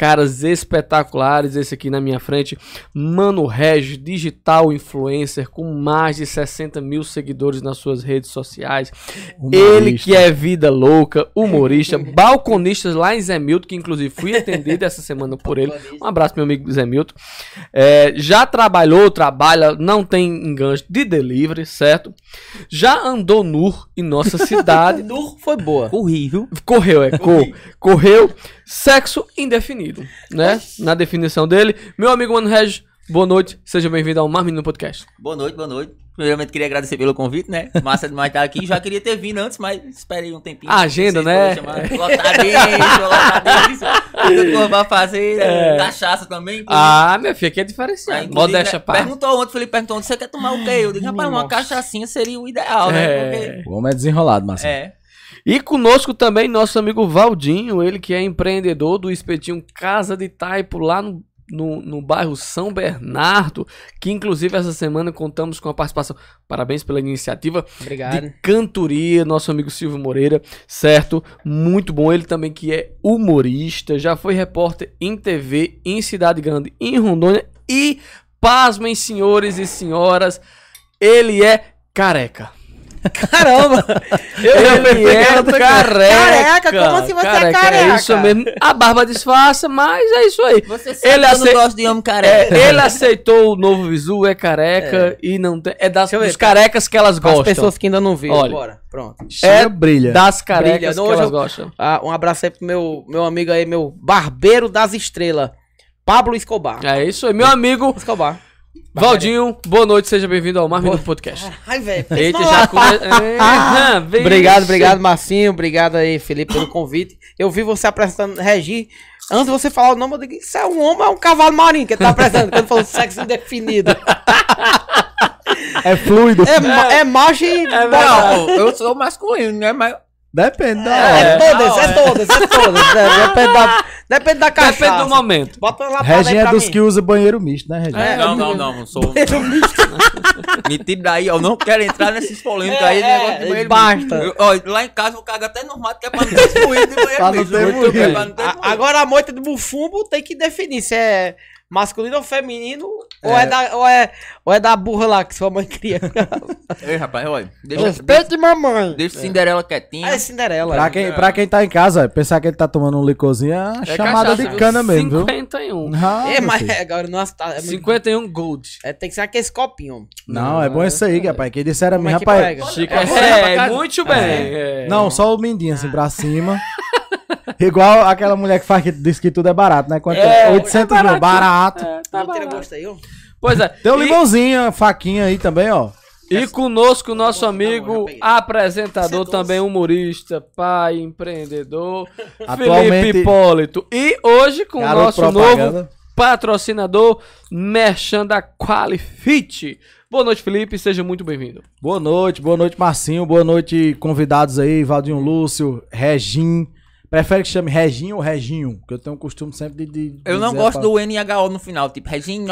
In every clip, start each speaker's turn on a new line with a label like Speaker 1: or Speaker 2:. Speaker 1: caras espetaculares. Esse aqui na minha frente, Mano Regis, digital influencer com mais de 60 mil seguidores nas suas redes sociais.
Speaker 2: Humorista.
Speaker 1: Ele que é vida louca, humorista, balconista lá em Zé Milton, que inclusive fui atendido essa semana
Speaker 2: é
Speaker 1: por ele. Um abraço, meu amigo Zé Milton. É, já trabalhou, trabalha, não tem enganche de delivery, certo? Já andou nu em nossa cidade.
Speaker 3: Nur foi boa.
Speaker 2: Horrível.
Speaker 1: Correu, é cor. Correu. Sexo indefinido, né? Na definição dele. Meu amigo Mano Regis, boa noite. Seja bem-vindo ao Mais Menino Podcast.
Speaker 3: Boa noite, boa noite. Primeiramente, queria agradecer pelo convite, né? Massa demais estar aqui. Já queria ter vindo antes, mas esperei um tempinho.
Speaker 1: A agenda,
Speaker 3: Vocês
Speaker 1: né?
Speaker 3: foram chamar. Lotadíssimo, lotadíssimo. Muita coisa pra fazer. né? Cachaça também.
Speaker 1: Ah, minha filha, aqui é
Speaker 3: Aí,
Speaker 1: diferenciado.
Speaker 3: inclusive,
Speaker 1: Modéstia,
Speaker 3: né,
Speaker 1: pá.
Speaker 3: Perguntou ontem, Felipe perguntou ontem, você quer tomar o quê? Eu digo, rapaz, uma
Speaker 1: Nossa.
Speaker 3: cachaçinha seria o ideal,
Speaker 1: É.
Speaker 3: né? Porque-
Speaker 2: O homem é desenrolado, Marcelo.
Speaker 3: É.
Speaker 1: E conosco também nosso amigo Valdinho, ele que é empreendedor do espetinho Casa de Taipo lá no, no, no bairro São Bernardo, que inclusive essa semana contamos com a participação. Parabéns pela iniciativa. de
Speaker 3: Obrigado.
Speaker 1: cantoria, nosso amigo Silvio Moreira, certo? Muito bom. Ele também que é humorista, já foi repórter em TV, em Cidade Grande, em Rondônia e, pasmem senhores e senhoras, ele é careca.
Speaker 2: Caramba!
Speaker 1: Ele é
Speaker 2: pensei que era
Speaker 1: careca.
Speaker 4: Careca, como se você é
Speaker 1: É
Speaker 4: careca?
Speaker 1: isso mesmo. A barba disfarça, mas é isso aí.
Speaker 3: Você sabe
Speaker 1: Ele
Speaker 3: que eu
Speaker 1: acei-
Speaker 3: não gosto de homem careca.
Speaker 1: É, ele aceitou o novo visu, é careca e não tem. É das,
Speaker 4: Deixa eu ver.
Speaker 1: dos carecas que elas
Speaker 4: As
Speaker 1: gostam.
Speaker 4: pessoas que ainda não viram.
Speaker 1: Olha.
Speaker 4: Bora, pronto.
Speaker 2: Chega, brilha.
Speaker 1: É Das carecas
Speaker 4: Brilha.
Speaker 1: que
Speaker 4: Não, hoje
Speaker 1: elas
Speaker 4: eu-
Speaker 1: gostam.
Speaker 4: Ah, um abraço aí pro meu, meu amigo aí, meu barbeiro das estrelas, Pablo Escobar.
Speaker 1: É isso aí, meu amigo
Speaker 4: Escobar.
Speaker 1: Valdinho, boa noite, seja bem-vindo ao Marvin Podcast.
Speaker 4: Ai, velho.
Speaker 1: Eita, já come... É, Aham, vem.
Speaker 4: Obrigado, obrigado, Marcinho. Obrigado aí, Felipe, pelo convite. Eu vi você apresentando Regi. Antes de você falar o nome, eu digo, isso é um homem, é um cavalo marinho que ele tá apresentando, quando falou sexo indefinido.
Speaker 2: É fluido.
Speaker 4: É, ma- é macho e... É,
Speaker 3: Não, eu sou masculino, né? Mas
Speaker 2: Depende da
Speaker 4: é,
Speaker 2: hora.
Speaker 4: todas, é todas, é todas. né? Depende da, depende da cachaça.
Speaker 1: Depende do momento.
Speaker 4: Bota uma lapada
Speaker 2: Regin
Speaker 4: aí
Speaker 2: é
Speaker 4: pra
Speaker 2: dos
Speaker 4: mim.
Speaker 2: que usa banheiro misto, né, Regin?
Speaker 4: É,
Speaker 3: não, não, não, não sou. Me tira daí, eu não quero entrar nesses polêmicos aí, de
Speaker 4: É,
Speaker 3: negócio de
Speaker 4: é,
Speaker 3: banheiro.
Speaker 4: basta.
Speaker 3: misto. Eu- ó, lá em casa eu cago até normal, que é pra não ter fluido de
Speaker 2: Pra
Speaker 3: banheiro
Speaker 2: não
Speaker 3: misto.
Speaker 2: ter
Speaker 3: Muito
Speaker 2: fluido.
Speaker 3: bem, pra não ter
Speaker 4: A-
Speaker 3: fluido.
Speaker 4: agora a moita de bufumbo tem que definir se é masculino ou feminino ou, é da, ou, é, ou é da burra lá que sua mãe cria.
Speaker 3: Ei, rapaz, olha. Deixa, deixa,
Speaker 4: Respeite mamãe.
Speaker 3: deixa o Cinderela quietinho.
Speaker 4: Ah, é Cinderela.
Speaker 2: Pra quem, pra quem tá em casa, ó, pensar que ele tá tomando um licorzinho é uma chamada
Speaker 1: cachaça,
Speaker 2: de cana mesmo, viu?
Speaker 1: 51.
Speaker 2: Ah,
Speaker 4: É,
Speaker 2: meu
Speaker 4: mas
Speaker 2: filho.
Speaker 4: agora não tá, é muito-
Speaker 1: 51 gold.
Speaker 4: é, tem que ser aqueles copinhos.
Speaker 2: Não, é bom isso aí, rapaz. Quem disse era
Speaker 4: Como
Speaker 2: mim,
Speaker 4: é que
Speaker 2: rapaz.
Speaker 4: pega?
Speaker 1: Chico,
Speaker 3: É,
Speaker 1: é,
Speaker 3: é,
Speaker 1: muito bem. é.
Speaker 2: Não, só o mindinho assim pra cima. Igual aquela mulher que faz que diz que tudo é barato, né? Quanto
Speaker 1: É,
Speaker 2: é, 800 mil, barato.
Speaker 1: Tá
Speaker 4: não
Speaker 1: bom.
Speaker 4: gosto aí, ó.
Speaker 1: Pois é.
Speaker 2: Tem um
Speaker 1: e,
Speaker 2: limãozinho, a faquinha aí também, ó.
Speaker 1: e conosco nosso
Speaker 4: Não, eu já
Speaker 1: amigo
Speaker 4: peguei.
Speaker 1: apresentador,
Speaker 4: Você
Speaker 1: também humorista, pai, empreendedor, Felipe
Speaker 2: Atualmente-
Speaker 1: Hipólito. E hoje com o nosso
Speaker 2: Garoto propaganda.
Speaker 1: novo patrocinador, Merchan da Qualifit. Boa noite, Felipe, seja muito bem-vindo.
Speaker 2: Boa noite, boa noite, Marcinho. Boa noite, convidados aí, Valdinho Lúcio, Regim. Prefere que chame Reginho ou Reginho? Que eu tenho o costume sempre de. de- de
Speaker 3: Eu não
Speaker 2: dizer
Speaker 3: gosto
Speaker 2: pra-
Speaker 3: do NHO no final, tipo Reginho,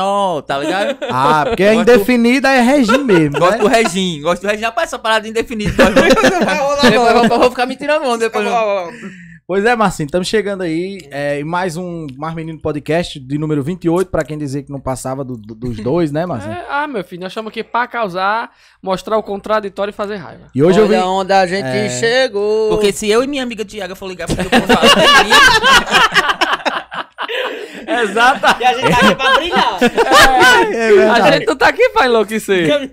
Speaker 3: tá ligado?
Speaker 2: Ah, porque é
Speaker 3: Gosto do-
Speaker 2: indefinida, é Regim mesmo.
Speaker 3: Gosto do
Speaker 2: né?
Speaker 3: Reginho, gosto do Reginho. Rapaz, essa parada é indefinida. nós vamos-
Speaker 4: Vai rolar,
Speaker 3: Depois
Speaker 4: vai
Speaker 3: eu
Speaker 4: rolar.
Speaker 3: vou- vou ficar me tirando onda depois. não.
Speaker 2: Pois é, Marcinho, estamos chegando aí é, em mais um Mais Menino Podcast de número 28, pra quem dizer que não passava do- do- dos dois, né, Marcinho?
Speaker 1: É, ah, meu filho, nós estamos aqui pra causar, mostrar o contraditório e fazer raiva.
Speaker 2: E hoje eu vim.
Speaker 4: Olha onde a gente
Speaker 2: É.
Speaker 4: chegou.
Speaker 3: Porque se eu e minha amiga Tiaga for ligar pra eu vou falar, é
Speaker 1: Exata.
Speaker 4: E a gente tá aqui pra brilhar.
Speaker 2: É
Speaker 1: A
Speaker 2: verdade.
Speaker 1: gente não tá aqui pra enlouquecer.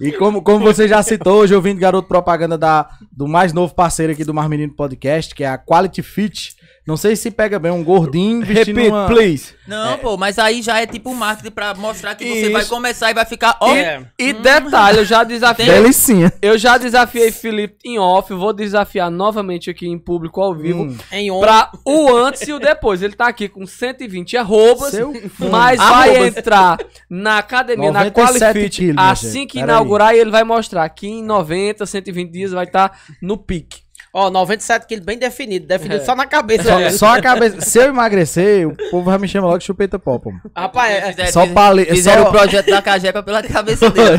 Speaker 2: E como, como você já citou, hoje eu vim de garoto propaganda da, do mais novo parceiro aqui do Mais Menino Podcast, que é a Quality Fit. Não sei se pega bem, um gordinho vestindo
Speaker 1: Repeat,
Speaker 2: uma...
Speaker 1: please.
Speaker 3: Não, pô, mas aí já é tipo marketing pra mostrar que você
Speaker 1: Isso.
Speaker 3: vai começar e vai ficar. Ó,
Speaker 4: É.
Speaker 1: E detalhe, eu já desafiei.
Speaker 2: Delicinha.
Speaker 1: Eu já desafiei Felipe em off, vou desafiar novamente aqui em público ao vivo.
Speaker 2: Hum.
Speaker 4: Em honra.
Speaker 1: Pra o antes e o depois. Ele tá aqui com 120 arrobas,
Speaker 2: Seu
Speaker 1: assim, mas
Speaker 2: Ah,
Speaker 3: fã.
Speaker 1: vai
Speaker 3: Arrobas.
Speaker 1: entrar na academia, na
Speaker 2: 97
Speaker 1: Qualifit,
Speaker 2: quilos, minha
Speaker 1: assim
Speaker 2: gente.
Speaker 1: que
Speaker 2: Pera
Speaker 1: inaugurar, e ele vai mostrar que em 90, 120 dias vai estar no pique.
Speaker 4: Ó, 97 quilos bem definido. Definido
Speaker 1: É.
Speaker 4: só na cabeça.
Speaker 2: Só, só a cabeça. Se eu emagrecer, o povo vai me chamar logo de chupeta pop.
Speaker 4: Rapaz, é-
Speaker 3: Fizeram-
Speaker 2: Só pra ler.
Speaker 3: Fizeram o
Speaker 2: Só...
Speaker 3: projeto da Cajepa pela cabeça dele.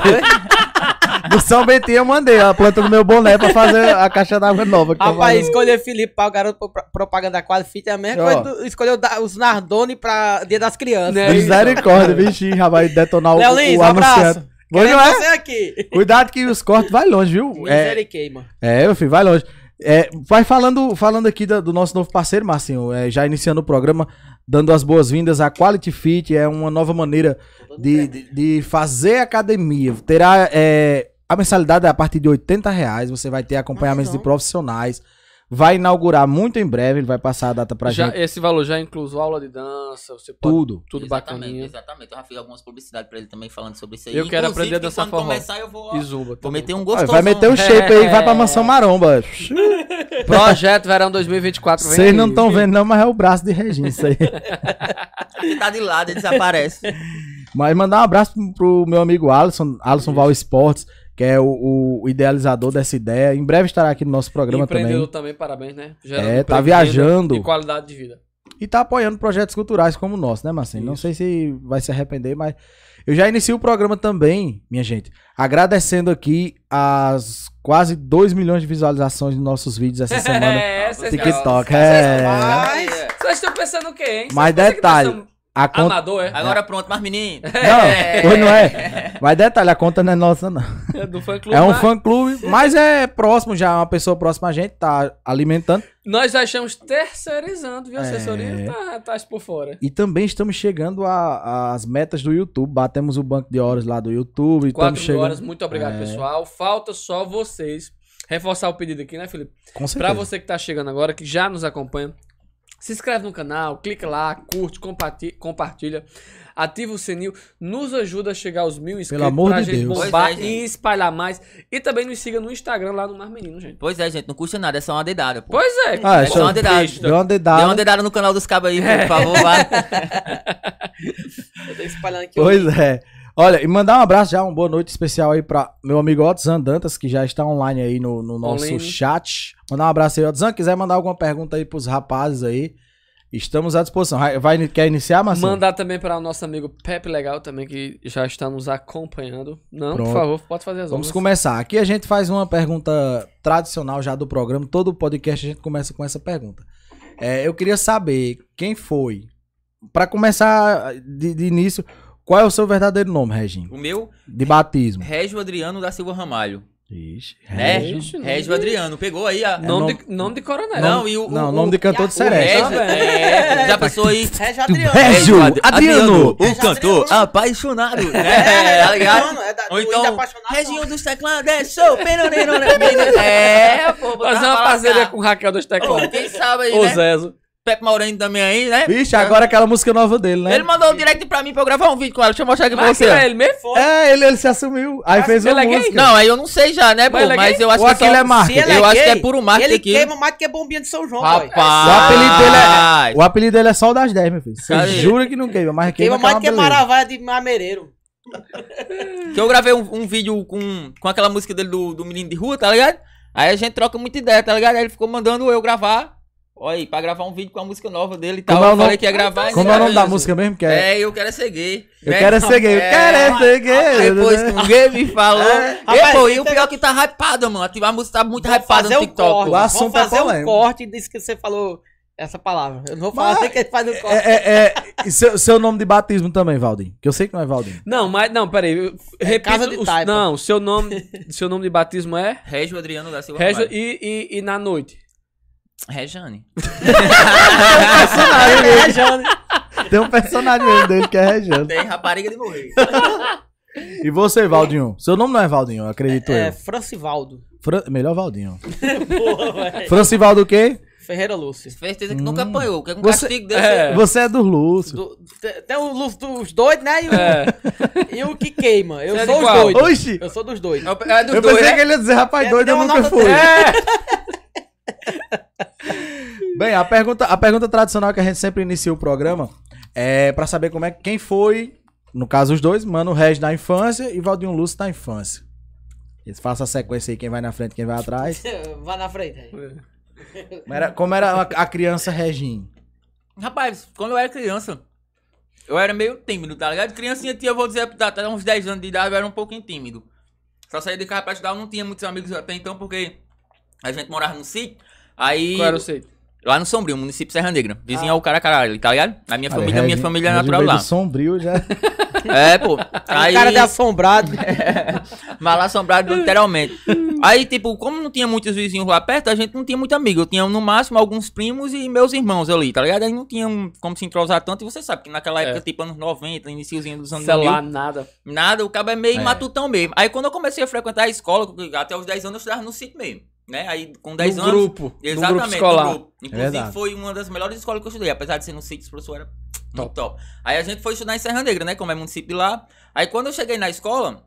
Speaker 2: Do São Bentinho eu mandei a planta do meu boné pra fazer a caixa d'água nova. que tá
Speaker 4: Rapaz,
Speaker 2: valendo.
Speaker 4: escolher Felipe pra o garoto pro- propaganda quase fit é a mesma
Speaker 2: Ó.
Speaker 4: coisa do, escolher o da- os Nardoni pra Dia das Crianças.
Speaker 1: Né?
Speaker 2: Misericórdia, bichinho, rapaz, detonar o,
Speaker 4: é Léo Lins,
Speaker 2: o
Speaker 4: um abraço.
Speaker 2: anunciante. Vou
Speaker 4: Queremos
Speaker 2: não é?
Speaker 4: você aqui.
Speaker 2: Cuidado que os cortes vai longe, viu? É,
Speaker 4: Miseriquei, mano.
Speaker 2: É, meu filho, vai longe. É, vai falando, falando aqui da- do, nosso novo parceiro, Marcinho, é, já iniciando o programa, dando as boas-vindas à Quality Fit, é uma nova maneira de, de, de fazer academia. Terá é, a mensalidade é a partir de 80 reais, você vai ter acompanhamentos
Speaker 4: Ah, então.
Speaker 2: de profissionais, vai inaugurar muito em breve, ele vai passar a data pra
Speaker 1: Já-
Speaker 2: gente,
Speaker 1: Esse valor já é incluso aula de dança, você pode
Speaker 2: tudo.
Speaker 1: tudo
Speaker 3: exatamente,
Speaker 1: bacaninha.
Speaker 3: Exatamente. Eu já fiz algumas publicidades pra ele também falando sobre isso aí.
Speaker 1: Eu quero aprender a
Speaker 3: que
Speaker 1: dançar
Speaker 3: quando
Speaker 1: forró.
Speaker 3: começar eu vou,
Speaker 1: E zumba.
Speaker 3: vou
Speaker 1: também.
Speaker 3: meter
Speaker 2: Vai,
Speaker 3: um gostoso.
Speaker 2: Vai meter o shape aí, vai pra Mansão Maromba.
Speaker 1: Projeto Verão 2024. vem
Speaker 2: Vocês
Speaker 1: aí.
Speaker 2: não estão vendo não, mas é o braço de Regina isso aí.
Speaker 3: Ele tá de lado, ele desaparece.
Speaker 2: Mas mandar um abraço pro- pro meu amigo Alisson, Alisson Val Esportes, que é o, o idealizador dessa ideia. Em breve estará aqui no nosso programa
Speaker 1: Empreendedor também.
Speaker 2: também.
Speaker 1: parabéns, né?
Speaker 2: É, tá
Speaker 1: emprego,
Speaker 2: viajando.
Speaker 1: renda E qualidade de vida.
Speaker 2: E tá apoiando projetos culturais como o nosso, né, Marcinho? Não
Speaker 1: Isso.
Speaker 2: sei se vai se arrepender, mas. Eu já inicio o programa também, minha gente, agradecendo aqui as quase 2 milhões de visualizações de nossos vídeos essa semana.
Speaker 1: É, vocês
Speaker 2: TikTok, é.
Speaker 4: Mas...
Speaker 1: Vocês estão pensando o quê, hein? Vocês
Speaker 2: Mas
Speaker 1: pensam que
Speaker 2: detalhe,
Speaker 1: nós somos
Speaker 2: A conta.
Speaker 1: Amador, é?
Speaker 3: Agora pronto, mas menino.
Speaker 2: Não, pois não é. Mas detalhe, a conta não é nossa, não.
Speaker 1: É do fã clube.
Speaker 2: É um
Speaker 1: mas
Speaker 2: fã clube, mas é próximo já, uma pessoa próxima a gente, tá alimentando.
Speaker 1: Nós já estamos terceirizando, viu? A assessoria
Speaker 2: É.
Speaker 1: tá, tá por fora.
Speaker 2: E também estamos chegando a- às metas do YouTube. Batemos o banco de horas lá do YouTube. Estamos
Speaker 1: Quatro mil
Speaker 2: chegando.
Speaker 1: horas, muito obrigado,
Speaker 2: É.
Speaker 1: pessoal. Falta só vocês. Reforçar o pedido aqui, né, Felipe?
Speaker 2: Com
Speaker 1: Pra
Speaker 2: certeza.
Speaker 1: você que tá chegando agora, que já nos acompanha, se inscreve no canal, clica lá, curte, compati- compartilha, ativa o sininho, nos ajuda a chegar aos mil inscritos
Speaker 2: amor
Speaker 1: pra
Speaker 2: de
Speaker 1: gente
Speaker 2: Deus.
Speaker 1: bombar
Speaker 3: Pois é,
Speaker 1: e
Speaker 3: gente.
Speaker 1: espalhar mais. E também nos siga no Instagram lá no Mar Menino, gente.
Speaker 3: Pois é, gente, não custa nada, é só uma dedada, pô.
Speaker 1: Pois tá, né? é,
Speaker 2: Ah, é
Speaker 1: só
Speaker 2: só-
Speaker 1: uma dedada.
Speaker 2: Deu uma dedada.
Speaker 3: Dê uma dedada no canal dos cabos aí,
Speaker 1: É.
Speaker 3: por favor, vai.
Speaker 4: Eu tô espalhando aqui o...
Speaker 2: Pois é. Olha, e mandar um abraço já, uma boa noite especial aí pra meu amigo Otzan Dantas, que já está online aí no, no nosso
Speaker 1: Online.
Speaker 2: chat. Mandar um abraço aí, Otzan. Quiser mandar alguma pergunta aí pros rapazes aí, estamos à disposição. Vai, vai- quer iniciar, Marcelo?
Speaker 1: Mandar também para o nosso amigo Pepe Legal também, que já está nos acompanhando. Não,
Speaker 2: Pronto.
Speaker 1: por favor, pode fazer as
Speaker 2: Vamos
Speaker 1: honras.
Speaker 2: começar. Aqui a gente faz uma pergunta tradicional já do programa. Todo podcast a gente começa com essa pergunta. É, eu queria saber quem foi. Pra começar de, de início, qual é o seu verdadeiro nome, Reginho?
Speaker 3: O meu,
Speaker 2: De batismo.
Speaker 3: Régio Adriano da Silva Ramalho.
Speaker 2: Ixi.
Speaker 3: Né?
Speaker 2: Regi.
Speaker 1: Ixi, não
Speaker 3: Régio
Speaker 1: vi.
Speaker 3: Adriano, pegou aí a.
Speaker 1: Nome,
Speaker 2: É
Speaker 1: de, nome de coronel.
Speaker 3: Não, e o.
Speaker 2: Não,
Speaker 3: o,
Speaker 2: nome de cantor de
Speaker 4: o
Speaker 2: Serete.
Speaker 1: Tá
Speaker 3: Régio, é, já pensou aí?
Speaker 4: Régio Adriano.
Speaker 2: Régio
Speaker 3: Ad-
Speaker 2: Adriano.
Speaker 3: o cantor apaixonado. É, tá ligado?
Speaker 4: Adriano, é da,
Speaker 3: Ou
Speaker 4: do
Speaker 3: então,
Speaker 4: Inapaixonável.
Speaker 3: Reginho dos teclados, é show, peroneiro, né? É, pô, botar
Speaker 1: Fazer uma
Speaker 3: pra
Speaker 1: parceria
Speaker 3: cá.
Speaker 1: com o Raquel dos
Speaker 3: Ô,
Speaker 1: Teclados.
Speaker 3: Quem sabe aí,
Speaker 1: Ô,
Speaker 3: né?
Speaker 1: Zezo.
Speaker 3: Pepe Maurani também aí, né?
Speaker 2: Vixe, agora aquela música nova dele, né?
Speaker 3: Ele mandou um direct pra mim pra eu gravar um vídeo com ela. Deixa eu mostrar aqui pra
Speaker 1: Mas
Speaker 3: você.
Speaker 1: é ele mesmo?
Speaker 2: É, ele, ele se assumiu. Aí fez
Speaker 1: ele
Speaker 2: uma
Speaker 1: é gay?
Speaker 2: música.
Speaker 3: Não, aí eu não sei já, né, pô?
Speaker 1: Mas ele é
Speaker 3: Mas
Speaker 1: gay?
Speaker 3: eu acho
Speaker 2: Ou
Speaker 3: que
Speaker 2: aquele é
Speaker 4: Se
Speaker 2: marketing?
Speaker 4: ele
Speaker 3: Eu acho que
Speaker 4: gay,
Speaker 3: é puro marketing
Speaker 4: Ele
Speaker 3: aqui.
Speaker 4: queima mais do que é bombinha de São João, boy.
Speaker 3: Rapaz.
Speaker 2: O apelido dele é- O apelido dele é Saudade 10, meu filho. Você
Speaker 3: Aí.
Speaker 2: jura que não queima, mas
Speaker 4: Queima
Speaker 2: queima.
Speaker 4: mais do
Speaker 2: que
Speaker 4: que
Speaker 2: é uma beleza.
Speaker 4: Maravaia de Mamereiro.
Speaker 2: é-
Speaker 3: Que eu gravei um, um vídeo com, com aquela música dele do, do Menino de Rua, tá ligado? Aí a gente troca muita ideia, tá ligado? Aí ele ficou mandando eu gravar. Olha aí, pra gravar um vídeo com a música nova dele e tal.
Speaker 2: Como é o
Speaker 3: eu falei
Speaker 2: nome-
Speaker 3: que ia gravar. né? e
Speaker 2: Como
Speaker 3: não
Speaker 2: é o nome da
Speaker 3: isso.
Speaker 2: música mesmo? Que é...
Speaker 3: É, eu quero é ser gay.
Speaker 2: Eu
Speaker 3: né?
Speaker 2: quero é ser gay. Eu quero é ser gay.
Speaker 3: Aí depois que o gay me falou.
Speaker 4: Rapaz,
Speaker 3: e, pô, e
Speaker 4: você
Speaker 3: o pior é que tá hypada, mano. A música tá muito
Speaker 4: Vou
Speaker 3: hypada
Speaker 4: fazer
Speaker 3: no
Speaker 4: o corte.
Speaker 2: O
Speaker 3: TikTok.
Speaker 2: assunto
Speaker 4: Vou
Speaker 2: é
Speaker 4: fazer o
Speaker 2: polêmico.
Speaker 4: corte disso que você falou essa palavra. Eu não vou falar
Speaker 2: Mas-
Speaker 4: até que ele faz o corte.
Speaker 2: É, é, é. E seu, seu nome de batismo também, Valdir. Que eu sei que não é Valdir.
Speaker 1: Não, mas não, peraí. eu repito,
Speaker 4: É Casa de
Speaker 1: os-
Speaker 4: Taipa.
Speaker 1: não, seu nome, seu nome de batismo é
Speaker 3: Régio Adriano da Silva.
Speaker 1: Régio
Speaker 3: Ramalho.
Speaker 1: e, e, e na noite.
Speaker 3: Rejane.
Speaker 2: é, Tem um personagem mesmo dele que é Regiano.
Speaker 3: Tem rapariga de morrer.
Speaker 2: E você, Valdinho? Seu nome não é Valdinho, eu acredito
Speaker 4: É,
Speaker 2: eu.
Speaker 4: Francivaldo.
Speaker 2: Fran- Melhor Valdinho.
Speaker 4: Porra, velho.
Speaker 2: Francivaldo o quê?
Speaker 4: Ferreira Lúcio.
Speaker 3: Certeza que nunca apanhou. Que é um
Speaker 2: Hum. Você-
Speaker 3: castigo desse.
Speaker 1: É.
Speaker 2: Você é do Lúcio.
Speaker 4: Do- te- tem o Lúcio dos doidos, né? E o,
Speaker 1: É.
Speaker 4: e o que queima. Eu
Speaker 1: Você é de
Speaker 4: sou os
Speaker 1: qual?
Speaker 4: doidos.
Speaker 2: Oxi!
Speaker 4: Eu sou dos dois.
Speaker 3: É o- É dos
Speaker 2: Eu
Speaker 3: dois,
Speaker 2: pensei
Speaker 3: né?
Speaker 2: que ele ia dizer, rapaz,
Speaker 4: É,
Speaker 2: doido, eu
Speaker 4: deu uma
Speaker 2: nunca
Speaker 4: nota
Speaker 2: fui.
Speaker 4: três.
Speaker 2: Bem, a pergunta, a pergunta tradicional que a gente sempre inicia o programa é pra saber como é quem foi, no caso os dois, Mano Regis da infância e Valdinho Lúcio da infância. Eles façam a sequência aí, quem vai na frente, quem vai atrás.
Speaker 4: Vá na frente. aí.
Speaker 2: Como era, como era a, a criança Regim?
Speaker 3: Rapaz, quando eu era criança, tá, eu era meio tímido, tá ligado? Criancinha tinha, eu vou dizer, até uns 10 anos de idade, eu era um pouquinho tímido. Só saía de carro pra estudar, eu não tinha muitos amigos até então, porque a gente morava no sítio. Aí.
Speaker 1: Qual era o seito?
Speaker 3: Lá no Sombrio, um município de Serra Negra.
Speaker 1: Ah.
Speaker 3: Vizinho é o cara caralho, tá ligado? A minha
Speaker 2: Olha,
Speaker 3: família, minha
Speaker 2: Regi-
Speaker 3: família é
Speaker 2: Regina
Speaker 3: natural
Speaker 2: veio
Speaker 3: lá.
Speaker 2: do Sombrio já.
Speaker 3: É, pô.
Speaker 4: Aí...
Speaker 3: Aí,
Speaker 4: O cara de assombrado.
Speaker 3: Mas lá assombrado, literalmente. Aí, tipo, como não tinha muitos vizinhos lá perto, a gente não tinha muito amigo. Eu tinha, no máximo, alguns primos e meus irmãos ali, tá ligado? Aí não tinha um- como se entrosar tanto. E você sabe que naquela época,
Speaker 1: É.
Speaker 3: tipo, anos 90, iniciozinho dos anos
Speaker 1: Celular,
Speaker 3: 2000,
Speaker 1: nada.
Speaker 3: nada, o cabo é meio
Speaker 2: É.
Speaker 3: matutão mesmo. Aí, quando eu comecei a frequentar a escola, até os 10 anos eu estudava no sítio mesmo, né? Aí, com 10
Speaker 1: no
Speaker 3: anos...
Speaker 1: grupo.
Speaker 3: Exatamente,
Speaker 1: no grupo escolar. É
Speaker 3: no grupo. Inclusive,
Speaker 2: verdade.
Speaker 3: foi uma das melhores escolas que eu estudei. Apesar de ser no sítio, os professores eram
Speaker 1: Top.
Speaker 3: top. top. Aí a gente foi estudar em Serra Negra, né? Como é município de lá. Aí quando eu cheguei na escola,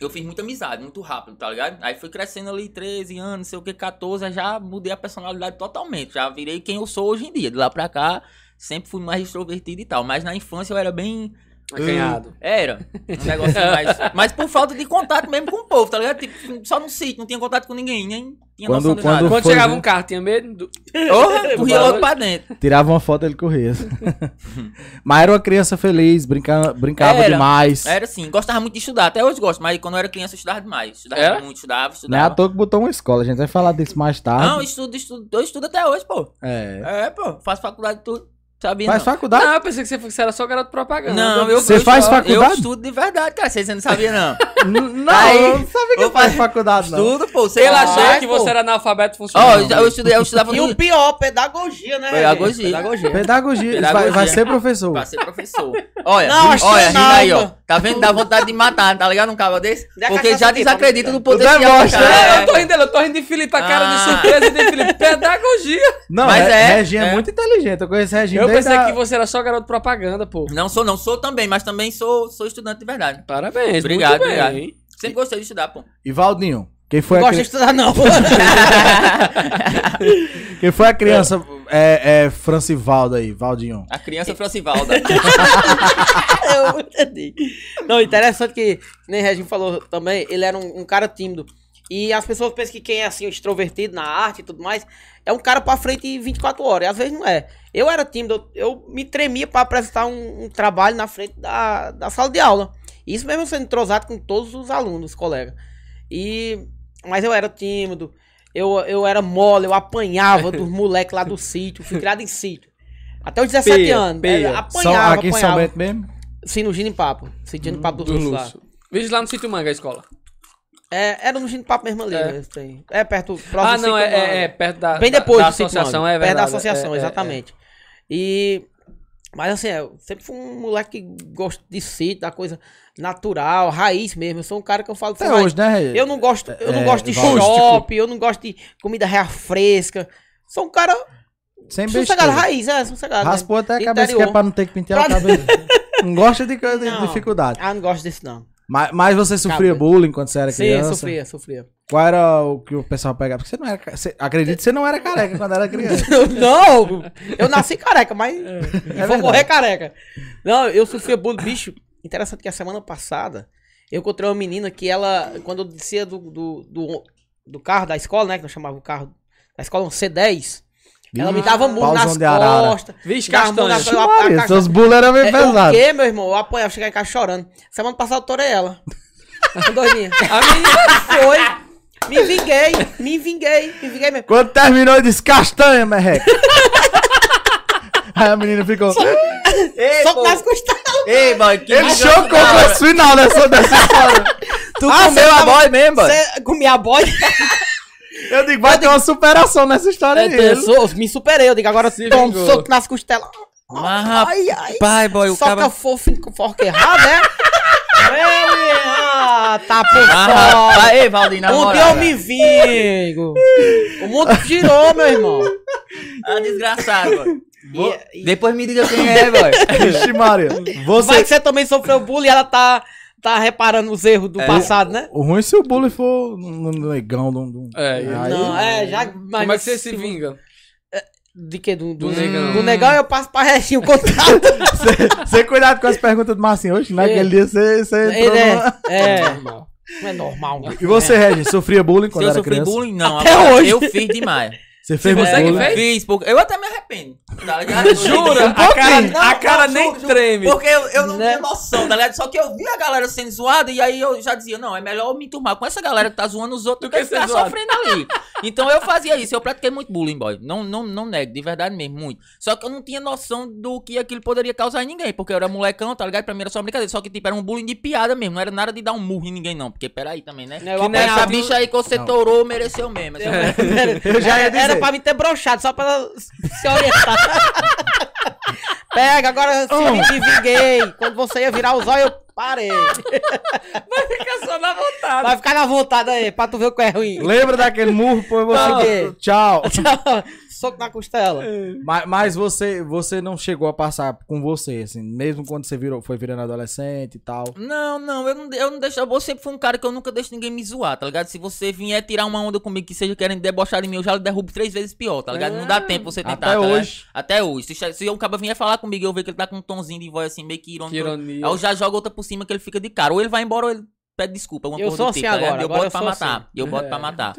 Speaker 3: eu fiz muita amizade, muito rápido, tá ligado? Aí fui crescendo ali 13 anos, não sei o que, 14, aí já mudei a personalidade totalmente. Já virei quem eu sou hoje em dia. De lá pra cá, sempre fui mais extrovertido e tal. Mas na infância eu era bem.
Speaker 1: Acanhado.
Speaker 3: Era. Um negocinho mais. Mas por falta de contato mesmo com o povo, tá ligado? Tipo, só no sítio, não tinha contato com ninguém, nem tinha
Speaker 2: Quando-
Speaker 3: noção de
Speaker 2: quando
Speaker 3: nada.
Speaker 1: Quando
Speaker 2: Foi,
Speaker 1: chegava
Speaker 2: né?
Speaker 1: um carro, tinha medo do...
Speaker 3: Porra, tu ria logo pra dentro.
Speaker 2: Tirava uma foto ele corria. Mas era uma criança feliz, brinca, brincava
Speaker 3: Era.
Speaker 2: demais.
Speaker 3: Era assim, gostava muito de estudar, até hoje gosto, mas quando eu era criança eu estudava demais. Estudava
Speaker 1: Era?
Speaker 3: muito, estudava,
Speaker 2: Não é à
Speaker 3: estudava.
Speaker 2: toa que botou uma escola, a gente vai falar disso mais
Speaker 3: Não,
Speaker 2: tarde.
Speaker 3: estudo, estudo, eu estudo até hoje, pô.
Speaker 2: É.
Speaker 3: É, pô, faço faculdade e tudo. Sabia
Speaker 2: Faz
Speaker 3: não.
Speaker 4: Tá.
Speaker 2: faculdade?
Speaker 1: Não, eu pensei que você, você era só garoto propaganda.
Speaker 3: Não, eu
Speaker 2: Você
Speaker 3: eu
Speaker 2: faz
Speaker 3: estudo-
Speaker 2: faculdade?
Speaker 3: Eu estudo de verdade, cara. Vocês não sabiam, não.
Speaker 2: Não,
Speaker 3: Aí,
Speaker 2: eu não sabia que eu
Speaker 3: eu
Speaker 2: faz
Speaker 3: faço-
Speaker 2: faculdade, não.
Speaker 3: estudo, pô. Sei
Speaker 1: Ela
Speaker 3: lá,
Speaker 1: achava
Speaker 3: achava
Speaker 1: que você era analfabeto
Speaker 3: Ó,
Speaker 1: funcional.
Speaker 3: eu, eu estudei, eu estudava
Speaker 4: E o
Speaker 3: no...
Speaker 4: pior, pedagogia, né?
Speaker 3: Pedagogia.
Speaker 2: Pedagogia,
Speaker 3: Pedagogia.
Speaker 2: Vai, vai ser professor.
Speaker 3: Pra ser professor. Olha,
Speaker 4: Não, acho
Speaker 3: olha,
Speaker 4: que
Speaker 3: rindo
Speaker 4: não,
Speaker 3: aí, ó.
Speaker 4: pô.
Speaker 3: Tá vendo? Dá vontade de matar, tá ligado? Um cabo desse.
Speaker 4: Dá
Speaker 3: Porque
Speaker 4: cachaça
Speaker 3: já
Speaker 4: aqui,
Speaker 3: desacredita
Speaker 4: vamos
Speaker 3: do poder
Speaker 2: Tu
Speaker 3: que é o
Speaker 2: demonstra,
Speaker 3: cara.
Speaker 1: É, eu tô
Speaker 4: né?
Speaker 1: rindo dele, eu tô rindo de Felipe, a cara de
Speaker 3: Ah.
Speaker 1: surpresa de Felipe. Pedagogia.
Speaker 2: Não,
Speaker 3: Mas
Speaker 2: Re-
Speaker 3: é,
Speaker 2: Regina é,
Speaker 3: é.
Speaker 2: muito inteligente. Eu conheço a Regina
Speaker 1: Eu
Speaker 2: desde
Speaker 1: pensei
Speaker 2: a-
Speaker 1: que você era só garoto propaganda, pô.
Speaker 3: Não sou, não. Sou também, mas também sou, sou estudante de verdade.
Speaker 1: Parabéns,
Speaker 3: Obrigado,
Speaker 1: muito bem.
Speaker 3: obrigado. Sempre gostei de estudar, pô.
Speaker 2: E Valdinho, quem foi,
Speaker 4: Não
Speaker 2: a,
Speaker 4: gosta de
Speaker 2: cri-
Speaker 4: estudar, não.
Speaker 2: quem foi a criança é, é, Francivaldo aí, Valdinho?
Speaker 3: A criança Francivalda.
Speaker 4: Eu entendi. Não, interessante que, que nem o Regime falou também, ele era um, um cara tímido. E as pessoas pensam que quem é assim, extrovertido na arte e tudo mais, é um cara pra frente 24 horas. E às vezes não é. Eu era tímido, eu, eu me tremia pra apresentar um, um trabalho na frente da, da sala de aula. Isso mesmo sendo entrosado com todos os alunos, os colegas. E. Mas eu era tímido, eu, eu era mole, eu apanhava dos moleques lá do sítio, fui criado em sítio. Até os 17
Speaker 1: Peia,
Speaker 4: anos.
Speaker 1: peia.
Speaker 4: Era-
Speaker 2: São,
Speaker 4: Apanhava,
Speaker 2: aqui em São
Speaker 4: apanhava.
Speaker 2: Bento mesmo?
Speaker 4: Sim, no Gino Papo. Sim, Gino Papo
Speaker 1: Hum,
Speaker 4: do,
Speaker 1: Do
Speaker 4: Lúcio. lá.
Speaker 1: Lúcio. Veja lá no sítio Manga, a escola.
Speaker 4: É, era no Gino Papo mesmo ali,
Speaker 1: É.
Speaker 4: né? Tem. É perto, próximo
Speaker 1: Ah,
Speaker 4: do
Speaker 1: não, é,
Speaker 4: Sítio Manga.
Speaker 1: é, é perto da,
Speaker 4: Bem
Speaker 1: da-
Speaker 4: depois
Speaker 1: da
Speaker 4: do Sítio
Speaker 1: associação,
Speaker 4: Manga.
Speaker 1: é verdade.
Speaker 4: Perto da associação,
Speaker 1: é, é,
Speaker 4: exatamente. E... Mas assim, eu sempre fui um moleque que gosta de sítio, da coisa natural, raiz mesmo. Eu sou um cara que eu falo...
Speaker 2: Até
Speaker 4: sou raiz.
Speaker 2: hoje, né, Regina?
Speaker 4: Eu não gosto, eu não
Speaker 2: É,
Speaker 4: gosto de
Speaker 1: tipo,
Speaker 2: rústico.
Speaker 4: shopping, eu não gosto de comida rea fresca. Sou um cara
Speaker 2: Sem
Speaker 4: sossegado,
Speaker 2: besteira.
Speaker 4: raiz, é, sossegado. né?
Speaker 2: Raspou até a cabeça que
Speaker 4: Interior.
Speaker 2: é pra não ter que pentear a
Speaker 4: Pra-
Speaker 2: cabeça. não gosta de, coisa de
Speaker 4: Não.
Speaker 2: dificuldade.
Speaker 4: Ah, não gosto desse não.
Speaker 2: Mas, mas você sofria
Speaker 4: Cabra.
Speaker 2: bullying quando você era
Speaker 4: Sim,
Speaker 2: criança?
Speaker 4: sofria, sofria.
Speaker 2: Qual era o que o pessoal pegava? Porque você não era. ca- Você, acredito que você não era careca quando era criança.
Speaker 4: não, eu nasci careca, mas e vou
Speaker 2: É, verdade.
Speaker 4: morrer careca. Não, eu sofri bullying, bicho. Interessante que a semana passada eu encontrei uma menina que ela, quando eu descia do, do, do, do carro da escola, né, que nós chamava o carro da essola um C10, ela me dava murro
Speaker 2: Pausão
Speaker 4: nas
Speaker 2: de Arara.
Speaker 4: costas.
Speaker 1: é. Vixe,
Speaker 4: dava murro nas
Speaker 1: castanho.
Speaker 4: costas, eu
Speaker 2: Maria,
Speaker 4: apanhava-
Speaker 2: seus bullying eram bem
Speaker 4: É, o
Speaker 2: pesados.
Speaker 4: quê, meu irmão? Eu apanhava, cheguei em casa chorando. Semana passada eu torei ela. Doidinha.
Speaker 1: A menina...
Speaker 4: Foi. Me vinguei, me vinguei, me vinguei mesmo.
Speaker 2: Quando terminou, eu disse castanha, merreca. Aí a menina ficou.
Speaker 3: Ei,
Speaker 4: Só
Speaker 3: pô.
Speaker 4: que nas costas.
Speaker 3: Ei, boy, que
Speaker 2: Ele chocou com esse final dessa, dessa história.
Speaker 4: Tu
Speaker 3: Ah,
Speaker 4: comeu
Speaker 3: seu
Speaker 4: a
Speaker 3: aboy mesmo, boy.
Speaker 4: Você comia a boia?
Speaker 2: Eu digo, vai ter uma superação nessa história aí.
Speaker 4: Eu, eu sou- me superei, eu digo, agora
Speaker 1: Se
Speaker 4: toma um
Speaker 1: vingou.
Speaker 4: soco nas costelas.
Speaker 3: Mas,
Speaker 4: ai, ai.
Speaker 3: Pai, boy, o
Speaker 4: Soca
Speaker 3: cara.
Speaker 4: fofinho com forca errada, né? Ei, ah, tá por
Speaker 3: Ah,
Speaker 4: fora.
Speaker 3: rapaz, ei, Valdir, na
Speaker 4: Onde
Speaker 3: moral.
Speaker 4: eu me vingo? O mundo girou, meu irmão.
Speaker 3: Ah, desgraçado, boy.
Speaker 4: E- e-
Speaker 3: Depois me diga quem é, boy.
Speaker 2: Vixe, Maria.
Speaker 4: vai
Speaker 2: Você.
Speaker 4: que você também sofreu bullying e ela tá, tá reparando os erros do passado, né?
Speaker 2: O ruim é se o bullying for um um negão. Um, um...
Speaker 1: É,
Speaker 2: Aí-
Speaker 4: Não, é, já.
Speaker 1: Como é que você se vinga?
Speaker 4: De que? Do, do,
Speaker 1: Do negão.
Speaker 4: Do negão eu passo pra Reginho o contrato.
Speaker 2: Você- Você cuidado com as perguntas do Marcinho hoje, né?
Speaker 4: É.
Speaker 2: Aquele dia você, você entrou
Speaker 4: Ele é.
Speaker 2: numa- É.
Speaker 4: É.
Speaker 1: Normal.
Speaker 4: Não é normal.
Speaker 2: E você, Regis, sofria bullying
Speaker 3: Se
Speaker 2: quando
Speaker 3: eu
Speaker 2: era
Speaker 3: sofri
Speaker 2: criança?
Speaker 3: bullying, não.
Speaker 4: Até
Speaker 3: rapaz,
Speaker 4: hoje.
Speaker 3: Eu fiz demais.
Speaker 2: Você né? fez
Speaker 1: você Tipo, que
Speaker 2: bolo.
Speaker 1: fez?
Speaker 3: Fiz, porque eu até me arrependo. Tá ligado?
Speaker 1: Jura?
Speaker 3: Eu-
Speaker 1: a cara,
Speaker 3: Não,
Speaker 1: a cara
Speaker 3: não,
Speaker 1: nem
Speaker 3: juro, juro.
Speaker 1: treme.
Speaker 3: Porque eu, eu não
Speaker 4: Né?
Speaker 3: tinha noção, tá ligado? Só que eu vi a galera sendo zoada e aí eu já dizia, não, é melhor eu me turmar com essa galera que tá zoando os outros do
Speaker 1: Do
Speaker 3: que,
Speaker 1: que ser
Speaker 3: ficar
Speaker 1: zoado.
Speaker 3: sofrendo ali. Então eu fazia isso, eu pratiquei muito bullying, boy. Não, não, não nego, de verdade mesmo, muito. Só que eu não tinha noção do que aquilo poderia causar em ninguém, porque eu era molecão, tá ligado? Pra mim era só brincadeira. Só que tipo, era um bullying de piada mesmo, não era nada de dar um murro em ninguém não, porque peraí também, né?
Speaker 4: Né, eu
Speaker 1: Que É. nem
Speaker 4: apanhava-
Speaker 3: Essa bicha aí que você torou mereceu mesmo. essa mulher.
Speaker 2: Eu já ia
Speaker 4: Era-
Speaker 2: dizer.
Speaker 4: Era pra me ter brochado, só pra ela se orientar. Pega, agora se
Speaker 2: Oh.
Speaker 4: eu me vinguei. Quando você ia virar os olhos, eu parei.
Speaker 1: Fica só na vontade.
Speaker 4: Vai ficar na vontade aí, pra tu ver o que é ruim.
Speaker 2: Lembra daquele murro? Foi você.
Speaker 4: Não.
Speaker 2: Tchau.
Speaker 4: Soco na costela.
Speaker 2: Mas, mas você, você não chegou a passar com você, assim, mesmo quando você virou, foi virando adolescente e tal.
Speaker 3: Não, não, eu não, eu não deixo. Eu sempre fui um cara que eu nunca deixo ninguém me zoar, tá ligado? Se você vier tirar uma onda comigo que seja querendo debochar de mim, eu já derrubo três vezes pior, tá ligado?
Speaker 4: É.
Speaker 3: Não dá tempo você tentar.
Speaker 2: Até
Speaker 3: tá ligado?
Speaker 2: hoje.
Speaker 3: Até hoje. Se, che- se um cara vier falar comigo e eu ver que ele tá com um tonzinho de voz assim, meio que irônico.
Speaker 1: Que ironia.
Speaker 4: É
Speaker 3: Aí eu já jogo outra por cima que ele fica de cara. Ou ele vai embora ou ele pede desculpa. Uma
Speaker 4: Eu
Speaker 3: coisa
Speaker 4: sou
Speaker 3: do
Speaker 4: assim
Speaker 3: tipo, tá ligado?
Speaker 4: agora,
Speaker 3: Eu
Speaker 4: agora
Speaker 3: boto
Speaker 4: eu
Speaker 3: pra
Speaker 4: sou
Speaker 3: matar.
Speaker 4: assim. É,
Speaker 3: Eu boto pra matar.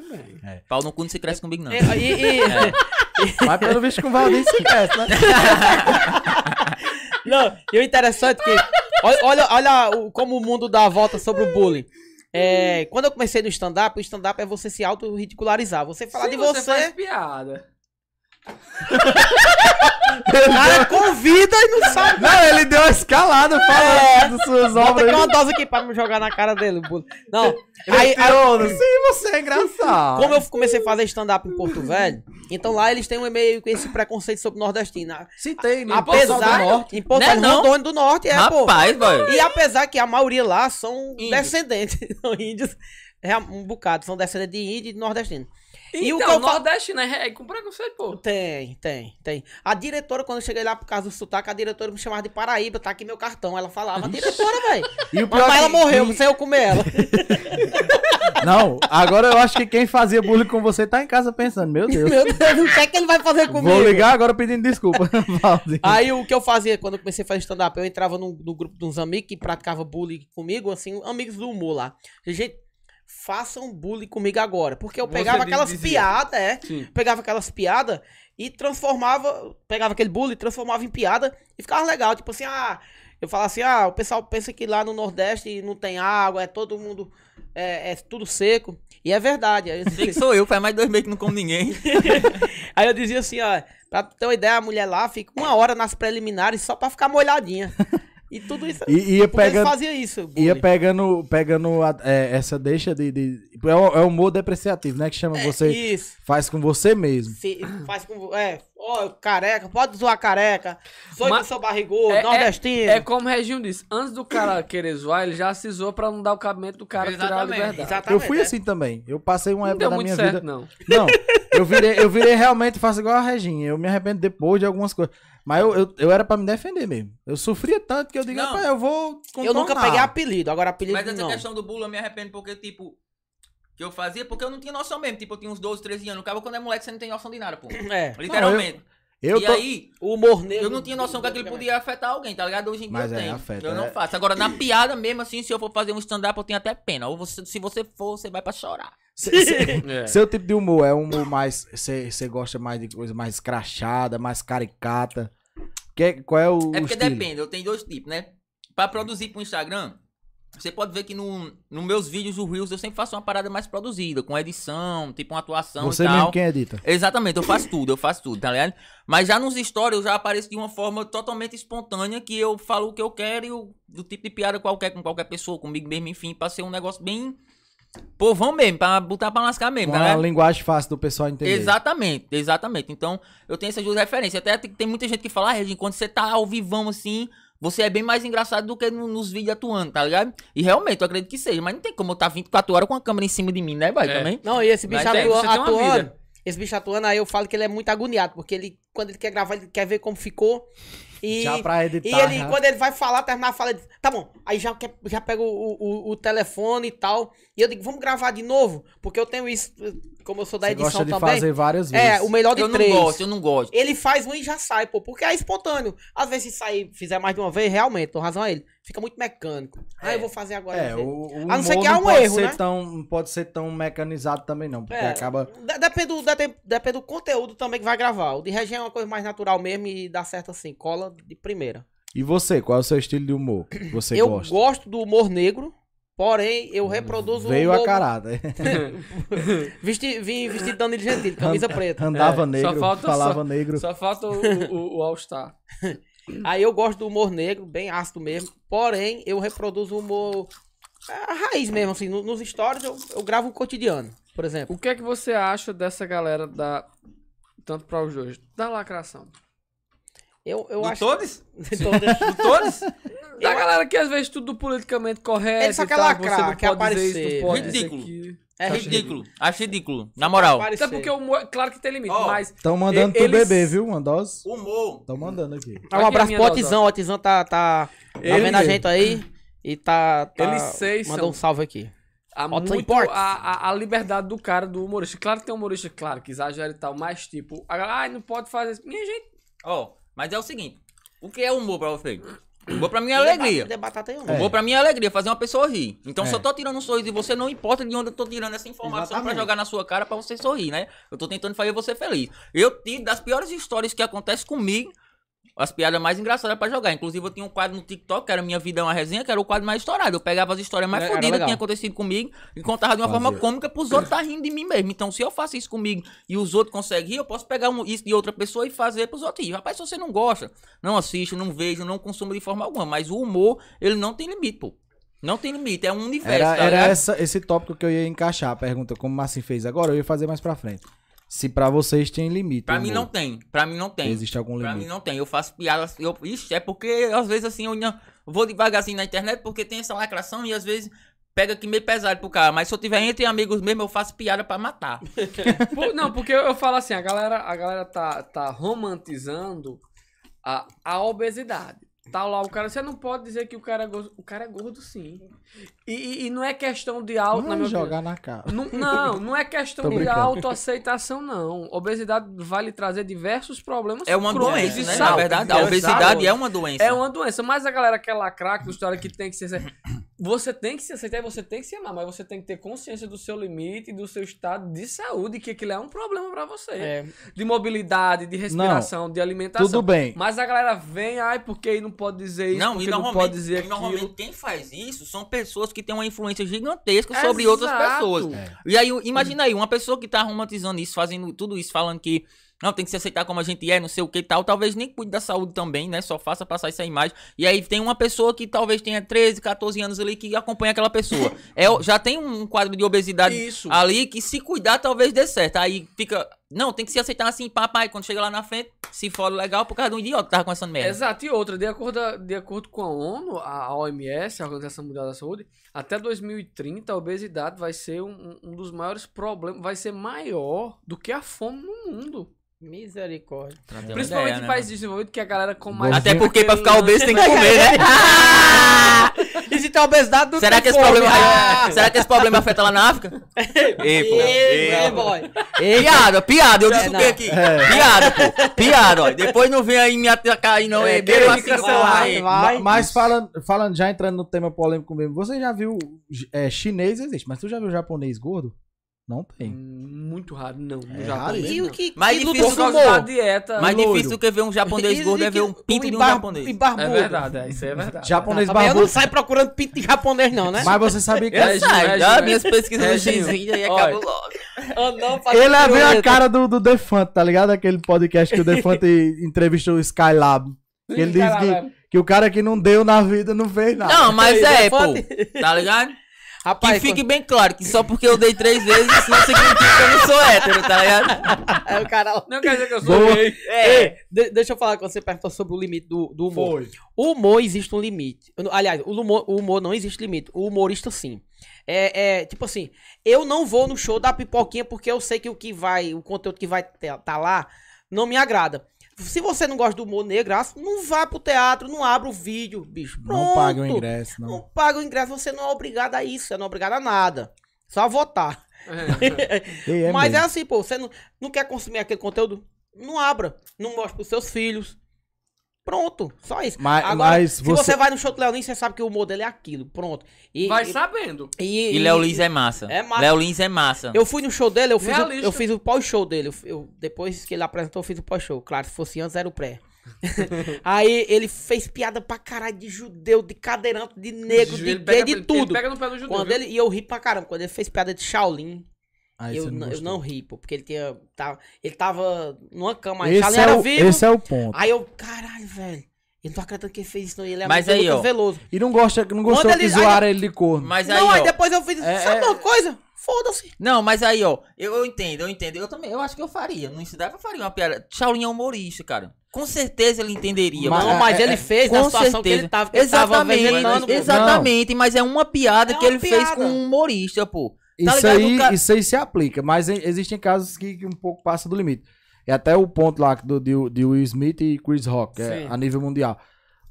Speaker 2: É.
Speaker 3: Pau no cu não se cresce comigo, não.
Speaker 4: E, e- e-
Speaker 2: Mas pelo visto com o Valdir se cresce, né?
Speaker 4: Não, e o interessante é que. Olha, olha, olha o- como o mundo dá a volta sobre o bullying. É, quando eu comecei no stand-up, o stand-up é você se auto-ridicularizar. Você falar
Speaker 1: Se
Speaker 4: de você.
Speaker 1: faz piada.
Speaker 4: O cara convida e não sabe.
Speaker 2: Não, ele deu uma escalada falando das suas
Speaker 4: Bota
Speaker 2: obras.
Speaker 4: aqui uma dose aqui pra me jogar na cara dele, o bullying. Não. Aí,
Speaker 2: Aí,
Speaker 4: aí,
Speaker 2: sim, você é engraçado.
Speaker 4: como eu comecei a fazer stand-up em Porto Velho, então lá eles têm um meio que esse preconceito sobre nordestino.
Speaker 2: Citei, né?
Speaker 1: Porto
Speaker 4: Apesar.
Speaker 1: Velho?
Speaker 4: Em Porto
Speaker 3: Né,
Speaker 4: Velho,
Speaker 3: não?
Speaker 4: Rondônia do Norte, é, pô.
Speaker 3: Rapaz, boy.
Speaker 4: E apesar que a maioria lá são
Speaker 3: Índios.
Speaker 4: descendentes, são índios, é um bocado, são descendentes de índio e de nordestino. E
Speaker 1: Então,
Speaker 4: o que eu falo-
Speaker 1: Nordeste, né? É com preconceito, pô.
Speaker 4: Tem, tem, tem. A diretora, quando eu cheguei lá por causa do sotaque, a diretora me chamava de Paraíba, tá aqui meu cartão. Ela falava, diretora, velho.
Speaker 2: E o
Speaker 4: Mas
Speaker 2: pior é
Speaker 4: ela
Speaker 2: que-
Speaker 4: morreu, sem eu comer ela.
Speaker 2: Não, agora eu acho que quem fazia bullying com você tá em casa pensando, meu Deus.
Speaker 4: Meu Deus, o que é que ele vai fazer comigo?
Speaker 2: Vou ligar agora pedindo desculpa, Valdir.
Speaker 4: Aí o que eu fazia quando eu comecei a fazer stand-up, eu entrava num- no, grupo de uns amigos que praticava bullying comigo, assim, amigos do humor lá. Gente, façam bullying comigo agora. Porque eu
Speaker 1: Você
Speaker 4: pegava aquelas
Speaker 1: dizia.
Speaker 4: piadas, é.
Speaker 1: Sim.
Speaker 4: Pegava aquelas piadas e transformava. Pegava aquele bullying, transformava em piada e ficava legal. Tipo assim, ah. Eu falava assim, ah, o pessoal pensa que lá no Nordeste não tem água, é todo mundo. É, é tudo seco. E é verdade. Aí eu
Speaker 3: Sei que
Speaker 4: dizia,
Speaker 3: sou eu, faz mais dois meses que não como ninguém.
Speaker 4: aí eu dizia assim, ó, pra tu ter uma ideia, a mulher lá fica uma hora nas preliminares só pra ficar molhadinha. E tudo isso.
Speaker 2: E é ia
Speaker 4: Porque eles
Speaker 2: pegando,
Speaker 4: faziam isso. bullying.
Speaker 2: ia pegando, pegando a- é, essa deixa de, de- É o é o humor depreciativo, né? Que
Speaker 4: É,
Speaker 2: chama você.
Speaker 4: Isso.
Speaker 2: Faz com você mesmo.
Speaker 4: Se- faz com. É, ó, careca, pode zoar careca. Sou
Speaker 1: Mas-
Speaker 4: que sou barrigudo,
Speaker 1: É- é-
Speaker 4: nordestino.
Speaker 1: É como o Reginho disse, antes do cara querer zoar, ele já se zoou pra não dar o cabimento do cara tirar a
Speaker 3: Exatamente,
Speaker 1: liberdade.
Speaker 4: é.
Speaker 2: eu fui assim também. Eu passei
Speaker 1: Não
Speaker 2: uma época
Speaker 1: deu
Speaker 2: da
Speaker 1: muito
Speaker 2: minha
Speaker 1: certo,
Speaker 2: vida.
Speaker 1: não.
Speaker 2: Não, eu virei, eu virei realmente, faço igual a Reginha. Eu me arrependo depois de algumas coisas. Mas eu, eu, eu era pra me defender mesmo. Eu sofria tanto que eu digo,
Speaker 3: Não.
Speaker 2: rapaz, eu vou.
Speaker 4: Eu nunca
Speaker 2: contornar."
Speaker 4: peguei apelido, agora apelido
Speaker 3: Mas essa
Speaker 4: não.
Speaker 3: questão do bolo eu me arrependo porque, tipo, que eu fazia porque eu não tinha noção mesmo. Tipo, eu tinha uns 12, 13 anos. Acaba quando é moleque, você não tem noção de nada, pô.
Speaker 4: É.
Speaker 3: Literalmente.
Speaker 2: Eu
Speaker 3: e
Speaker 2: tô...
Speaker 3: aí,
Speaker 4: O humor negro.
Speaker 3: eu não tinha noção que aquilo podia afetar alguém, tá ligado? Hoje em dia
Speaker 2: Mas
Speaker 3: eu
Speaker 2: é,
Speaker 3: tenho.
Speaker 2: afeta,
Speaker 3: eu não
Speaker 2: é.
Speaker 3: faço. Agora, na piada mesmo, assim, se eu for fazer um stand-up, eu tenho até pena. Ou você- se você for, você vai pra chorar.
Speaker 2: se- se-
Speaker 1: É.
Speaker 2: Seu tipo de humor é um humor mais. Você gosta mais de coisa mais crachada, mais caricata? Que, qual é o.
Speaker 3: é porque
Speaker 2: estilo?
Speaker 3: depende, eu tenho dois tipos, né? Pra produzir pro Instagram, você pode ver que no, nos meus vídeos do Reels eu sempre faço uma parada mais produzida, com edição, tipo uma
Speaker 4: então,
Speaker 3: atuação
Speaker 2: Você
Speaker 3: e tal.
Speaker 2: mesmo quem edita.
Speaker 3: Exatamente, eu faço tudo, eu faço tudo, tá ligado? Mas já nos stories eu já apareço de uma forma totalmente espontânea que eu falo o que eu quero e o, do tipo de piada qualquer com qualquer pessoa, comigo mesmo, enfim, pra ser um negócio bem povão mesmo, pra botar pra lascar mesmo, tá
Speaker 4: né?
Speaker 2: Uma
Speaker 3: ligado?
Speaker 2: linguagem fácil do pessoal entender.
Speaker 3: Exatamente, exatamente. Então, eu tenho essas duas referências. Até tem tem muita gente que fala, ah, Regina, quando você tá ao vivão assim, você é bem mais engraçado do que no- nos vídeos atuando, tá ligado? E realmente, eu acredito que seja, mas não tem como eu tá estar 24 horas com a câmera em cima de mim, né, vai?
Speaker 1: É.
Speaker 3: Também.
Speaker 4: Não, e esse bicho
Speaker 1: Mas tem,
Speaker 4: atua-
Speaker 1: você tem uma
Speaker 4: atuando.
Speaker 1: vida.
Speaker 4: Esse bicho atuando, aí eu falo que ele é muito agoniado, porque ele, quando ele quer gravar, ele quer ver como ficou. E,
Speaker 2: Já pra editar.
Speaker 4: e ele,
Speaker 2: tá, já.
Speaker 4: quando ele vai falar, terminar a fala, ele diz, tá bom. Aí já, quer- já pega o, o- o- o telefone e tal. E eu digo, vamos gravar de novo, porque eu tenho isso, como eu sou da
Speaker 2: Você
Speaker 4: edição
Speaker 2: gosta de
Speaker 4: também.
Speaker 2: fazer várias vezes.
Speaker 4: É, o melhor de
Speaker 3: Eu não
Speaker 4: três.
Speaker 3: gosto, eu não gosto.
Speaker 4: Ele faz um e já sai, pô, porque é espontâneo. Às vezes, se sair, fizer mais de uma vez, realmente, tô razão a ele. fica muito mecânico. Ah, eu vou fazer agora.
Speaker 2: É,
Speaker 4: eu
Speaker 2: o,
Speaker 4: vou
Speaker 2: o
Speaker 4: não ser
Speaker 2: humor
Speaker 4: que há um
Speaker 2: pode
Speaker 4: erro,
Speaker 2: ser
Speaker 4: né?
Speaker 2: tão, não pode ser tão mecanizado também não, porque
Speaker 4: É.
Speaker 2: acaba...
Speaker 4: fazer." De- Depende do, depende, depende do conteúdo também que vai gravar. O de região é uma coisa mais natural mesmo e dá certo assim, cola de primeira.
Speaker 2: E você, qual é o seu estilo de humor que você
Speaker 4: eu
Speaker 2: gosta?
Speaker 4: gosto do humor negro, porém eu reproduzo
Speaker 2: Veio
Speaker 4: o humor...
Speaker 2: a carada.
Speaker 4: Vesti, vim vestido dando Gentili, camisa preta.
Speaker 2: Andava
Speaker 1: É, só
Speaker 2: negro,
Speaker 1: falta-
Speaker 2: falava negro.
Speaker 1: Só falta o, o, o All-Star.
Speaker 4: Aí eu gosto do humor negro, bem ácido mesmo. Porém, eu reproduzo o humor. A raiz mesmo, assim. no- Nos stories eu, eu gravo o cotidiano, por exemplo.
Speaker 1: O que é que você acha dessa galera da. Tanto para os dois? Da lacração.
Speaker 4: Eu, eu
Speaker 3: De
Speaker 4: acho.
Speaker 3: todos?
Speaker 4: De todas.
Speaker 3: De todos?
Speaker 1: Da galera que às vezes tudo politicamente correto.
Speaker 4: Ele só
Speaker 1: e
Speaker 4: quer
Speaker 1: tal,
Speaker 4: lacrar,
Speaker 1: você não
Speaker 4: quer
Speaker 1: pode dizer isso,
Speaker 4: aparecer,
Speaker 1: não pode
Speaker 3: né?
Speaker 1: dizer
Speaker 3: Ridículo.
Speaker 1: aquilo.
Speaker 4: É
Speaker 3: Acho
Speaker 4: ridículo.
Speaker 3: Tá ridículo. Acho ridículo. Na moral.
Speaker 1: Até porque o humor, claro que tem limite,
Speaker 3: Ó,
Speaker 1: mas.
Speaker 2: Estão mandando pro
Speaker 1: Eles-
Speaker 2: bebê, viu, uma dose?
Speaker 3: Humor.
Speaker 2: Estão mandando aqui.
Speaker 4: Ah, Um
Speaker 1: Aqui é
Speaker 4: abraço
Speaker 1: minha
Speaker 4: pro
Speaker 1: dose,
Speaker 4: Otizão. O Otizão tá, tá, tá
Speaker 1: Ele
Speaker 4: vendo a
Speaker 1: mesmo.
Speaker 4: gente aí. E tá. tá
Speaker 1: Eles seis
Speaker 4: Mandou um
Speaker 1: são.
Speaker 4: salve aqui.
Speaker 1: Há
Speaker 4: Otto
Speaker 1: muito a,
Speaker 4: Imports.
Speaker 1: a, a liberdade do cara, do humorista. Claro que tem humorista, claro, que exagera e tal, mas tipo, a galera, ai, não pode fazer isso. Minha gente,
Speaker 3: Ó, mas é o seguinte. O que é humor pra você? Humor pra mim é
Speaker 4: Deba-
Speaker 3: alegria.
Speaker 4: Debatata aí,
Speaker 2: É.
Speaker 4: não.
Speaker 3: Humor pra mim é alegria, fazer uma pessoa rir. Então
Speaker 2: É.
Speaker 3: se eu tô tirando um sorriso e você não importa de onde eu tô tirando essa informação pra
Speaker 2: Exatamente.
Speaker 3: jogar na sua cara pra você sorrir, né? Eu tô tentando fazer você feliz. Eu tiro das piores histórias que acontecem comigo as piadas mais engraçadas pra jogar. Inclusive, eu tinha um quadro no TikTok, que era Minha Vida é uma Resenha, que era o quadro mais estourado. Eu pegava as histórias mais
Speaker 4: Era- era
Speaker 3: fodidas que
Speaker 4: legal.
Speaker 3: tinha acontecido comigo e contava de uma
Speaker 2: Fazia.
Speaker 3: forma cômica pros outros tá rindo de mim mesmo. Então, se eu faço isso comigo e os outros conseguem rir, eu posso pegar um, isso de outra pessoa e fazer pros outros rir. Rapaz, se você não gosta, não assisto, não vejo, não consumo de forma alguma. Mas o humor, ele não tem limite, pô. Não tem limite, é um universo,
Speaker 2: Era,
Speaker 3: tá
Speaker 2: era
Speaker 3: ligado?
Speaker 2: essa- esse tópico que eu ia encaixar, a pergunta, como o Marcinho fez agora, eu ia fazer mais pra frente. Se pra vocês tem limite.
Speaker 3: Pra
Speaker 2: o
Speaker 3: mim
Speaker 2: humor.
Speaker 3: não tem, pra mim não tem.
Speaker 2: Existe algum
Speaker 3: Pra
Speaker 2: limite.
Speaker 3: mim não tem, eu faço piadas. Eu, ixi, é porque às vezes assim eu não- vou devagarzinho na internet porque tem essa lacração e às vezes pega que meio pesado pro cara. Mas se eu tiver entre amigos mesmo, eu faço piada pra matar.
Speaker 1: Por- não, porque eu, eu falo assim, a galera, a galera tá, tá romantizando a, a obesidade. Tá lá o cara, você não pode dizer que o cara é gordo. O cara é gordo sim. E, e- e não é questão de alto, na
Speaker 2: Vai
Speaker 1: minha opinião.
Speaker 2: jogar na cara.
Speaker 1: Não, não, não é questão
Speaker 2: Tô
Speaker 1: de
Speaker 2: brincando.
Speaker 1: autoaceitação, não. Obesidade vai lhe trazer diversos problemas.
Speaker 3: É uma
Speaker 1: crônicos
Speaker 3: doença,
Speaker 1: de
Speaker 3: né? Na
Speaker 1: saúde.
Speaker 3: verdade, a
Speaker 1: É,
Speaker 3: obesidade
Speaker 1: saúde.
Speaker 3: é uma doença.
Speaker 1: É uma doença, mas a galera quer lacrar com história que tem que se aceitar. Você tem que se aceitar e você tem que se amar, mas você tem que ter consciência do seu limite e do seu estado de saúde, que aquilo é um problema pra você.
Speaker 4: É.
Speaker 1: De mobilidade, de respiração, de alimentação.
Speaker 2: Tudo bem.
Speaker 1: Mas a galera vem, ai, porque aí não pode dizer isso,
Speaker 3: Não, e
Speaker 1: porque não
Speaker 3: normalmente,
Speaker 1: pode dizer
Speaker 3: e
Speaker 1: aquilo.
Speaker 3: normalmente quem faz isso são pessoas que têm uma influência gigantesca sobre outras
Speaker 1: Exato.
Speaker 3: pessoas. E aí, imagina aí, uma pessoa que tá romantizando isso, fazendo tudo isso, falando que não, tem que se aceitar como a gente é, não sei o que e tal, talvez nem cuide da saúde também, né? Só faça passar essa imagem. E aí tem uma pessoa que talvez tenha 13, 14 anos ali que acompanha aquela pessoa. é, o- já tem um quadro de obesidade
Speaker 1: Isso.
Speaker 3: ali que se cuidar talvez dê certo. Aí fica, não, tem que se aceitar assim, papai, quando chega lá na frente, se fode legal por causa de um idiota que tava conversando merda.
Speaker 1: Exato, e outra, de acordo, a- de acordo com a ONU, a a OMS, a Organização Mundial da Saúde, até 2030 a obesidade vai ser um, um dos maiores problemas, vai ser maior do que a fome no mundo.
Speaker 4: Misericórdia.
Speaker 3: Pra ter uma
Speaker 1: Principalmente
Speaker 3: ideia,
Speaker 1: em
Speaker 3: né,
Speaker 1: países desenvolvidos, que a galera com
Speaker 2: Bom,
Speaker 1: mais...
Speaker 3: Até
Speaker 2: Sim.
Speaker 3: porque pra ficar obeso tem que comer, né?
Speaker 4: E se tem obesidade, não
Speaker 3: Será
Speaker 4: tem
Speaker 3: que esse
Speaker 4: Ah! fome.
Speaker 3: problema,
Speaker 4: Ah!
Speaker 3: será que esse problema afeta lá na África?
Speaker 4: Ei, ei, boy. Ei,
Speaker 3: Piada, piada, eu disse
Speaker 4: É,
Speaker 3: o quê
Speaker 4: não.
Speaker 3: aqui? Piada, pô. Piada, ó. Depois não vem aí me atacar aí, não.
Speaker 4: É,
Speaker 3: É, beijo
Speaker 4: querer
Speaker 3: assim,
Speaker 4: me
Speaker 3: pô,
Speaker 4: cancelar,
Speaker 3: aí.
Speaker 4: vai. Ai,
Speaker 2: mas falando, falando, já entrando no tema polêmico mesmo, você já viu é, chinês existe, mas tu já viu japonês gordo? Não tem.
Speaker 1: Muito raro, não.
Speaker 2: É
Speaker 1: No
Speaker 2: raro
Speaker 1: Japão,
Speaker 2: isso.
Speaker 4: E o que,
Speaker 3: Mais
Speaker 4: que
Speaker 3: difícil
Speaker 4: luta
Speaker 1: Por
Speaker 3: causa
Speaker 4: sumô?
Speaker 1: causa da dieta...
Speaker 3: Mais
Speaker 2: loiro.
Speaker 3: difícil do que ver um japonês gordo é ver um pinto de um
Speaker 4: E
Speaker 3: japonês.
Speaker 4: barbudo.
Speaker 1: É verdade, é, isso é verdade.
Speaker 2: Japonês
Speaker 4: Também eu não
Speaker 2: barbudo.
Speaker 4: saio Tá procurando pinto de japonês, não, né?
Speaker 2: Um Mas você sabia que
Speaker 1: É,
Speaker 3: Eu saio,
Speaker 1: é,
Speaker 3: já
Speaker 1: é,
Speaker 3: minhas pesquisas no
Speaker 1: Reginho.
Speaker 3: xizinho aí
Speaker 1: Olha.
Speaker 3: acabou logo.
Speaker 2: Ele é bem a cara do, do Defante, tá ligado? Aquele podcast que o Defante entrevistou o Skylab. Que ele diz que, que o cara que não deu na vida não fez nada.
Speaker 3: Não, mas
Speaker 4: Aí,
Speaker 3: é, pô. Tá ligado? Que
Speaker 4: Rapaz,
Speaker 3: fique bem claro que só porque eu dei três vezes, isso não significa que eu não sou hétero, tá ligado?
Speaker 4: quando- é o cara...
Speaker 1: Não quer dizer que eu sou
Speaker 2: Boa.
Speaker 1: gay.
Speaker 3: É.
Speaker 4: Ei, de- deixa eu falar, quando você perguntou sobre o limite do, do humor.
Speaker 2: Foi.
Speaker 4: O humor existe um limite. Eu não- Aliás, o humor, o humor não existe limite. O humorista sim. É, é, tipo assim, eu não vou no show da pipoquinha porque eu sei que o que vai, o conteúdo que vai estar lá não me agrada. Se você não gosta do humor negro, ah, não vá pro teatro, não abra o vídeo, bicho.
Speaker 2: Não paga o
Speaker 4: Pronto.
Speaker 2: ingresso,
Speaker 4: Não
Speaker 2: não.
Speaker 4: paga o ingresso, você não é obrigado a isso, você não é obrigado a nada. Só a votar.
Speaker 2: Ei, é
Speaker 4: Mas
Speaker 2: mesmo.
Speaker 4: é assim, pô, você não, não quer consumir aquele conteúdo? Não abra. Não mostre pros seus filhos. Pronto, só isso.
Speaker 2: Mas-
Speaker 4: Agora,
Speaker 2: mas
Speaker 4: se
Speaker 2: você-
Speaker 4: você... vai no show do Léo Lins, você sabe que o modelo é aquilo. Pronto. E,
Speaker 1: Vai
Speaker 4: e-
Speaker 1: sabendo.
Speaker 4: E,
Speaker 3: E Léo Lins é massa.
Speaker 4: É massa.
Speaker 3: Léo Lins é massa.
Speaker 4: Eu fui no show dele, eu fiz, o,
Speaker 1: Realista.
Speaker 4: eu fiz o pós-show dele. Eu- eu- depois que ele apresentou, eu fiz o pós-show. Claro, se fosse antes, era o pré. Aí ele fez piada pra caralho de judeu, de cadeirante, de negro, de gay, de
Speaker 1: Ele
Speaker 4: tudo.
Speaker 1: pega no pé do judeu.
Speaker 4: Quando
Speaker 1: viu?
Speaker 4: ele, e eu ri pra caramba. Quando ele fez piada de Shaolin,
Speaker 2: Aí
Speaker 4: eu,
Speaker 2: você
Speaker 4: não eu
Speaker 2: gostou.
Speaker 4: não ri, pô, porque ele, tinha, tava, ele tava numa cama. aí
Speaker 2: Esse
Speaker 4: Shaolin
Speaker 2: é,
Speaker 4: era
Speaker 2: o,
Speaker 4: vivo.
Speaker 2: esse é o ponto.
Speaker 4: Aí eu, caralho, velho. Eu não tô acreditando que ele fez isso, não. Ele é
Speaker 3: Mas
Speaker 4: amigo do
Speaker 3: aí,
Speaker 4: Lucas
Speaker 3: ó.
Speaker 4: Veloso.
Speaker 2: E não, gosta, não gostou
Speaker 4: Quando
Speaker 2: que
Speaker 4: ele-
Speaker 2: zoaram ele de corno.
Speaker 3: Mas aí,
Speaker 4: não, aí
Speaker 3: ó,
Speaker 4: depois eu fiz.
Speaker 2: É-
Speaker 4: sabe uma coisa? Foda-se.
Speaker 3: Não, mas aí, ó, eu, eu entendo, eu entendo. Eu também, eu acho que eu faria. No cidade eu faria uma piada. Shaolin é humorista, cara. Com certeza ele entenderia.
Speaker 2: Mas-
Speaker 4: não, mas
Speaker 2: é-
Speaker 4: ele
Speaker 2: é-
Speaker 4: fez na situação que ele tava, que ele tava vegetando.
Speaker 3: exatamente,
Speaker 4: pô.
Speaker 3: exatamente, mas é uma piada
Speaker 4: É
Speaker 3: que ele
Speaker 4: uma
Speaker 3: fez
Speaker 4: piada.
Speaker 3: com um humorista, pô.
Speaker 2: Isso,
Speaker 3: ligado?
Speaker 2: aí,
Speaker 3: O cara-
Speaker 2: isso aí se aplica, mas em- existem casos que, que um pouco passa do limite. E até o ponto lá do, de, de Will Smith e Chris Rock, é,
Speaker 1: Sim.
Speaker 2: a nível mundial.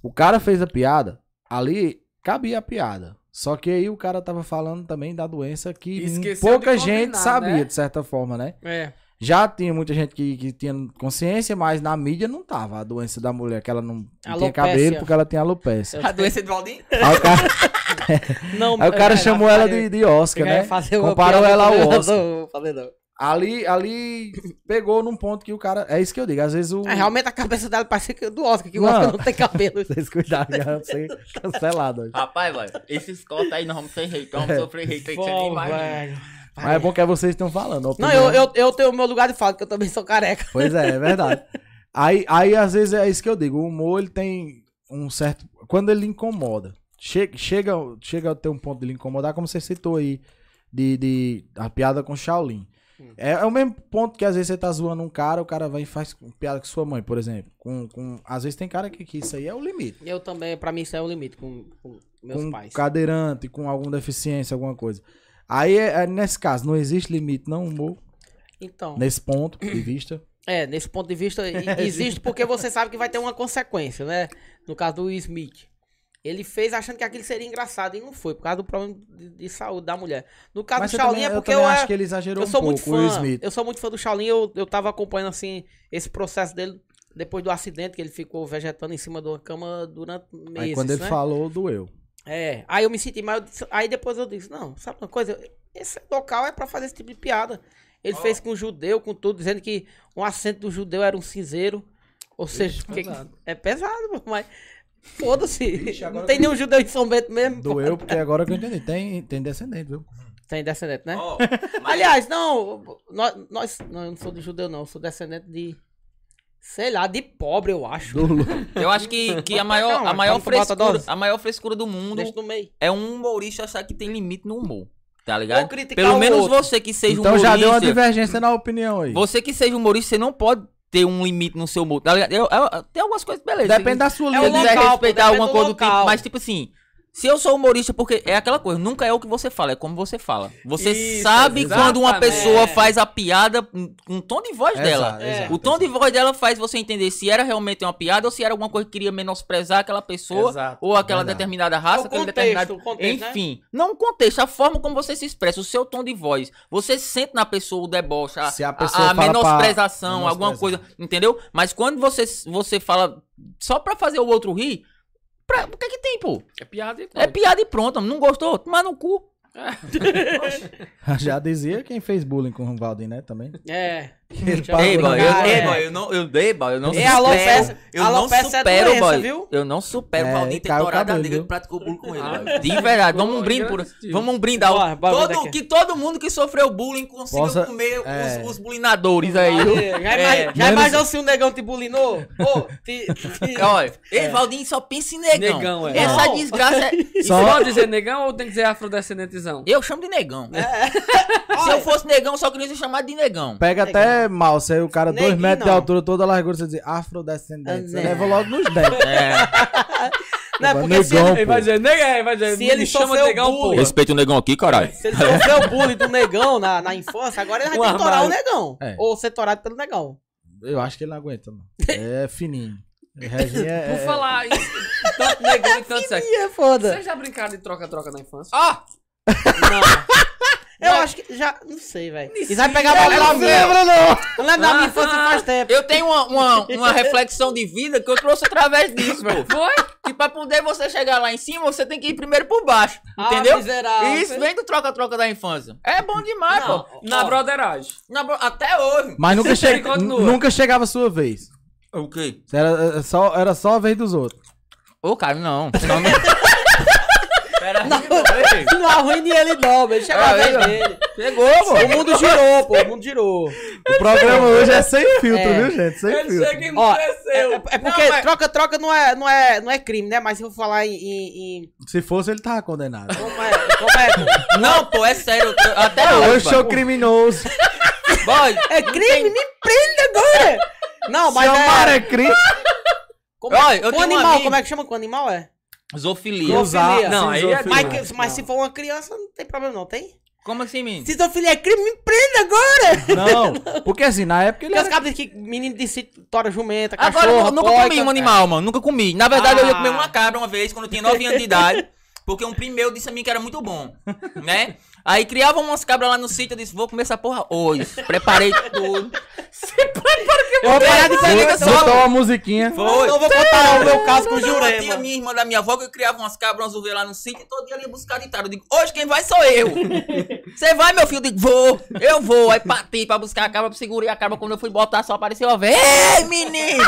Speaker 2: O cara fez a piada, ali cabia a piada. Só que aí o cara tava falando também da doença que
Speaker 1: Esqueceu
Speaker 2: pouca
Speaker 1: de combinar,
Speaker 2: gente sabia,
Speaker 1: né?
Speaker 2: de certa forma, né?
Speaker 4: É.
Speaker 2: Já tinha muita gente que, que tinha consciência, mas na mídia não tava a doença da mulher, que ela não, não tinha
Speaker 4: Alopecia.
Speaker 2: cabelo porque ela tinha alopecia.
Speaker 3: A doença é de Valdir?
Speaker 2: Aí o cara,
Speaker 4: Não, é,
Speaker 2: aí o cara
Speaker 4: eu-
Speaker 2: chamou
Speaker 4: eu-
Speaker 2: ela
Speaker 4: eu-
Speaker 2: de, de Oscar,
Speaker 4: eu ia
Speaker 2: né?
Speaker 4: fazer uma
Speaker 2: Comparou
Speaker 4: piada
Speaker 2: ela ao
Speaker 4: com- Não,
Speaker 2: Oscar.
Speaker 4: Não, vou fazer não.
Speaker 2: Ali, ali pegou num ponto que o cara. É isso que eu digo. Às vezes o.
Speaker 4: É, realmente a cabeça dela parecia que do Oscar, que o
Speaker 2: Mano.
Speaker 4: Oscar não tem cabelo.
Speaker 2: Vocês cuidaram, já vão ser cancelado. hoje.
Speaker 3: Rapaz, velho, esses cortes aí nós vamos ter hate, nós
Speaker 2: É.
Speaker 3: vamos sofrer hate aí que você nem
Speaker 4: Pô,
Speaker 3: imagina.
Speaker 4: velho.
Speaker 2: Mas é bom que é vocês que estão falando. a
Speaker 4: Não,
Speaker 2: opinião.
Speaker 4: eu, eu, eu tenho o meu lugar de fala, que eu também sou careca.
Speaker 2: Pois é, é verdade. Aí, aí, às vezes, é isso que eu digo. O humor, ele tem um certo. Quando ele incomoda. Chega, chega, chega a ter um ponto de lhe incomodar, como você citou aí, de, de a piada com Shaolin.
Speaker 4: Hum.
Speaker 2: É, é o mesmo ponto que às vezes você tá zoando um cara, o cara vai e faz piada com sua mãe, por exemplo. Com, com, às vezes tem cara que, que isso aí é o limite.
Speaker 4: Eu também, pra mim isso é o limite com, com meus
Speaker 2: com
Speaker 4: pais.
Speaker 2: cadeirante, com alguma deficiência, alguma coisa. Aí, é- é nesse caso, não existe limite, não, humor,
Speaker 4: Então,
Speaker 2: nesse ponto de vista.
Speaker 4: é, nesse ponto de vista e- existe porque você sabe que vai ter uma consequência, né? No caso do Will Smith. Ele fez achando que aquilo seria engraçado e não foi, por causa do problema de, de saúde da mulher. No caso
Speaker 2: Mas
Speaker 4: do
Speaker 2: eu
Speaker 4: Shaolin
Speaker 2: também,
Speaker 4: é
Speaker 2: eu
Speaker 4: porque eu,
Speaker 2: também
Speaker 4: era-
Speaker 2: acho que ele exagerou
Speaker 4: eu sou
Speaker 2: um
Speaker 4: muito
Speaker 2: pouco, o Will
Speaker 4: fã.
Speaker 2: Smith.
Speaker 4: Eu sou muito fã do Shaolin. Eu, eu tava acompanhando assim esse processo dele depois do acidente que ele ficou vegetando em cima de uma cama durante meses.
Speaker 2: Aí quando ele
Speaker 4: né?
Speaker 2: falou, doeu.
Speaker 4: É. Aí eu me senti mal. eu disse- Aí depois eu disse, não, sabe uma coisa? Esse local é pra fazer esse tipo de piada. Ele fez com judeu, com tudo, dizendo que um assento do judeu era um cinzeiro. Ou seja, que-
Speaker 1: pesado.
Speaker 4: é pesado, pô, mas foda-se.
Speaker 2: Vixe, agora
Speaker 4: Não tem nenhum judeu em São Bento mesmo. pô.
Speaker 2: Doeu porque agora que eu entendi. Tem, tem descendente, viu?
Speaker 4: Tem descendente, né?
Speaker 3: Ó,
Speaker 4: Mas- Aliás, não, nós, nós- não, eu não sou de judeu, não, eu sou descendente de, sei lá, de pobre, eu acho.
Speaker 2: Do Lu-
Speaker 3: eu acho que, que a, maior,
Speaker 4: Não,
Speaker 3: a, maior
Speaker 4: vamos pro
Speaker 3: frescura,
Speaker 4: Matadores.
Speaker 3: a maior frescura do mundo
Speaker 4: Deixa no meio.
Speaker 3: é um humorista achar que tem limite no humor, tá
Speaker 4: Ou
Speaker 3: ligado?
Speaker 4: criticar
Speaker 3: Pelo
Speaker 4: o
Speaker 3: menos
Speaker 4: outro.
Speaker 3: você que seja
Speaker 2: Então
Speaker 3: humorista.
Speaker 2: já deu uma divergência na opinião aí.
Speaker 3: Você que seja humorista, você não pode ter um limite no seu humor. Tá ligado? Eu- eu- tem algumas coisas, beleza.
Speaker 2: Depende da sua
Speaker 4: É
Speaker 3: Se
Speaker 4: o
Speaker 3: eu
Speaker 2: linha.
Speaker 3: quiser
Speaker 4: local, pô,
Speaker 3: respeitar
Speaker 4: depende
Speaker 3: alguma
Speaker 4: do
Speaker 3: coisa do
Speaker 4: local.
Speaker 3: tipo, mas tipo assim, se eu sou humorista, porque é aquela coisa, nunca é o que você fala, é como você fala. Você
Speaker 1: Isso,
Speaker 3: sabe quando uma
Speaker 1: exatamente.
Speaker 4: É.
Speaker 3: pessoa faz a piada com com o tom de voz
Speaker 2: Exato,
Speaker 3: dela.
Speaker 2: exato,
Speaker 3: O tom de
Speaker 2: exato.
Speaker 3: voz dela faz você entender se era realmente uma piada ou se era alguma coisa que queria menosprezar aquela pessoa
Speaker 1: Exato,
Speaker 3: ou aquela
Speaker 2: verdade.
Speaker 3: determinada raça,
Speaker 4: O
Speaker 3: aquele
Speaker 4: contexto,
Speaker 3: determinado.
Speaker 4: o contexto, né?
Speaker 3: Enfim, não o contexto, a forma como você se expressa, o seu tom de voz. Você sente na pessoa o deboche, a,
Speaker 2: Se a
Speaker 3: a-
Speaker 2: pessoa fala
Speaker 3: a
Speaker 2: pra-
Speaker 3: menosprezação, alguma
Speaker 2: menosprezar.
Speaker 3: coisa, entendeu? Mas quando você, você fala só pra fazer o outro rir, pra- o que é que tem, pô?
Speaker 1: É piada e
Speaker 3: É piada e pronto, não gostou? Toma no cu.
Speaker 2: Já dizia quem fez bullying com o Valdir, né? Também.
Speaker 4: É.
Speaker 2: Ele
Speaker 4: Ei,
Speaker 2: parou,
Speaker 4: boy,
Speaker 2: né?
Speaker 4: eu- É. ei, boy,
Speaker 3: eu não, eu dei, boy, eu não
Speaker 4: É alopecia. Alopecia é doença, viu?
Speaker 3: Eu não supero
Speaker 2: É,
Speaker 3: o Valdir ter
Speaker 2: caiu o
Speaker 3: torado a
Speaker 2: cabelo,
Speaker 3: nega que
Speaker 2: viu?
Speaker 3: praticou bullying com
Speaker 1: Ah,
Speaker 3: ele. De verdade, vamos um brinde por. Vamos um brindar. o-
Speaker 4: Bora, bora,
Speaker 3: todo,
Speaker 4: daqui.
Speaker 3: que todo mundo que sofreu bullying consiga
Speaker 2: Possa-
Speaker 3: comer
Speaker 2: é.
Speaker 3: os, os bulinadores aí. viu?
Speaker 4: Já,
Speaker 3: É,
Speaker 4: imag- né? já
Speaker 2: menos-
Speaker 4: imaginou se um negão te bulinou? Pô, te, te-
Speaker 3: Olha, ei, Valdir só pensa em É. negão.
Speaker 1: Negão, é.
Speaker 3: Essa
Speaker 4: Não.
Speaker 3: desgraça é.
Speaker 1: Só pode dizer negão ou tem que dizer afrodescendentezão?
Speaker 3: Eu chamo de negão. Se eu fosse negão, só queria ser chamado de negão.
Speaker 2: Pega até mal, se aí o cara, dois
Speaker 4: Neguinho,
Speaker 2: metros de
Speaker 4: não.
Speaker 2: altura, toda a largura, você diz afrodescendente. Você
Speaker 4: Ah, né.
Speaker 2: leva logo nos dentes.
Speaker 3: É.
Speaker 4: Não, é porque se
Speaker 2: Negão,
Speaker 4: ele,
Speaker 1: Ele vai dizer negão, ele vai dizer
Speaker 4: Se ele
Speaker 1: me chama
Speaker 4: sofreu
Speaker 1: negão,
Speaker 4: bullying.
Speaker 1: porra.
Speaker 3: Respeita o negão aqui, caralho.
Speaker 4: se ele sofreu o bullying do negão na, na infância, agora ele vai
Speaker 1: Um
Speaker 4: ter que torar o
Speaker 1: armário.
Speaker 4: negão.
Speaker 2: É.
Speaker 4: Ou ser torado pelo negão.
Speaker 2: Eu acho que ele não aguenta, mano. É fininho. Reginha é.
Speaker 1: Por falar isso, tanto negão e tanto sexo.
Speaker 4: Ih, é foda.
Speaker 1: Vocês já brincaram de troca-troca na infância?
Speaker 3: Ah!
Speaker 4: Não. Eu acho que já. Não sei, velho. Isso vai
Speaker 3: é
Speaker 4: pegar
Speaker 2: Ele
Speaker 4: a
Speaker 2: não lembra, não.
Speaker 4: Não lembro da minha infância
Speaker 3: Ah.
Speaker 4: faz tempo.
Speaker 3: Eu tenho uma, uma, uma reflexão de vida que eu trouxe através disso, pô. Foi? Que pra poder você chegar lá em cima, você tem que ir primeiro por baixo.
Speaker 4: Ah,
Speaker 3: Entendeu?
Speaker 4: miserável.
Speaker 3: Isso vem do troca-troca da infância. É bom demais,
Speaker 4: Não,
Speaker 3: pô.
Speaker 5: Na
Speaker 3: Ó,
Speaker 5: brotheragem.
Speaker 3: na bro- Até hoje.
Speaker 2: Mas nunca, che...
Speaker 5: continua.
Speaker 2: nunca chegava a sua vez.
Speaker 3: O quê?
Speaker 2: Você Era é, só, era só a vez dos outros.
Speaker 3: Ô, cara, não. Não, não. Pera aí.
Speaker 4: Não arruine ele, não, velho. Chega a
Speaker 3: Ah,
Speaker 4: vez
Speaker 3: eu-
Speaker 4: dele.
Speaker 3: Chegou, pô.
Speaker 4: O mundo girou, pô. O mundo girou.
Speaker 2: O programa hoje é sem filtro,
Speaker 4: É.
Speaker 2: viu, gente? Sem
Speaker 5: Ele
Speaker 2: filtro.
Speaker 5: chega e
Speaker 4: Ó, É,
Speaker 5: endureceu.
Speaker 4: é- é porque
Speaker 3: Não, mas-
Speaker 4: troca-troca não, é, não, é, não é crime, né? Mas se eu falar em. em- em-
Speaker 2: Se fosse, ele tava condenado.
Speaker 4: Como é? Como é?
Speaker 3: Não, pô, é sério. eu- eu- Até
Speaker 2: Eu
Speaker 3: hoje.
Speaker 2: sou criminoso.
Speaker 3: Boy,
Speaker 4: É crime? Me prenda agora! Não,
Speaker 2: Se
Speaker 4: mas
Speaker 2: amar
Speaker 4: é.
Speaker 2: é crime.
Speaker 4: Como é-
Speaker 3: Olha, eu
Speaker 4: com
Speaker 3: tenho um
Speaker 4: animal,
Speaker 3: amigo-
Speaker 4: como é que chama com animal? É?
Speaker 3: zoofilia.
Speaker 4: Zoofilia.
Speaker 5: Não,
Speaker 1: assim,
Speaker 5: aí é
Speaker 4: Mas,
Speaker 5: Não,
Speaker 4: que- mas se for uma criança, não tem problema, não, tem?
Speaker 3: Como assim, menino?
Speaker 4: Se seu filho é crime, me prenda agora!
Speaker 2: Não, porque assim, na época ele
Speaker 4: Porque os
Speaker 2: era...
Speaker 4: cabos dizem que menino de sítio tora jumenta,
Speaker 3: Agora,
Speaker 4: cachorro.
Speaker 3: eu nunca
Speaker 4: porca.
Speaker 3: comi um animal, mano. Nunca comi. Na verdade, eu ia
Speaker 4: Ah.
Speaker 3: comer uma cabra uma vez, quando eu tinha 9 anos de idade. Porque um primo meu disse a mim que era muito bom, né? Aí criavam umas cabras lá no sítio, eu disse, vou comer essa porra hoje. Preparei tudo.
Speaker 4: Eu vou parar de
Speaker 3: Sim.
Speaker 4: pegar
Speaker 3: Liga
Speaker 2: Botou
Speaker 3: só.
Speaker 2: uma musiquinha.
Speaker 4: Então Eu não vou contar o meu caso com o
Speaker 3: Uma tia
Speaker 4: Jurema.
Speaker 3: minha irmã da minha avó que criava umas cabras, umas ovelhas lá no sítio, e todo dia ela ia buscar de tarde. Eu digo, hoje quem vai sou eu. Você vai, meu filho? Eu digo, vou, eu vou. Aí parti pra buscar a cabra, segurei a cabra. Quando eu fui botar, só apareceu a ovelha. Ei, menino!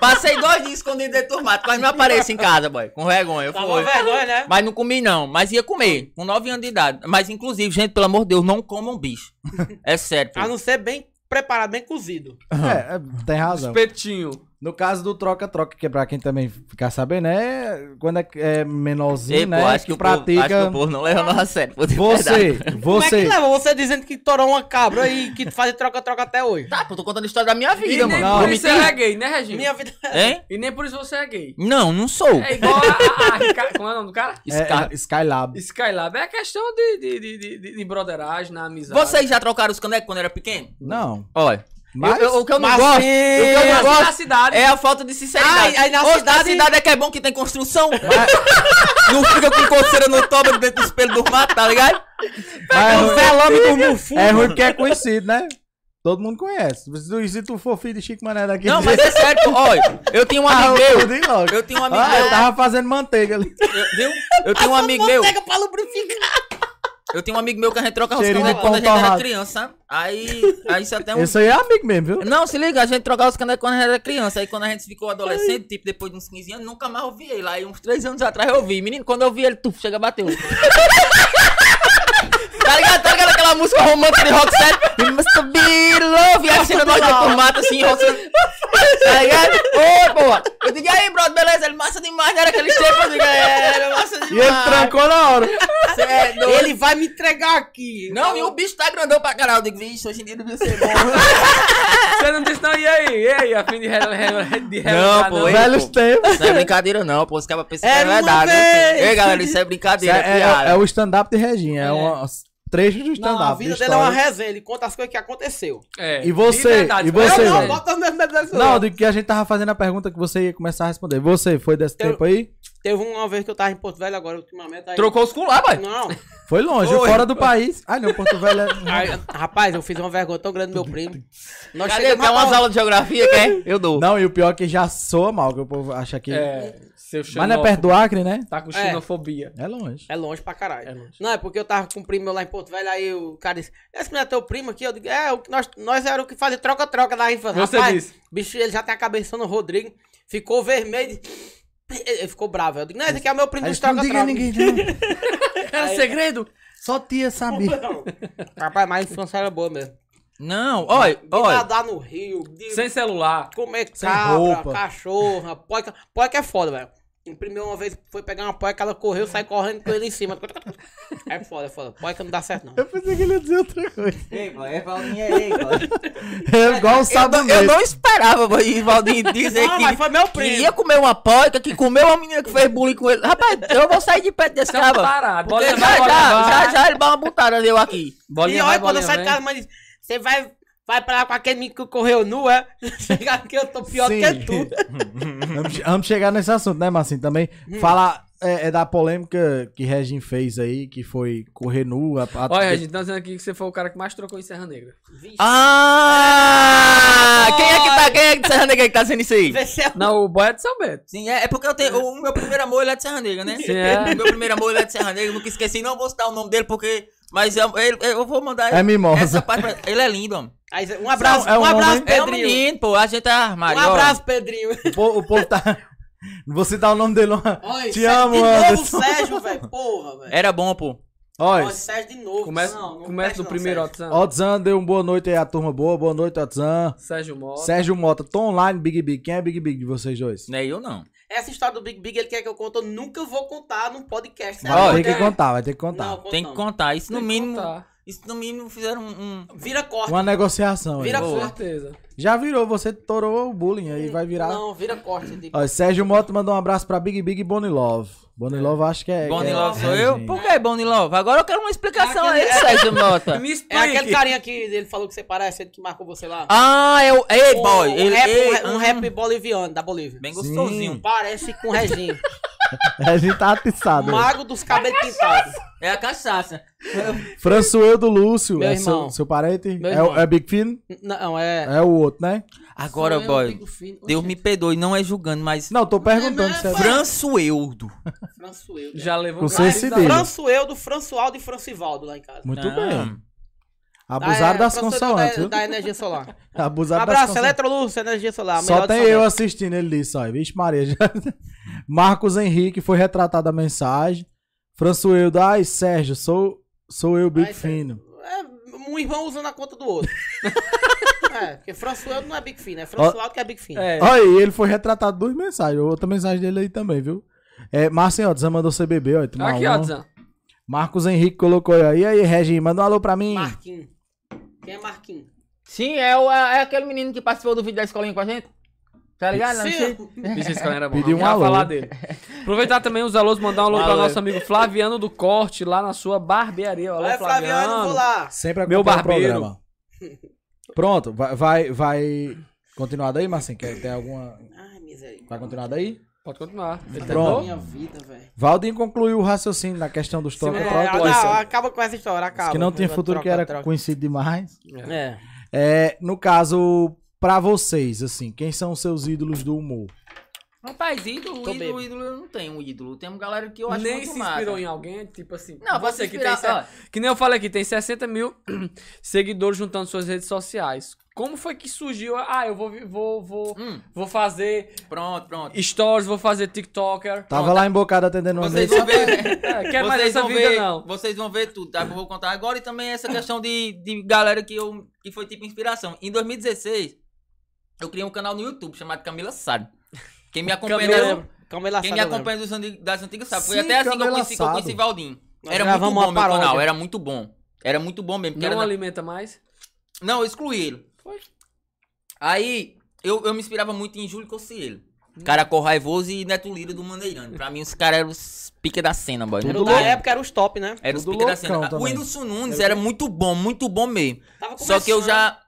Speaker 3: Passei dois dias escondido dentro do mato, quase não apareci em casa, boy. Com vergonha,
Speaker 4: Tá
Speaker 3: foi.
Speaker 4: com vergonha, né?
Speaker 3: Mas não comi, não. Mas ia comer, com 9 anos de idade. Mas, inclusive, gente, pelo amor de Deus, não comam bicho. É sério. pô.
Speaker 4: A não ser bem preparado, bem cozido.
Speaker 2: É, é, tem razão.
Speaker 1: Espetinho.
Speaker 2: No caso do troca-troca, que é pra quem também ficar sabendo, é quando é, é menorzinho,
Speaker 3: Ei, pô,
Speaker 2: né?
Speaker 3: acho que, o povo, acho que o povo não leva nós a sério. pô, de verdade.
Speaker 2: Você,
Speaker 4: Como é que
Speaker 2: você.
Speaker 4: leva você dizendo que torou uma cabra e que faz troca-troca até hoje?
Speaker 3: Tá, pô, tô contando a história da minha
Speaker 1: E
Speaker 3: vida,
Speaker 1: nem
Speaker 3: mano.
Speaker 2: Não,
Speaker 1: por
Speaker 3: Vou
Speaker 1: isso
Speaker 3: mentir?
Speaker 1: é gay, né,
Speaker 3: Tá,
Speaker 1: Regina?
Speaker 4: Minha vida.
Speaker 3: Hein?
Speaker 1: E nem por isso você é gay.
Speaker 3: Não, não sou.
Speaker 1: É igual a, a, a Rica- Como é o nome do cara?
Speaker 2: É, é, Skylab.
Speaker 1: Skylab. É questão de, de, de, de, de- de brotheragem, na amizade.
Speaker 3: Vocês já trocaram os canecos quando era pequeno?
Speaker 2: Não.
Speaker 3: Olha.
Speaker 2: Mas.
Speaker 3: eu- eu- o que eu não
Speaker 4: Mas
Speaker 3: gosto. O
Speaker 4: sim.
Speaker 3: que eu não
Speaker 1: Mas na
Speaker 3: gosto
Speaker 1: cidade.
Speaker 3: é a falta de sinceridade.
Speaker 4: Ai, aí na
Speaker 3: Hoje
Speaker 4: cidade-
Speaker 3: na cidade é que é bom que tem construção. não fica com coceira no toba dentro do espelho do mato, tá ligado?
Speaker 2: mas
Speaker 4: O velame do Mufu.
Speaker 2: é ruim porque é conhecido, né? Todo mundo conhece. Se tu, se tu for filho de Chico Mané daqui.
Speaker 3: Não, mas é sério, pô. olha. Eu tenho um
Speaker 2: Ah,
Speaker 3: amigo
Speaker 2: eu
Speaker 3: meu.
Speaker 2: fudi logo.
Speaker 3: Eu tenho um amigo
Speaker 2: Ah, eu
Speaker 3: meu.
Speaker 2: tava fazendo manteiga ali.
Speaker 3: eu- Viu? Eu tenho um amigo meu.
Speaker 4: Pega é pra lubrificar. é
Speaker 3: Eu tenho um amigo meu que a gente trocava os
Speaker 2: Cheirinho
Speaker 3: canecos
Speaker 2: de
Speaker 3: quando a gente
Speaker 2: torrado.
Speaker 3: era criança. sabe? Aí. Aí isso até um
Speaker 2: Esse aí é amigo mesmo, viu?
Speaker 3: Não, se liga, a gente trocava os canecos quando a gente era criança. Aí quando a gente ficou adolescente, tipo, depois de uns 15 anos, nunca mais ouvi ele. Aí uns 3 anos atrás eu ouvi. Menino, quando eu vi ele, tu chega, bateu. tá ligado? Tá ligado aquela música romântica de rock set? You must be love. E aí chega nós dentro do mato, assim, rock set. Tá ligado? Ô, porra. Eu digo, e aí, brother, beleza? Ele massa demais, não era aquele tempo. Eu digo, é, era massa
Speaker 2: E ele
Speaker 3: demais.
Speaker 2: trancou na hora.
Speaker 3: Cê é doido.
Speaker 4: Ele vai me entregar aqui.
Speaker 3: Não, e o bicho tá grandão pra caralho. Eu digo, vixe, hoje em dia não devia ser bom.
Speaker 1: Você não disse, não, e aí? E aí? A fim de, re, re, de
Speaker 3: Não, pô, ele-
Speaker 2: Velhos tempos.
Speaker 3: Isso não é brincadeira, não, pô. Os caras pensam que é
Speaker 4: Era uma
Speaker 3: verdade. né?
Speaker 4: vez.
Speaker 3: Ei, galera, isso é brincadeira, é,
Speaker 2: É, é-
Speaker 3: piada.
Speaker 2: é o stand-up de Reginha. É, um trecho do
Speaker 4: Não,
Speaker 2: stand-up.
Speaker 4: a
Speaker 2: de
Speaker 4: vida dele é uma
Speaker 2: história.
Speaker 4: resenha, ele conta as coisas que aconteceu.
Speaker 1: É,
Speaker 2: E você?
Speaker 1: de verdade,
Speaker 2: E você?
Speaker 1: eu
Speaker 4: eu não
Speaker 1: assim, não,
Speaker 4: boto as minhas medalhas
Speaker 2: Não, de que a gente tava fazendo a pergunta que você ia começar a responder. Você, foi desse
Speaker 4: Eu-
Speaker 2: tempo aí?
Speaker 4: Teve uma vez que eu tava em Porto Velho agora, ultimamente. Aí...
Speaker 3: Trocou os culá, pai.
Speaker 4: Não.
Speaker 2: Foi longe,
Speaker 3: Foi.
Speaker 2: fora do país. Ah, não, Porto Velho é...
Speaker 4: Aí, rapaz, eu fiz uma vergonha tão grande do meu primo. Nós
Speaker 3: Cadê? Quer
Speaker 4: chegamos
Speaker 3: umas
Speaker 4: rapaz,
Speaker 3: aulas de geografia, quer? Eu dou.
Speaker 2: Não, e o pior é que já soa mal, que o povo acha que...
Speaker 1: É, seu
Speaker 2: Mas não é
Speaker 1: xenófobo.
Speaker 2: perto do Acre, né?
Speaker 1: Tá com
Speaker 4: É.
Speaker 1: xenofobia.
Speaker 2: É longe.
Speaker 4: É longe pra caralho.
Speaker 1: É longe.
Speaker 4: Não, é porque eu tava com um primo meu lá em Porto Velho, aí o cara disse, esse menino é teu primo aqui? Eu digo, é, o que nós, nós era o que fazia troca-troca da infância.
Speaker 1: Você disse.
Speaker 4: bicho, ele já tem a cabeça no Rodrigo, ficou vermelho, ele ficou bravo. Eu digo, não, esse aqui é o meu primo
Speaker 2: Aí
Speaker 4: dos
Speaker 2: disse, não diga a
Speaker 4: troca-troca.
Speaker 2: ninguém, não.
Speaker 1: Era segredo?
Speaker 2: Só tia sabia.
Speaker 4: Rapaz, mas a infância era boa mesmo.
Speaker 3: Não, olha,
Speaker 4: De
Speaker 3: olha.
Speaker 4: nadar no rio, de
Speaker 1: Sem celular.
Speaker 4: comer
Speaker 2: Sem
Speaker 4: cabra,
Speaker 2: roupa.
Speaker 4: cachorra, poica. Poica é foda, velho. Imprimiu uma vez, foi pegar uma poica, ela correu, sai correndo com ele em cima. É foda, é foda. Poica não dá certo, não.
Speaker 2: Eu pensei que ele ia dizer outra coisa.
Speaker 3: Ei, pô, é Valdinho aí, pô.
Speaker 2: É igual o
Speaker 3: Eu
Speaker 2: sábado
Speaker 3: não- Eu não esperava, pô, e Valdinho dizer
Speaker 4: Não,
Speaker 3: que.
Speaker 4: mas foi meu
Speaker 3: que
Speaker 4: primo.
Speaker 3: ia comer uma porca, que comeu uma menina que fez bullying com ele. Rapaz, eu vou sair de perto desse
Speaker 1: Tá
Speaker 3: cara.
Speaker 1: parado.
Speaker 3: Porque
Speaker 1: Bora
Speaker 3: já,
Speaker 1: levar, bora
Speaker 3: já, já,
Speaker 1: levar.
Speaker 3: já ele dá uma butada deu aqui.
Speaker 1: Bolinha
Speaker 4: e
Speaker 1: vai,
Speaker 4: olha, quando eu
Speaker 1: bolinha
Speaker 4: saio de
Speaker 1: vem.
Speaker 4: casa, mas diz, você vai, vai pra lá com aquele menino que correu nu, é? Chegar aqui, eu tô pior do que é tu.
Speaker 2: vamos, che- vamos chegar nesse assunto, né, Marcinho? Também falar é, é da polêmica que Regin fez aí, que foi correr nu. A, a-
Speaker 1: Olha, a gente tá dizendo aqui que você foi o cara que mais trocou em Serra Negra.
Speaker 4: Vixe,
Speaker 3: Ah! Quem é que tá? Quem é que de Serra Negra que tá sendo isso aí?
Speaker 4: vai ser-
Speaker 1: Não, o boy é de São Bento.
Speaker 3: Sim, é, é porque eu tenho. O meu primeiro amor ele é de Serra Negra, né?
Speaker 1: Sim, é.
Speaker 3: O meu primeiro amor ele é de Serra Negra, eu nunca esqueci, não vou citar o nome dele porque. Mas eu, ele- eu vou mandar
Speaker 2: É mimosa.
Speaker 3: essa parte pra- Ele é lindo, homem.
Speaker 4: Aí, Um abraço,
Speaker 2: Não, é um
Speaker 4: um abraço,
Speaker 2: homem.
Speaker 3: É um
Speaker 4: Pedrinho.
Speaker 3: menino, pô. A gente tá
Speaker 4: Um
Speaker 3: armário. ó.
Speaker 4: abraço, Pedrinho.
Speaker 2: O povo, o povo tá. Não vou citar o nome dele, não.
Speaker 4: Olha,
Speaker 2: Te
Speaker 4: Sérgio
Speaker 2: amo,
Speaker 4: de
Speaker 2: Anderson.
Speaker 4: novo, Sérgio, velho. Porra, velho.
Speaker 3: Era bom, pô.
Speaker 2: Olha,
Speaker 4: Olha, Sérgio de novo.
Speaker 1: Começa,
Speaker 4: Não, não
Speaker 1: começa
Speaker 4: presta
Speaker 1: do
Speaker 4: não,
Speaker 1: primeiro né?
Speaker 4: Sérgio.
Speaker 1: Otzan.
Speaker 2: Otzan deu uma boa noite aí à turma boa. Boa noite, Otzan.
Speaker 1: Sérgio Mota.
Speaker 2: Sérgio Mota, Tom Online, Big Big. Quem é Big Big de vocês dois?
Speaker 3: Não é eu, não.
Speaker 4: Essa história do Big Big, ele quer que eu conte, eu nunca vou contar num podcast. né?
Speaker 2: Vai
Speaker 3: Olha.
Speaker 2: ter que contar, vai ter que contar.
Speaker 4: Não, conta
Speaker 3: Tem que
Speaker 4: não.
Speaker 3: contar. Isso no
Speaker 1: Tem que
Speaker 3: mínimo.
Speaker 1: contar,
Speaker 3: Isso no mínimo fizeram um. um-
Speaker 4: Vira corte.
Speaker 2: Uma negociação aí.
Speaker 4: Vira
Speaker 1: Com
Speaker 4: Boa.
Speaker 1: certeza.
Speaker 2: Já virou, você torou o bullying aí, vai virar.
Speaker 4: Não, vira corte. tipo. de-
Speaker 2: Ó, Sérgio Mota mandou um abraço pra Big Big e Bonnie Love. Bonnie Love acho que é.
Speaker 3: Bonnie
Speaker 2: que é-
Speaker 3: Love sou
Speaker 2: é,
Speaker 3: eu?
Speaker 2: gente.
Speaker 3: Por que Bonnie Love? Agora eu quero uma explicação
Speaker 4: É aquele-
Speaker 3: aí, Sérgio Mota.
Speaker 1: Me
Speaker 4: É
Speaker 1: explique.
Speaker 4: aquele carinha que ele falou que você parece, ele que marcou você lá.
Speaker 3: Ah, é o. Ei,
Speaker 4: Um-
Speaker 3: boy.
Speaker 4: um,
Speaker 3: Ele,
Speaker 4: rap,
Speaker 3: ei,
Speaker 4: um rap- um
Speaker 2: ah.
Speaker 3: hum,
Speaker 4: rap boliviano, da Bolívia.
Speaker 3: Bem
Speaker 2: Sim.
Speaker 3: gostosinho.
Speaker 4: Parece com o Reginho.
Speaker 2: A gente tá atiçado.
Speaker 4: Mago dos cabelos pintados.
Speaker 3: É a cachaça.
Speaker 2: Françoel do Lúcio,
Speaker 4: Meu
Speaker 2: é
Speaker 4: irmão.
Speaker 2: seu, seu parente?
Speaker 4: Meu
Speaker 2: É, o-
Speaker 4: irmão.
Speaker 2: é Big Fin?
Speaker 4: N- Não, é...
Speaker 2: É o outro, né?
Speaker 3: Agora,
Speaker 4: Sou eu,
Speaker 3: boy.
Speaker 4: Bigo Fino. Oxe,
Speaker 3: Deus me perdoe, não é julgando, mas.
Speaker 2: Não, tô perguntando se é.
Speaker 3: Françoeldo.
Speaker 2: um
Speaker 4: é Françoeldo.
Speaker 1: Já levou
Speaker 2: Com
Speaker 1: um cara
Speaker 2: certeza.
Speaker 1: da-
Speaker 4: Françoeldo, Françoaldo e Francivaldo lá em casa.
Speaker 2: Muito
Speaker 3: Ah.
Speaker 2: bem. Abusaram
Speaker 4: Ah, é,
Speaker 2: das
Speaker 4: Françoeldo
Speaker 2: consoantes,
Speaker 4: Da,
Speaker 2: viu?
Speaker 4: da energia solar.
Speaker 2: Abusaram das
Speaker 4: Abraço, é
Speaker 2: consoantes.
Speaker 4: Eletrolux, energia solar.
Speaker 2: Só
Speaker 4: Tá, melhor de
Speaker 2: tem
Speaker 4: São
Speaker 2: eu
Speaker 4: Bento.
Speaker 2: assistindo ele disse, ó. Vixe Maria. já- Marcos Henrique foi retratado a mensagem. Françoeldo, ai Sérgio, sou, sou eu, Big
Speaker 4: Ai,
Speaker 2: Fino.
Speaker 4: É, um irmão usando a conta do outro. é, porque Françoeldo não é Big Fino, é Françoaldo que é Big Fino.
Speaker 1: É.
Speaker 2: Olha aí, ele foi retratado duas mensagens. Outra mensagem dele aí também, viu? É, Márcio, ó, Zan mandou CBB, ó. tomar
Speaker 1: Tá Aqui,
Speaker 2: uma.
Speaker 1: ó, Zan.
Speaker 2: Marcos Henrique colocou aí. E aí, Regin, manda um alô pra mim.
Speaker 4: Marquinhos. Quem é Marquinhos?
Speaker 5: Sim, é, o, é aquele menino que participou do vídeo da escolinha com a gente. Tá ligado? Não sei.
Speaker 1: Bicho, esse cara era bom.
Speaker 2: Pediu
Speaker 1: não.
Speaker 2: um
Speaker 1: Já
Speaker 2: alô.
Speaker 1: falar dele. Aproveitar também os alôs, mandar um alô para
Speaker 5: Valeu.
Speaker 1: nosso amigo Flaviano do Corte, lá na sua barbearia. Alô,
Speaker 4: Vai, Flaviano, vou lá.
Speaker 2: Sempre
Speaker 1: Meu
Speaker 2: acompanha o
Speaker 1: barbeiro.
Speaker 2: programa. Pronto, vai, vai, vai continuar daí, Marcinho? Quer, tem alguma...
Speaker 4: Ai,
Speaker 2: Vai
Speaker 4: misericórdia. Tá
Speaker 2: continuar daí?
Speaker 1: Pode continuar. Ele tá
Speaker 2: Pronto.
Speaker 1: terminou?
Speaker 4: Minha vida, velho.
Speaker 2: Valdinho concluiu o raciocínio na questão dos
Speaker 4: É,
Speaker 2: troca-troca.
Speaker 4: não, acaba com essa história, acaba.
Speaker 2: que não tinha
Speaker 4: Troca,
Speaker 2: futuro, que era
Speaker 4: troca.
Speaker 2: conhecido demais.
Speaker 4: É.
Speaker 2: É, no caso, pra vocês, assim, quem são os seus ídolos do humor?
Speaker 3: Rapaz, ídolo,
Speaker 4: Tô
Speaker 3: ídolo,
Speaker 4: bebo.
Speaker 3: ídolo, eu não tenho um ídolo. Tem uma galera que eu acho
Speaker 1: Nem
Speaker 3: muito
Speaker 1: se
Speaker 3: massa.
Speaker 1: inspirou em alguém, tipo assim.
Speaker 3: Não, pra
Speaker 1: você
Speaker 3: se
Speaker 1: que tem.
Speaker 3: inspirar,
Speaker 1: se- Que nem eu falei aqui, tem 60 mil seguidores juntando suas redes sociais. Como foi que surgiu? a- Ah, eu vou, vi- vou, vou,
Speaker 3: ó. Hum,
Speaker 1: vou fazer
Speaker 3: pronto, pronto.
Speaker 1: stories, vou fazer TikToker.
Speaker 2: Tava lá embocado atendendo uma
Speaker 3: Vocês
Speaker 2: vez.
Speaker 3: vão ver.
Speaker 1: É, quero mais
Speaker 3: vocês
Speaker 1: essa
Speaker 3: vão
Speaker 1: vida,
Speaker 3: ver,
Speaker 1: não.
Speaker 3: Vocês vão ver tudo, tá? Eu vou contar agora. E também essa questão de, de galera que, eu, que foi tipo inspiração. Em 2016, eu criei um canal no YouTube chamado Camila Sado. Quem me
Speaker 2: É
Speaker 3: acompanha,
Speaker 1: Camila-
Speaker 3: das-
Speaker 4: Calma aí, laçado,
Speaker 3: quem me
Speaker 4: eu lembro.
Speaker 3: acompanha dos anti- das antigas sabe. Foi
Speaker 2: Sim,
Speaker 3: até assim que eu
Speaker 2: Camila
Speaker 3: conheci, que eu
Speaker 2: Sado.
Speaker 3: conheci Valdinho.
Speaker 4: Nós
Speaker 3: Era muito
Speaker 4: gravamos uma
Speaker 3: bom meu
Speaker 4: paródia.
Speaker 3: canal, era muito bom. Era muito bom mesmo. porque era
Speaker 1: Não
Speaker 3: na-
Speaker 1: alimenta mais.
Speaker 3: Não, eu excluí ele.
Speaker 1: Foi.
Speaker 3: Aí, eu, eu me inspirava muito em Júlio Cossielho.
Speaker 2: Hum.
Speaker 3: Cara Raivoso e Neto Lira do Maneirante. Pra mim, os caras eram os pica da cena, boy.
Speaker 4: Era
Speaker 3: Muito
Speaker 4: da
Speaker 3: bom.
Speaker 4: época, era os top, né?
Speaker 3: Era os
Speaker 2: Tudo
Speaker 3: pica da
Speaker 2: loucão
Speaker 3: cena. O
Speaker 2: também.
Speaker 3: Whindersson Nunes era muito bom, muito bom mesmo.
Speaker 4: Tava
Speaker 3: Só que eu já...
Speaker 4: começando, né?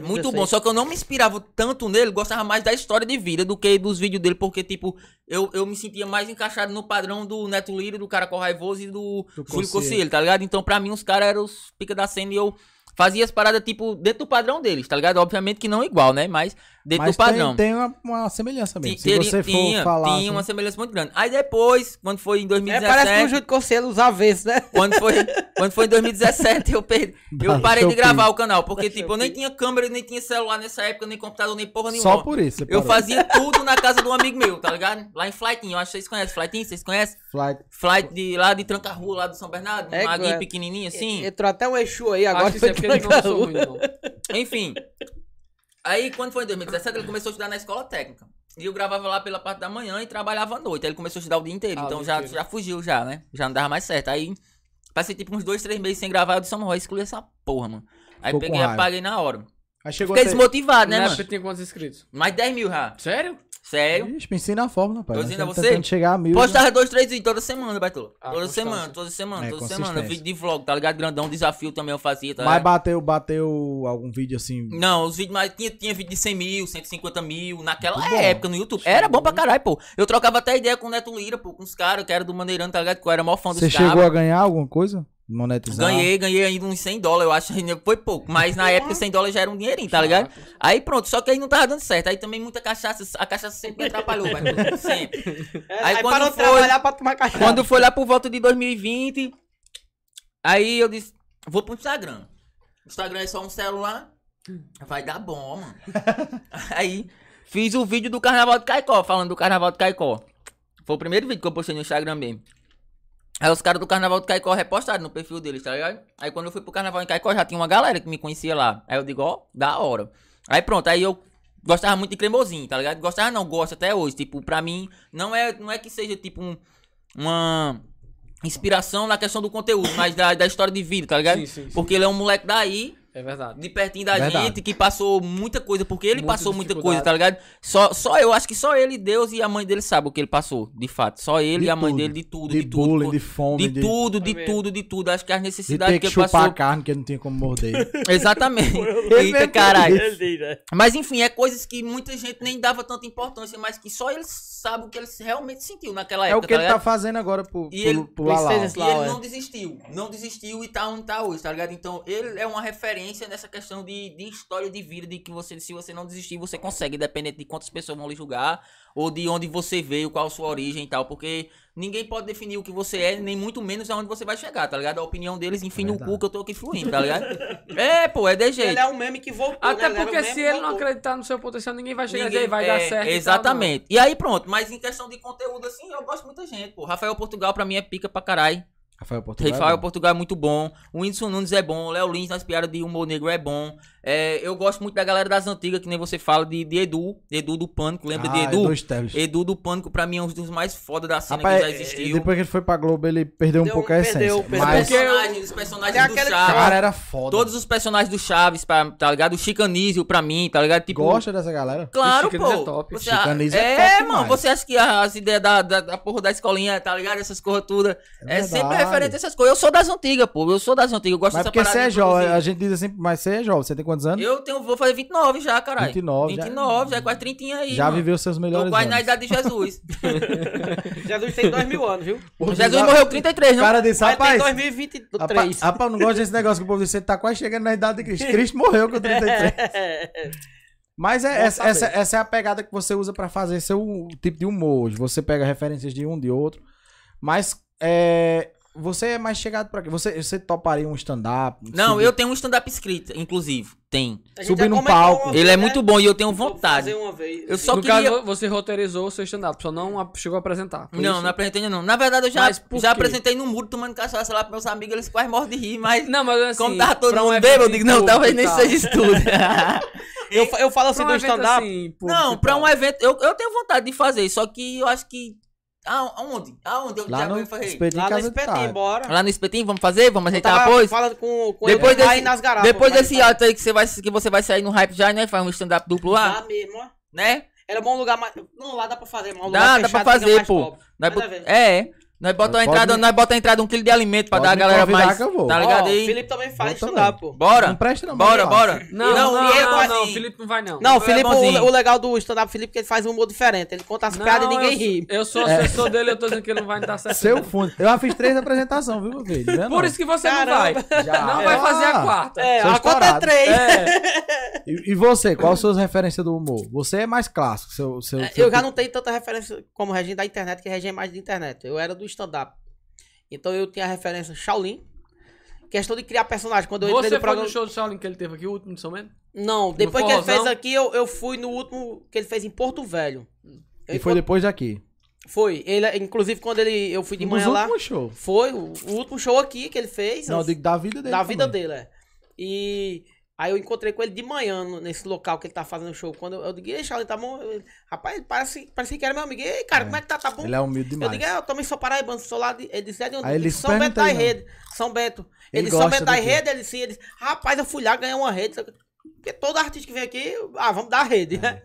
Speaker 3: Muito
Speaker 4: 2016.
Speaker 3: bom, só que eu não me inspirava tanto nele, gostava mais da história de vida do que dos vídeos dele, porque, tipo, eu, eu me sentia mais encaixado no padrão do Neto Lira, do cara Raivoso e do,
Speaker 2: Do é.
Speaker 3: Júlio
Speaker 2: Cossielho.
Speaker 3: Cossielho, tá ligado? Então, pra mim, os caras eram os pica da cena e eu fazia as paradas, tipo, dentro do padrão deles, tá ligado? Obviamente que não igual, né? Mas dentro
Speaker 2: Mas
Speaker 3: do padrão.
Speaker 2: tem, tem uma, uma semelhança mesmo.
Speaker 3: Ti-
Speaker 2: Se você for
Speaker 3: tinha,
Speaker 2: falar.
Speaker 3: tinha uma
Speaker 2: assim,
Speaker 3: semelhança muito grande. Aí depois, quando foi em
Speaker 4: É, parece que o
Speaker 3: 2017,
Speaker 4: Júlio Conselho usava vezes, né?
Speaker 3: quando foi, quando foi em 2017, eu, per... eu
Speaker 2: Baixou
Speaker 3: parei
Speaker 2: o
Speaker 3: de
Speaker 2: pico.
Speaker 3: gravar o canal, porque
Speaker 4: Baixou
Speaker 3: tipo, eu
Speaker 4: o
Speaker 3: nem
Speaker 4: pico.
Speaker 3: tinha câmera, nem tinha celular nessa época, nem computador, nem porra nenhuma.
Speaker 2: Só por isso. você
Speaker 3: Eu
Speaker 2: parou.
Speaker 3: fazia tudo na casa de um amigo meu, tá ligado? Lá em Flightinho, eu acho que vocês conhecem. Flightinho, vocês conhecem?
Speaker 2: Flight.
Speaker 3: Flight de lá de Tranca-Rua, lá do São Bernardo,
Speaker 4: É,
Speaker 3: um maguinho
Speaker 4: é.
Speaker 3: pequenininho assim.
Speaker 4: Entrou até um Exu aí agora.
Speaker 1: Acho que isso é porque ele não sou ruim, não.
Speaker 3: Enfim. Aí, quando foi em 2017, ele começou a estudar na escola técnica. E eu gravava lá pela parte da manhã e trabalhava à noite. Aí ele começou a estudar o dia inteiro.
Speaker 1: Ah,
Speaker 3: então
Speaker 1: o
Speaker 3: já,
Speaker 1: dia inteiro.
Speaker 3: já fugiu, já, né? Já não dava mais certo. Aí passei tipo uns dois, três meses sem gravar. Eu disse, não, eu excluí essa porra, mano.
Speaker 2: Ficou
Speaker 3: Aí
Speaker 2: com
Speaker 3: peguei e
Speaker 2: raiva.
Speaker 3: apaguei na hora.
Speaker 2: Aí chegou
Speaker 3: Fiquei
Speaker 2: até-
Speaker 3: desmotivado,
Speaker 2: é
Speaker 3: né,
Speaker 1: Na
Speaker 3: mano?
Speaker 1: época tinha quantos inscritos?
Speaker 3: Mais 10 mil já.
Speaker 1: Sério?
Speaker 3: Sério.
Speaker 2: Ixi, pensei na fórmula, pai.
Speaker 3: Tô
Speaker 2: Nós
Speaker 3: dizendo a
Speaker 2: estamos
Speaker 3: você.
Speaker 2: tentando chegar a mil. né?
Speaker 3: Postava dois, três vídeos toda semana, Beto.
Speaker 1: Ah,
Speaker 3: toda
Speaker 1: constância.
Speaker 3: semana, toda semana,
Speaker 2: É,
Speaker 3: toda semana.
Speaker 2: consistência.
Speaker 3: Vídeo de vlog, tá ligado? Grandão, desafio também eu fazia, tá
Speaker 2: né? Mas
Speaker 3: ligado?
Speaker 2: bateu, bateu algum vídeo assim.
Speaker 3: Não, os vídeos mais. Tinha, tinha vídeo de 100 mil, 150 mil, naquela
Speaker 2: Muito bom.
Speaker 3: época no YouTube. Era bom pra caralho, pô. Eu trocava até ideia com o Neto Lira, pô, com os caras que era do Maneirão, tá ligado? Que eu era maior fã dos
Speaker 2: Você
Speaker 3: caras.
Speaker 2: chegou a ganhar alguma coisa? Monetizar?
Speaker 3: Ganhei, ganhei ainda uns 100 dólares, eu acho. ainda Foi pouco, mas na época 100 dólares já era um dinheirinho, tá ligado? Aí pronto, só que aí não tava dando certo. Aí também muita cachaça, a cachaça sempre me atrapalhou, velho. Sempre.
Speaker 4: É,
Speaker 3: Aí
Speaker 4: aí
Speaker 3: quando
Speaker 4: parou de
Speaker 3: foi-
Speaker 4: trabalhar pra tomar cachaça.
Speaker 3: Quando foi lá por volta de 2020, aí eu disse, vou pro Instagram. Instagram é só um celular, vai dar bom, mano. aí fiz o vídeo do Carnaval de Caicó, falando do Carnaval de Caicó. Foi o primeiro vídeo que eu postei no Instagram mesmo. Aí os caras do Carnaval de Caicó repostaram no perfil deles, tá ligado? Aí quando eu fui pro Carnaval em Caicó, já tinha uma galera que me conhecia lá. Aí eu digo, ó, da hora. Aí pronto, aí eu gostava muito de cremosinho, tá ligado? Gostava não, gosto até hoje. Tipo, pra mim, não é, não é que seja tipo um, uma inspiração na questão do conteúdo, mas da, da história de vida, tá ligado?
Speaker 1: Sim, sim, sim.
Speaker 3: Porque ele é um moleque daí
Speaker 1: É verdade.
Speaker 3: de pertinho da
Speaker 2: Verdade.
Speaker 3: gente, que passou muita coisa, porque ele
Speaker 1: Muita
Speaker 3: passou muita
Speaker 1: dificuldade.
Speaker 3: coisa, tá ligado? Só, só eu, acho que só ele, Deus e a mãe dele sabem o que ele passou, de fato. Só ele
Speaker 2: De
Speaker 3: e a mãe
Speaker 2: tudo.
Speaker 3: dele, de tudo,
Speaker 2: de,
Speaker 3: de, tudo.
Speaker 2: bullying,
Speaker 3: pô.
Speaker 2: de fome,
Speaker 3: de,
Speaker 2: de,
Speaker 3: tudo, de
Speaker 4: Foi mesmo.
Speaker 3: tudo, de tudo. Acho que as
Speaker 2: de
Speaker 3: necessidades
Speaker 2: ter que
Speaker 3: que ele
Speaker 2: chupar
Speaker 3: passou.
Speaker 2: a carne que não tinha como morder.
Speaker 3: Exatamente. Eita,
Speaker 2: mesmo
Speaker 3: caralho.
Speaker 4: Ele diz, né?
Speaker 3: Mas enfim, é coisas que muita gente nem dava tanta importância, mas que só ele sabe o que ele realmente sentiu naquela
Speaker 2: é o
Speaker 3: época.
Speaker 2: que ele
Speaker 3: ligado?
Speaker 2: tá fazendo agora pro,
Speaker 3: E
Speaker 2: pro,
Speaker 3: ele-
Speaker 2: pro Lalau.
Speaker 4: Princesa
Speaker 3: E
Speaker 4: Lá,
Speaker 3: ele
Speaker 4: é.
Speaker 3: não desistiu. Não desistiu e tá onde tá hoje, tá ligado? Então, ele é uma referência nessa questão de, de história de vida, de que você, se você não desistir, você consegue, independente de quantas pessoas vão lhe julgar, ou de onde você veio, qual a sua origem e tal, porque ninguém pode definir o que você é, nem muito menos aonde você vai chegar, tá ligado? A opinião deles, enfim, no
Speaker 2: Verdade.
Speaker 3: cu que eu tô aqui fluindo, tá ligado? é, pô, é de jeito.
Speaker 4: Ele é um meme que voltou,
Speaker 1: Até
Speaker 4: né? era um
Speaker 1: porque
Speaker 4: meme
Speaker 1: se
Speaker 4: que
Speaker 1: ele não
Speaker 4: voltou.
Speaker 1: acreditar no seu potencial, ninguém vai chegar e
Speaker 3: Ninguém-
Speaker 1: dizer, vai
Speaker 3: é,
Speaker 1: dar certo. e tal",
Speaker 3: Exatamente. E aí, pronto. Mas em questão de conteúdo, assim, eu gosto de muita gente, pô. Rafael Portugal, pra mim, é pica pra caralho.
Speaker 2: Rafael Portugal.
Speaker 3: Rafael
Speaker 2: né?
Speaker 3: Portugal é muito bom. O Whindersson Nunes é bom. O Léo Lins nas piadas de humor negro é bom. É, eu gosto muito da galera das antigas, que nem você fala, de, de Edu. Edu do Pânico. Lembra de
Speaker 2: Ah, é
Speaker 3: Edu?
Speaker 2: dois teles.
Speaker 3: Edu do Pânico, pra mim, é um dos mais foda da cena
Speaker 2: Rapaz,
Speaker 3: que já
Speaker 2: é,
Speaker 3: existiu.
Speaker 2: depois que ele foi pra Globo, ele perdeu um
Speaker 4: Deu-
Speaker 2: pouco a essência.
Speaker 4: perdeu, perdeu.
Speaker 3: Os
Speaker 2: mas
Speaker 1: Porque-
Speaker 3: personagens, os personagens
Speaker 4: Tem
Speaker 3: do
Speaker 4: aquele
Speaker 3: Chaves.
Speaker 4: cara-
Speaker 2: cara era foda.
Speaker 3: Todos os personagens do Chaves, pra, tá ligado? O Chicanísio, pra mim, tá ligado? Tipo,
Speaker 2: Gosta dessa galera?
Speaker 3: Claro,
Speaker 1: O Chicanis
Speaker 3: pô.
Speaker 1: é top.
Speaker 3: Você,
Speaker 2: Chicanis é
Speaker 3: é,
Speaker 2: top
Speaker 3: mano,
Speaker 2: demais.
Speaker 3: você acha que as ideias da, da, da porra da escolinha, tá ligado? Essas coisas todas. É,
Speaker 2: verdade.
Speaker 3: sempre referente a essas coisas. Eu sou das antigas, pô. Eu sou das antigas. Eu gosto
Speaker 2: Mas
Speaker 3: dessa
Speaker 2: porque você é
Speaker 3: de
Speaker 2: jovem,
Speaker 3: produzir.
Speaker 2: a gente diz assim, mas você é jovem, você tem quantos anos?
Speaker 3: Eu tenho, vou fazer 29 já, caralho.
Speaker 2: 29, já-
Speaker 3: 29, já, é quase 30 aí.
Speaker 2: Já
Speaker 3: mano.
Speaker 2: viveu seus
Speaker 3: Tô
Speaker 2: melhores
Speaker 3: quase na
Speaker 2: anos.
Speaker 3: idade de Jesus.
Speaker 4: Jesus tem dois mil anos, viu?
Speaker 2: Porra,
Speaker 3: Jesus
Speaker 2: diz- "Ah,
Speaker 3: morreu 33,
Speaker 2: O
Speaker 3: não?
Speaker 2: cara disse,
Speaker 4: Mas ele tem
Speaker 2: Tá, rapaz,
Speaker 4: 2023.
Speaker 2: rapaz, rapaz, eu não gosto desse negócio que o povo diz, você tá quase chegando na idade de Cristo. Cristo morreu com 33. Mas é, essa, essa, essa é a pegada que você usa pra fazer seu tipo de humor hoje. Você pega referências de um, de outro. Mas é, você é mais chegado pra quê? Você, você toparia um stand-up?
Speaker 3: Não,
Speaker 2: subir-
Speaker 3: eu tenho um stand-up escrito, inclusive. Tem.
Speaker 4: A gente
Speaker 2: Subir
Speaker 4: já
Speaker 2: num
Speaker 4: comentou
Speaker 2: palco.
Speaker 4: uma vez,
Speaker 3: Ele é
Speaker 4: né?
Speaker 3: muito bom e eu tenho
Speaker 4: Vou
Speaker 3: vontade.
Speaker 4: fazer
Speaker 2: um
Speaker 4: uma vez.
Speaker 3: Eu só
Speaker 1: no
Speaker 3: queria.
Speaker 1: caso, você roteirizou o seu stand-up, só não a- chegou a apresentar. foi
Speaker 3: Não, é
Speaker 1: isso?
Speaker 3: não apresentei ainda não. Na verdade, eu já,
Speaker 1: Mas por
Speaker 3: já
Speaker 1: quê?
Speaker 3: apresentei no muro tomando cachaça lá pros meus amigos, eles quase morrem de rir, mas.
Speaker 1: Não, mas assim.
Speaker 3: como tava todo
Speaker 1: pra um
Speaker 3: mundo
Speaker 1: evento
Speaker 3: bêbado, eu
Speaker 1: em
Speaker 3: digo, não,
Speaker 1: público
Speaker 3: talvez
Speaker 1: e
Speaker 3: nem
Speaker 1: tal.
Speaker 3: seja isso tudo.
Speaker 4: Eu, fa- eu falo assim
Speaker 1: Pra um
Speaker 4: do
Speaker 1: evento
Speaker 4: stand-up.
Speaker 1: assim, em público
Speaker 3: não,
Speaker 1: e
Speaker 3: pra
Speaker 1: tal.
Speaker 3: um evento, eu, eu tenho vontade de fazer, só que eu acho que. a- Aonde? Aonde é eu
Speaker 2: Lá
Speaker 3: já
Speaker 2: no
Speaker 3: falei?
Speaker 2: espetinho
Speaker 4: Lá no
Speaker 2: casa tá. de
Speaker 4: espetinho,
Speaker 2: tarde.
Speaker 4: bora.
Speaker 3: Lá no espetinho, vamos fazer? Vamos
Speaker 4: Eu
Speaker 3: ajeitar
Speaker 4: tava
Speaker 3: depois?
Speaker 4: falando com, com
Speaker 3: Tá, Depois
Speaker 4: ele lá
Speaker 3: desse-
Speaker 4: e nas garapas.
Speaker 3: Depois
Speaker 4: mas tá, então-
Speaker 3: desse ato aí que você, vai, que você vai sair no hype já, né? Faz um stand-up duplo lá,
Speaker 4: Lá tá mesmo, ó.
Speaker 3: né?
Speaker 4: Era bom lugar mais. Não, lá dá pra fazer, mas um
Speaker 3: Dá,
Speaker 4: lugar
Speaker 3: dá pra
Speaker 4: fechado fica
Speaker 3: fazer,
Speaker 4: mais
Speaker 3: pô.
Speaker 4: top.
Speaker 3: Nós
Speaker 4: Nada
Speaker 3: bota-
Speaker 4: a ver.
Speaker 3: é, é. nós bota a
Speaker 2: Pode
Speaker 3: entrada,
Speaker 2: me-
Speaker 3: nós bota a entrada um quilo de alimento pra
Speaker 2: Pode
Speaker 3: dar a
Speaker 2: me
Speaker 3: galera
Speaker 2: convidar
Speaker 3: mais.
Speaker 2: que eu vou.
Speaker 3: Tá
Speaker 2: Ó,
Speaker 3: ligado
Speaker 4: Ó,
Speaker 3: aí?
Speaker 4: O Felipe também faz
Speaker 2: Eu também.
Speaker 4: stand-up, pô.
Speaker 2: Não
Speaker 3: Bora.
Speaker 2: presta não, mas
Speaker 3: Bora,
Speaker 2: eu
Speaker 3: bora.
Speaker 1: Não,
Speaker 3: Não,
Speaker 1: não,
Speaker 3: e
Speaker 1: não,
Speaker 3: eu,
Speaker 1: não,
Speaker 3: assim,
Speaker 1: Felipe não vai, não.
Speaker 4: Não, o
Speaker 3: é
Speaker 4: Felipe,
Speaker 3: bonzinho.
Speaker 4: o, o legal do stand-up Felipe é que ele faz um humor diferente. Ele conta as piadas e ninguém
Speaker 1: eu,
Speaker 4: ri.
Speaker 1: Eu
Speaker 3: É.
Speaker 1: sou assessor dele, eu tô dizendo que ele não vai dar certo.
Speaker 2: Seu fundo. Eu já fiz três apresentações, viu, meu filho? Não é
Speaker 1: Por
Speaker 2: não. Ah,
Speaker 1: isso que você
Speaker 4: Caramba.
Speaker 1: não vai. Não vai fazer a quarta.
Speaker 4: É,
Speaker 2: Sou
Speaker 4: a conta é
Speaker 2: estourado. É.
Speaker 4: três.
Speaker 2: E, e você, qual as suas referências do humor? Você é mais clássico. Seu, seu,
Speaker 4: É,
Speaker 2: seu
Speaker 4: Eu já
Speaker 2: tipo-
Speaker 4: não tenho tanta referência como o Regin da internet, que Regin é mais de internet. Eu era do stand-up. Então eu tinha a referência Shaolin. Questão de criar personagem. Quando eu entrei
Speaker 1: Você foi
Speaker 4: no programa.
Speaker 1: no show do Shaolin que ele teve aqui, o último de São Bento?
Speaker 4: Não, depois que ele fez
Speaker 1: forrozão?
Speaker 4: aqui, eu, eu fui no último que ele fez em Porto Velho. Eu
Speaker 2: E foi
Speaker 4: encont-
Speaker 2: depois daqui.
Speaker 4: Foi. Ele, inclusive, quando ele, eu fui de
Speaker 2: Um
Speaker 4: manhã
Speaker 2: dos
Speaker 4: lá.
Speaker 2: últimos shows.
Speaker 4: Foi o, o último show aqui que ele fez.
Speaker 2: Não, eu
Speaker 4: eu-
Speaker 2: digo da vida dele.
Speaker 4: da vida
Speaker 2: também.
Speaker 4: dele, é. E aí eu encontrei com ele de manhã no- nesse local que ele tá fazendo o show. Quando eu, eu digo, ei, Shaolin, tá bom? Eu- rapaz, parece, parece que era meu amigo. Ei, cara, como é que tá? Tá bom?
Speaker 2: Ele é humilde
Speaker 4: Eu
Speaker 2: demais.
Speaker 4: digo, é, eu também sou paraibano, sou lá de. Ele disse, é de onde?
Speaker 2: Aí
Speaker 4: Eu
Speaker 2: ele
Speaker 4: disse, São Bento
Speaker 2: pergunta
Speaker 4: da
Speaker 2: aí, não.
Speaker 4: Rede. São Bento.
Speaker 2: Ele
Speaker 4: Ele disse, São
Speaker 2: gosta
Speaker 4: Bento da
Speaker 2: daqui.
Speaker 4: Rede, ele disse, ele disse, rapaz, eu fui lá, ganhei uma rede. Porque todo artista que vem aqui, ah, vamos dar a rede,
Speaker 2: É.
Speaker 4: né?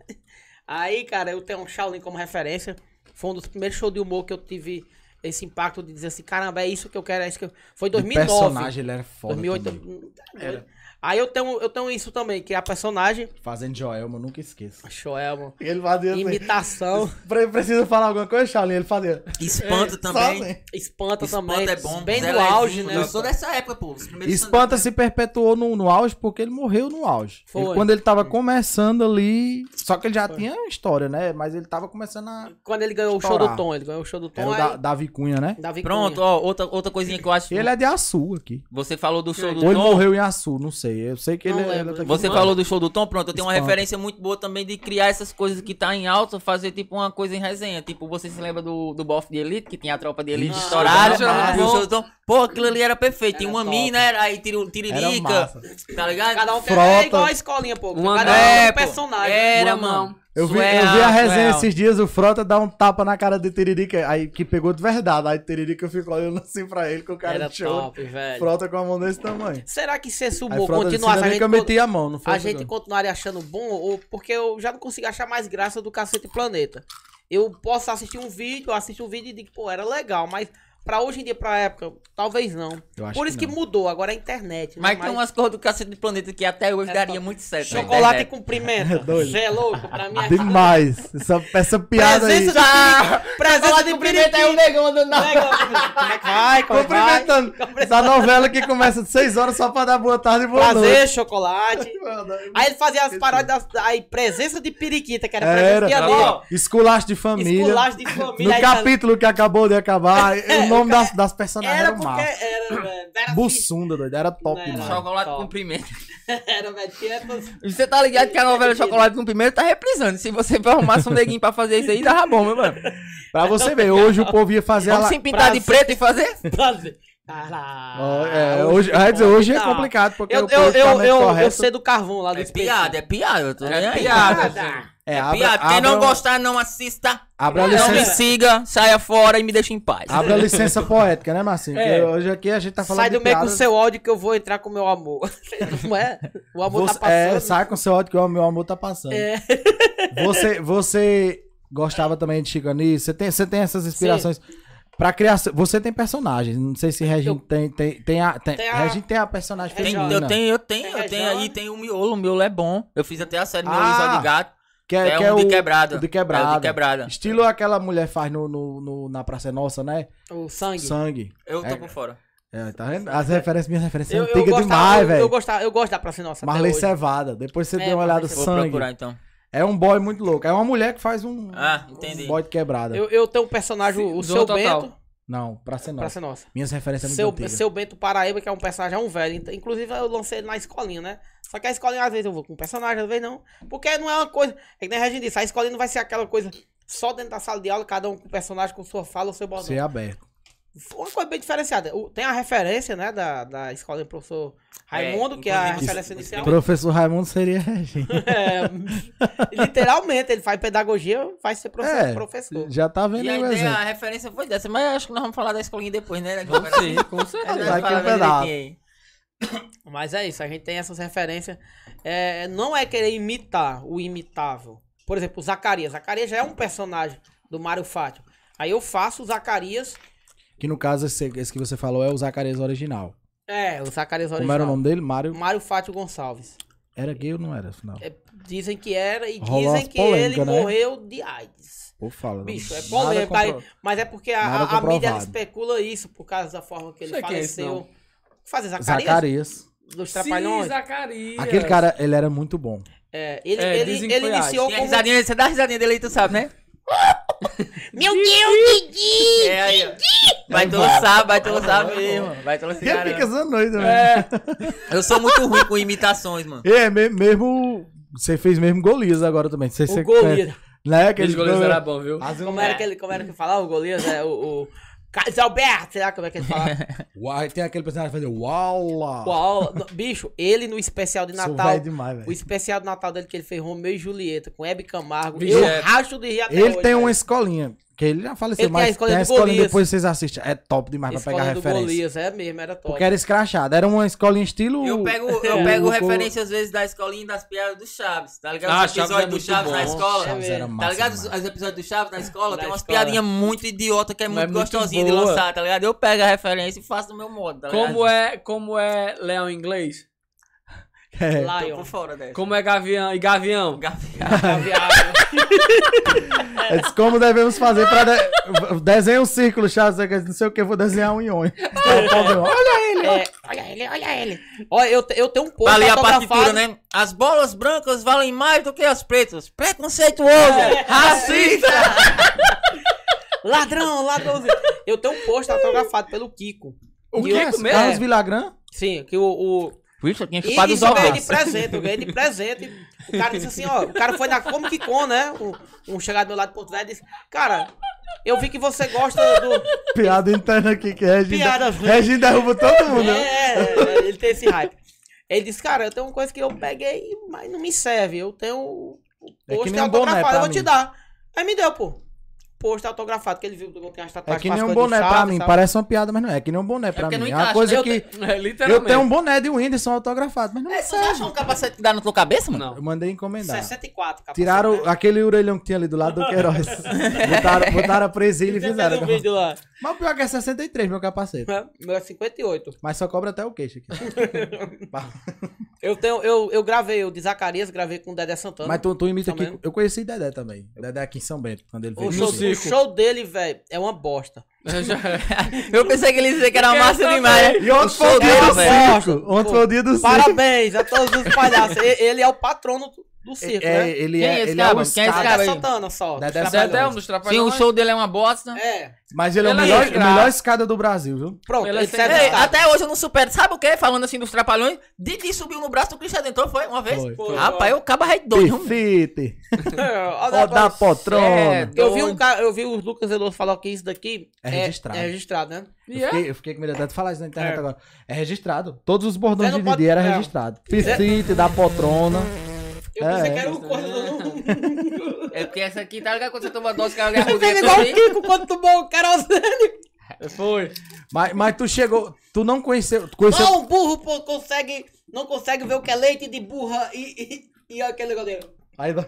Speaker 4: Aí, cara, eu tenho um Shaolin como referência. Foi um dos primeiros shows de humor que eu tive esse impacto de dizer assim, caramba, é isso que eu quero, é isso que eu... Foi em
Speaker 2: O
Speaker 4: 2009.
Speaker 2: personagem, ele era foda
Speaker 4: 2008.
Speaker 2: também.
Speaker 4: Tá doido. Aí eu tenho, eu tenho isso também, que é a personagem,
Speaker 2: Fazendo Joelma, eu nunca esqueço.
Speaker 4: Joelma,
Speaker 6: Ele fazia assim.
Speaker 4: imitação,
Speaker 6: Pre- Precisa falar alguma coisa, Charlie? Ele fazia.
Speaker 3: Espanta
Speaker 6: Só
Speaker 3: também.
Speaker 6: assim.
Speaker 4: espanta, também,
Speaker 3: Espanta é bom.
Speaker 4: bem
Speaker 3: Zé
Speaker 4: no auge,
Speaker 3: Levinho,
Speaker 4: né?
Speaker 3: Eu sou dessa época, pô. Os primeiros
Speaker 2: Espanta se perpetuou no, no auge porque ele morreu no auge.
Speaker 4: Foi.
Speaker 2: Ele- quando ele tava começando ali. Só que ele já tinha história, né? Mas ele tava começando a.
Speaker 4: Quando ele ganhou o show
Speaker 2: Estourar.
Speaker 4: do Tom, ele ganhou o show do
Speaker 2: Era
Speaker 4: Tom,
Speaker 2: o
Speaker 4: Então é
Speaker 2: da,
Speaker 4: aí,
Speaker 2: Davi Cunha, né?
Speaker 4: Davi
Speaker 3: Pronto,
Speaker 4: Cunha.
Speaker 3: ó, outra, outra coisinha que eu acho.
Speaker 2: Ele é de Açu aqui.
Speaker 3: Você falou do show do
Speaker 2: Ou ele
Speaker 3: Tom.
Speaker 2: morreu em Açu, não sei. Eu sei que
Speaker 4: Não
Speaker 2: ele.
Speaker 4: lembro.
Speaker 2: ele tá aqui
Speaker 3: Você
Speaker 2: no-
Speaker 3: falou do show do Tom, pronto. Eu tenho uma
Speaker 2: Espanta.
Speaker 3: referência muito boa também de criar essas coisas que tá em alta, fazer tipo uma coisa em resenha. Tipo, você se lembra do, do Boff de Elite, que tinha a tropa de Elite
Speaker 2: Ixi,
Speaker 3: estourada.
Speaker 1: era muito
Speaker 3: e o
Speaker 1: bom.
Speaker 3: show do Tom. Pô, aquilo ali era perfeito. Tinha
Speaker 4: Era
Speaker 3: uma
Speaker 4: top.
Speaker 3: mina, era aí tira um
Speaker 2: Era
Speaker 3: tiririca,
Speaker 2: massa.
Speaker 3: tá ligado?
Speaker 4: Cada um tem,
Speaker 2: Frota.
Speaker 4: é igual a escolinha, pô.
Speaker 1: Uma-
Speaker 4: Cada um
Speaker 3: É,
Speaker 4: é um
Speaker 3: pô.
Speaker 4: personagem.
Speaker 1: Uma
Speaker 3: Era, mano.
Speaker 2: Eu vi,
Speaker 3: Surreal,
Speaker 2: eu vi a resenha assim.
Speaker 3: surreal.
Speaker 2: esses dias, o Frota dá um tapa na cara de Tiririca, aí que pegou de verdade. Aí Tiririca ficou olhando assim pra ele com o cara
Speaker 4: Era
Speaker 2: de show.
Speaker 4: top, velho.
Speaker 2: Frota com a mão desse tamanho.
Speaker 4: Será que se esse
Speaker 2: Aí
Speaker 4: humor
Speaker 2: Frota disse,
Speaker 4: continuasse,
Speaker 2: ainda
Speaker 4: a
Speaker 2: bem que eu
Speaker 4: gente
Speaker 2: meti a mão, não foi?
Speaker 4: a gente continuaria achando bom, ou porque eu já não consigo achar mais graça do Cacete Planeta. Eu posso assistir um vídeo, eu assisto um vídeo e digo, pô, era legal, mas pra hoje em dia, pra época, talvez não.
Speaker 2: Eu acho
Speaker 4: Por
Speaker 2: que
Speaker 4: isso que,
Speaker 2: não.
Speaker 4: mudou, agora é a internet. né?
Speaker 3: Mas tem umas cores do cacete do planeta que até hoje
Speaker 4: É
Speaker 3: daria
Speaker 4: top.
Speaker 3: muito certo. na
Speaker 4: Chocolate e
Speaker 3: internet.
Speaker 4: cumprimento.
Speaker 2: doido.
Speaker 4: Você é louco? Pra mim é
Speaker 2: Ah, Demais. Essa, essa piada aí.
Speaker 4: Presença do Presença
Speaker 5: Chocolate
Speaker 4: de um
Speaker 5: e cumprimento aí o
Speaker 4: cumprimento
Speaker 5: negão andando na...
Speaker 4: Como é que vai? Como é que vai?
Speaker 2: Cumprimentando. Da novela que começa de 6 horas só pra dar boa tarde e boa
Speaker 4: Prazer, chocolate.
Speaker 2: noite.
Speaker 4: Aí ele fazia as paródias das. Aí, presença de periquita, que era presença
Speaker 2: Era.
Speaker 4: de anel.
Speaker 2: Esculacho de família.
Speaker 4: Esculacho de
Speaker 2: No
Speaker 4: família. aí tá-
Speaker 2: capítulo que acabou de acabar, o nome das, das personagens
Speaker 4: Era
Speaker 2: era,
Speaker 4: porque
Speaker 2: massa.
Speaker 4: era, velho. Era assim.
Speaker 2: Bussunda, doido. Era top
Speaker 4: Não,
Speaker 2: demais.
Speaker 4: era.
Speaker 3: Chocolate
Speaker 4: Top.
Speaker 3: com pimenta.
Speaker 4: fixe, Era, velho. tinha essas-
Speaker 5: Você tá ligado que a novela Chocolate com Pimenta tá reprisando. Se você arrumasse um neguinho pra fazer isso aí, dava bom, meu mano.
Speaker 2: Pra você ver, hoje o povo ia fazer a la-
Speaker 5: pintar
Speaker 4: de
Speaker 5: preto e fazer?
Speaker 2: É
Speaker 4: Prazer. Caralho.
Speaker 2: Ó,
Speaker 4: Ah,
Speaker 2: é, hoje, eu ia dizer, hoje é
Speaker 4: Não.
Speaker 2: complicado, porque
Speaker 4: tá- Eu,
Speaker 2: o
Speaker 4: eu, eu,
Speaker 2: politicamente
Speaker 4: eu, eu
Speaker 2: correto
Speaker 4: sei do carvão lá do
Speaker 3: É
Speaker 4: espeto.
Speaker 3: piada, é piada. Eu tô nem aí.
Speaker 4: Piada. Tá
Speaker 2: é,
Speaker 3: É
Speaker 2: abra-
Speaker 3: piada. Quem não
Speaker 2: abra-
Speaker 3: gostar, não assista.
Speaker 2: Abra a
Speaker 3: Não me
Speaker 2: licença,
Speaker 3: siga, saia fora e me deixa em paz.
Speaker 2: abra a licença poética, né, Marcinho? Porque
Speaker 4: É.
Speaker 2: hoje aqui a gente tá falando
Speaker 4: Sai do meio com
Speaker 2: piadas.
Speaker 4: seu ódio que eu vou entrar com meu amor. Não é? O amor
Speaker 2: Você-
Speaker 4: tá passando. É.
Speaker 2: É, sai com seu ódio que o meu amor tá passando. Você, você gostava também de Chico Anísio? Você tem, você tem essas inspirações pra criar... Você tem personagens, não sei se Regina
Speaker 4: Eu-
Speaker 2: tem... Tem, tem, a, tem,
Speaker 4: Tem a-
Speaker 2: Regina tem a personagem
Speaker 4: Tem-
Speaker 3: Tem-
Speaker 2: feminina.
Speaker 3: eu tenho, eu tenho,
Speaker 4: Tem
Speaker 3: eu tenho aí,
Speaker 4: região.
Speaker 3: tem o miolo, o miolo é bom. Eu fiz até a série Miolo
Speaker 2: Ah,
Speaker 3: Risal de Gato.
Speaker 2: Que
Speaker 3: É,
Speaker 2: é, que
Speaker 3: um
Speaker 2: é
Speaker 3: de
Speaker 2: o,
Speaker 3: quebrada.
Speaker 2: o de quebrada.
Speaker 3: É o de quebrada.
Speaker 2: Estilo aquela mulher faz no, no- no- na Praça é Nossa, né?
Speaker 4: O sangue.
Speaker 2: Sangue.
Speaker 3: Eu tô
Speaker 2: É.
Speaker 3: por fora.
Speaker 2: É, tá vendo? As referências, minhas referências
Speaker 4: Eu,
Speaker 2: são
Speaker 4: eu,
Speaker 2: antigas
Speaker 4: gostava,
Speaker 2: é demais,
Speaker 4: eu, eu,
Speaker 2: velho.
Speaker 4: gostava, eu gosto da Praça Nossa até
Speaker 2: Marley
Speaker 4: hoje.
Speaker 2: Cevada. Depois você
Speaker 4: É,
Speaker 2: dê uma
Speaker 4: Marley
Speaker 2: olhada.
Speaker 3: Vou
Speaker 2: Sangue.
Speaker 3: procurar então.
Speaker 2: É um boy muito louco. É uma mulher que faz um,
Speaker 3: Ah,
Speaker 2: um
Speaker 3: entendi.
Speaker 2: boy de quebrada.
Speaker 4: Eu, eu tenho um personagem, o
Speaker 1: Sim,
Speaker 4: Seu
Speaker 1: Zona Total.
Speaker 4: Bento.
Speaker 2: Não, Praça é Nossa.
Speaker 4: Praça Nossa.
Speaker 2: Minhas referências são
Speaker 4: Seu,
Speaker 2: muito antigas.
Speaker 4: seu Bento Paraíba, que é um personagem, é um velho. Então, Inclusive, eu lancei ele na escolinha, né? Só que a escolinha, às vezes, eu vou com um personagem, às vezes não. Porque não é uma coisa. É que nem a Regina disse, a escolinha não vai ser aquela coisa só dentro da sala de aula, cada um com o personagem, com sua fala, o seu bordão.
Speaker 2: Você é aberto.
Speaker 4: Foi Uma coisa bem diferenciada. O- Tem a referência, né, da, da escolinha do professor Raimundo,
Speaker 3: É,
Speaker 4: que é a
Speaker 3: inclusive,
Speaker 4: referência
Speaker 3: isso-
Speaker 4: inicial.
Speaker 2: Professor Raimundo seria Regina.
Speaker 4: É, literalmente, ele faz pedagogia, faz ser profe-
Speaker 2: É.
Speaker 4: professor.
Speaker 2: Já tá vendo
Speaker 3: E
Speaker 2: aí
Speaker 3: a
Speaker 2: o
Speaker 3: ideia,
Speaker 2: exemplo.
Speaker 3: a referência foi dessa, mas acho que nós vamos falar da escolinha depois, né?
Speaker 1: Com certeza.
Speaker 2: Vai que um pedaço.
Speaker 4: Mas é isso, a gente tem essas referências. É, não é querer imitar o imitável. Por exemplo, o Zacarias. Zacarias já é um personagem do Mário Fátio. Aí eu faço o Zacarias.
Speaker 2: Que no caso, esse, esse que você falou é o Zacarias original.
Speaker 4: É, o Zacarias original.
Speaker 2: Como era o nome dele? Mário.
Speaker 4: Mário Fátio Gonçalves.
Speaker 2: Era gay ou não era, afinal?
Speaker 4: É, dizem que era e
Speaker 2: Rolou
Speaker 4: dizem
Speaker 2: umas
Speaker 4: que
Speaker 2: polêmica,
Speaker 4: ele
Speaker 2: né?
Speaker 4: morreu de AIDS.
Speaker 2: Pô, fala.
Speaker 4: Bicho, é
Speaker 2: nada
Speaker 4: polêmico. aí,
Speaker 2: compro-
Speaker 4: mas é porque a,
Speaker 2: nada
Speaker 4: a- a mídia ela
Speaker 2: comprovado.
Speaker 4: especula isso por causa da forma que ele
Speaker 1: Sei quem é esse,
Speaker 4: faleceu. Fazer Zacarias,
Speaker 2: Zacarias.
Speaker 4: dos
Speaker 1: Sim,
Speaker 4: Trapalhões.
Speaker 1: Zacarias.
Speaker 2: Aquele cara, ele era muito bom.
Speaker 4: É, ele
Speaker 1: É,
Speaker 4: ele,
Speaker 1: dizem que
Speaker 4: ele
Speaker 1: foi
Speaker 4: iniciou
Speaker 3: Tem a
Speaker 4: como.
Speaker 3: risadinha, você dá a risadinha dele aí, tu sabe, né?
Speaker 4: Meu Deus, Didi!
Speaker 3: É aí, ó. Vai tu sabe, vai tu sabe mesmo. Vai tu
Speaker 2: Ele fica
Speaker 3: sabe.
Speaker 2: zanoido,
Speaker 4: é.
Speaker 2: velho.
Speaker 3: Eu sou muito ruim com imitações, mano.
Speaker 2: É, me- mesmo. Você fez mesmo Golias agora também. Não sei se
Speaker 4: O
Speaker 2: você
Speaker 4: goleiro.
Speaker 2: conhece. Né? Aquele
Speaker 1: Aquele goleiro era bom, viu?
Speaker 2: É.
Speaker 4: Como
Speaker 3: um
Speaker 4: era, que ele, como era que ele falava? O goleiro é o. o... Carlos Alberto, sei lá como é que ele falava.
Speaker 2: Uai, tem aquele personagem que fazia Uala.
Speaker 4: Qual- no- Bicho, ele no especial de
Speaker 2: Sou
Speaker 4: Natal.
Speaker 2: velho demais,
Speaker 4: O
Speaker 2: velho.
Speaker 4: especial de Natal dele que ele fez Romeu e Julieta com Hebe Camargo.
Speaker 1: Vixe,
Speaker 4: eu
Speaker 1: é.
Speaker 4: racho de rir até
Speaker 2: Ele
Speaker 4: hoje, né?
Speaker 2: tem uma
Speaker 4: velho.
Speaker 2: escolinha. Que ele já faleceu,
Speaker 4: Ele tem a
Speaker 2: mas
Speaker 4: escola
Speaker 2: tem a
Speaker 4: do
Speaker 2: escola
Speaker 4: Golias.
Speaker 2: depois vocês assistem. É top demais pra pegar
Speaker 4: Escola do
Speaker 2: referência.
Speaker 4: Golias, é mesmo, era top.
Speaker 2: Porque era escrachado. Era uma escola em estilo.
Speaker 1: Uh,
Speaker 3: Eu pego,
Speaker 1: é,
Speaker 2: o-
Speaker 3: eu pego
Speaker 2: o-
Speaker 3: referência às vezes da escolinha e das piadas do Chaves, tá ligado?
Speaker 1: Ah,
Speaker 3: Os
Speaker 1: Chaves
Speaker 3: episódios
Speaker 1: é
Speaker 3: do
Speaker 1: muito
Speaker 3: Chaves na
Speaker 1: bom. é
Speaker 3: escola.
Speaker 4: Chaves
Speaker 2: era massa
Speaker 3: tá ligado? Os,
Speaker 2: demais.
Speaker 3: os episódios do Chaves na escola
Speaker 4: Na
Speaker 3: tem umas
Speaker 4: escola.
Speaker 3: piadinhas muito idiota que é
Speaker 1: Mas
Speaker 3: muito
Speaker 1: é muito
Speaker 3: gostosinha de
Speaker 1: boa.
Speaker 3: lançar, tá ligado? Eu pego a referência e faço do meu modo, tá ligado?
Speaker 1: Como é, como é leão em inglês?
Speaker 2: É.
Speaker 3: Tô
Speaker 4: Lion.
Speaker 3: por fora dessa.
Speaker 1: Como é gavião e gavião?
Speaker 3: Gavião.
Speaker 2: É disso, como devemos fazer pra. De... Desenha um círculo, Chaves. Não sei o que, vou desenhar um ion. Olha!
Speaker 4: É, olha ele, olha ele. Olha, eu, te- eu tenho um pouco
Speaker 3: Vale Tá
Speaker 1: tá
Speaker 3: a partitura, né? As bolas brancas valem mais do que as pretas. Preconceituoso.
Speaker 1: É.
Speaker 3: Racista.
Speaker 4: Ladrão, ladrão. Eu tenho um pôster autografado pelo Kiko.
Speaker 1: O
Speaker 4: E
Speaker 1: Kiko
Speaker 4: eu- é.
Speaker 1: mesmo?
Speaker 2: Carlos Vilagrã?
Speaker 4: Sim, que o. o...
Speaker 5: Richard tinha
Speaker 4: E
Speaker 5: chupado os
Speaker 4: isso eu ganhei de
Speaker 5: ovos.
Speaker 4: presente, eu ganhei de presente. O cara disse assim, ó, o cara foi na Comic Con, né? Um, um chegado do meu lado de Porto Velho disse, cara, eu vi que você gosta do.
Speaker 2: Piada interna aqui que Regina.
Speaker 4: Piada.
Speaker 2: Regina derruba todo mundo.
Speaker 4: É,
Speaker 2: né?
Speaker 4: é, é, ele tem esse hype. Ele disse, cara, eu tenho uma coisa que eu peguei, mas não me serve. Eu tenho o o
Speaker 2: É que
Speaker 4: pôster
Speaker 2: nem um boné
Speaker 4: autografado,
Speaker 2: pra
Speaker 4: eu vou
Speaker 2: mim.
Speaker 4: te dar. Aí me deu, pô. Pôster autografado, que ele viu que eu tinha as
Speaker 2: É
Speaker 4: tatuagens
Speaker 2: que
Speaker 4: com as
Speaker 2: nem um
Speaker 4: coisas do
Speaker 2: boné pra
Speaker 4: Chaves,
Speaker 2: mim.
Speaker 4: sabe?
Speaker 2: Parece uma piada, mas não é. É que nem um boné pra
Speaker 3: porque
Speaker 2: mim.
Speaker 3: não
Speaker 2: É uma
Speaker 3: encaixa,
Speaker 2: coisa
Speaker 3: né?
Speaker 2: que.
Speaker 1: É,
Speaker 2: Eu
Speaker 1: literalmente.
Speaker 2: tenho um boné de Whindersson autografado, mas não
Speaker 3: É, você acha um capacete que dá na tua cabeça, mano?
Speaker 1: Não.
Speaker 2: Eu mandei encomendar.
Speaker 4: 64, capacete, né?
Speaker 2: Tiraram aquele orelhão que tinha ali do lado do Queiroz. botaram, botaram a presilha e
Speaker 4: Tem
Speaker 2: fizeram.
Speaker 4: um vídeo lá.
Speaker 2: Mas o pior que é 63, meu capacete.
Speaker 4: Né? Meu é 58.
Speaker 2: Mas só cobra até o queixo aqui.
Speaker 4: Eu, tenho, eu, eu gravei o de Zacarias, gravei com o Dedé Santana.
Speaker 2: Mas tu, tu imita
Speaker 4: São
Speaker 2: aqui.
Speaker 4: Bento.
Speaker 2: Eu conheci Dedé também. Dedé aqui em São Bento, quando ele
Speaker 4: o,
Speaker 2: fez.
Speaker 4: show,
Speaker 1: no
Speaker 2: isso.
Speaker 4: o
Speaker 1: circo.
Speaker 4: show dele, velho, é uma bosta.
Speaker 5: Eu pensei que ele ia dizer que era
Speaker 1: Eu
Speaker 5: massa
Speaker 1: também.
Speaker 5: demais.
Speaker 2: E ontem foi o
Speaker 5: show
Speaker 2: dia
Speaker 5: dele,
Speaker 2: do
Speaker 4: velho.
Speaker 2: circo. Ontem foi o dia do circo.
Speaker 4: Parabéns a todos os palhaços. E- Ele é o patrono do, do circo,
Speaker 2: É,
Speaker 4: né?
Speaker 2: ele
Speaker 5: Quem
Speaker 2: é,
Speaker 5: é esse
Speaker 2: ele é o
Speaker 5: cara? Quem é esse
Speaker 2: escada.
Speaker 5: cara
Speaker 4: Dedé
Speaker 5: aí.
Speaker 4: Santana só.
Speaker 2: Dedé
Speaker 4: dos
Speaker 1: Zé
Speaker 2: Santana.
Speaker 1: é um
Speaker 4: Trapalhões.
Speaker 1: dos
Speaker 5: Sim, o
Speaker 1: trapalhões.
Speaker 5: show dele é uma bosta.
Speaker 4: É,
Speaker 2: Mas ele é o
Speaker 1: Ele é
Speaker 2: melhor, o
Speaker 1: escravo.
Speaker 2: melhor escada do Brasil, viu?
Speaker 4: pronto, ele,
Speaker 1: Ele é sem
Speaker 4: serve
Speaker 1: graça.
Speaker 5: Ei,
Speaker 4: de até...
Speaker 5: até hoje eu não supero. Sabe o que? Falando assim dos trapalhões, Didi subiu no braço do Cristo Redentor, foi uma vez?
Speaker 2: Foi,
Speaker 4: foi.
Speaker 5: Rapaz, eu acaba rei doido.
Speaker 2: Pifite, roda a
Speaker 5: É,
Speaker 2: poltrona.
Speaker 4: Eu vi, um
Speaker 5: doido.
Speaker 4: cara, eu vi o Lucas Veloso falar que isso daqui
Speaker 2: É registrado.
Speaker 4: É, registrado, né?
Speaker 2: Eu fiquei, eu fiquei com medo até de falar isso na internet agora. É registrado. Todos os bordões
Speaker 4: Zé
Speaker 2: de
Speaker 4: não
Speaker 2: Didi
Speaker 4: pode-
Speaker 2: era
Speaker 4: é.
Speaker 2: registrado. Pifite, da poltrona.
Speaker 4: Eu
Speaker 2: É,
Speaker 4: pensei
Speaker 2: é.
Speaker 4: que era um coisa do...
Speaker 5: É porque essa aqui, tá ligado? Quando você toma dose, o cara ganha
Speaker 4: Você fez
Speaker 5: rodinha
Speaker 4: igual o
Speaker 5: também.
Speaker 4: Kiko quando tomou o querosene.
Speaker 1: Foi.
Speaker 2: Mas, mas tu chegou... Tu não conheceu... Tu conheceu...
Speaker 4: Só um burro pô, consegue, não consegue ver o que é leite de burra e, e, e aquele negócio dele.
Speaker 2: Aí não-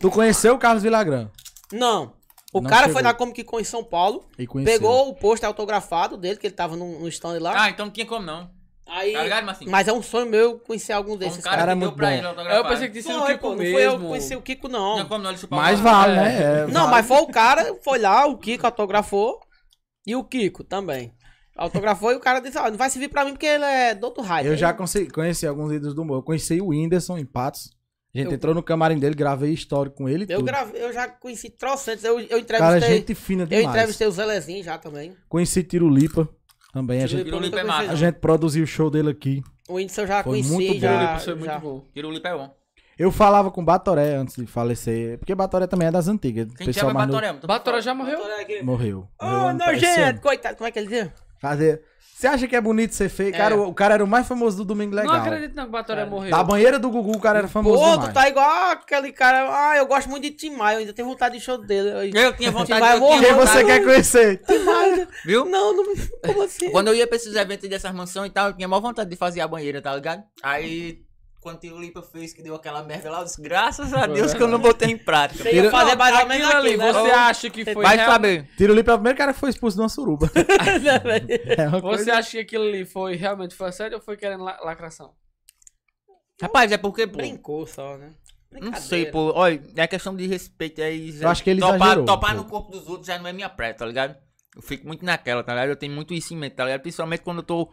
Speaker 2: Tu conheceu o Carlos Vilagrã.
Speaker 4: Não. O
Speaker 2: Não
Speaker 4: cara
Speaker 2: chegou.
Speaker 4: foi na Comic Con em São Paulo,
Speaker 2: E conheceu.
Speaker 4: pegou o pôster autografado dele, que ele tava num, num stand lá.
Speaker 3: Ah, então não tinha como não.
Speaker 4: aí,
Speaker 3: tá ligado,
Speaker 1: assim.
Speaker 3: Marcinho?
Speaker 4: mas é um sonho meu conhecer algum
Speaker 3: Foi Um
Speaker 4: desses
Speaker 3: cara,
Speaker 4: caras.
Speaker 2: cara é
Speaker 3: que deu
Speaker 2: muito
Speaker 3: pra
Speaker 2: bom.
Speaker 3: ele autografar.
Speaker 1: Eu pensei que tinha sido o
Speaker 4: Foi,
Speaker 1: Kiko
Speaker 4: pô, não foi eu que
Speaker 1: mesmo.
Speaker 4: conheci o Kiko,
Speaker 3: Não tinha
Speaker 4: não.
Speaker 3: como não, ele chupava
Speaker 2: Mas
Speaker 3: o
Speaker 2: vale,
Speaker 1: É.
Speaker 2: né? É,
Speaker 4: Não,
Speaker 2: vale.
Speaker 4: mas foi o cara, foi lá, o Kiko autografou e o Kiko também. Autografou e o cara disse, ó, não vai servir pra mim porque ele é do outro hype.
Speaker 2: Eu
Speaker 4: Aí,
Speaker 2: já conheci, conheci alguns ídolos do humor. Eu conheci o Whindersson em Patos. A gente entrou no camarim dele, gravei histórico com ele e
Speaker 4: Eu,
Speaker 2: tudo.
Speaker 4: gravei, eu já conheci trocentos, eu, eu
Speaker 2: Cara,
Speaker 4: entrevistei...
Speaker 2: gente fina
Speaker 4: eu
Speaker 2: demais.
Speaker 4: entrevistei o Zelezinho já também.
Speaker 2: Conheci Tirulipa também. A
Speaker 4: Tiro
Speaker 2: gente,
Speaker 4: Lipa eu nunca
Speaker 3: Tiro Lipa é
Speaker 4: conheci,
Speaker 2: a
Speaker 3: massa.
Speaker 4: não.
Speaker 2: gente produziu o show dele aqui.
Speaker 4: O Índice eu já
Speaker 2: Foi
Speaker 4: conheci,
Speaker 2: muito bom.
Speaker 4: já...
Speaker 1: Isso é muito
Speaker 4: já-
Speaker 1: bom.
Speaker 3: Pirulito é bom.
Speaker 2: Eu falava com Batoré antes de falecer. Porque Batoré também é das antigas. O
Speaker 3: Quem tinha
Speaker 2: pessoal
Speaker 3: vai
Speaker 2: mais
Speaker 3: Batoré, mano.
Speaker 1: Batora já morreu.
Speaker 2: novo- morreu.
Speaker 4: Ô,
Speaker 2: Morreu ano- esse ano.
Speaker 4: nojento, coitado. Como é que ele dizia?
Speaker 2: Fazer. Você acha que é bonito ser feio? Cara, o, o cara era o mais famoso do Domingo Legal. Tá
Speaker 1: Não acredito não que Batora morreu.
Speaker 2: Da banheira do Gugu, o cara era famoso
Speaker 4: Pô, tu
Speaker 2: demais.
Speaker 4: tá igual aquele cara. Ah, eu gosto muito de Tim Maia, eu ainda tenho vontade de show dele. Eu-
Speaker 3: Eu tinha
Speaker 4: Tim
Speaker 3: vontade
Speaker 4: Maia
Speaker 3: eu tinha
Speaker 2: Quem
Speaker 4: morreu,
Speaker 3: vontade.
Speaker 2: você quer conhecer?
Speaker 4: Tim Maia.
Speaker 3: Viu?
Speaker 4: Não, não. Como assim?
Speaker 3: Quando eu ia pra esses eventos dessas mansões e tal, eu tinha maior vontade de fazer a banheira, tá ligado? Aí, quando o Tirulipa fez que deu aquela merda lá, eu disse, graças a Deus que eu não botei em prática.
Speaker 4: Você ia fazer mais ou menos
Speaker 1: né?" Aquilo ali,
Speaker 3: Tá
Speaker 4: aquilo, né?
Speaker 1: você acha que foi
Speaker 3: Vai
Speaker 1: real-
Speaker 3: saber.
Speaker 2: Tirulipa é o primeiro cara que foi expulso de uma suruba. É uma
Speaker 1: Você
Speaker 2: coisa-
Speaker 1: acha que aquilo ali foi realmente foi sério ou foi querendo la- lacração?
Speaker 3: Rapaz, é porque, pô,
Speaker 4: Brincou só, né?
Speaker 3: não sei, pô, olha, é questão de respeito, é isso.
Speaker 2: Eu acho que ele
Speaker 3: topar,
Speaker 2: exagerou,
Speaker 3: Topar
Speaker 2: pô.
Speaker 3: no corpo dos outros já não é minha praia, tá ligado? Eu fico muito naquela, tá ligado? Eu tenho muito isso em mente, tá ligado? Principalmente quando eu tô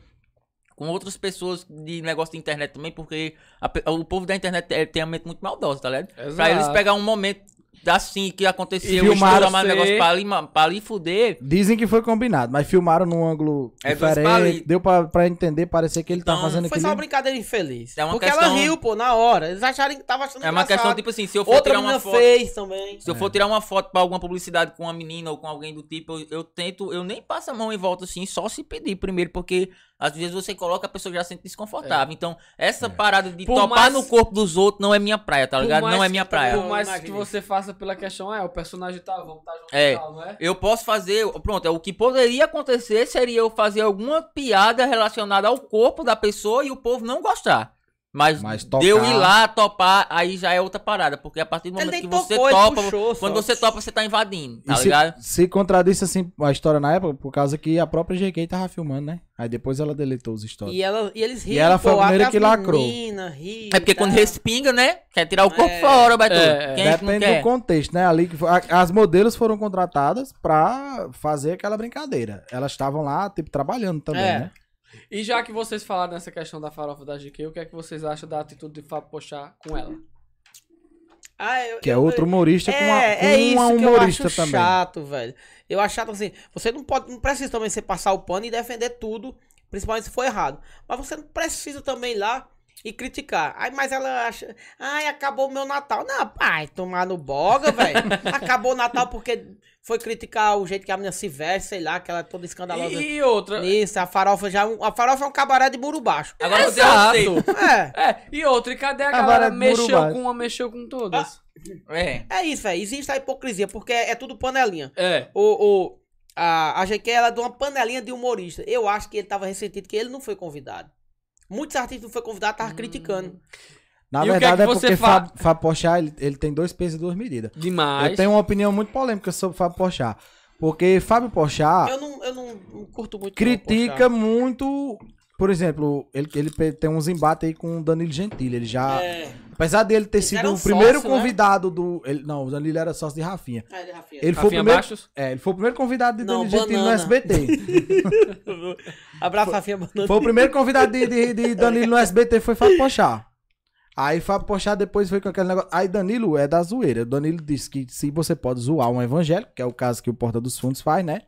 Speaker 3: com outras pessoas de negócio de internet também, porque a pe- o povo da internet é- tem a mente muito maldosa, tá ligado? Pra eles pegar um momento assim que aconteceu,
Speaker 1: E filmar
Speaker 3: estourar mais
Speaker 1: você.
Speaker 3: negócio pra ali, ma- pra ali fuder.
Speaker 2: Dizem que foi combinado, mas filmaram num ângulo
Speaker 3: É dos
Speaker 2: diferente.
Speaker 3: palitos.
Speaker 2: Deu pra, pra entender, parecer que ele tá
Speaker 3: Então,
Speaker 2: fazendo
Speaker 4: Foi
Speaker 2: aquilo.
Speaker 4: só uma brincadeira infeliz.
Speaker 3: É uma
Speaker 4: Porque ela
Speaker 3: questão-
Speaker 4: riu, pô, na hora. Eles acharam que tava achando
Speaker 3: É uma
Speaker 4: engraçado.
Speaker 3: questão, tipo assim, se eu for
Speaker 4: Outra
Speaker 3: tirar uma
Speaker 4: menina
Speaker 3: foto.
Speaker 4: fez também.
Speaker 3: Se eu
Speaker 2: É.
Speaker 3: for tirar uma foto pra alguma publicidade com uma menina ou com alguém do tipo, eu, eu tento, eu nem passo a mão em volta assim, só se pedir primeiro, porque Às vezes você coloca, a pessoa já se sente
Speaker 2: É.
Speaker 3: desconfortável. Então, essa parada de
Speaker 1: Por
Speaker 3: topar
Speaker 1: mais-
Speaker 3: no corpo dos outros não é minha praia, tá
Speaker 1: Por
Speaker 3: ligado?
Speaker 1: mais
Speaker 3: Não é
Speaker 1: que-
Speaker 3: minha praia.
Speaker 1: Por mais
Speaker 4: Imagina
Speaker 1: que
Speaker 4: isso.
Speaker 1: você faça pela questão, é, o personagem tá, vamos tá junto
Speaker 3: É.
Speaker 1: e tal, não é?
Speaker 3: Eu posso fazer, pronto, é, o que poderia acontecer seria eu fazer alguma piada relacionada ao corpo da pessoa e o povo não gostar. Mas,
Speaker 2: Mas
Speaker 3: de
Speaker 2: tocar-
Speaker 3: eu ir lá topar, aí já é outra parada, porque a partir do
Speaker 4: Ele
Speaker 3: momento
Speaker 4: nem
Speaker 3: que você
Speaker 4: tocou, ele
Speaker 3: topa,
Speaker 4: puxou,
Speaker 3: quando
Speaker 4: só.
Speaker 3: você topa, você tá invadindo, tá
Speaker 2: E se,
Speaker 3: ligado?
Speaker 2: se contradiz assim a história na época, por causa que a própria GK tava filmando, né? Aí depois ela deletou os stories.
Speaker 4: E, ela, e eles riram,
Speaker 2: ela foi a
Speaker 4: pô,
Speaker 2: primeira
Speaker 4: até
Speaker 2: que
Speaker 4: as
Speaker 2: lacrou.
Speaker 4: meninas riram
Speaker 3: É porque
Speaker 4: e
Speaker 3: quando
Speaker 4: tal.
Speaker 3: respinga, né? Quer tirar o corpo
Speaker 4: É.
Speaker 3: fora, Beto.
Speaker 1: É, é.
Speaker 3: Quem é que não
Speaker 2: Depende
Speaker 3: quer?
Speaker 2: do contexto, né? Ali que foi- a- as modelos foram contratadas pra fazer aquela brincadeira. Elas estavam lá, tipo, trabalhando também,
Speaker 4: É.
Speaker 2: né?
Speaker 1: E já que vocês falaram nessa questão da farofa da GQ, o que é que vocês acham da atitude de Fábio Pochá com ela?
Speaker 4: Ah, eu-
Speaker 2: Que é
Speaker 4: eu-
Speaker 2: outro humorista com uma,
Speaker 4: É,
Speaker 2: com
Speaker 4: é isso
Speaker 2: uma
Speaker 4: que eu
Speaker 2: humorista
Speaker 4: acho
Speaker 2: também.
Speaker 4: chato, velho. Eu acho chato assim, você não pode, não precisa também você passar o pano e defender tudo, principalmente se for errado. Mas você não precisa também ir lá e criticar. Ai, mas ela acha, ai, acabou o meu Natal. Não, pai, tomar no boga, velho. acabou o Natal porque foi criticar o jeito que a menina se veste, sei lá, que ela é toda escandalosa.
Speaker 1: E outra.
Speaker 4: Isso, a farofa já, é um- a farofa é um cabaré de muro baixo.
Speaker 2: É.
Speaker 3: Agora eu derrotei.
Speaker 1: Exato.
Speaker 4: É.
Speaker 1: É, e outra, e cadê a
Speaker 2: Agora
Speaker 1: galera?
Speaker 2: é do
Speaker 1: Mexeu
Speaker 2: Urubá.
Speaker 1: com uma, mexeu com todas.
Speaker 3: É.
Speaker 4: É isso, velho. Existe a hipocrisia, porque é é tudo panelinha.
Speaker 1: É.
Speaker 4: O, o, a, a GQ ela é de uma panelinha de humorista. Eu acho que ele tava ressentido que ele não foi convidado. Muitos artistas não foram convidados, tava criticando.
Speaker 2: Na
Speaker 1: E o que é
Speaker 2: verdade,
Speaker 1: que
Speaker 2: é,
Speaker 1: você
Speaker 2: porque
Speaker 1: fa-
Speaker 2: Fábio Fábio Porchat, ele, ele tem dois pesos e duas medidas.
Speaker 1: Demais.
Speaker 2: Eu tenho um uma opinião muito polêmica sobre Fábio Porchat. Porque Fábio Porchat...
Speaker 4: Eu, não, eu não, não curto muito. não,
Speaker 2: Ah. critica muito. Por exemplo, ele, ele pe- tem uns embates aí com o Danilo Gentili. Ele já.
Speaker 4: poxa. É.
Speaker 2: Apesar dele ter sido
Speaker 4: eram
Speaker 2: o primeiro
Speaker 4: sócio, né?
Speaker 2: convidado do. ele- não, o Danilo era sócio de Rafinha.
Speaker 4: Ah, ele é Rafinha.
Speaker 2: Ele foi, o
Speaker 1: Rafinha
Speaker 2: primeiro,
Speaker 1: Baixos?
Speaker 2: é, ele foi o primeiro convidado de
Speaker 4: Não,
Speaker 2: Danilo Gentili no
Speaker 4: banana.
Speaker 2: SBT.
Speaker 4: Abraço, Rafinha É, Banana.
Speaker 2: foi o primeiro convidado de, de- de Danilo no SBT, foi Fábio Pochá. Aí Fábio Pochá depois foi com aquele negócio. Aí Danilo é da zoeira. O Danilo disse que se você pode zoar um evangélico, que é o caso que o Porta dos Fundos faz, né?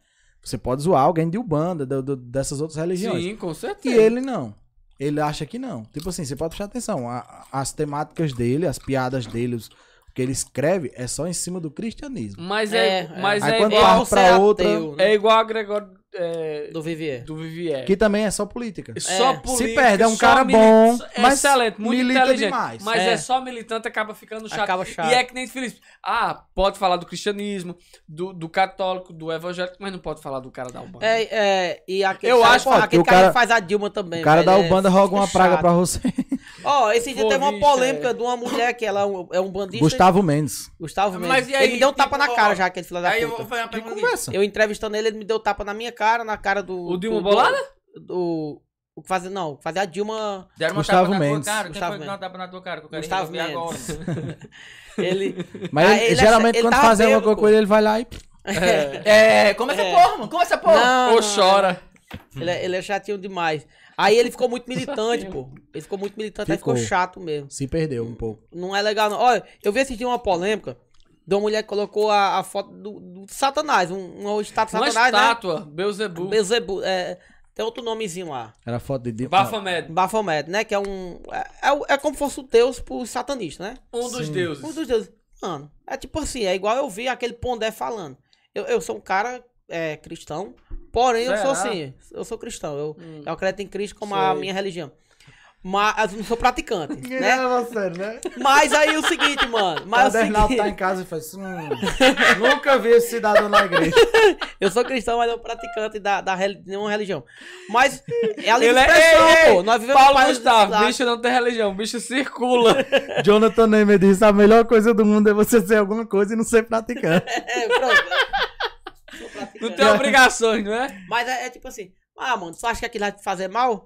Speaker 2: Você pode zoar alguém de Ubanda, do- do- dessas outras religiões.
Speaker 1: Sim, com
Speaker 2: E
Speaker 1: certeza.
Speaker 2: ele não. Ele acha que não. Tipo assim, você pode prestar atenção. a- as temáticas dele, as piadas dele, os- o que ele escreve é só em cima do cristianismo.
Speaker 1: Mas é,
Speaker 4: É,
Speaker 1: mas
Speaker 2: Aí
Speaker 1: é,
Speaker 2: quando
Speaker 1: igual,
Speaker 2: parte
Speaker 4: você
Speaker 2: pra
Speaker 4: é
Speaker 2: outra,
Speaker 4: ateu, né?
Speaker 1: é igual a Gregório é,
Speaker 4: Do Vivier.
Speaker 1: do Vivier.
Speaker 2: Que também é só política.
Speaker 1: Só
Speaker 4: Se
Speaker 1: político,
Speaker 2: perde, é um
Speaker 1: só
Speaker 2: cara
Speaker 1: mili-
Speaker 2: bom,
Speaker 1: é
Speaker 2: mas
Speaker 1: excelente, muito
Speaker 2: milita
Speaker 1: inteligente.
Speaker 2: demais.
Speaker 1: Mas é.
Speaker 4: É.
Speaker 1: só militante, acaba ficando chato.
Speaker 4: Acaba chato.
Speaker 1: E é que nem Felipe. Ah, pode falar do cristianismo, do, do católico, do evangélico, mas não pode falar do cara da Umbanda.
Speaker 4: É, é, e aquele
Speaker 1: Eu
Speaker 4: cara,
Speaker 1: acho,
Speaker 4: pô,
Speaker 2: mano,
Speaker 4: aquele
Speaker 2: que o
Speaker 4: cara,
Speaker 2: cara-
Speaker 4: faz a Dilma também.
Speaker 2: O cara da
Speaker 4: velho, é-
Speaker 2: Ubanda roga uma
Speaker 4: é
Speaker 2: praga
Speaker 4: chato.
Speaker 2: pra você.
Speaker 4: Ó, esse dia teve uma
Speaker 1: Fovista,
Speaker 4: polêmica
Speaker 1: é.
Speaker 4: de uma mulher que ela é um, é um bandista.
Speaker 2: Gustavo Mendes.
Speaker 4: Gustavo mesmo.
Speaker 3: Mas e aí,
Speaker 4: ele me deu um tapa
Speaker 3: tipo,
Speaker 4: na cara
Speaker 3: ó,
Speaker 4: já, aquele filho da
Speaker 3: Aí eu
Speaker 4: puta.
Speaker 3: vou fazer uma
Speaker 2: Que
Speaker 3: pergunta.
Speaker 2: conversa.
Speaker 4: Eu entrevistando ele, ele me deu tapa na minha cara, na cara do.
Speaker 1: O Dilma
Speaker 4: do-
Speaker 1: Bolada?
Speaker 4: Do. O que fazer, não, o que fazer a Dilma.
Speaker 3: Deram uma
Speaker 2: Gustavo
Speaker 3: tapa na
Speaker 2: Mendes.
Speaker 3: tua cara. Quem
Speaker 4: Gustavo
Speaker 3: foi que deu uma tapa na tua cara? Que eu quero
Speaker 4: Gustavo
Speaker 3: resolver agora.
Speaker 4: Mendes. Ele.
Speaker 2: Mas
Speaker 4: Ah,
Speaker 2: ele-
Speaker 4: ele é-
Speaker 2: geralmente
Speaker 4: ele
Speaker 2: quando
Speaker 4: tava
Speaker 2: faz alguma
Speaker 4: bêbado,
Speaker 2: coisa
Speaker 4: pô.
Speaker 2: com ele, ele vai lá e.
Speaker 3: É, como essa
Speaker 4: É.
Speaker 3: porra, mano. Como essa porra.
Speaker 4: Não,
Speaker 1: Ou
Speaker 4: não,
Speaker 1: chora.
Speaker 4: Ele é, ele é chatinho demais. Aí ele ficou muito militante, pô. Ele ficou muito militante, aí ficou
Speaker 2: Ficou.
Speaker 4: chato mesmo.
Speaker 2: Se perdeu um pouco.
Speaker 4: Não é legal, não. Olha, eu vi assistir uma polêmica de uma mulher que colocou a, a foto do, do Satanás, um, um estátua de
Speaker 1: Uma
Speaker 4: Satanás, né?
Speaker 1: estátua, Beuzebu.
Speaker 4: Bezebu, é, tem outro nomezinho lá.
Speaker 2: Era foto de.
Speaker 1: Baphomet,
Speaker 4: Baphomet, né? Que é um. É, é o- é como se fosse o Deus pro satanista, né?
Speaker 1: um dos
Speaker 4: Um
Speaker 1: deuses.
Speaker 4: dos deuses. Mano, é tipo assim, é igual eu vi aquele Pondé falando. Eu, eu sou um cara é, cristão, porém eu sou
Speaker 1: Será?
Speaker 4: assim, eu sou cristão. Eu,
Speaker 1: Hum.
Speaker 4: eu acredito em Cristo como a
Speaker 1: Sei.
Speaker 4: minha religião. Mas eu não sou praticante, né?
Speaker 6: Leva a sério, né?
Speaker 4: Mas aí o seguinte, mano. Mas o
Speaker 2: Bernardo
Speaker 4: seguinte,
Speaker 2: tá em casa e faz. "Hum, nunca vi esse cidadão na igreja.
Speaker 4: eu sou cristão, mas não praticante da, da reli- nenhuma religião. Mas é a
Speaker 1: Ele
Speaker 4: livre
Speaker 1: é-
Speaker 4: expressão,
Speaker 1: ei, ei,
Speaker 4: pô. Nós vivemos
Speaker 1: Paulo
Speaker 4: país
Speaker 1: Gustavo,
Speaker 4: da-
Speaker 1: bicho não tem religião, bicho circula.
Speaker 2: Jonathan Neymer disse: a melhor coisa do mundo é você ser alguma coisa e não ser praticante.
Speaker 4: É, pronto. Sou
Speaker 1: Não
Speaker 4: praticante.
Speaker 1: tem obrigações, não é?
Speaker 4: Mas é, é tipo assim, ah, mano, tu acha que aquilo vai te fazer mal?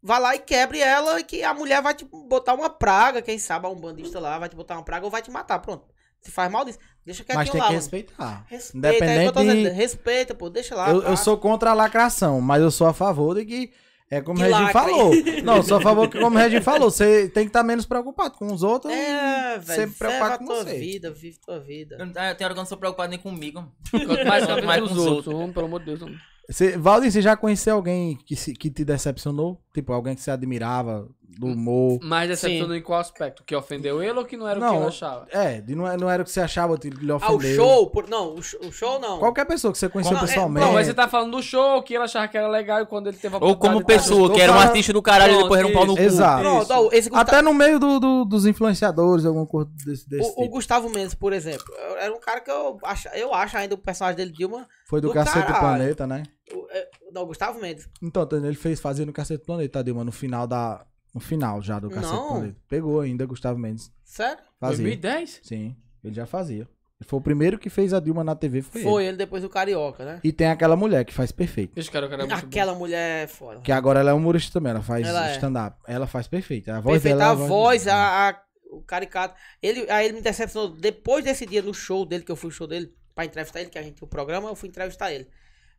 Speaker 4: Vai lá e quebre ela e que a mulher vai te botar uma praga, quem sabe um bandista lá vai te botar uma praga ou vai te matar, pronto. Se faz mal disso, deixa
Speaker 2: Mas
Speaker 4: quietinho
Speaker 2: tem
Speaker 4: lá,
Speaker 2: que
Speaker 4: mano.
Speaker 2: respeitar.
Speaker 4: Respeita, é isso que eu tô dizendo,
Speaker 2: Independente. de-
Speaker 4: respeita, pô, deixa lá.
Speaker 2: Eu,
Speaker 4: pá.
Speaker 2: eu sou contra a lacração, mas eu sou a favor de que. É como
Speaker 4: Que
Speaker 2: o Regin
Speaker 4: lacre.
Speaker 2: falou. Não, eu sou a favor que, como o Regin falou, você tem que estar menos preocupado com os outros.
Speaker 4: É, velho,
Speaker 2: um sempre preocupado
Speaker 4: serve a
Speaker 2: com
Speaker 4: tua
Speaker 2: você.
Speaker 4: vida, vive tua vida.
Speaker 3: Eu- ah, Tem hora que eu não sou preocupado nem comigo.
Speaker 1: Quanto mais
Speaker 3: Quanto
Speaker 1: mais
Speaker 3: mais
Speaker 1: os
Speaker 3: com os
Speaker 1: outros. Homem, pelo amor de Deus. homem.
Speaker 2: Você, Valdir, você já conheceu alguém que, se- que te decepcionou? Tipo, alguém que você admirava do humor.
Speaker 1: Mas decepcionou em qual aspecto? Que ofendeu ele ou que não era o
Speaker 2: Não,
Speaker 1: que ele achava?
Speaker 2: É, de não, não era o que você achava, tipo, que lhe
Speaker 4: Ah, o
Speaker 2: ofendeu.
Speaker 4: show? Por... Não, o show, o show não.
Speaker 2: Qualquer pessoa que você conheceu
Speaker 4: Não, é-
Speaker 2: pessoalmente.
Speaker 1: Não, mas você tá falando do show, que ele achava que era legal e quando ele teve a
Speaker 3: Ou como
Speaker 1: oportunidade, ele
Speaker 3: pessoa, que era um artista do caralho e depois era um pau no cu.
Speaker 2: Exato.
Speaker 4: Pronto, ó, esse Gustavo,
Speaker 2: é Até no meio do, do- dos influenciadores, alguma coisa desse, desse
Speaker 4: tá o, o
Speaker 2: tipo.
Speaker 4: Gustavo Mendes, por exemplo, era um cara que eu acho, eu acho ainda o personagem dele de uma.
Speaker 2: Foi do,
Speaker 4: do
Speaker 2: Cacete do
Speaker 4: caralho.
Speaker 2: Planeta, né?
Speaker 4: o- é, Não, o Gustavo Mendes.
Speaker 2: Então, Tânia, ele fez fazer no Cacete do Planeta, tá, Dilma, no final da. No final já do Cacete do
Speaker 4: Não.
Speaker 2: Planeta. Pegou ainda Gustavo Mendes.
Speaker 4: Sério?
Speaker 2: Fazia.
Speaker 1: 2010?
Speaker 2: Sim, ele já fazia. Ele foi o primeiro que fez a Dilma na TV, foi,
Speaker 4: Foi,
Speaker 2: ele.
Speaker 4: ele depois do Carioca, né?
Speaker 2: E tem aquela mulher que faz perfeito.
Speaker 1: Esse cara, o cara é muito bom.
Speaker 4: Aquela mulher é foda.
Speaker 2: Que agora ela é humorista também, ela faz
Speaker 4: Ela é.
Speaker 2: stand-up. Ela faz perfeito. A voz
Speaker 4: Perfeita
Speaker 2: dela.
Speaker 4: a voz, a, a- o caricato. Ele, aí ele me decepcionou. Depois desse dia no show dele, que eu fui no show dele, pra entrevistar ele, que a gente o programa, eu fui entrevistar ele.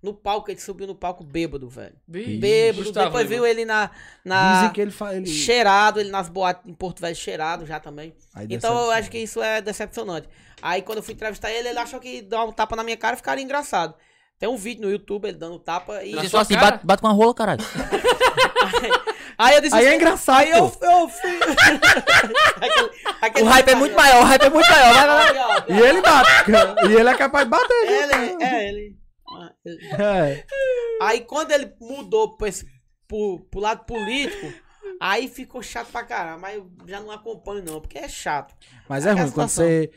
Speaker 4: No palco, ele subiu no palco bêbado, velho.
Speaker 1: Vixe,
Speaker 4: Bêbado.
Speaker 1: Gustavo
Speaker 4: depois
Speaker 1: Lima.
Speaker 4: viu ele na.
Speaker 2: Dizem
Speaker 4: na
Speaker 2: que ele faz. Ele...
Speaker 4: Cheirado, ele nas boates em Porto Velho, cheirado já também.
Speaker 2: Aí
Speaker 4: Então eu
Speaker 2: decepciona.
Speaker 4: acho que isso é decepcionante. Aí quando eu fui entrevistar ele, ele achou que dar um tapa na minha cara ficaria engraçado. Tem um vídeo no YouTube ele dando tapa e.
Speaker 3: Ele
Speaker 1: sua
Speaker 3: só assim,
Speaker 1: cara?
Speaker 3: bate, bate com a rola, caralho.
Speaker 4: Aí eu disse
Speaker 2: Aí é
Speaker 4: assim,
Speaker 2: engraçado,
Speaker 4: Aí eu,
Speaker 2: pô.
Speaker 4: eu fui. Aquele- aquele
Speaker 3: O hype é
Speaker 4: ditado,
Speaker 3: muito maior, o hype é muito maior. Vai, vai, vai.
Speaker 4: Aí, ó,
Speaker 2: E ele bate. e ele é capaz de bater, viu?
Speaker 4: ele- é, ele- ah, ele-
Speaker 2: É.
Speaker 4: Aí quando ele mudou pra esse- pro, pro lado político, aí ficou chato pra caramba. Mas eu já não acompanho, não, porque é chato.
Speaker 2: Mas é
Speaker 4: Aquela
Speaker 2: ruim, quando
Speaker 4: situação.
Speaker 2: você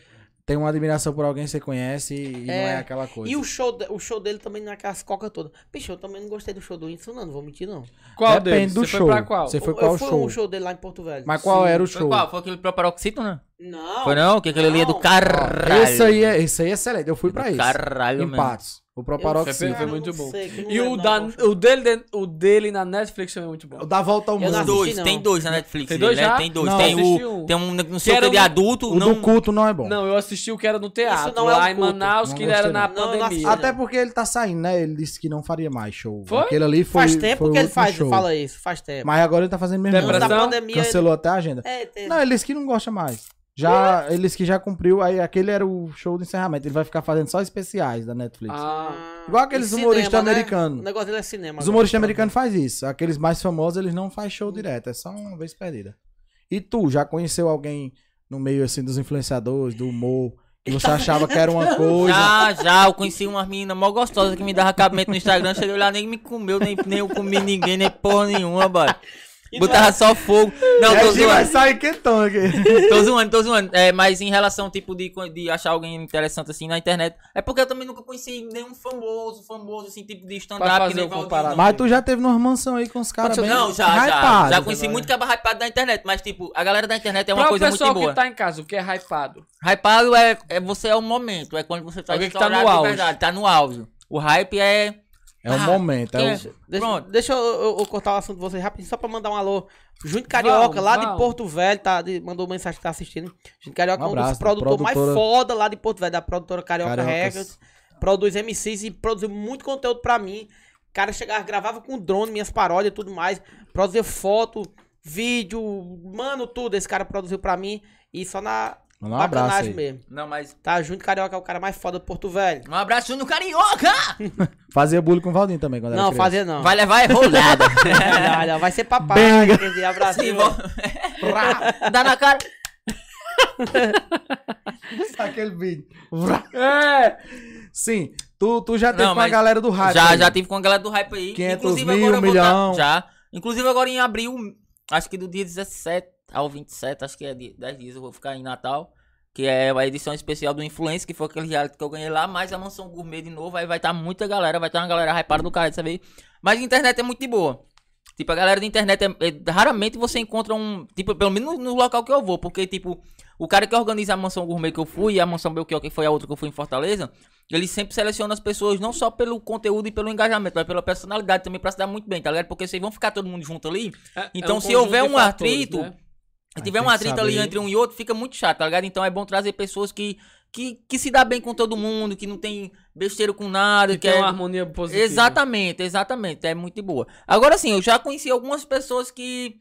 Speaker 2: tem uma admiração por alguém que você conhece e não é
Speaker 4: É.
Speaker 2: aquela coisa.
Speaker 4: E o show, de- o show dele também não é aquelas cocas todas. Bicho, eu também não gostei do show do Whindersson, não, não vou mentir, não.
Speaker 1: Qual
Speaker 2: Depende
Speaker 1: deles?
Speaker 2: do
Speaker 1: Você
Speaker 2: show.
Speaker 1: foi pra qual?
Speaker 2: Você foi
Speaker 4: eu
Speaker 2: qual
Speaker 4: fui
Speaker 2: show?
Speaker 4: um show dele lá em Porto Velho.
Speaker 2: Mas qual era o show?
Speaker 3: Foi qual? Ah, Foi aquele pro paroxítono, né?
Speaker 4: Não.
Speaker 3: Foi não? Que aquele ali é do
Speaker 4: Não.
Speaker 3: caralho.
Speaker 2: Esse aí, é, esse aí é excelente. Eu fui pra isso.
Speaker 3: Caralho, mano.
Speaker 2: Empates. O pro
Speaker 4: Eu-
Speaker 2: paroxismo.
Speaker 1: Foi
Speaker 4: eu
Speaker 1: muito
Speaker 4: não
Speaker 1: bom.
Speaker 4: sei, que não
Speaker 1: E o,
Speaker 4: lembro,
Speaker 1: da,
Speaker 4: não.
Speaker 1: o, dele, o dele na Netflix também é muito
Speaker 2: O
Speaker 1: bom.
Speaker 2: da volta ao
Speaker 4: Eu
Speaker 2: mundo.
Speaker 4: não assisti.
Speaker 3: Dois, tem dois na Netflix.
Speaker 1: Tem dois
Speaker 3: né?
Speaker 1: já?
Speaker 3: Tem dois.
Speaker 2: Não,
Speaker 3: tem,
Speaker 1: assisti
Speaker 3: o,
Speaker 1: um.
Speaker 3: tem um, não
Speaker 1: Que
Speaker 3: sei o
Speaker 1: era
Speaker 3: que de
Speaker 1: um-
Speaker 3: adulto.
Speaker 2: O
Speaker 3: não...
Speaker 2: do culto não é bom.
Speaker 1: Não, eu assisti o que era no teatro,
Speaker 4: não é
Speaker 1: lá
Speaker 4: o
Speaker 1: em
Speaker 4: culto.
Speaker 1: Manaus,
Speaker 2: Não
Speaker 1: que era
Speaker 2: gostei,
Speaker 1: na
Speaker 4: não. Não, eu não
Speaker 1: pandemia.
Speaker 4: assisti,
Speaker 2: Até porque ele tá saindo, né? Ele disse que não faria mais show.
Speaker 1: Foi?
Speaker 2: Aquele ali foi.
Speaker 4: Faz tempo
Speaker 2: foi o
Speaker 4: que ele
Speaker 2: último
Speaker 4: faz,
Speaker 2: show.
Speaker 4: fala isso, faz tempo.
Speaker 2: Mas agora ele tá fazendo mesmo.
Speaker 1: Depressão?
Speaker 2: né?
Speaker 4: da pandemia. ele-
Speaker 2: Cancelou até a agenda.
Speaker 4: É, tem-
Speaker 2: Não, ele disse que não gosta mais. Já, ele disse que já cumpriu, aí aquele era o show do encerramento. Ele vai ficar fazendo só especiais da Netflix.
Speaker 1: Ah,
Speaker 2: Igual aqueles
Speaker 4: E
Speaker 2: humoristas
Speaker 4: cinema, né?
Speaker 2: americanos.
Speaker 4: O negócio dele é
Speaker 2: Os
Speaker 4: cinema. agora.
Speaker 2: humoristas americanos fazem isso. Aqueles mais famosos, eles não fazem show direto. É só uma vez perdida. E tu, já conheceu alguém no meio, assim, dos influenciadores, do humor, que você achava que era uma coisa?
Speaker 3: Já, já, eu conheci umas meninas mó gostosas que me dava cabimento no Instagram, cheguei lá, nem me comeu, nem, nem eu comi ninguém, nem porra nenhuma, bora. Botava só fogo. Não,
Speaker 1: É,
Speaker 3: tô
Speaker 2: Ele É vai
Speaker 3: zoando,
Speaker 2: sair quentão aqui.
Speaker 3: tô zoando, tô zoando. É, mas em relação, tipo, de, co- de achar alguém interessante, assim, na internet, é porque eu também nunca conheci nenhum famoso, famoso, assim, tipo
Speaker 1: Pra
Speaker 3: de stand-up,
Speaker 1: fazer
Speaker 3: que nem
Speaker 1: o
Speaker 3: Valdir,
Speaker 1: comparado.
Speaker 3: não.
Speaker 2: Mas tu já teve numa mansão aí com os caras bem
Speaker 1: é
Speaker 3: Não, já, já. Já
Speaker 2: hypados.
Speaker 3: conheci
Speaker 1: né,
Speaker 3: muito que é hypado da internet, mas, tipo, a galera da internet é uma
Speaker 1: pra
Speaker 3: coisa
Speaker 1: o
Speaker 3: muito
Speaker 1: pessoal
Speaker 3: boa.
Speaker 1: que tá em casa, o que é hypado.
Speaker 3: Hypado é, é você é o momento, é quando você tá
Speaker 1: Alguém que tá no
Speaker 3: estourado de
Speaker 1: auge.
Speaker 3: verdade, tá no auge. O hype é
Speaker 2: É um momento. É
Speaker 3: É.
Speaker 2: o-
Speaker 4: Deixa,
Speaker 3: Pronto.
Speaker 4: deixa eu, eu- eu cortar o assunto de vocês rapidinho, só pra mandar um alô. Júnior Carioca,
Speaker 1: Vamos,
Speaker 4: lá de
Speaker 1: vamos.
Speaker 4: Porto Velho, tá, de- mandou mensagem que tá assistindo. Júnior Carioca
Speaker 2: Um
Speaker 4: é um
Speaker 2: abraço,
Speaker 4: dos produtores
Speaker 2: produtora-
Speaker 4: mais foda lá de Porto Velho, da produtora Carioca
Speaker 2: Cariocas.
Speaker 4: Records. Produz MCs e produziu muito conteúdo pra mim. O cara chegava, gravava com drone, minhas paródias e tudo mais. Produzia foto, vídeo, mano, tudo. Esse cara produziu pra mim. E só na
Speaker 2: Manda um abraço aí.
Speaker 4: mesmo.
Speaker 3: Não, mas.
Speaker 4: Tá, Júnior Carioca é o cara mais foda de Porto Velho.
Speaker 3: Um abraço no Carioca!
Speaker 2: Fazia bullying com o Valdinho também quando era
Speaker 4: Não,
Speaker 2: criança.
Speaker 4: fazer não.
Speaker 3: Vai levar é rolada.
Speaker 4: Olha, olha, vai ser papai.
Speaker 2: Benga.
Speaker 4: Entendi, abraço.
Speaker 3: Sim, bom. Dá na cara.
Speaker 2: Aquele vídeo. Vrá.
Speaker 1: É!
Speaker 2: Sim, tu, tu já teve
Speaker 3: Não,
Speaker 2: com a
Speaker 3: mas
Speaker 2: galera do hype.
Speaker 3: já,
Speaker 2: aí.
Speaker 3: já tive com a galera do hype aí.
Speaker 2: 500
Speaker 3: Inclusive
Speaker 2: mil,
Speaker 3: agora eu vou tá-
Speaker 2: milhão.
Speaker 3: Já. Inclusive agora em abril, acho que do dia 17 ao 27, acho que é de- 10 dias, eu vou ficar em Natal. Que é a edição especial do Influencer, que foi aquele reality que eu ganhei lá, mais a mansão gourmet de novo. Aí vai estar muita galera, vai estar uma galera hypada do cara dessa vez. Mas a internet é muito de boa. Tipo, a galera da internet, é- é- raramente você encontra um. Tipo, pelo menos no, no local que eu vou, porque, tipo, o cara que organiza a mansão gourmet que eu fui e a mansão Belchior, que foi a outra que eu fui em Fortaleza, ele sempre seleciona as pessoas não só pelo conteúdo e pelo engajamento, mas pela personalidade também pra se dar muito bem, tá ligado? Porque vocês vão ficar todo mundo junto ali. Então, se houver
Speaker 1: É, conjunto de
Speaker 3: um
Speaker 1: fatores,
Speaker 3: atrito,
Speaker 1: né?
Speaker 3: Se
Speaker 2: Aí
Speaker 3: tiver
Speaker 2: tem
Speaker 3: um
Speaker 2: que
Speaker 3: atrito ali
Speaker 2: saber.
Speaker 3: entre um e outro, fica muito chato, tá ligado? Então é bom trazer pessoas que, que, que se dá bem com todo mundo, que não tem besteira com nada,
Speaker 1: Que
Speaker 3: que
Speaker 1: tem
Speaker 3: é-
Speaker 2: né?
Speaker 1: uma harmonia positiva.
Speaker 3: Exatamente, exatamente. É muito boa. Agora sim, eu já conheci algumas pessoas que.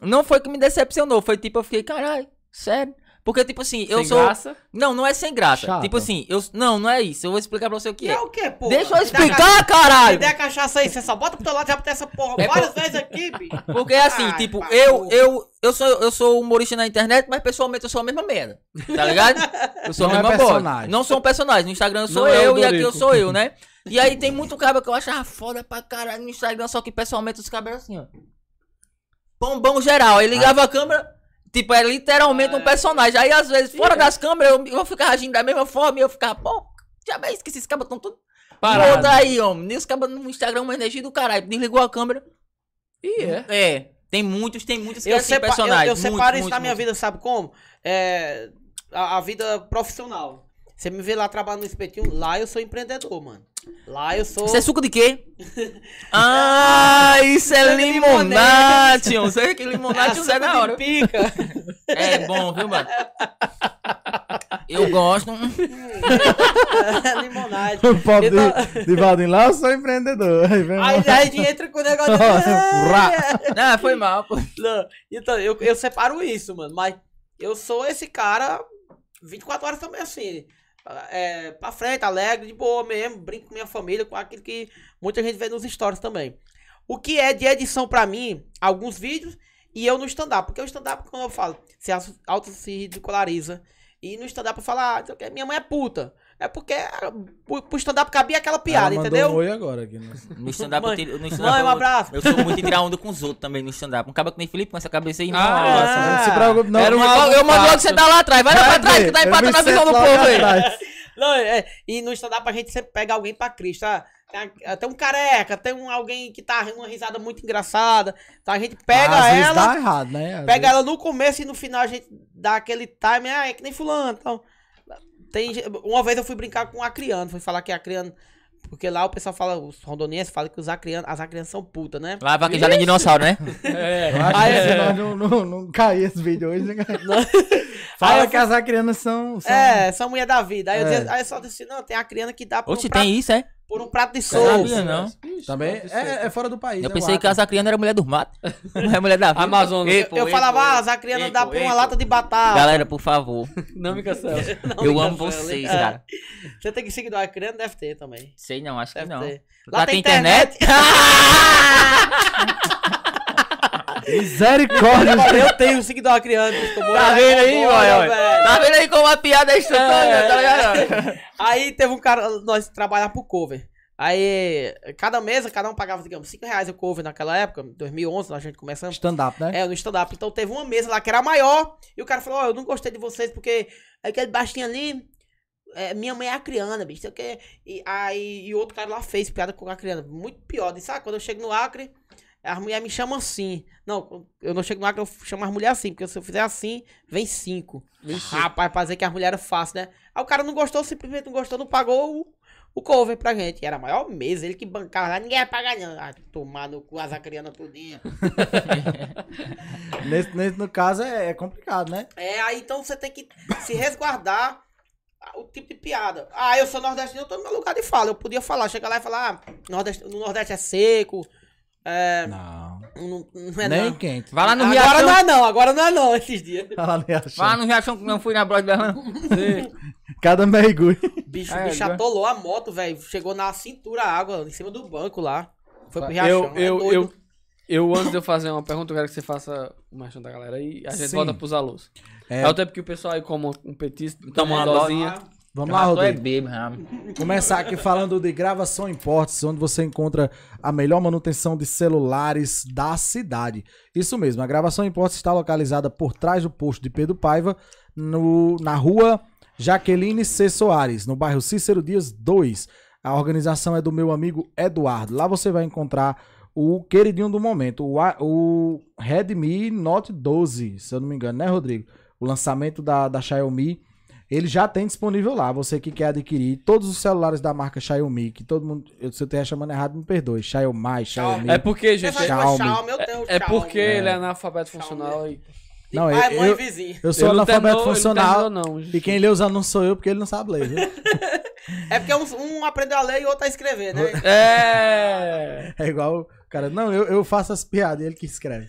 Speaker 3: Não foi que me decepcionou, foi tipo, eu fiquei, caralho, sério. Porque, tipo assim, eu
Speaker 5: Sem
Speaker 3: sou.
Speaker 5: graça.
Speaker 3: Não, não é sem graça.
Speaker 2: Chato.
Speaker 3: Tipo assim, eu. Não, não é isso. Eu vou explicar pra você o que
Speaker 4: Que
Speaker 3: é.
Speaker 4: é o quê, pô?
Speaker 3: Deixa eu explicar, caralho!
Speaker 4: Me dá a cachaça aí, você só bota pro teu lado e já bota essa porra
Speaker 3: É
Speaker 4: várias vezes aqui, bicho.
Speaker 3: Porque assim,
Speaker 4: Ai,
Speaker 3: tipo,
Speaker 4: pá,
Speaker 3: eu,
Speaker 4: porra.
Speaker 3: eu, eu, sou, eu sou humorista na internet, mas pessoalmente eu sou a mesma merda. Tá ligado? Eu sou
Speaker 2: Não
Speaker 3: a
Speaker 2: é
Speaker 3: mesma bosta.
Speaker 2: personagem.
Speaker 3: Não sou um personagem. No Instagram eu sou
Speaker 1: Não é o
Speaker 3: eu e aqui
Speaker 1: Dorico.
Speaker 3: eu sou eu, né? E aí tem muito cabo que eu achava foda pra caralho no Instagram, só que pessoalmente os cabos eram assim, ó. Bombão geral. Aí ligava a câmera. Tipo, era literalmente
Speaker 4: É.
Speaker 3: um personagem. Aí, às vezes, fora das câmeras, eu, eu ficava agindo da mesma forma e eu ficava, pô, já bem que esses cabos estão tudo.
Speaker 1: Parado.
Speaker 3: Muda aí, homem. Nem os cabos no Instagram, uma energia do caralho. Desligou a câmera.
Speaker 5: E é.
Speaker 3: É, tem muitos, tem muitos que
Speaker 4: Eu,
Speaker 3: assim,
Speaker 4: sepa eu, eu
Speaker 3: personagens.
Speaker 4: separo
Speaker 3: muito,
Speaker 4: isso
Speaker 3: muito,
Speaker 4: da minha
Speaker 3: muito.
Speaker 4: vida, sabe como? É, a, a vida profissional. Você me vê lá trabalhando no espetinho, lá eu sou empreendedor, mano. Lá eu sou.
Speaker 3: Isso é suco de quê? ah, isso é limonade. Você é que limonade
Speaker 4: açúcar
Speaker 3: usa na
Speaker 4: de
Speaker 3: hora.
Speaker 4: pica.
Speaker 3: É bom, viu, mano? Eu gosto.
Speaker 4: Limonade.
Speaker 2: O pobre
Speaker 4: Então-
Speaker 2: de, de Valdem lá, eu sou empreendedor. Aí
Speaker 3: Ah,
Speaker 2: vem um-
Speaker 4: Aí
Speaker 2: uma-
Speaker 4: a gente entra com o negócio.
Speaker 2: Rá.
Speaker 3: Não, Ah, foi mal, pô.
Speaker 4: Não, então, eu, eu separo isso, mano. Mas eu sou esse cara 24 horas também, assim. É, pra frente, alegre, de boa mesmo. Brinco com minha família, com aquilo que muita gente vê nos stories também. O que é de edição pra mim, alguns vídeos, e eu no stand-up. Porque o stand-up, quando eu falo, se as- auto se ridiculariza. E no stand-up eu falo, ah, não sei o quê, minha mãe é puta. É porque ah, pro pro stand-up cabia aquela piada,
Speaker 2: Ela mandou
Speaker 4: entendeu?
Speaker 2: Um oi agora aqui. né?
Speaker 3: No stand-up, eu
Speaker 4: Mãe,
Speaker 3: tiro- no
Speaker 4: mãe, um
Speaker 3: stand-up.
Speaker 4: abraço.
Speaker 3: eu- Eu sou muito em tirar onda com os outros também no stand-up. Um cabo que nem Felipe com essa cabeça aí. não
Speaker 1: Ah,
Speaker 3: rola,
Speaker 1: é.
Speaker 3: sabe?
Speaker 2: Não se preocupe, não.
Speaker 1: Era um
Speaker 2: Vai
Speaker 1: álbum
Speaker 3: eu mando logo
Speaker 1: fácil.
Speaker 3: você dar lá atrás. Vai lá pra trás,
Speaker 2: ver,
Speaker 3: que tá
Speaker 2: eu
Speaker 3: empatando
Speaker 2: me
Speaker 3: a visão
Speaker 2: sento
Speaker 3: do
Speaker 2: lá
Speaker 3: povo aí.
Speaker 2: atrás.
Speaker 4: Não, é, e no stand-up a gente sempre pega alguém pra Cristo. Ah, tem, a- tem um careca, tem um, alguém que tá rindo uma risada muito engraçada. Então a gente pega
Speaker 2: Às vezes
Speaker 4: ela,
Speaker 2: dá errado, né? Às
Speaker 4: pega
Speaker 2: vezes-
Speaker 4: ela no começo e no final a gente dá aquele time, ah, é que nem fulano. Então, tem, ge- uma vez eu fui brincar com a Acriano, fui falar que a Acriano. Porque lá o pessoal fala, os rondonienses falam que os acrianos, as acrianas são puta, né?
Speaker 3: Lá, vaquejada de dinossauro, né?
Speaker 1: É.
Speaker 2: Eu acho
Speaker 4: Aí-
Speaker 2: que se nós não, não, não cair esse vídeo hoje. né?
Speaker 4: Aí eu
Speaker 2: Fala
Speaker 4: fui-
Speaker 2: que as acrianas são. são-
Speaker 4: É, são mulher da vida. Aí, eu,
Speaker 2: É.
Speaker 4: dizia- aí eu só disse, não, tem a criana que dá por,
Speaker 3: Oxe,
Speaker 4: um prato,
Speaker 3: tem isso, é?
Speaker 4: por um prato de sopa.
Speaker 2: é.
Speaker 3: Sabia, não.
Speaker 2: Também é, é fora do país.
Speaker 3: Eu
Speaker 2: né,
Speaker 3: pensei
Speaker 2: o
Speaker 3: que a Zacriana era mulher dos matos. Não é mulher da vida.
Speaker 1: Amazonas.
Speaker 5: Ei, pô,
Speaker 4: Eu
Speaker 5: ei,
Speaker 4: falava,
Speaker 5: pô,
Speaker 4: ah,
Speaker 5: ei.
Speaker 4: as acrianas
Speaker 5: Ei,
Speaker 4: dá
Speaker 5: pô,
Speaker 4: pra
Speaker 5: ei,
Speaker 4: uma
Speaker 5: pô.
Speaker 4: lata de batata.
Speaker 3: Galera, por favor.
Speaker 1: Não me cancela.
Speaker 3: eu
Speaker 4: me
Speaker 3: amo
Speaker 4: cancela,
Speaker 3: vocês,
Speaker 4: hein?
Speaker 3: cara.
Speaker 4: Ah, Você tem que seguir do Acreano, deve ter também.
Speaker 3: Sei não, acho que
Speaker 4: Deve
Speaker 3: não.
Speaker 4: ter.
Speaker 3: Lá, tem internet?
Speaker 2: Misericórdia.
Speaker 4: Olha, eu tenho o seguidor Acreano.
Speaker 5: Tá vendo aí, olha, olha. Tá vendo aí como a piada é instantânea,
Speaker 4: É.
Speaker 5: tá ligado?
Speaker 4: Aí teve um cara, nós trabalhava pro cover. Aí, cada mesa, cada um pagava, digamos, 5 reais o cover naquela época, 2011, nós a gente começamos.
Speaker 2: Stand-up, né?
Speaker 4: É, no stand-up. Então teve uma mesa lá que era maior. E o cara falou: Ó, eu não gostei de vocês porque é aquele baixinho ali. é, minha mãe é acriana, bicho. sei o quê. E aí e outro cara lá fez piada com a acriana. Muito pior. Disse: Ah, quando eu chego no Acre, as mulheres me chamam assim. Não, eu não chego no Acre, eu chamo as mulheres assim. Porque se eu fizer assim, vem cinco. Rapaz, pra dizer que as mulheres eram fácil, né? Aí o cara não gostou, simplesmente não gostou, não pagou o. O cover pra gente, era a maior mesa, ele que bancava lá, ninguém ia pagar não. Ah, tomar no cu as acrianas tudinho.
Speaker 2: Nesse, nesse, no caso é, é complicado, né?
Speaker 4: É, aí então você tem que se resguardar o tipo de piada. Ah, eu sou nordestino, eu tô no meu lugar de fala. Eu podia falar, chegar lá e falar, ah, nordeste, no Nordeste é seco, é,
Speaker 2: Não.
Speaker 4: não, não é
Speaker 2: Nem
Speaker 4: não.
Speaker 2: quente.
Speaker 3: Vai lá no
Speaker 4: Agora
Speaker 3: Riachão.
Speaker 4: não é não, agora não é não esses dias.
Speaker 2: Fala, né,
Speaker 3: Vai lá
Speaker 2: Alexandre?
Speaker 3: no Riachão que não fui na Broadway. não.
Speaker 2: Cada mergulho.
Speaker 4: Bicho,
Speaker 5: É,
Speaker 4: bicho
Speaker 5: agora-
Speaker 4: atolou a moto, velho. Chegou na cintura a água, em cima do banco lá. Foi pro
Speaker 1: Eu,
Speaker 4: Riachão. é
Speaker 1: eu,
Speaker 4: doido.
Speaker 1: eu, eu, antes de eu fazer uma pergunta, eu quero que você faça o machão da galera aí. A gente
Speaker 2: Sim.
Speaker 1: volta pros alunos. É.
Speaker 2: É.
Speaker 1: o tempo que o pessoal aí como um petisco, toma uma
Speaker 3: uma
Speaker 1: dosinha.
Speaker 2: Vamos lá, Rodrigo.
Speaker 3: é bebo, Ram.
Speaker 2: Começar aqui falando de Gravação Importes, onde você encontra a melhor manutenção de celulares da cidade. Isso mesmo, a Gravação Importes está localizada por trás do posto de Pedro Paiva, no- na rua Jaqueline C. Soares, no bairro Cícero Dias 2. A organização é do meu amigo Eduardo. Lá você vai encontrar o queridinho do momento, o, A- o Redmi Note 12, se eu não me engano, né, Rodrigo? O lançamento da, da Xiaomi. Ele já tem disponível lá. Você que quer adquirir todos os celulares da marca Xiaomi, que todo mundo. eu- Se eu estiver chamando errado, me perdoe. Xiaomi, Xiaomi.
Speaker 1: É porque,
Speaker 4: Você
Speaker 1: gente,
Speaker 4: faz
Speaker 1: é,
Speaker 4: uma
Speaker 2: Xiaomi.
Speaker 4: Xiaomi, eu tenho
Speaker 1: é
Speaker 4: Xiaomi.
Speaker 1: porque
Speaker 4: De
Speaker 1: ele é analfabeto funcional e.
Speaker 2: Não, eu,
Speaker 4: pai, mãe e
Speaker 2: eu,
Speaker 4: é vizinho.
Speaker 2: eu sou
Speaker 1: é, Ele não
Speaker 2: analfabeto
Speaker 1: terminou- ele
Speaker 2: funcional.
Speaker 1: Não terminou, não,
Speaker 2: E quem lê os anúncios sou eu, porque ele não sabe ler, viu?
Speaker 4: É porque um, um aprendeu a ler e o outro a escrever, né?
Speaker 1: É.
Speaker 2: É igual o cara. Não, eu, eu faço as piadas, ele que escreve.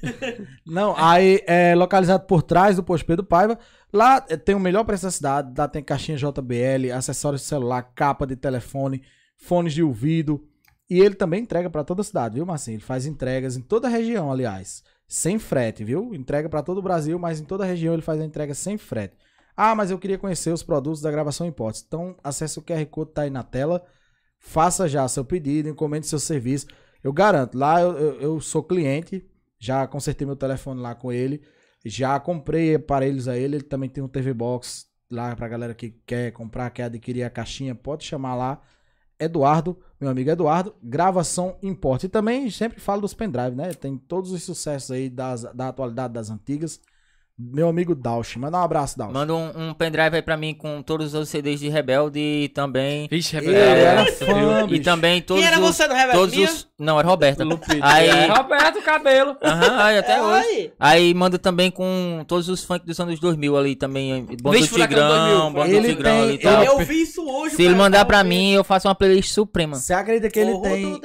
Speaker 2: Não, aí é localizado por trás do posto Pedro Paiva. Lá eh, tem o melhor preço da cidade, lá tem caixinha JBL, acessórios de celular, capa de telefone, fones de ouvido. E ele também entrega pra toda a cidade, viu, Marcinho? Ele faz entregas em toda a região, aliás. Sem frete, viu? Entrega pra todo o Brasil, mas em toda a região ele faz a entrega sem frete. Ah, mas eu queria conhecer os produtos da Gravação Hipótese. Então, acesse o QR Code tá aí na tela. Faça já seu pedido, encomende seu serviço. Eu garanto, lá eu, eu- eu sou cliente, já consertei meu telefone lá com ele, já comprei aparelhos a ele, ele também tem um TV Box lá pra galera que quer comprar, quer adquirir a caixinha, pode chamar lá. Eduardo, meu amigo Eduardo, gravação importa. E também sempre falo dos pendrive, né? Tem todos os sucessos aí das, da atualidade das antigas. Meu amigo Dausch, manda um abraço, Dausch.
Speaker 3: Manda um, um pendrive aí pra mim com todos os CDs de Rebelde e também.
Speaker 1: Vixe, é
Speaker 2: Eu era
Speaker 1: Roberto.
Speaker 2: fã,
Speaker 3: E
Speaker 2: bicho.
Speaker 3: também todos
Speaker 4: Quem era
Speaker 3: os.
Speaker 4: você do Rebelde?
Speaker 3: Todos
Speaker 4: Minha?
Speaker 3: os. Não, era Roberta.
Speaker 1: Lupita.
Speaker 3: Aí-
Speaker 1: É, Roberto Cabelo.
Speaker 3: Aham, aí até
Speaker 4: É,
Speaker 3: hoje.
Speaker 4: aí.
Speaker 3: Aí manda também com todos os funk dos anos 2000 ali também. Bando do
Speaker 1: Vixe, furacão 2000,
Speaker 3: Tigrão, Bando do
Speaker 2: ele
Speaker 3: Tigrão
Speaker 2: tem-
Speaker 3: ali e tal.
Speaker 4: Eu vi isso hoje. tá
Speaker 3: Se ele mandar pra mim, eu faço uma playlist suprema.
Speaker 2: Você acredita que ele tem.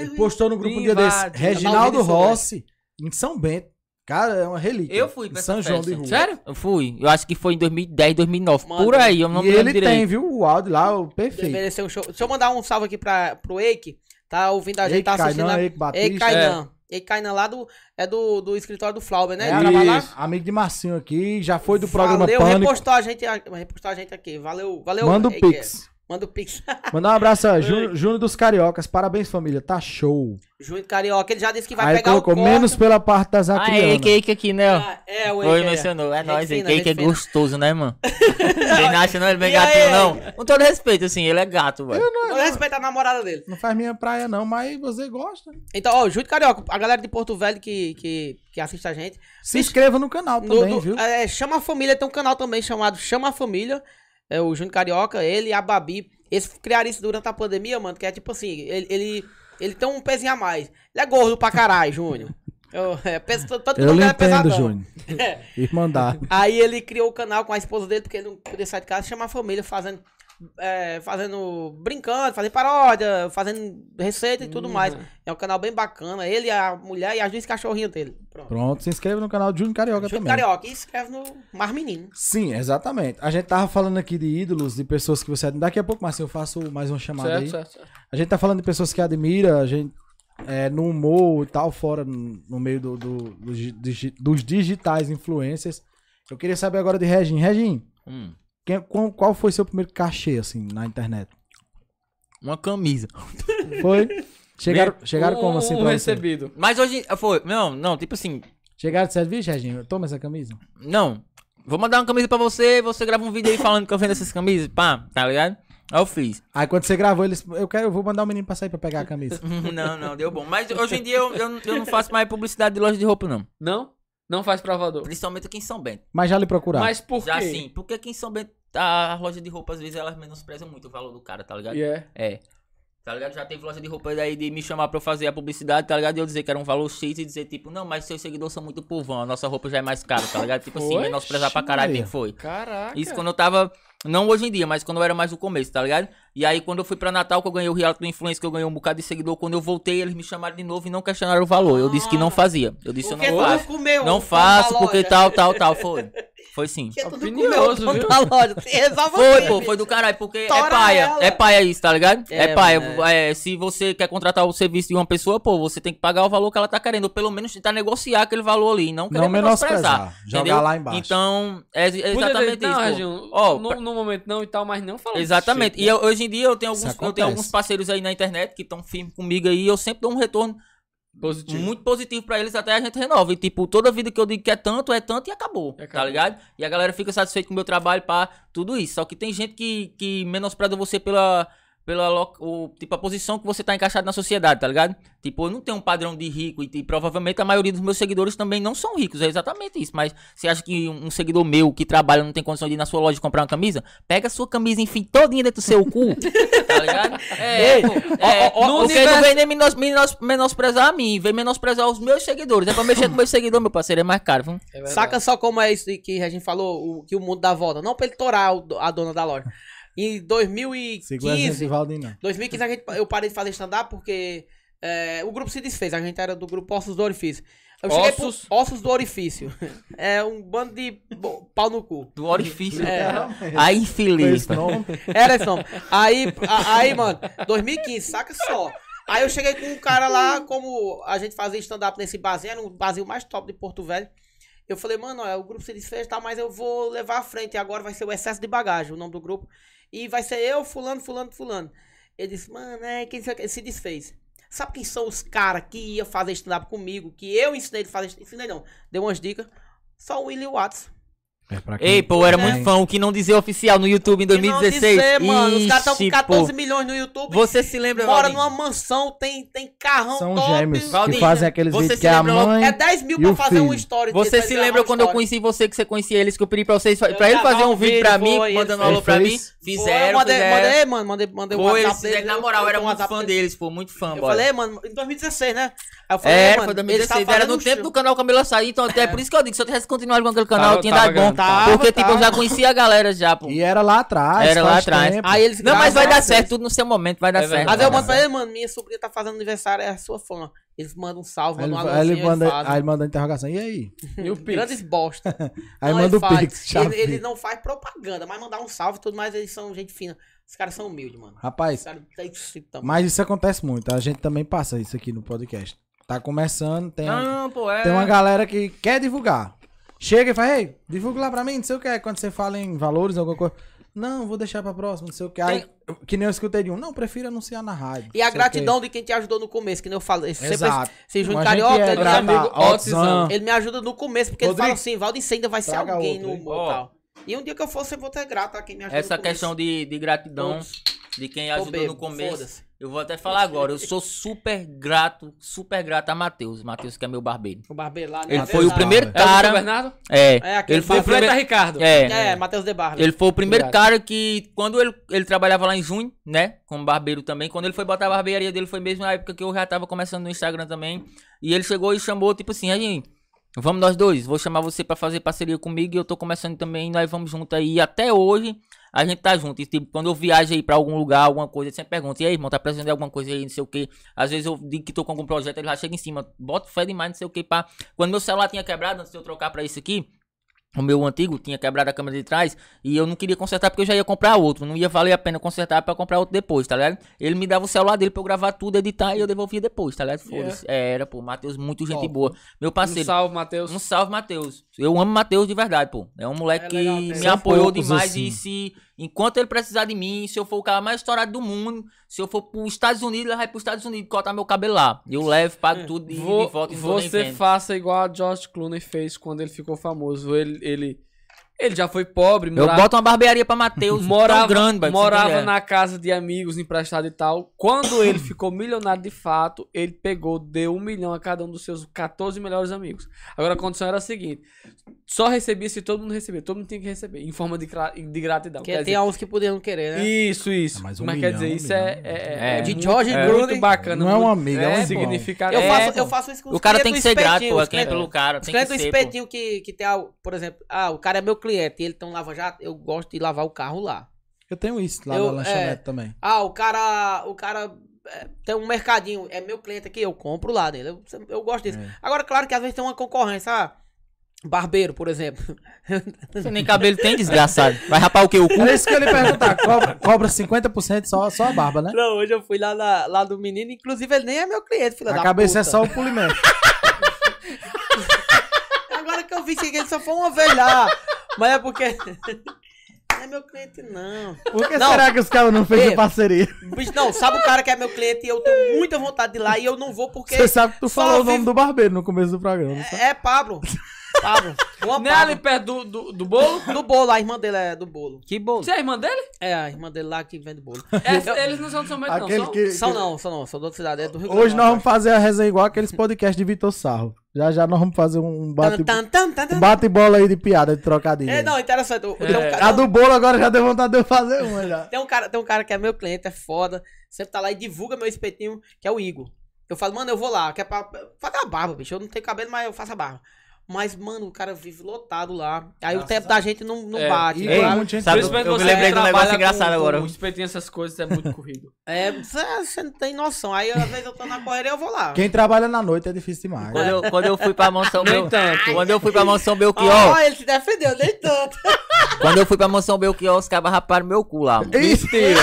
Speaker 2: Ele postou no grupo um dia desse.
Speaker 1: Invade.
Speaker 2: Reginaldo
Speaker 1: Invade.
Speaker 2: Rossi, em São Bento. Cara, é uma relíquia.
Speaker 3: Eu fui pra
Speaker 2: Em São
Speaker 3: essa
Speaker 2: João
Speaker 3: festa.
Speaker 2: de Rua.
Speaker 1: Sério?
Speaker 3: Eu fui. Eu acho que foi em 2010, 2009.
Speaker 4: Manda.
Speaker 3: Por aí, eu não
Speaker 2: E
Speaker 3: me lembro
Speaker 2: ele
Speaker 3: direito.
Speaker 2: tem, viu? O áudio lá, o perfeito.
Speaker 4: Mereceu um show. Deixa eu mandar um salve aqui pra, pro Eike. Tá ouvindo a gente,
Speaker 2: Ei,
Speaker 4: tá assistindo
Speaker 2: Kainan,
Speaker 4: lá.
Speaker 2: Ei,
Speaker 4: Ei, né?
Speaker 2: Batista.
Speaker 4: Kainan. Ei, Kainan lá do, é do, do escritório do Flauber,
Speaker 2: É,
Speaker 4: né? Ele trabalha lá.
Speaker 1: Isso.
Speaker 2: Amigo de Marcinho aqui, já foi do programa
Speaker 4: Valeu,
Speaker 2: Pânico.
Speaker 4: repostou a gente, repostou a gente aqui. Valeu, valeu.
Speaker 2: Manda um
Speaker 4: Eike.
Speaker 2: pix.
Speaker 4: Manda o Pix.
Speaker 2: Mandar um abraço a Júnior Júnior dos Cariocas. Parabéns, família. Tá show.
Speaker 4: Júnior Carioca, ele já disse que vai
Speaker 2: Aí
Speaker 4: pegar o
Speaker 2: colocou
Speaker 4: corte.
Speaker 2: menos pela parte das
Speaker 3: Ah, é
Speaker 2: Acrianas.
Speaker 3: Cake aqui, né?
Speaker 4: Ah, é, o
Speaker 3: Foi,
Speaker 4: Eike, é.
Speaker 3: mencionou. É
Speaker 4: Gente
Speaker 3: nóis,
Speaker 4: fina,
Speaker 3: Cake é
Speaker 4: gente fina.
Speaker 3: gostoso, né, mano? Você não acha não ele é bem
Speaker 4: E aí,
Speaker 3: gatinho,
Speaker 4: Eike?
Speaker 3: não? Com todo respeito, assim, ele é gato, velho.
Speaker 4: Eu respeito a namorada dele.
Speaker 2: Não faz minha praia, não, mas você gosta.
Speaker 4: Então, ó, Júlio Carioca, a galera de Porto Velho que, que, que assiste a gente.
Speaker 2: Se inscreva no canal
Speaker 4: No-
Speaker 2: também,
Speaker 4: no-
Speaker 2: viu?
Speaker 4: é, Chama a Família, tem um canal também chamado Chama a Família. É o Júnior Carioca, ele e a Babi. Eles criaram isso durante a pandemia, mano, que é tipo assim, ele, ele, ele tem um pezinho a mais. Ele é gordo pra caralho, Júnior. Eu, é, peso, tanto que o
Speaker 2: Eu
Speaker 4: nome
Speaker 2: lhe
Speaker 4: dele é
Speaker 2: entendo,
Speaker 4: pesadão.
Speaker 2: Júnior.
Speaker 4: É.
Speaker 2: E mandar.
Speaker 4: Aí ele criou o canal com a esposa dele, porque ele não podia sair de casa, chamar a família, fazendo. é, fazendo. brincando, fazendo paródia, fazendo receita e tudo
Speaker 2: Uhum.
Speaker 4: mais. É um canal bem bacana. Ele, a mulher e as duas cachorrinhas dele. Pronto.
Speaker 2: Pronto, se inscreva no canal de Júnior Carioca
Speaker 4: Júlio
Speaker 2: também.
Speaker 4: Carioca, e escreve no Mar Menino.
Speaker 2: Sim, exatamente. A gente tava falando aqui de ídolos, de pessoas que você admira. Daqui a pouco, Marcinho, eu faço mais uma chamada aí.
Speaker 1: Certo, certo, certo.
Speaker 2: A gente tá falando de pessoas que admira, a gente é, no humor e tal, fora no no meio do, do- dos digi- dos digitais influencers. Eu queria saber agora de Regin. Regin,
Speaker 3: Hum,
Speaker 2: quem- qual, qual foi seu primeiro cachê, assim, na internet?
Speaker 3: uma camisa.
Speaker 2: Foi? Chegaram, chegaram
Speaker 1: Um-
Speaker 2: como, assim,
Speaker 1: um
Speaker 2: pra você?
Speaker 1: recebido.
Speaker 3: Mas hoje foi. Não, não, tipo assim.
Speaker 2: Chegaram de serviço, Regin? Toma essa camisa.
Speaker 3: Não. Vou mandar uma camisa pra você, você grava um vídeo aí falando que eu vendo essas camisas, pá, tá ligado? Aí eu fiz.
Speaker 2: Aí quando você gravou, eles... Eu quero, eu vou mandar o menino pra sair pra pegar a camisa.
Speaker 3: Não, não, deu bom. Mas hoje em dia eu, eu, não- eu não faço mais publicidade de loja de roupa, não.
Speaker 1: Não? Não faz provador.
Speaker 3: Principalmente aqui em São Bento.
Speaker 2: Mas já lhe procuraram.
Speaker 1: Mas por quê?
Speaker 3: Já sim, porque aqui em São Bento a loja de roupa, às vezes, elas menosprezam muito o valor do cara, tá ligado?
Speaker 1: E é.
Speaker 3: É. Tá ligado? Já teve loja de roupa daí de me chamar pra eu fazer a publicidade, tá ligado? E eu dizer que era um valor X e dizer, tipo, não, mas seus seguidores são muito povão, a nossa roupa já é mais cara, tá ligado? Tipo assim,
Speaker 1: Oxe,
Speaker 3: menosprezar pra caralho quem
Speaker 2: Maria.
Speaker 3: foi.
Speaker 1: Caraca.
Speaker 3: Isso quando eu tava. Não hoje em dia, mas quando eu era mais no começo, tá ligado? E aí, quando eu fui pra Natal, que eu ganhei o Reality do Influência, que eu ganhei um bocado de seguidor, quando eu voltei, eles me chamaram de novo e não questionaram o valor. Eu disse que
Speaker 4: Ah.
Speaker 3: não fazia. Eu disse, eu não
Speaker 4: Porque tu
Speaker 3: faço.
Speaker 4: comeu
Speaker 3: Não
Speaker 4: o pão da
Speaker 3: faço, porque
Speaker 4: loja.
Speaker 3: tal, tal, tal. Foi. Foi sim.
Speaker 4: Porque tu não comeu o
Speaker 1: Opinioso,
Speaker 4: pão
Speaker 1: viu?
Speaker 4: da loja. Se resolve
Speaker 3: Foi,
Speaker 4: assim,
Speaker 3: pô,
Speaker 4: bicho.
Speaker 3: foi do caralho, porque
Speaker 4: Tora
Speaker 3: é paia.
Speaker 4: ela.
Speaker 3: É paia isso, tá ligado?
Speaker 4: É,
Speaker 3: É, paia.
Speaker 4: mano,
Speaker 3: É, se você quer contratar o serviço de uma pessoa, pô, você tem que pagar o valor que ela tá querendo. Ou pelo menos tentar negociar aquele valor ali. Não, querer
Speaker 2: Não menosprezar. Jogar
Speaker 3: entendeu?
Speaker 2: lá embaixo.
Speaker 3: Então, é, é
Speaker 1: Podia ter
Speaker 3: exatamente
Speaker 1: dito, não,
Speaker 3: isso. pô.
Speaker 1: Reginho,
Speaker 3: Ó,
Speaker 1: no,
Speaker 3: pra-
Speaker 1: no momento não e tal, mas não falando.
Speaker 3: Exatamente. E é eu- hoje em dia eu tenho
Speaker 2: Isso
Speaker 3: alguns, eu tenho
Speaker 2: acontece.
Speaker 3: alguns parceiros aí na internet que estão firmes comigo aí. e Eu sempre dou um retorno
Speaker 1: né? Positivo.
Speaker 3: muito positivo pra eles, até a gente renova. E, tipo, toda vida que eu digo que é tanto, é tanto e acabou,
Speaker 1: E acabou.
Speaker 3: tá ligado? E a galera fica satisfeita com o meu trabalho, pá, tudo isso. Só que tem gente que, que menospreza você pela. Pela lo- o, tipo, a posição que você tá encaixado na sociedade, tá ligado? Tipo, eu não tenho um padrão de rico e, e provavelmente a maioria dos meus seguidores também não são ricos, é exatamente isso. Mas você acha que um, um seguidor meu que trabalha não tem condição de ir na sua loja comprar uma camisa? Pega a sua camisa, enfim, todinha dentro do seu cu, tá ligado? É, pô,
Speaker 1: ó,
Speaker 3: é,
Speaker 1: ó,
Speaker 3: no
Speaker 1: ó,
Speaker 3: porque
Speaker 1: universo-
Speaker 3: não vem nem menos, menos- menosprezar a mim, vem menosprezar os meus seguidores. É pra mexer com meus seguidores, meu parceiro, é mais caro. Viu?
Speaker 4: Saca só como é isso que a gente falou, o, que o mundo dá volta. Não pra ele torar o- a dona da loja. Em
Speaker 2: Segura a gente,
Speaker 4: 2015,
Speaker 2: Valdinho, não.
Speaker 4: 2015 eh, a gente, eu parei de fazer stand-up porque é, o grupo se desfez. A gente era do grupo Postos do Orifício. Eu cheguei
Speaker 3: Ossos.
Speaker 4: pro ossos do orifício. É um bando de bo- pau no cu.
Speaker 3: Do orifício.
Speaker 4: É.
Speaker 3: Aí, infeliz.
Speaker 2: Esse nome.
Speaker 4: Era esse nome. Aí, a- aí, mano, 2015, saca só. Aí eu cheguei com um cara lá, como a gente fazia stand-up nesse barzinho, era um barzinho mais top de Porto Velho. Eu falei, mano, ó, o grupo se desfez, tá, mas eu vou levar à frente. E agora vai ser o excesso de bagagem, o nome do grupo. E vai ser eu, fulano, fulano, fulano. Ele disse, mano, é, quem sei o quê?" Ele se desfez. Sabe quem são os caras que ia fazer stand-up comigo, que eu ensinei ele a fazer stand-up? Ensinei não, deu umas dicas. Só o Willie Watts.
Speaker 2: É, pra quem-
Speaker 3: Ei, pô, eu era
Speaker 4: É.
Speaker 3: muito fã. O que não dizia oficial no YouTube em 2016.
Speaker 4: Que não dizer, mano, os caras estão com
Speaker 3: Ixi,
Speaker 4: 14
Speaker 3: pô.
Speaker 4: milhões no YouTube.
Speaker 3: Você se lembra,
Speaker 4: Mora
Speaker 3: Valdinho?
Speaker 4: numa mansão, tem, tem carrão
Speaker 2: São
Speaker 4: top.
Speaker 2: gêmeos que
Speaker 3: Valdinho,
Speaker 2: fazem aqueles
Speaker 3: você
Speaker 2: vídeos
Speaker 3: se
Speaker 2: que a
Speaker 3: lembra logo-
Speaker 2: mãe.
Speaker 4: É 10 mil
Speaker 2: E
Speaker 4: pra
Speaker 2: o
Speaker 4: fazer
Speaker 2: filho?
Speaker 4: um story.
Speaker 3: Você se lembra quando eu conheci você, que você conhecia eles, que eu pedi pra vocês, fa- pra ele
Speaker 4: gravava
Speaker 3: fazer
Speaker 4: um
Speaker 3: um vídeo
Speaker 4: vídeo,
Speaker 3: pra
Speaker 4: foi,
Speaker 3: mim,
Speaker 4: ele
Speaker 3: mandando
Speaker 2: fez.
Speaker 3: alô pra
Speaker 2: Ele
Speaker 3: mim?
Speaker 2: fez?
Speaker 4: Fizeram, eu
Speaker 3: Fizeram,
Speaker 4: mandei,
Speaker 3: fizeram.
Speaker 4: mandei, mano, mandei, mandei um
Speaker 3: Pô, eles
Speaker 4: WhatsApp
Speaker 3: fizeram,
Speaker 4: dele.
Speaker 3: na moral, eu era
Speaker 4: um
Speaker 3: muito
Speaker 4: WhatsApp
Speaker 3: fã
Speaker 4: dele.
Speaker 3: deles, pô, muito fã,
Speaker 4: Eu
Speaker 3: bora.
Speaker 4: falei, mano, em 2016, né? Aí eu falei,
Speaker 3: É,
Speaker 4: mano,
Speaker 3: foi
Speaker 4: eles
Speaker 3: 2016,
Speaker 4: tavam
Speaker 3: era no
Speaker 4: fazendo
Speaker 3: tempo
Speaker 4: um
Speaker 3: do canal Camila sair, então até por isso que eu digo, se eu tivesse continuado com aquele canal,
Speaker 1: Tava-
Speaker 3: tinha
Speaker 1: tava
Speaker 3: dado bom.
Speaker 1: ganhando,
Speaker 3: porque,
Speaker 4: tava,
Speaker 3: tipo, eu já
Speaker 4: tava.
Speaker 3: conhecia a galera já, pô.
Speaker 2: E era lá atrás.
Speaker 3: Era lá
Speaker 2: faz
Speaker 3: atrás.
Speaker 2: tempo.
Speaker 4: Aí eles
Speaker 3: Não, mas vai
Speaker 4: gravaram
Speaker 3: dar
Speaker 4: vocês.
Speaker 3: certo, tudo no seu momento, vai dar
Speaker 1: É
Speaker 3: certo.
Speaker 1: verdade.
Speaker 4: Mas eu mando pra ele, mano, minha sobrinha tá fazendo aniversário, é a sua fã. Eles mandam um salve,
Speaker 2: Aí ele,
Speaker 4: mandam um
Speaker 2: aí ele
Speaker 3: assim, é
Speaker 4: anúncio, eles
Speaker 2: manda,
Speaker 4: fazem.
Speaker 2: aí ele manda a interrogação. E aí?
Speaker 1: E o Pix?
Speaker 4: Grandes bosta.
Speaker 2: Aí
Speaker 4: Não,
Speaker 2: manda
Speaker 3: é
Speaker 4: ele
Speaker 2: o
Speaker 4: faz.
Speaker 2: Pix.
Speaker 4: Ele,
Speaker 2: chave.
Speaker 4: ele não faz propaganda, mas mandar um salve e tudo mais, eles são gente fina. Os caras são humildes, mano. Os
Speaker 2: Rapaz,
Speaker 4: caras têm esse tamanho.
Speaker 2: mas isso acontece muito. A gente também passa isso aqui no podcast. Tá começando, tem,
Speaker 3: Não, pô, é.
Speaker 2: tem uma galera que quer divulgar. Chega e fala, ei, divulga lá pra mim, não sei o que. Quando você fala em valores, alguma coisa. Não, vou deixar pra próxima, não sei o que. Aí, que nem eu escutei de um. Não, prefiro anunciar na rádio.
Speaker 4: E a
Speaker 2: não sei o quê.
Speaker 4: gratidão de quem te ajudou no começo, que nem eu falei. Sempre
Speaker 2: Exato.
Speaker 4: Se Júnior
Speaker 2: Como a gente
Speaker 4: Carioca,
Speaker 2: é
Speaker 4: ele,
Speaker 1: grata-
Speaker 4: me ajuda-
Speaker 1: amigo Otzan.
Speaker 2: Otzan.
Speaker 4: ele me ajuda no começo, porque ele
Speaker 2: Rodrigo,
Speaker 4: fala assim, Valdinho, ainda vai ser
Speaker 2: traga
Speaker 4: alguém
Speaker 2: outro,
Speaker 4: no
Speaker 2: hein?
Speaker 4: humor e
Speaker 3: Ó.
Speaker 4: tal. E um dia que eu for, eu vou ter grato a quem me ajudou
Speaker 3: Essa questão de, de gratidão
Speaker 4: Todos.
Speaker 3: de quem ajudou no começo.
Speaker 4: Foda-se.
Speaker 3: Eu vou até falar agora. Eu sou super grato, super grato a Matheus. Matheus, que é meu barbeiro.
Speaker 4: O barbeiro lá, né?
Speaker 3: Ele
Speaker 4: Matheus
Speaker 3: foi o
Speaker 4: lá.
Speaker 3: primeiro
Speaker 1: É o Dr.
Speaker 3: cara.
Speaker 1: Bernardo?
Speaker 3: É.
Speaker 4: É, aquele
Speaker 3: Ele foi
Speaker 1: Frente
Speaker 3: o
Speaker 4: barbeiro.
Speaker 1: a
Speaker 3: primeiro.
Speaker 1: Ricardo.
Speaker 3: É.
Speaker 4: É, Matheus de Barba.
Speaker 3: Ele foi o primeiro
Speaker 1: Obrigado.
Speaker 3: cara que, quando ele, ele trabalhava lá em junho, né? Como barbeiro também. Quando ele foi botar a barbearia dele, foi mesmo na época que eu já tava começando no Instagram também. E ele chegou e chamou, tipo assim, Reginho, vamos nós dois. Vou chamar você pra fazer parceria comigo e eu tô começando também. Nós vamos junto aí. E até hoje, a gente tá junto. E, tipo, quando eu viajo aí pra algum lugar, alguma coisa, ele sempre pergunta, e aí, irmão, tá precisando de alguma coisa aí, não sei o quê. Às vezes eu digo que tô com algum projeto, ele já chega em cima, bota fé demais, não sei o quê, pá. Quando meu celular tinha quebrado, antes de eu trocar pra isso aqui, o meu antigo tinha quebrado a câmera de trás e eu não queria consertar porque eu já ia comprar outro. Não ia valer a pena consertar pra comprar outro depois, tá ligado? Ele me dava o celular dele pra eu gravar tudo, editar e eu devolvia depois, tá ligado? Foda-se. É, Era, pô, Matheus, muito gente
Speaker 1: Top.
Speaker 3: boa. Meu
Speaker 1: Um
Speaker 3: parceiro.
Speaker 1: salve, Matheus.
Speaker 3: Um salve, Matheus. Eu amo Matheus de verdade, pô. É um moleque
Speaker 4: É
Speaker 3: que
Speaker 4: legal ter.
Speaker 3: me
Speaker 2: São
Speaker 3: apoiou
Speaker 2: poucos,
Speaker 3: demais.
Speaker 2: assim.
Speaker 3: E se, enquanto ele precisar de mim, se eu for o cara mais estourado do mundo, se eu for pros Estados Unidos, ele vai pros Estados Unidos cortar meu cabelo lá. Eu levo, pago tudo e
Speaker 1: Vo-
Speaker 3: de volta e não tô nem
Speaker 1: É. você
Speaker 3: vendo.
Speaker 1: faça igual a George Clooney fez quando ele ficou famoso. Ele, ele, ele já foi pobre,
Speaker 3: Eu boto uma barbearia pra Matheus.
Speaker 1: morava,
Speaker 3: tão grande, mas
Speaker 1: morava na casa de amigos emprestado e tal. Quando ele ficou milionário de fato, ele pegou, deu um milhão a cada um dos seus 14 melhores amigos. Agora a condição era a seguinte: só recebia se todo mundo recebia. Todo mundo tinha que receber, em forma de, gra- de gratidão.
Speaker 4: Que
Speaker 1: Quer
Speaker 4: tem
Speaker 1: dizer,
Speaker 4: alguns que podiam não querer, né?
Speaker 1: Isso, isso.
Speaker 2: Ah,
Speaker 1: mas
Speaker 2: mas um
Speaker 1: quer
Speaker 2: milhão,
Speaker 1: dizer,
Speaker 2: um
Speaker 1: isso é,
Speaker 2: milhão.
Speaker 1: é, é,
Speaker 3: É.
Speaker 1: é
Speaker 4: De
Speaker 1: muito,
Speaker 4: George
Speaker 1: é
Speaker 4: Gruden.
Speaker 1: muito bacana.
Speaker 2: Não é um
Speaker 1: muito
Speaker 2: amigo, é um irmão.
Speaker 1: significativo.
Speaker 4: Eu,
Speaker 3: É,
Speaker 4: faço,
Speaker 3: pô.
Speaker 4: eu faço isso com
Speaker 3: O cara tem que
Speaker 4: clientes
Speaker 3: ser
Speaker 4: do
Speaker 3: grato,
Speaker 4: espetinho,
Speaker 3: pô.
Speaker 4: os
Speaker 3: Quem é pelo cara.
Speaker 4: Os
Speaker 3: Tem que
Speaker 4: clientes do
Speaker 3: ser, pô.
Speaker 4: espetinho que, que tem, a- por exemplo, ah, o cara é meu cliente e ele tem um lava-jato, eu gosto de lavar o carro lá.
Speaker 2: Eu tenho isso lá
Speaker 4: Eu-
Speaker 2: na lanchonete
Speaker 4: é.
Speaker 2: também.
Speaker 4: Ah, o cara, o cara é, tem um mercadinho, é meu cliente aqui, eu compro lá dele, eu, eu gosto disso.
Speaker 2: É.
Speaker 4: Agora, claro que às vezes tem uma concorrência, ah, barbeiro, por exemplo.
Speaker 3: Você nem cabelo tem, desgraçado. Vai rapar o quê? O cu?
Speaker 2: Era isso que eu ia perguntar. Cobra, cobra 50% só, só a barba, né?
Speaker 4: Não, hoje eu fui lá, na- lá do menino, inclusive ele nem é meu cliente, filha da
Speaker 2: A cabeça é
Speaker 4: puta.
Speaker 2: só o polimento.
Speaker 4: Agora que eu vi que ele só foi uma vez lá, mas é porque... Não é meu cliente, não.
Speaker 2: Por que
Speaker 4: Não.
Speaker 2: será que os caras não fez
Speaker 4: Ei.
Speaker 2: a parceria?
Speaker 4: Bicho, não, sabe o cara que é meu cliente e eu tenho muita vontade de ir lá e eu não vou porque.
Speaker 2: Você sabe que tu
Speaker 4: só
Speaker 2: falou o
Speaker 4: vive-
Speaker 2: nome do barbeiro no começo do programa. não sabe?
Speaker 4: É, é Pablo. Pablo. Uma
Speaker 1: Não é ali
Speaker 4: Pablo.
Speaker 1: perto do, do, do bolo?
Speaker 4: Do bolo, a irmã dele é do bolo.
Speaker 3: Que bolo.
Speaker 1: Você é a irmã dele?
Speaker 4: É, a irmã dele lá que vende bolo.
Speaker 1: É, eles não são do São Bento, não.
Speaker 2: Aquele
Speaker 1: São...
Speaker 2: que,
Speaker 4: São
Speaker 2: que-
Speaker 4: não, são não, são da outra cidade, é do Rio
Speaker 2: Hoje
Speaker 4: Grande do
Speaker 2: nós
Speaker 4: Norte.
Speaker 2: vamos fazer a resenha igual aqueles podcasts de Vitor Sarro. Já já nós vamos fazer um bate,
Speaker 4: Tan, tan, tan, tan.
Speaker 2: um bate bola aí de piada, de trocadilho.
Speaker 4: É, não, interessante. O- Tem, um
Speaker 2: A
Speaker 4: cara,
Speaker 2: do bolo agora já deu vontade de eu fazer uma já.
Speaker 4: tem um cara, tem um cara que é meu cliente, é foda. Sempre tá lá e divulga meu espetinho, que é o Igor. Eu falo, mano, eu vou lá, que é pra fazer a barba, bicho. Eu não tenho cabelo, mas eu faço a barba. Mas, mano, o cara vive lotado lá. Aí o
Speaker 7: Graças
Speaker 4: tempo
Speaker 7: a
Speaker 4: da gente não, não
Speaker 1: É,
Speaker 4: bate. tá?
Speaker 2: E
Speaker 3: Ei,
Speaker 2: tem
Speaker 4: claro.
Speaker 2: muita gente
Speaker 3: sabe-
Speaker 2: doida.
Speaker 3: eu me lembrei de um negócio engraçado agora.
Speaker 1: O espetinho, essas coisas, é muito corrido.
Speaker 4: É, você você não tem noção. Aí, às vezes, eu tô na correria, eu vou lá.
Speaker 2: Quem trabalha na noite é difícil demais.
Speaker 3: Quando eu, quando eu fui pra mansão
Speaker 1: Nem
Speaker 3: Bel...
Speaker 1: tanto.
Speaker 3: Quando eu fui pra mansão
Speaker 2: é
Speaker 4: Ó,
Speaker 3: Belchior,
Speaker 4: Ah, ele se defendeu, nem tanto.
Speaker 3: quando eu fui pra mansão Belchior, os cabas raparam meu cu lá. mano.
Speaker 1: Mentira.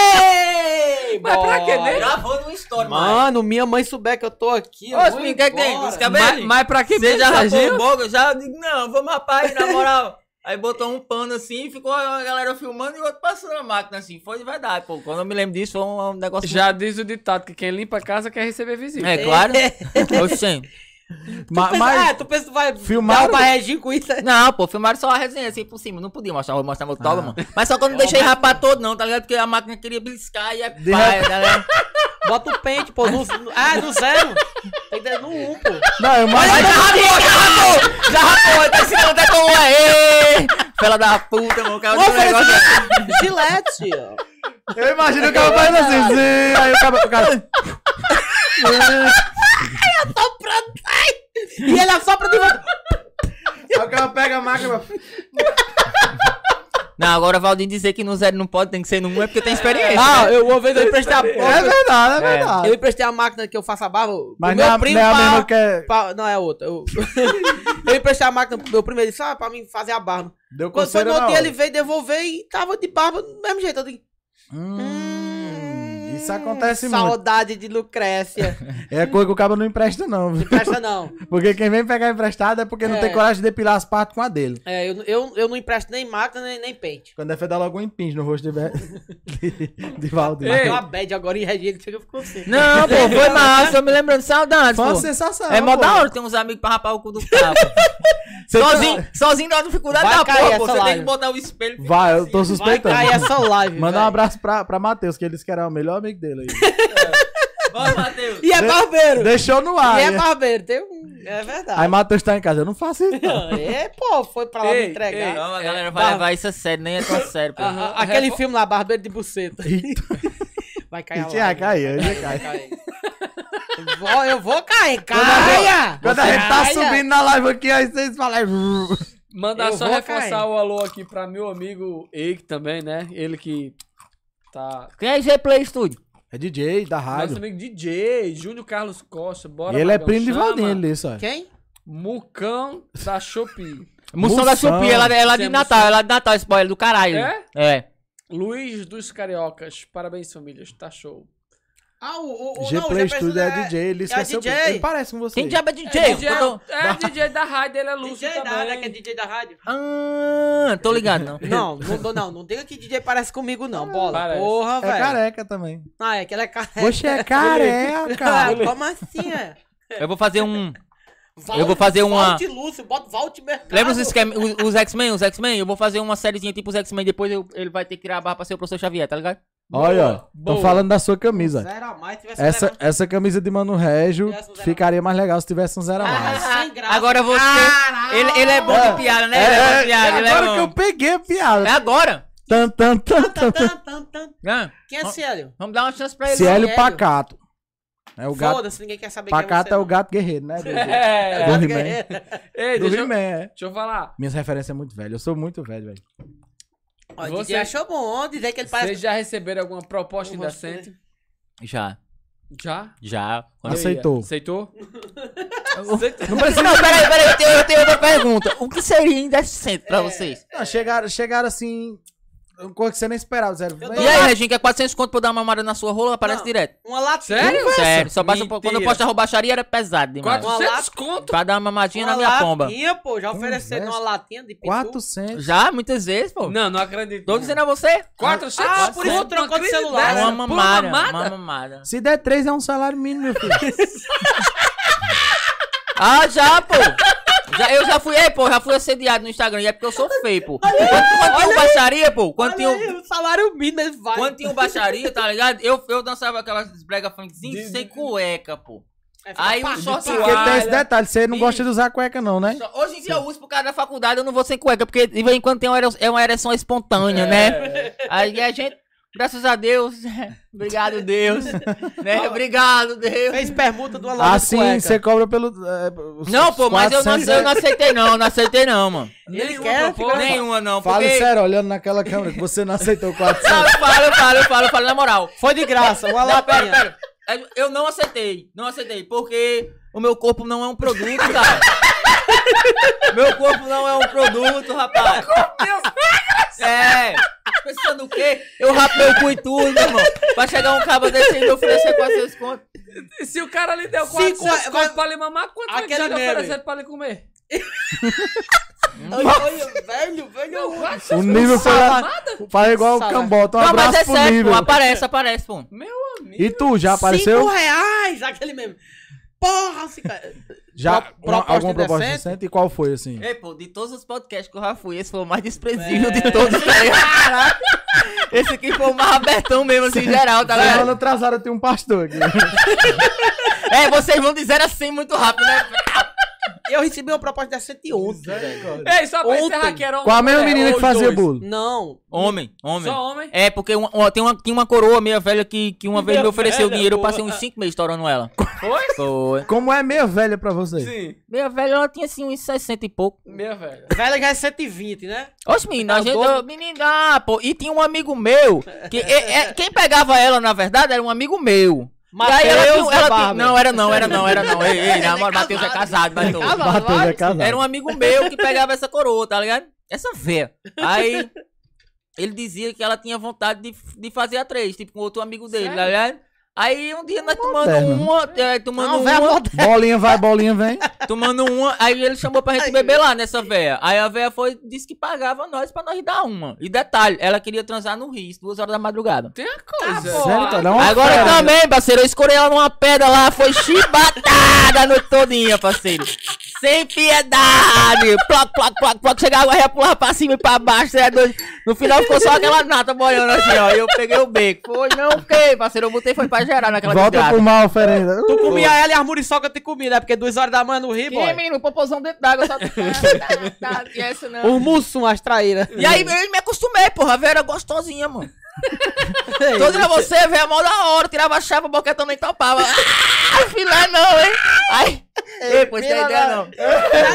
Speaker 4: Ei,
Speaker 1: Mas pra que, né?
Speaker 8: Gravou no story, mano.
Speaker 4: Mano, minha mãe souber que eu tô aqui. eu
Speaker 8: Ô,
Speaker 4: vou
Speaker 8: Spin, o que é que tem?
Speaker 4: embora.
Speaker 8: Os
Speaker 1: Mas,
Speaker 8: cabelos?
Speaker 1: mas pra que
Speaker 8: Você já
Speaker 1: precisa,
Speaker 8: rapou
Speaker 1: gente?
Speaker 8: o boga? Eu Já digo, não, vamos rapaz, na moral. Aí botou um pano assim, ficou a galera filmando e o outro passando a máquina assim. Foi de verdade, pô. Quando eu me lembro disso, foi um, um negócio.
Speaker 1: Já diz o ditado que quem limpa a casa quer receber visita.
Speaker 3: É claro. Oxê.
Speaker 2: Ma-
Speaker 4: Pensa-
Speaker 2: mas
Speaker 4: ah, tu pensa que vai
Speaker 2: Filmaram?
Speaker 4: dar pra Regina com isso?
Speaker 3: Não, pô, filmaram só a resenha assim por cima. Não podia mostrar, vou mostrar
Speaker 4: Ah.
Speaker 3: meu toba, mano. Mas só que eu
Speaker 4: É
Speaker 3: não deixei rapar todo, não, tá ligado? Porque a máquina queria bliscar e é pai, galera.
Speaker 4: Bota o pente, pô. No, no- ah, no zero. Tem que ter no um, pô.
Speaker 2: Não, eu
Speaker 3: Mas
Speaker 2: imagino.
Speaker 3: já rapou, já rapou! Já rapou, tá ensinando até como é! Ê, Fela da puta, mano. Cara,
Speaker 4: Ô,
Speaker 3: esse negócio.
Speaker 4: Gilete, ó.
Speaker 2: Eu imagino o cara fazendo assim. sim, Aí o cara. O cara...
Speaker 4: E ele é assopra de volta.
Speaker 7: Aí o cara pega a máquina.
Speaker 3: Não, agora o Valdir dizer que no zero não pode, tem que ser no um, é porque tem experiência. né?
Speaker 4: Ah, eu uma vez eu emprestei a
Speaker 2: É
Speaker 4: porta.
Speaker 2: verdade, é verdade.
Speaker 4: Eu emprestei a máquina que eu faço a barba. pro
Speaker 2: Mas não é, não é a
Speaker 4: pra-
Speaker 2: mesma que é.
Speaker 4: pra- não, é outra. Eu, eu emprestei a máquina pro meu primo, ele disse, ah, pra mim fazer a barba.
Speaker 2: Deu
Speaker 4: Quando foi
Speaker 2: coceira
Speaker 4: no
Speaker 2: na
Speaker 4: outro dia,
Speaker 2: hora.
Speaker 4: ele veio devolver e tava de barba do mesmo jeito. Eu digo,
Speaker 2: Hum, isso acontece muito.
Speaker 4: saudade de Lucrécia.
Speaker 2: É coisa que o cabo não empresta, não. viu?
Speaker 4: Presta não.
Speaker 2: Porque quem vem pegar emprestado é porque não
Speaker 4: É.
Speaker 2: tem coragem de depilar as partes com a dele.
Speaker 4: É, eu, eu, eu não empresto nem máquina, nem, nem pente.
Speaker 2: Quando é dar logo um impinge no rosto de, de, de Valdir.
Speaker 1: Ei,
Speaker 4: Tô a bad agora em Regina, que chega e ficou assim.
Speaker 3: Não, pô, foi massa, eu me lembrando, saudades,
Speaker 2: Foi uma
Speaker 3: pô.
Speaker 2: sensação.
Speaker 3: É mó
Speaker 2: pô.
Speaker 3: da hora ter uns amigos pra rapar o cu do carro.
Speaker 2: Você tá-
Speaker 3: sozinho, sozinho dá uma dificuldade
Speaker 4: Vai
Speaker 3: da
Speaker 4: cair
Speaker 3: porra,
Speaker 4: essa
Speaker 3: pô. Você tem
Speaker 4: live.
Speaker 3: que botar o espelho.
Speaker 2: Vai, eu tô
Speaker 4: Vai
Speaker 2: suspeitando.
Speaker 4: cair essa live,
Speaker 2: então, Manda um
Speaker 4: velho.
Speaker 2: abraço pra, pra Matheus, que ele disse que era o melhor amigo dele aí.
Speaker 8: Bora, Matheus.
Speaker 4: E é barbeiro.
Speaker 2: Deixou no ar.
Speaker 4: e é
Speaker 2: né?
Speaker 4: barbeiro. Tem um... É verdade.
Speaker 2: Aí Matheus tá em casa. Eu não faço isso. não.
Speaker 4: É, pô, foi pra lá
Speaker 1: Ei,
Speaker 4: me entregar.
Speaker 3: Não, a galera vai
Speaker 4: Tá.
Speaker 3: levar isso a sério, nem é tão sério, pô.
Speaker 4: Aham, Aquele filme lá, Barbeiro de Buceta.
Speaker 2: Eita,
Speaker 4: Vai cair a
Speaker 2: ia
Speaker 4: live. né?
Speaker 2: cair, ia
Speaker 4: Vai
Speaker 2: cair.
Speaker 4: cair. Eu vou, eu vou cair,
Speaker 2: Caia!
Speaker 4: caia!
Speaker 2: Quando a gente tá
Speaker 4: Caia!
Speaker 2: subindo na live aqui, aí vocês falam. "Ai,
Speaker 1: Mandar
Speaker 4: Eu
Speaker 1: só
Speaker 4: vou
Speaker 1: reforçar
Speaker 4: cair.
Speaker 1: o alô aqui pra meu amigo Eike também, né? Ele que tá.
Speaker 3: Quem é G Play Studio?
Speaker 2: É DJ da
Speaker 1: Nosso
Speaker 2: rádio.
Speaker 1: amigo DJ, Júnior Carlos Costa, bora.
Speaker 2: E ele é
Speaker 1: Magão,
Speaker 2: primo de
Speaker 1: um chama.
Speaker 2: Valdir, ele isso, ó.
Speaker 4: Quem?
Speaker 1: Mucão da Shopee.
Speaker 3: Moção da Chupi, ela, ela de
Speaker 1: Isso é
Speaker 3: Natal, ela de Natal, spoiler do caralho.
Speaker 1: É?
Speaker 3: É.
Speaker 1: Luiz dos Cariocas, parabéns famílias, tá show.
Speaker 4: Ah, o, o, o
Speaker 2: G
Speaker 4: não, o
Speaker 2: Play
Speaker 4: Jefferson
Speaker 2: Studio é DJ, ele disse
Speaker 4: é
Speaker 2: que é seu
Speaker 4: DJ.
Speaker 2: primo. Ele parece com você.
Speaker 3: Quem diabo é DJ?
Speaker 1: É, DJ,
Speaker 3: Eu
Speaker 2: então,
Speaker 3: tô-
Speaker 1: é DJ da rádio, ele é Lúcio
Speaker 4: DJ da
Speaker 1: também.
Speaker 4: área, que é DJ da rádio.
Speaker 3: Ah, tô ligado, não.
Speaker 4: Não, não, tô- não, não diga que DJ parece comigo, não, bola.
Speaker 1: Parece.
Speaker 4: Porra,
Speaker 2: É
Speaker 4: velho.
Speaker 2: careca também.
Speaker 4: Ah, é que ela é careca.
Speaker 2: Você é careca.
Speaker 4: Ah, como assim, é?
Speaker 3: Eu vou fazer um...
Speaker 4: Valte-
Speaker 3: Eu vou fazer uma-
Speaker 4: Valte Lúcio, bota Valte Mercado.
Speaker 3: Lembra os, esquema- os- os X-Men? Os X-Men? Eu vou fazer uma sériezinha tipo os X-Men, depois eu- ele vai ter que tirar a barra pra ser o professor Xavier, tá ligado?
Speaker 2: Olha, ó. Tô
Speaker 1: boa.
Speaker 2: falando da sua camisa.
Speaker 4: Zero a mais, tivesse
Speaker 2: Essa,
Speaker 4: levado-
Speaker 2: essa camisa de Mano Régio
Speaker 4: Tivesse um zero a
Speaker 2: ficaria mais legal se tivesse um zero a mais.
Speaker 4: Ah, sem graça.
Speaker 3: Agora você... Ele, ele é bom
Speaker 2: É.
Speaker 3: de piada, né?
Speaker 2: É,
Speaker 3: Ele é bom de
Speaker 2: é,
Speaker 3: piada, ele é
Speaker 2: agora que eu
Speaker 3: bom.
Speaker 2: peguei a piada.
Speaker 3: É agora.
Speaker 2: Tan, tan, tan, tan,
Speaker 4: Tan,
Speaker 2: tan.
Speaker 4: tan, tan, tan.
Speaker 3: Né?
Speaker 4: Quem é
Speaker 2: Ah.
Speaker 4: Célio?
Speaker 3: Vamos dar uma chance pra ele.
Speaker 2: Ciélio
Speaker 4: Ciélio.
Speaker 2: Pacato. É o gato.
Speaker 4: Foda-se, ninguém quer saber
Speaker 2: Pacato
Speaker 4: quem
Speaker 2: é
Speaker 4: é você,
Speaker 2: o gato guerreiro, né?
Speaker 1: É,
Speaker 2: Do,
Speaker 4: não.
Speaker 2: gato
Speaker 4: Gato
Speaker 2: He-Man.
Speaker 4: Guerreiro.
Speaker 1: Ei,
Speaker 2: do
Speaker 1: deixa, eu,
Speaker 2: He-Man, é.
Speaker 1: deixa eu falar.
Speaker 2: Minhas referências é muito velho. Eu sou muito velho, velho.
Speaker 4: Ó,
Speaker 1: Você-
Speaker 4: DJ achou bom dizer que ele
Speaker 1: Vocês
Speaker 4: parece...
Speaker 1: já receberam alguma proposta
Speaker 4: Eu gosto
Speaker 1: indecente?
Speaker 3: Já,
Speaker 1: Já?
Speaker 3: já. Quando eu-
Speaker 2: Aceitou.
Speaker 1: Aceitou?
Speaker 3: Não, precisa, não peraí, peraí, eu tenho, eu tenho outra pergunta. O que seria indecente pra vocês?
Speaker 2: Não, chegaram, chegaram assim. Uma coisa que você nem esperava. Zero.
Speaker 4: Eu tô-
Speaker 3: E aí, Regina, que é 400 conto pra eu dar uma mamada na sua rola, aparece
Speaker 4: Não.
Speaker 3: direto.
Speaker 4: Uma lata...
Speaker 1: Sério?
Speaker 3: Sério, só basta,
Speaker 1: Mentira.
Speaker 3: quando eu postava baixaria era pesado demais.
Speaker 1: 400
Speaker 4: lata-
Speaker 1: conto?
Speaker 3: Pra dar uma mamadinha
Speaker 4: Uma
Speaker 3: na minha pomba.
Speaker 4: latinha, pô.
Speaker 2: Hum,
Speaker 4: Já oferecendo
Speaker 2: Conversa.
Speaker 4: uma latinha de pitu.
Speaker 2: 400.
Speaker 3: Já, muitas vezes, pô.
Speaker 1: Não, não acredito.
Speaker 3: Tô dizendo a você.
Speaker 1: 400
Speaker 4: Ah, por isso
Speaker 1: conto, não
Speaker 4: trocou de
Speaker 1: acredito.
Speaker 4: celular.
Speaker 1: Dessa?
Speaker 3: É Uma
Speaker 1: Por
Speaker 3: mamada, uma
Speaker 1: mamada?
Speaker 3: mamada.
Speaker 2: Se der 3 é um salário mínimo, meu filho.
Speaker 3: Ah, já, pô. Já, eu já fui, ei, pô, já fui assediado no Instagram. E é porque eu sou feio, pô. Quando, quando tinha um baixaria, pô, quando tinha um,
Speaker 4: Olha aí, o salário mínimo, ele vai.
Speaker 3: Quando tinha um baixaria, tá ligado? Eu, eu dançava aquelas brega funkzinhas
Speaker 1: De-
Speaker 3: sem cueca, pô.
Speaker 4: Aí fica
Speaker 3: Aí um
Speaker 4: pá,
Speaker 3: short
Speaker 4: pá.
Speaker 2: Porque tem esse
Speaker 3: toalha.
Speaker 2: detalhe. Você não
Speaker 3: Bicho.
Speaker 2: gosta de usar cueca, não, né?
Speaker 3: Só- Hoje em dia eu uso pro cara da É. faculdade, eu não vou sem cueca, porque de vez em quando tem uma ere- é uma ereção espontânea, né? Aí a gente. Graças a Deus. Obrigado, Deus. né? Obrigado, Deus.
Speaker 4: Fez permuta do Alonso.
Speaker 2: Ah, sim, você cobra pelo. é, os
Speaker 3: Não, pô, mas eu não,
Speaker 2: 400
Speaker 3: eu não aceitei, não. Não aceitei, não, mano.
Speaker 4: Ele quer ficar...
Speaker 3: É, Nenhuma, não.
Speaker 2: Fala
Speaker 3: porque...
Speaker 2: sério, olhando naquela câmera, que você não aceitou 400.
Speaker 3: Não, eu falo, eu falo, eu falo, eu falo, na moral.
Speaker 4: Foi de graça, uma
Speaker 3: Não, pera,
Speaker 4: lapinha.
Speaker 3: pera. É, Eu não aceitei. Não aceitei, porque o meu corpo não é um produto, cara. meu corpo não é um produto, rapaz. É. Pensando o quê? Eu rapo meu cu e tudo, meu irmão. Pra chegar um cabo desse aí e me oferecer 400 conto.
Speaker 1: Se o cara lhe deu
Speaker 4: Se
Speaker 1: 4
Speaker 4: sa-
Speaker 1: conto
Speaker 4: vai-
Speaker 1: pra lhe mamar, quanto é que
Speaker 4: Aquele
Speaker 1: já lhe
Speaker 4: meme.
Speaker 1: ofereceram pra lhe comer?
Speaker 4: Olha, velho,
Speaker 1: Então,
Speaker 4: velho.
Speaker 2: O nível foi lá. Fala igual o
Speaker 4: Salada.
Speaker 2: Cambota. Um
Speaker 3: não, mas
Speaker 2: abraço
Speaker 3: é
Speaker 2: pro
Speaker 3: sério,
Speaker 2: nível.
Speaker 3: pô. Aparece, aparece, pô.
Speaker 2: E tu, já
Speaker 4: Cinco
Speaker 2: apareceu?
Speaker 4: reais, aquele mesmo. Porra, se cara.
Speaker 2: Já
Speaker 4: Pro-
Speaker 2: uma,
Speaker 4: proposta
Speaker 2: alguma proposta
Speaker 4: indecente?
Speaker 2: decente? E qual foi, assim?
Speaker 3: Ei, pô, de todos os podcasts que eu já fui, esse foi o mais desprezível de todos, tá ligado? Caraca. Esse aqui foi o mais abertão mesmo, assim, geral, tá ligado?
Speaker 2: Semana atrasada tem um pastor aqui.
Speaker 3: É, vocês vão dizer assim muito rápido, né?
Speaker 4: Eu recebi uma proposta decente ontem, velho.
Speaker 1: Ei, só pra
Speaker 4: Ontem.
Speaker 1: encerrar que era um.
Speaker 2: Com a mesma
Speaker 1: é,
Speaker 2: menina
Speaker 1: ou
Speaker 2: que fazia
Speaker 1: dois.
Speaker 2: bolo.
Speaker 4: Não.
Speaker 3: Homem, homem.
Speaker 1: Só homem.
Speaker 3: É, porque uma- uma- tem, uma, tinha uma coroa meia velha que, que uma vez
Speaker 4: Meia
Speaker 3: me ofereceu
Speaker 4: velha,
Speaker 3: dinheiro, eu
Speaker 4: porra.
Speaker 3: passei uns 5 meses estourando ela.
Speaker 1: Foi?
Speaker 3: Foi.
Speaker 2: Como é meia velha pra você?
Speaker 1: Sim.
Speaker 3: Meia velha, ela tinha assim uns 60 e pouco.
Speaker 1: Minha velha.
Speaker 4: Velho já é 120, né?
Speaker 3: Oxe, menina, a
Speaker 4: Tá
Speaker 3: gente.
Speaker 4: doido?
Speaker 3: Menina, ah, pô. E tinha um amigo meu. Que, é- é- quem pegava ela, na verdade, era um amigo meu.
Speaker 4: Mateus
Speaker 3: e aí ela tinha. um,
Speaker 4: da
Speaker 3: Ela tinha-
Speaker 4: Barba.
Speaker 3: não, era não, era não, era não. Ei, ei, namoro, Matheus é casado, mas não.
Speaker 2: Bateu, já casado.
Speaker 3: Era um amigo meu que pegava essa coroa, tá ligado? Essa véia. Aí ele dizia que ela tinha vontade de, de fazer a três, tipo com outro amigo dele, tá ligado? Aí um dia nós tomando
Speaker 2: Moderno.
Speaker 3: uma, é, tomando
Speaker 4: Não, velho,
Speaker 3: uma,
Speaker 4: moderno.
Speaker 2: Bolinha vai, bolinha vem.
Speaker 3: tomando uma, aí ele chamou pra gente beber lá nessa véia. Aí a véia foi, disse que pagava nós pra nós dar uma. E detalhe, ela queria transar no Rio, às duas horas da madrugada.
Speaker 1: Tem a coisa. tá
Speaker 2: Sério, cara, é uma
Speaker 3: Agora
Speaker 2: fera.
Speaker 3: também, parceiro, eu escorei ela numa pedra lá, foi chibatada a noite todinha, parceiro. Sem piedade! Ploc, ploc, ploc, ploc, chegava a pular pra cima e pra baixo, você é doido. No final ficou só aquela nata boiando assim, ó. E eu peguei o beco. Foi, não, ok, parceiro, eu botei, foi pra gerar naquela
Speaker 2: Volta
Speaker 3: desgraça.
Speaker 2: pro mal, oferenda.
Speaker 4: Tu comia ela e as muriçoca te comia, né? Porque duas horas da manhã no Rio,
Speaker 3: Ih,
Speaker 4: boy.
Speaker 3: menino, popozão dentro d'água, só... tá, tá, tá, e essa não.
Speaker 4: Os mussum, as traíras.
Speaker 3: E aí eu me acostumei, porra, a véia era gostosinha, mano. Toda você, velho, mó da hora, tirava a chapa, boquetão nem topava. Ah, filé não, hein? Aí, ei, pô, isso não é ideia
Speaker 4: né?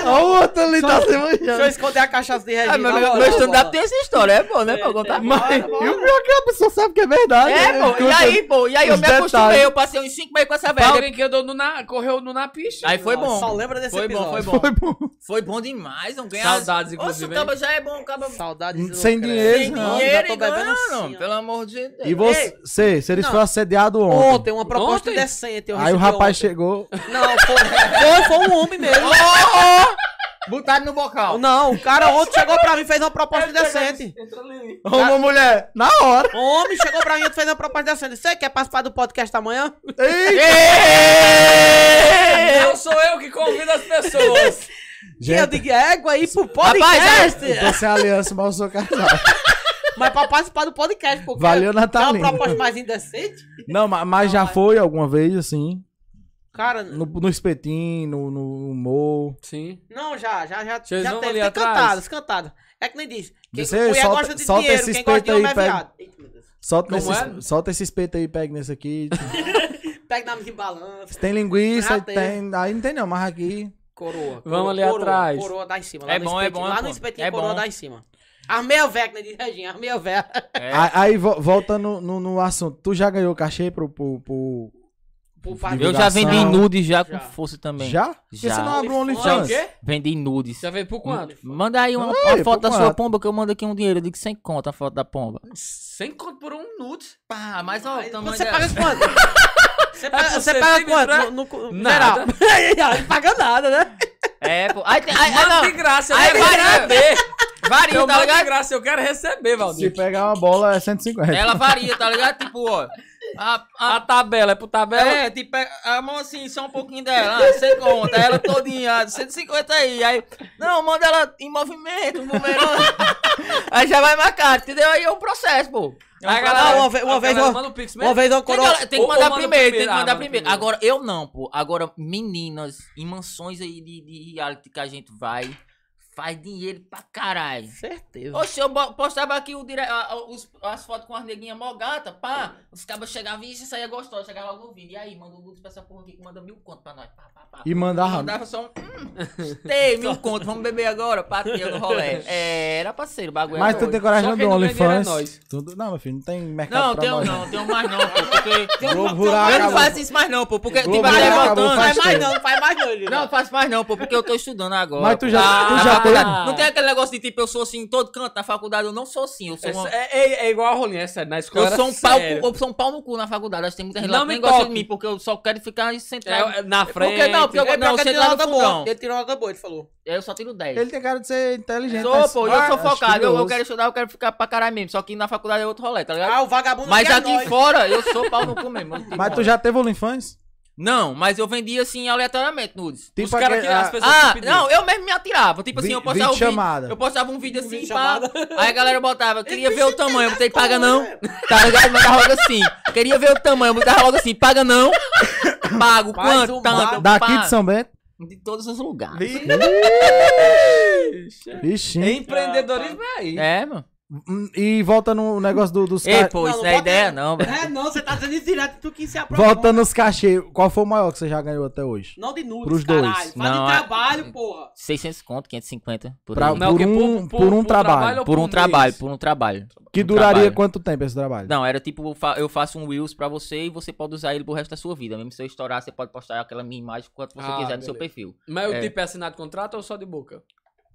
Speaker 3: não.
Speaker 2: Olha o outro ali, tá se
Speaker 4: Deixa eu
Speaker 2: manchando.
Speaker 4: esconder a cachaça de Regina.
Speaker 3: Ah, meu, meu,
Speaker 4: agora,
Speaker 3: meu
Speaker 4: ó,
Speaker 3: stand-up
Speaker 4: bola.
Speaker 3: tem essa história, é bom, né? Pra contar.
Speaker 2: Mas, e o pior é que a pessoa sabe que é verdade.
Speaker 3: É,
Speaker 2: né?
Speaker 3: pô, e
Speaker 2: Escuta.
Speaker 3: aí, pô, e aí eu
Speaker 2: os
Speaker 3: me acostumei,
Speaker 2: detalhes.
Speaker 3: eu passei uns 5 meses com essa
Speaker 1: Pra
Speaker 3: velha.
Speaker 1: alguém que andou no na, correu no na pista.
Speaker 3: Aí foi bom.
Speaker 4: Só lembra desse
Speaker 3: Foi bom, foi
Speaker 4: episódio.
Speaker 3: bom.
Speaker 2: Foi bom.
Speaker 3: Foi bom demais, não ganhar.
Speaker 1: Saudades,
Speaker 3: Nossa,
Speaker 1: inclusive.
Speaker 3: o
Speaker 1: hein?
Speaker 3: caba já é bom, o caba
Speaker 4: Saudades. do
Speaker 2: Sem
Speaker 4: Lucas.
Speaker 2: dinheiro,
Speaker 3: tem
Speaker 2: não,
Speaker 3: dinheiro
Speaker 4: já
Speaker 3: e
Speaker 4: tô bebendo
Speaker 3: ganha,
Speaker 4: assim,
Speaker 3: não,
Speaker 4: ó.
Speaker 3: pelo amor de Deus.
Speaker 2: E você, se eles
Speaker 4: Não.
Speaker 2: foram assediados ontem.
Speaker 4: Ontem, uma proposta
Speaker 1: Ontem?
Speaker 4: decente. eu
Speaker 2: Aí o
Speaker 4: recebi
Speaker 2: rapaz
Speaker 4: ontem.
Speaker 2: chegou.
Speaker 4: Não, foi, foi, foi um homem mesmo.
Speaker 2: Oh!
Speaker 3: Botado no bocal.
Speaker 4: Não, o cara ontem chegou pra mim e fez uma proposta
Speaker 2: assim.
Speaker 4: decente.
Speaker 2: Uma mulher, na hora.
Speaker 4: Um homem chegou pra mim e fez uma proposta decente. Você quer participar do podcast amanhã?
Speaker 3: É.
Speaker 1: Não sou eu que convido as pessoas.
Speaker 4: E eu digo, égua aí pro
Speaker 3: Rapaz,
Speaker 4: podcast.
Speaker 2: Tô sem aliança, mas eu sou casado.
Speaker 4: Mas pra participar do podcast, pô.
Speaker 2: Valeu,
Speaker 4: Natalina. É
Speaker 2: Natalina.
Speaker 4: uma proposta mais indecente?
Speaker 2: Não, ma- mas já foi alguma vez, assim.
Speaker 4: Cara,
Speaker 2: No, no espetinho, no, no humor.
Speaker 1: Sim.
Speaker 4: não, já, já, já,
Speaker 1: Vocês
Speaker 4: já
Speaker 1: vão
Speaker 4: teve.
Speaker 1: ali
Speaker 4: Tem
Speaker 1: atrás?
Speaker 4: cantadas, cantadas. É que nem diz. Quem
Speaker 2: Você
Speaker 4: mulher
Speaker 2: solta-
Speaker 4: gosta de
Speaker 2: solta
Speaker 4: dinheiro,
Speaker 2: esse
Speaker 4: quem gosta de
Speaker 2: espeto
Speaker 4: homem é
Speaker 2: aí, pega-
Speaker 4: viado. Eita, meu Deus.
Speaker 2: Solta,
Speaker 1: Como
Speaker 2: nesse,
Speaker 1: é?
Speaker 2: solta esse espeto aí, pega nesse aqui.
Speaker 4: Pega na mesa e balança.
Speaker 2: Se tem linguiça,
Speaker 4: Ah, tem.
Speaker 2: tem. Aí não tem não, mas aqui.
Speaker 4: Coroa.
Speaker 1: Vamos ali
Speaker 4: coroa,
Speaker 1: atrás.
Speaker 4: Coroa dá em cima.
Speaker 3: É
Speaker 4: no
Speaker 3: bom, é
Speaker 4: espetinho,
Speaker 3: bom,
Speaker 4: Lá
Speaker 3: pô.
Speaker 4: no espetinho,
Speaker 3: É
Speaker 4: coroa
Speaker 3: bom.
Speaker 4: dá em cima. Armeia o verbo, né? Diz Reginha, armeia o verbo.
Speaker 2: Aí, aí vo- volta no, no, no assunto. Tu já ganhou cachê pro. pro, pro-
Speaker 4: Por parte-
Speaker 3: Eu já vendi
Speaker 2: Divulgação.
Speaker 3: nude já com
Speaker 4: Já.
Speaker 3: força também.
Speaker 2: Já? Por que
Speaker 3: Já.
Speaker 2: você não abre
Speaker 1: Já
Speaker 2: um
Speaker 1: é o
Speaker 2: OnlyFans?
Speaker 1: quê?
Speaker 3: Vendi nudes.
Speaker 1: Já veio por quanto?
Speaker 3: Manda aí uma,
Speaker 2: Manda
Speaker 3: uma
Speaker 2: aí,
Speaker 3: foto
Speaker 2: pô,
Speaker 3: da sua
Speaker 2: quatro.
Speaker 3: pomba que eu mando aqui um dinheiro. Eu digo sem conta a foto da pomba.
Speaker 1: Sem conto por um nude.
Speaker 3: Pá, então, mas é. ó, o
Speaker 4: Você paga quanto? Você paga,
Speaker 1: você
Speaker 4: você paga
Speaker 1: se livrar?
Speaker 4: quanto? No, no,
Speaker 1: Nada.
Speaker 4: Geral. não paga nada, né?
Speaker 3: É, pô. Aí tem. Aí, aí,
Speaker 1: Mano,
Speaker 3: não.
Speaker 1: de graça, eu
Speaker 3: Aí
Speaker 1: quero
Speaker 3: vai
Speaker 1: receber.
Speaker 3: Varia,
Speaker 1: Eu
Speaker 3: tá
Speaker 1: mando de
Speaker 3: ligado?
Speaker 1: graça, eu quero receber,
Speaker 2: Se
Speaker 1: Valdir.
Speaker 2: pegar uma bola é 150.
Speaker 3: Ela varia, tá ligado? Tipo, ó. A, a,
Speaker 1: A tabela é pro tabela.
Speaker 3: é, tipo, é, a mão assim, só um pouquinho dela, ah, sem conta, ela todinha, ah, 150 aí, aí, não, manda ela em movimento, um número, aí já vai marcar, entendeu? Aí é um processo, pô. É um
Speaker 1: A
Speaker 3: processo.
Speaker 1: galera,
Speaker 4: Não, uma vez- uma
Speaker 1: a
Speaker 4: vez
Speaker 1: galera
Speaker 4: eu-
Speaker 1: manda o Pix
Speaker 4: Uma
Speaker 1: mesmo.
Speaker 4: vez uma
Speaker 3: Tem que,
Speaker 4: coroa.
Speaker 3: olhar- tem que
Speaker 1: Ou- ou
Speaker 3: mandar
Speaker 1: manda
Speaker 3: primeiro, tem
Speaker 1: primeiro.
Speaker 3: que
Speaker 1: Ah,
Speaker 3: mandar
Speaker 1: manda
Speaker 3: primeiro.
Speaker 1: primeiro.
Speaker 3: Agora, eu não, pô. Agora, meninas, em mansões aí de, de reality que a gente vai, Faz dinheiro pra caralho.
Speaker 4: Certeza.
Speaker 3: Oxe, eu bo- postava aqui o dire... a- a- os- as fotos com as neguinhas mó gata, pá.
Speaker 2: É.
Speaker 3: Os cabos chegavam, ixi, isso aí é gostoso. Chegava logo no vídeo. E aí, manda um nudes pra essa porra aqui que manda mil conto pra nós. Pá, pá, pá.
Speaker 2: E mandar.
Speaker 3: Mandava só um. Hum, tem mil conto, vamos beber agora, patria no rolê. É, era parceiro, o bagulho.
Speaker 2: Mas
Speaker 3: era
Speaker 2: tu
Speaker 3: doido.
Speaker 2: tem coragem
Speaker 1: Só
Speaker 2: não
Speaker 1: quem
Speaker 2: do
Speaker 1: não ganha dinheiro é
Speaker 2: OnlyFans.
Speaker 1: nós.
Speaker 2: Tudo- Não, meu filho, não tem mercado
Speaker 3: Não,
Speaker 2: pra
Speaker 3: tenho
Speaker 2: nós.
Speaker 3: não, tenho mais não, pô. Porque.
Speaker 2: Globo Rural
Speaker 3: eu não
Speaker 2: acabou.
Speaker 3: faço isso mais não, pô. Porque
Speaker 2: Globo
Speaker 3: tipo, vai
Speaker 2: Rural
Speaker 3: levantando.
Speaker 2: acabou
Speaker 4: não
Speaker 2: faz
Speaker 4: faz mais
Speaker 2: tempo.
Speaker 4: não, não faz mais não, Lino.
Speaker 3: Não, faço mais não, pô, porque eu tô estudando agora.
Speaker 2: Mas tu já-
Speaker 3: pô.
Speaker 2: tu já
Speaker 3: Ah,
Speaker 2: tem-
Speaker 3: tá. Não tem aquele negócio de tipo, eu sou assim em todo canto, na faculdade eu não sou assim, eu sou
Speaker 1: É,
Speaker 3: uma.
Speaker 1: é- é igual a rolinha, é sério. Na escola
Speaker 3: Eu
Speaker 1: era
Speaker 3: sou, um pau,
Speaker 1: sério.
Speaker 3: eu sou um pau no cu na faculdade. Acho que tem muita gente
Speaker 1: Não
Speaker 3: lá que
Speaker 1: me
Speaker 3: nem gosta de
Speaker 1: toque.
Speaker 3: mim, porque eu só quero ficar centrado.
Speaker 1: É, é, na
Speaker 3: Porque
Speaker 1: frente.
Speaker 3: não, porque eu, não,
Speaker 4: É não,
Speaker 3: eu
Speaker 4: ele
Speaker 3: chego
Speaker 4: tirou
Speaker 3: lá no
Speaker 4: nota boa.
Speaker 3: fundão.
Speaker 4: Ele tirou nota boa, é ele falou.
Speaker 1: é-
Speaker 3: Eu só tiro 10.
Speaker 2: Ele tem cara de ser inteligente.
Speaker 3: Sou,
Speaker 2: mas-
Speaker 3: pô,
Speaker 2: Ah,
Speaker 3: eu sou
Speaker 2: acho
Speaker 3: focado. Eu, eu
Speaker 2: curioso.
Speaker 3: quero estudar, eu quero ficar pra caralho mesmo. Só que na faculdade é outro rolê, tá ligado?
Speaker 4: Ah, o vagabundo
Speaker 3: mas
Speaker 1: é
Speaker 4: quer
Speaker 3: aqui
Speaker 4: nós.
Speaker 3: fora, eu sou pau no cu mesmo. eu não tenho
Speaker 2: Mas tu
Speaker 3: moral.
Speaker 2: já teve OnlyFans? Tipo
Speaker 3: Não, mas eu vendia assim aleatoriamente nudes.
Speaker 1: Os caras que as
Speaker 2: a-
Speaker 1: pessoas
Speaker 3: Ah,
Speaker 1: que pediam.
Speaker 3: não, eu mesmo me atirava. Tipo assim,
Speaker 2: Vi-
Speaker 3: eu postava um
Speaker 2: vídeo
Speaker 3: vídeo.
Speaker 2: chamada.
Speaker 3: Eu postava um vídeo assim,
Speaker 4: Vídeo
Speaker 3: pá. Aí a galera botava, queria
Speaker 4: Esse
Speaker 3: ver o
Speaker 4: bicho
Speaker 3: tamanho, eu botei paga
Speaker 4: porra,
Speaker 3: não.
Speaker 4: velho.
Speaker 3: Tá ligado? Botava logo assim. Queria ver o tamanho, eu botava logo assim, paga não. Pago,
Speaker 4: Mais
Speaker 3: quanto,
Speaker 4: um
Speaker 3: tanto.
Speaker 4: pago.
Speaker 2: Daqui
Speaker 3: pá.
Speaker 2: de São Bento?
Speaker 3: De todos os lugares.
Speaker 1: Vixe.
Speaker 2: Vixi.
Speaker 1: Empreendedorismo é aí.
Speaker 3: É, mano.
Speaker 2: Hum, E volta no negócio do- dos
Speaker 3: Ei,
Speaker 2: cachês.
Speaker 3: pô,
Speaker 4: Não,
Speaker 3: isso
Speaker 4: não
Speaker 3: não é
Speaker 4: bota
Speaker 3: ideia
Speaker 4: aí.
Speaker 3: não, velho.
Speaker 4: É, não, você tá dizendo isso direto, tu que se aprovou.
Speaker 2: Volta nos cachês. Qual foi o maior que você já ganhou até hoje?
Speaker 4: Não de nudes,
Speaker 2: Pros dois.
Speaker 4: caralho. Fala
Speaker 3: Não,
Speaker 4: de
Speaker 3: é-
Speaker 4: trabalho, porra.
Speaker 3: 600 conto, 550. Por,
Speaker 2: Pra-
Speaker 3: aí.
Speaker 2: Não, por
Speaker 1: que
Speaker 2: um- por um trabalho,
Speaker 1: ou
Speaker 3: por um
Speaker 1: mês?
Speaker 3: trabalho, por um trabalho.
Speaker 2: Que
Speaker 3: Um
Speaker 2: duraria
Speaker 3: trabalho.
Speaker 2: quanto tempo esse trabalho?
Speaker 3: Não, era tipo, eu fa- eu faço um Reels pra você e você pode usar ele pro resto da sua vida. Mesmo se eu estourar, você pode postar aquela minha imagem quanto você
Speaker 1: Ah,
Speaker 3: quiser no seu
Speaker 1: beleza.
Speaker 3: perfil.
Speaker 1: Mas o
Speaker 3: É.
Speaker 1: tipo é assinado contrato ou só de boca?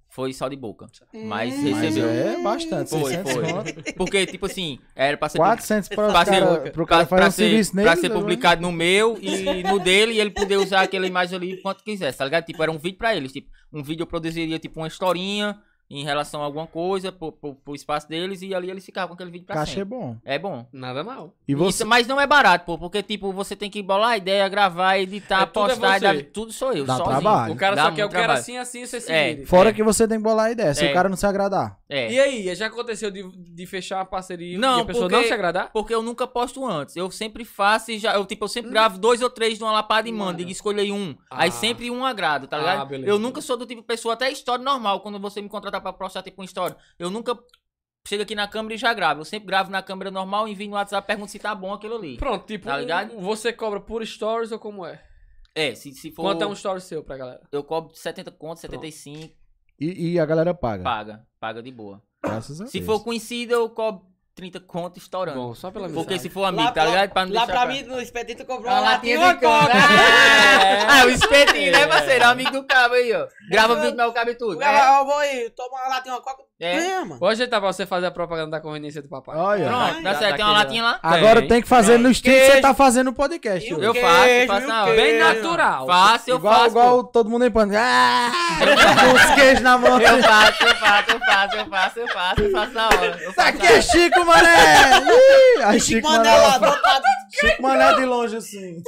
Speaker 3: Foi só de boca. Mas
Speaker 4: Hum.
Speaker 2: Mas
Speaker 3: recebeu.
Speaker 2: é bastante.
Speaker 3: Foi,
Speaker 2: 600
Speaker 3: foi.
Speaker 2: conto.
Speaker 3: Porque, tipo assim, era pra ser.
Speaker 2: 400 para o
Speaker 3: pra ser-
Speaker 2: cara, pro cara
Speaker 3: pra-
Speaker 2: fazer
Speaker 3: pra
Speaker 2: um
Speaker 3: ser-
Speaker 2: serviço nele.
Speaker 3: pra ser
Speaker 2: né?
Speaker 3: publicado no meu e no dele e ele poder usar aquela imagem ali quanto quisesse, tá ligado? Tipo, era um vídeo pra eles. Tipo, um vídeo eu produziria, tipo, uma historinha em relação a alguma coisa pro, pro- pro espaço deles e ali eles ficavam com aquele vídeo pra
Speaker 2: Cachê
Speaker 3: sempre.
Speaker 2: bom.
Speaker 3: É bom.
Speaker 1: Nada mal.
Speaker 2: E você,
Speaker 3: Isso, mas não é barato, pô, porque tipo, você tem que bolar a ideia, gravar, editar,
Speaker 1: É, tudo é
Speaker 3: postar,
Speaker 1: você.
Speaker 3: dar- tudo sou eu,
Speaker 2: Dá
Speaker 3: sozinho.
Speaker 2: trabalho.
Speaker 1: O cara
Speaker 3: Dá
Speaker 1: só quer, eu
Speaker 3: muito
Speaker 1: quero
Speaker 3: trabalho.
Speaker 1: assim, assim, você se
Speaker 3: É.
Speaker 1: vire.
Speaker 2: fora
Speaker 3: É.
Speaker 2: que você tem que bolar a ideia, se
Speaker 3: É.
Speaker 2: o cara não se agradar.
Speaker 3: É.
Speaker 1: E aí, já aconteceu de, de fechar uma parceria
Speaker 3: Não,
Speaker 1: e a pessoa
Speaker 3: porque-
Speaker 1: não se agradar?
Speaker 3: Porque eu nunca posto antes. Eu sempre faço e já. Eu, tipo, eu sempre gravo dois ou três de uma lapada e mando. E escolho aí um.
Speaker 1: Ah.
Speaker 3: Aí sempre um agrado, tá
Speaker 1: Ah,
Speaker 3: ligado?
Speaker 1: beleza.
Speaker 3: eu nunca sou do tipo de pessoa, até história normal, quando você me contratar pra postar tipo uma história. Eu nunca chego aqui na câmera e já gravo. Eu sempre gravo na câmera normal, envio no WhatsApp, pergunto se tá bom aquilo ali.
Speaker 1: Pronto, tipo,
Speaker 3: Tá ligado?
Speaker 1: um- você cobra por stories ou como é?
Speaker 3: É, se, se for.
Speaker 1: Quanto é um story seu pra galera?
Speaker 3: Eu cobro 70 conto, 75,
Speaker 2: E, e a galera paga.
Speaker 3: paga. Paga de boa.
Speaker 2: Graças a
Speaker 3: Se
Speaker 2: Deus.
Speaker 3: for conhecido, eu cobro 30 conto estourando.
Speaker 1: Bom, só pela
Speaker 3: Porque
Speaker 1: amizade.
Speaker 3: se for amigo, tá
Speaker 4: pra-
Speaker 3: ligado? Pra não
Speaker 4: lá
Speaker 3: deixar
Speaker 4: pra mim, no espetinho, tu
Speaker 2: Ah,
Speaker 4: comprou
Speaker 3: Uma
Speaker 4: uma
Speaker 3: latinha
Speaker 4: latinha
Speaker 3: de
Speaker 4: uma
Speaker 3: coca.
Speaker 1: É.
Speaker 3: Ah, o espetinho, né, parceiro? É o amigo do cabo aí, ó. Grava vídeo, mas o cabo e tudo. É.
Speaker 4: Eu vou aí, toma uma latinha, uma coca.
Speaker 3: É.
Speaker 4: É, mano.
Speaker 1: Vou ajeitar pra você fazer a propaganda da conveniência do papai.
Speaker 2: Olha.
Speaker 3: Pronto,
Speaker 1: Dá
Speaker 3: tá certo. Tem uma
Speaker 1: daquele-
Speaker 3: latinha lá?
Speaker 2: Agora
Speaker 1: Tem.
Speaker 2: tem que fazer no estilo que
Speaker 4: Queijo.
Speaker 2: você tá fazendo no podcast.
Speaker 4: E o
Speaker 2: hoje.
Speaker 3: Eu
Speaker 4: queijo,
Speaker 3: faço, eu
Speaker 4: e
Speaker 3: faço
Speaker 4: o
Speaker 3: na hora.
Speaker 4: queijo.
Speaker 1: Bem
Speaker 3: Ah,
Speaker 1: natural.
Speaker 3: Faço, eu
Speaker 2: igual
Speaker 3: faço. pô.
Speaker 2: igual todo mundo em pânico. Ah! Com os queijos na mão.
Speaker 3: Eu faço, eu faço, eu faço, eu faço, eu faço, eu faço na hora. Eu
Speaker 2: Tá
Speaker 3: faço
Speaker 2: aqui
Speaker 3: na hora.
Speaker 2: é Chico Mané! Ih, aí
Speaker 4: Chico
Speaker 2: Chico
Speaker 4: Mané lá,
Speaker 2: Mané.
Speaker 4: dotado.
Speaker 2: Chico Mané de longe assim.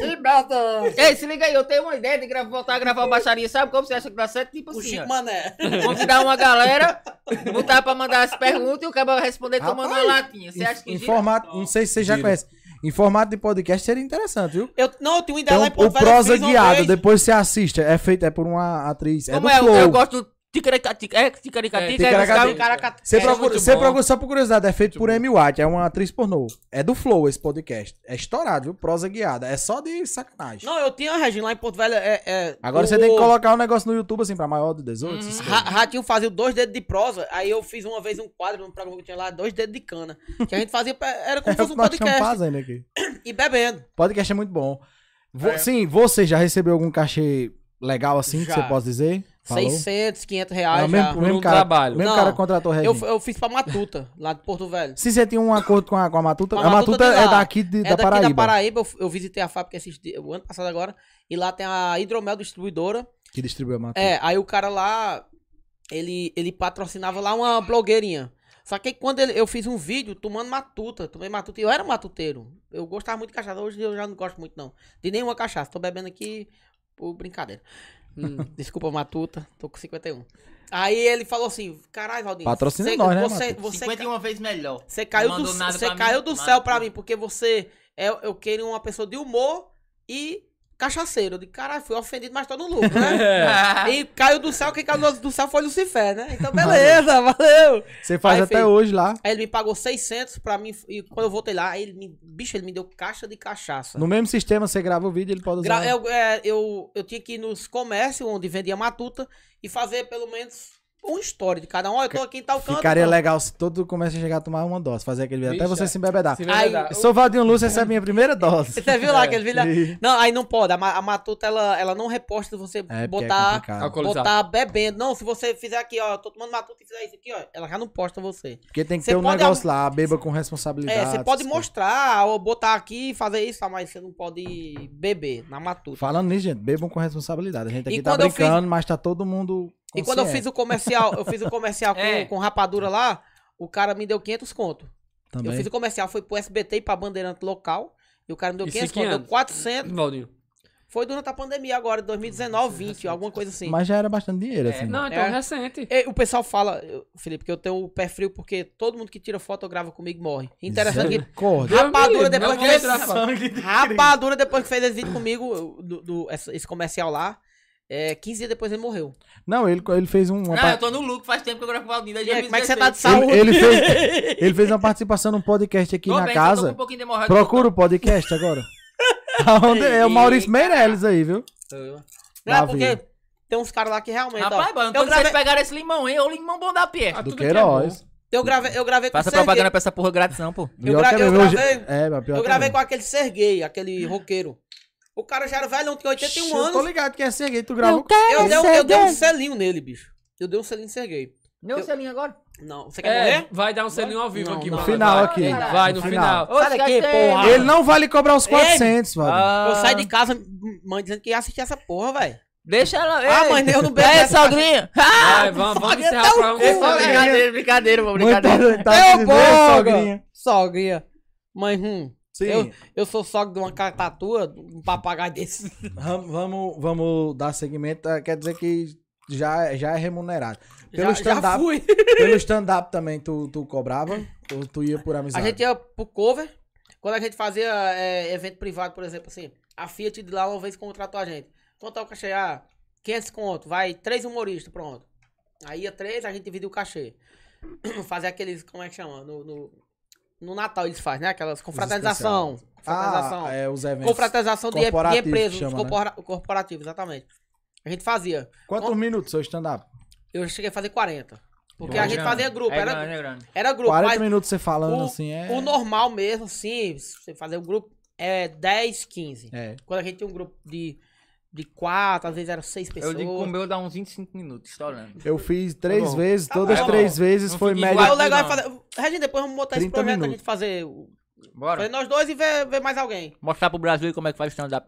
Speaker 3: Ei, se liga aí, eu tenho uma ideia de gra- voltar a gravar o baixaria, sabe como você acha que dá certo? Tipo
Speaker 4: O
Speaker 3: assim, ó.
Speaker 4: Chico Mané.
Speaker 3: Convidar uma galera, botar pra mandar as perguntas e o cara vai responder tomando uma
Speaker 2: Rapaz,
Speaker 3: latinha. Você acha que
Speaker 2: Em
Speaker 3: gira?
Speaker 2: formato, não sei se você já
Speaker 1: Gira.
Speaker 2: conhece. Em formato de podcast seria interessante, viu?
Speaker 4: Eu, não, é eu tenho uma ideia
Speaker 2: Então,
Speaker 4: lá em Porto
Speaker 2: o
Speaker 4: Velho, eu
Speaker 2: prosa
Speaker 4: fiz uma
Speaker 2: guiada,
Speaker 4: vez.
Speaker 2: depois você assiste. É feito, é por uma atriz. É do
Speaker 3: Como é? Eu, eu
Speaker 2: Flow.
Speaker 3: gosto do ticaricatica. É,
Speaker 1: É,
Speaker 3: ticaricatica. É,
Speaker 2: ticaricatica.
Speaker 3: ticaricatica.
Speaker 2: Você
Speaker 3: É
Speaker 2: procura,
Speaker 3: muito
Speaker 2: você
Speaker 3: bom.
Speaker 2: procura só por curiosidade, é feito por Amy White, é uma atriz pornô. É do Flow esse podcast. É estourado, viu? Prosa guiada. É só de sacanagem.
Speaker 4: Não, eu tenho a Regina lá em Porto Velho. É, é,
Speaker 2: Agora
Speaker 4: o-
Speaker 2: você tem que colocar um negócio no YouTube, assim, pra maior de 18. essas coisas.
Speaker 4: Uhum. Ra- Ratinho fazia o dois dedos de prosa, aí eu fiz uma vez um quadro num programa que tinha lá, dois dedos de cana. Que a gente fazia, pra-
Speaker 2: É
Speaker 4: era
Speaker 2: o
Speaker 4: como se fosse
Speaker 2: que
Speaker 4: um
Speaker 2: nós estamos
Speaker 4: podcast.
Speaker 2: fazendo aqui.
Speaker 4: E bebendo.
Speaker 2: Podcast é muito bom. Vo- Sim, você já recebeu algum cachê legal assim, que
Speaker 4: Já.
Speaker 2: você possa dizer? Falou?
Speaker 4: 600, 500
Speaker 2: É,
Speaker 4: reais
Speaker 2: o
Speaker 4: já.
Speaker 2: mesmo, o mesmo
Speaker 1: Um
Speaker 2: cara,
Speaker 1: trabalho.
Speaker 2: o mesmo
Speaker 4: Não,
Speaker 2: cara contratou a
Speaker 4: Eu,
Speaker 2: Regina.
Speaker 4: eu fiz pra Matuta, lá de Porto Velho.
Speaker 2: Se você tinha um acordo com a, com a Matuta,
Speaker 4: Com
Speaker 2: a Matuta
Speaker 4: de
Speaker 2: é
Speaker 4: lá.
Speaker 2: daqui de-
Speaker 4: É
Speaker 2: da
Speaker 4: daqui
Speaker 2: Paraíba.
Speaker 4: da Paraíba. Eu, f- eu visitei a fábrica esses dias, o ano passado agora, e lá tem a Hidromel Distribuidora.
Speaker 2: Que distribui a Matuta.
Speaker 4: É, aí o cara lá, ele, ele patrocinava lá uma blogueirinha. Só que aí quando ele- eu fiz um vídeo tomando matuta, tomei matuta, e eu era um matuteiro. Eu gostava muito de cachaça, hoje eu já não gosto muito não. De nenhuma cachaça, tô bebendo aqui por brincadeira.
Speaker 2: Hum.
Speaker 4: Desculpa, matuta, tô com 51. Aí ele falou assim, caralho, Valdinho.
Speaker 2: Patrocina
Speaker 4: você-
Speaker 2: nós, né,
Speaker 4: você, tá-
Speaker 2: Matuta?
Speaker 4: você,
Speaker 3: 51 vezes melhor.
Speaker 4: você caiu
Speaker 3: Não
Speaker 4: do,
Speaker 3: mandou nada
Speaker 4: você
Speaker 3: pra
Speaker 4: caiu
Speaker 3: mim,
Speaker 4: do
Speaker 3: mas-
Speaker 4: céu pra mim, porque você. É, eu queria uma pessoa de humor e cachaceiro. Eu digo, caralho, fui ofendido, mas tô no lucro,
Speaker 1: É.
Speaker 4: né? e caiu do céu, quem caiu do céu foi Lucifer, né? Então, beleza, valeu.
Speaker 2: Você faz
Speaker 4: Aí,
Speaker 2: até
Speaker 4: filho.
Speaker 2: hoje lá.
Speaker 4: Aí ele me pagou 600 pra mim, e quando eu voltei lá, aí ele me, bicho, ele me deu caixa de cachaça.
Speaker 2: No mesmo sistema, você grava o vídeo, ele pode usar.
Speaker 4: Gra- eu, é, eu, eu tinha que ir nos comércios onde vendia matuta e fazer pelo menos uma história de cada um. Ó, eu tô aqui em tal canto.
Speaker 2: Ficaria
Speaker 4: tal.
Speaker 2: legal se todo começa a chegar a tomar uma dose, fazer aquele vídeo, até
Speaker 1: Vixe,
Speaker 2: você
Speaker 1: é.
Speaker 2: se embebedar.
Speaker 1: Se
Speaker 4: Aí,
Speaker 1: embebedar.
Speaker 2: Eu Sou Valdinho Lúcio, essa é a minha primeira dose.
Speaker 4: Você viu lá aquele vídeo? lá?
Speaker 2: E- é,
Speaker 4: Não, aí não pode. A, ma- a matuta, ela, ela não reposta se você
Speaker 2: É, porque é
Speaker 4: botar,
Speaker 2: complicado.
Speaker 1: Alcoolizado.
Speaker 4: botar bebendo. Não, se você fizer aqui, ó, eu tô tomando matuta e fizer isso aqui, ó, ela já não posta você.
Speaker 2: Porque tem que
Speaker 4: Você
Speaker 2: ter um
Speaker 4: pode
Speaker 2: negócio lá, beba com responsabilidade.
Speaker 4: É, você pode
Speaker 2: essas coisas.
Speaker 4: mostrar ou botar aqui e fazer isso, tá? mas você não pode beber na matuta.
Speaker 2: Falando nisso, gente, bebam com responsabilidade. A gente aqui
Speaker 4: E
Speaker 2: tá
Speaker 4: quando eu
Speaker 2: brincando, mas tá todo mundo.
Speaker 4: E quando eu fiz o comercial, eu fiz o comercial com,
Speaker 5: É.
Speaker 4: com rapadura lá, o cara me deu 500 conto.
Speaker 2: Também.
Speaker 4: Eu fiz o comercial, foi pro SBT e pra Bandeirante local. E o cara me deu
Speaker 1: Isso
Speaker 4: 500
Speaker 1: em que
Speaker 4: conto, deu
Speaker 1: ano?
Speaker 4: 400.
Speaker 1: Valdinho.
Speaker 4: Foi durante a pandemia agora, 2019, 20, alguma coisa assim.
Speaker 2: Mas já era bastante dinheiro, assim.
Speaker 1: Não, então
Speaker 4: É.
Speaker 1: recente.
Speaker 4: E o pessoal fala, eu- Felipe, que eu tenho o pé frio porque todo mundo que tira foto ou grava comigo morre. Interessante que...
Speaker 2: Misericórdia.
Speaker 4: Rapadura
Speaker 3: né,
Speaker 1: Deus me livre,
Speaker 4: depois
Speaker 1: não
Speaker 4: que
Speaker 1: vou
Speaker 4: fez...
Speaker 1: entrar, Fábio.
Speaker 3: É
Speaker 4: Rapadura depois que fez esse vídeo comigo, eu- do, do- essa- esse comercial lá, é, 15 dias depois ele morreu.
Speaker 2: Não, ele, ele fez um. uma
Speaker 5: Não,
Speaker 4: Ah,
Speaker 2: pa-
Speaker 5: eu tô no lucro, faz tempo que eu gravo com o Valdinho.
Speaker 4: E
Speaker 5: desde
Speaker 4: aí, como é que você tá de
Speaker 5: 2016.
Speaker 4: saúde?
Speaker 2: ele, ele fez, ele fez uma participação num podcast aqui
Speaker 5: Tô
Speaker 2: na
Speaker 5: bem, só Tô com
Speaker 2: casa.
Speaker 5: um pouquinho demorado.
Speaker 4: tá?
Speaker 2: Procura o podcast agora. Aonde- é o Maurício Meirelles aí, viu?
Speaker 4: Não, é
Speaker 2: Davi.
Speaker 4: porque tem uns caras lá que realmente... ó,
Speaker 5: Rapaz, mano,
Speaker 4: Então, eu,
Speaker 5: quando vocês
Speaker 4: gravei,
Speaker 5: pegaram esse limão, hein? É o limão bom da Pierre.
Speaker 1: Ah,
Speaker 2: Do
Speaker 1: tudo que é
Speaker 2: Queiroz.
Speaker 1: bom.
Speaker 4: eu gravei, eu gravei com é
Speaker 5: Faça
Speaker 4: o Serguei.
Speaker 5: propaganda pra essa porra grátis, não, pô.
Speaker 4: Eu
Speaker 2: Pior
Speaker 4: gra-
Speaker 2: que é
Speaker 4: eu
Speaker 2: mesmo, hoje-
Speaker 4: gravei-
Speaker 2: É, mas pior
Speaker 4: Eu
Speaker 2: que é
Speaker 4: gravei
Speaker 2: mesmo.
Speaker 4: com aquele Serguei, aquele roqueiro. O cara já era velho, tinha 81
Speaker 2: Eu tô
Speaker 4: anos.
Speaker 2: ligado que é Serguei, tu gravou.
Speaker 4: Eu, dei, um- eu dei um selinho nele, bicho. Eu dei um selinho em Serguei.
Speaker 5: Meu
Speaker 4: Eu-
Speaker 5: selinho agora.
Speaker 4: Não, você quer
Speaker 1: É,
Speaker 4: morrer?
Speaker 1: vai dar um selinho ao vivo
Speaker 4: Não,
Speaker 1: aqui,
Speaker 4: não.
Speaker 2: No
Speaker 1: mano.
Speaker 2: final
Speaker 1: Vai.
Speaker 2: aqui.
Speaker 1: Vai, no final.
Speaker 4: Sai daqui, porra.
Speaker 2: Ele não vale cobrar os 400, mano.
Speaker 4: Eu saio de casa, m- mãe dizendo que ia assistir essa porra, velho.
Speaker 5: Deixa ela.
Speaker 4: Ah,
Speaker 5: Ei,
Speaker 4: mãe, eu não bebo
Speaker 2: É,
Speaker 5: Ei,
Speaker 4: essa
Speaker 5: sogrinha.
Speaker 3: Ah,
Speaker 1: Vai, vamos, vamos encerrar um o programa.
Speaker 5: É, Brincadeira, brincadeira, pô,
Speaker 2: Muito
Speaker 5: brincadeira.
Speaker 2: tá
Speaker 4: eu
Speaker 2: dizendo,
Speaker 4: boga!
Speaker 2: sogrinha.
Speaker 4: Sogrinha. Mãe, hum.
Speaker 2: Sim.
Speaker 4: Eu, eu sou sogra de uma catatua, de um papagaio desse.
Speaker 2: Ram- Vamos, vamos dar seguimento. ah, Quer dizer que já, já é remunerado. Pelo
Speaker 4: Já- já,
Speaker 2: stand-up
Speaker 4: fui.
Speaker 2: pelo stand-up também tu, tu cobrava? Ou tu ia por
Speaker 4: A
Speaker 2: amizade?
Speaker 4: gente ia pro cover. Quando a gente fazia é, evento privado, por exemplo, assim, a Fiat de lá uma vez contratou a gente. Quanto é o cachê? Ah, 500 conto, vai três humoristas, pronto. Aí ia três, a gente dividia o cachê. Fazer aqueles, como é que chama? No, no, no Natal eles fazem, né? Aquelas confraternização. Confraternização.
Speaker 2: Ah, é, os eventos.
Speaker 4: confraternização de, de
Speaker 2: corporativos
Speaker 4: empresas,
Speaker 2: que chama, né?
Speaker 4: corpora- corporativo, exatamente. A gente fazia.
Speaker 2: Quantos minutos seu stand-up?
Speaker 4: Eu cheguei a fazer 40. Porque
Speaker 5: É
Speaker 4: a gente
Speaker 5: grande.
Speaker 4: fazia grupo,
Speaker 5: É
Speaker 4: era,
Speaker 5: grande, é grande.
Speaker 4: era grupo,
Speaker 2: 40
Speaker 4: mas
Speaker 2: minutos você falando
Speaker 4: o-
Speaker 2: assim é.
Speaker 4: O normal mesmo, sim, você fazer um grupo é 10, 15.
Speaker 2: É.
Speaker 4: Quando a gente tem um grupo de, de 4, às vezes era 6 pessoas.
Speaker 5: Eu digo que o meu dá uns 25 minutos, estourando.
Speaker 2: Eu fiz três
Speaker 1: bom.
Speaker 2: vezes, todas
Speaker 5: bom.
Speaker 2: três vezes
Speaker 5: Não
Speaker 2: foi
Speaker 5: fica
Speaker 2: média.
Speaker 4: Mas o
Speaker 5: igual.
Speaker 4: legal é
Speaker 5: Não.
Speaker 4: fazer. Regina, depois vamos botar esse
Speaker 2: 30
Speaker 4: projeto pra
Speaker 2: minutos.
Speaker 4: gente fazer. o-
Speaker 5: Bora.
Speaker 4: Fazer nós dois e ver, ver mais alguém.
Speaker 5: Mostrar pro Brasil como é que faz stand-up.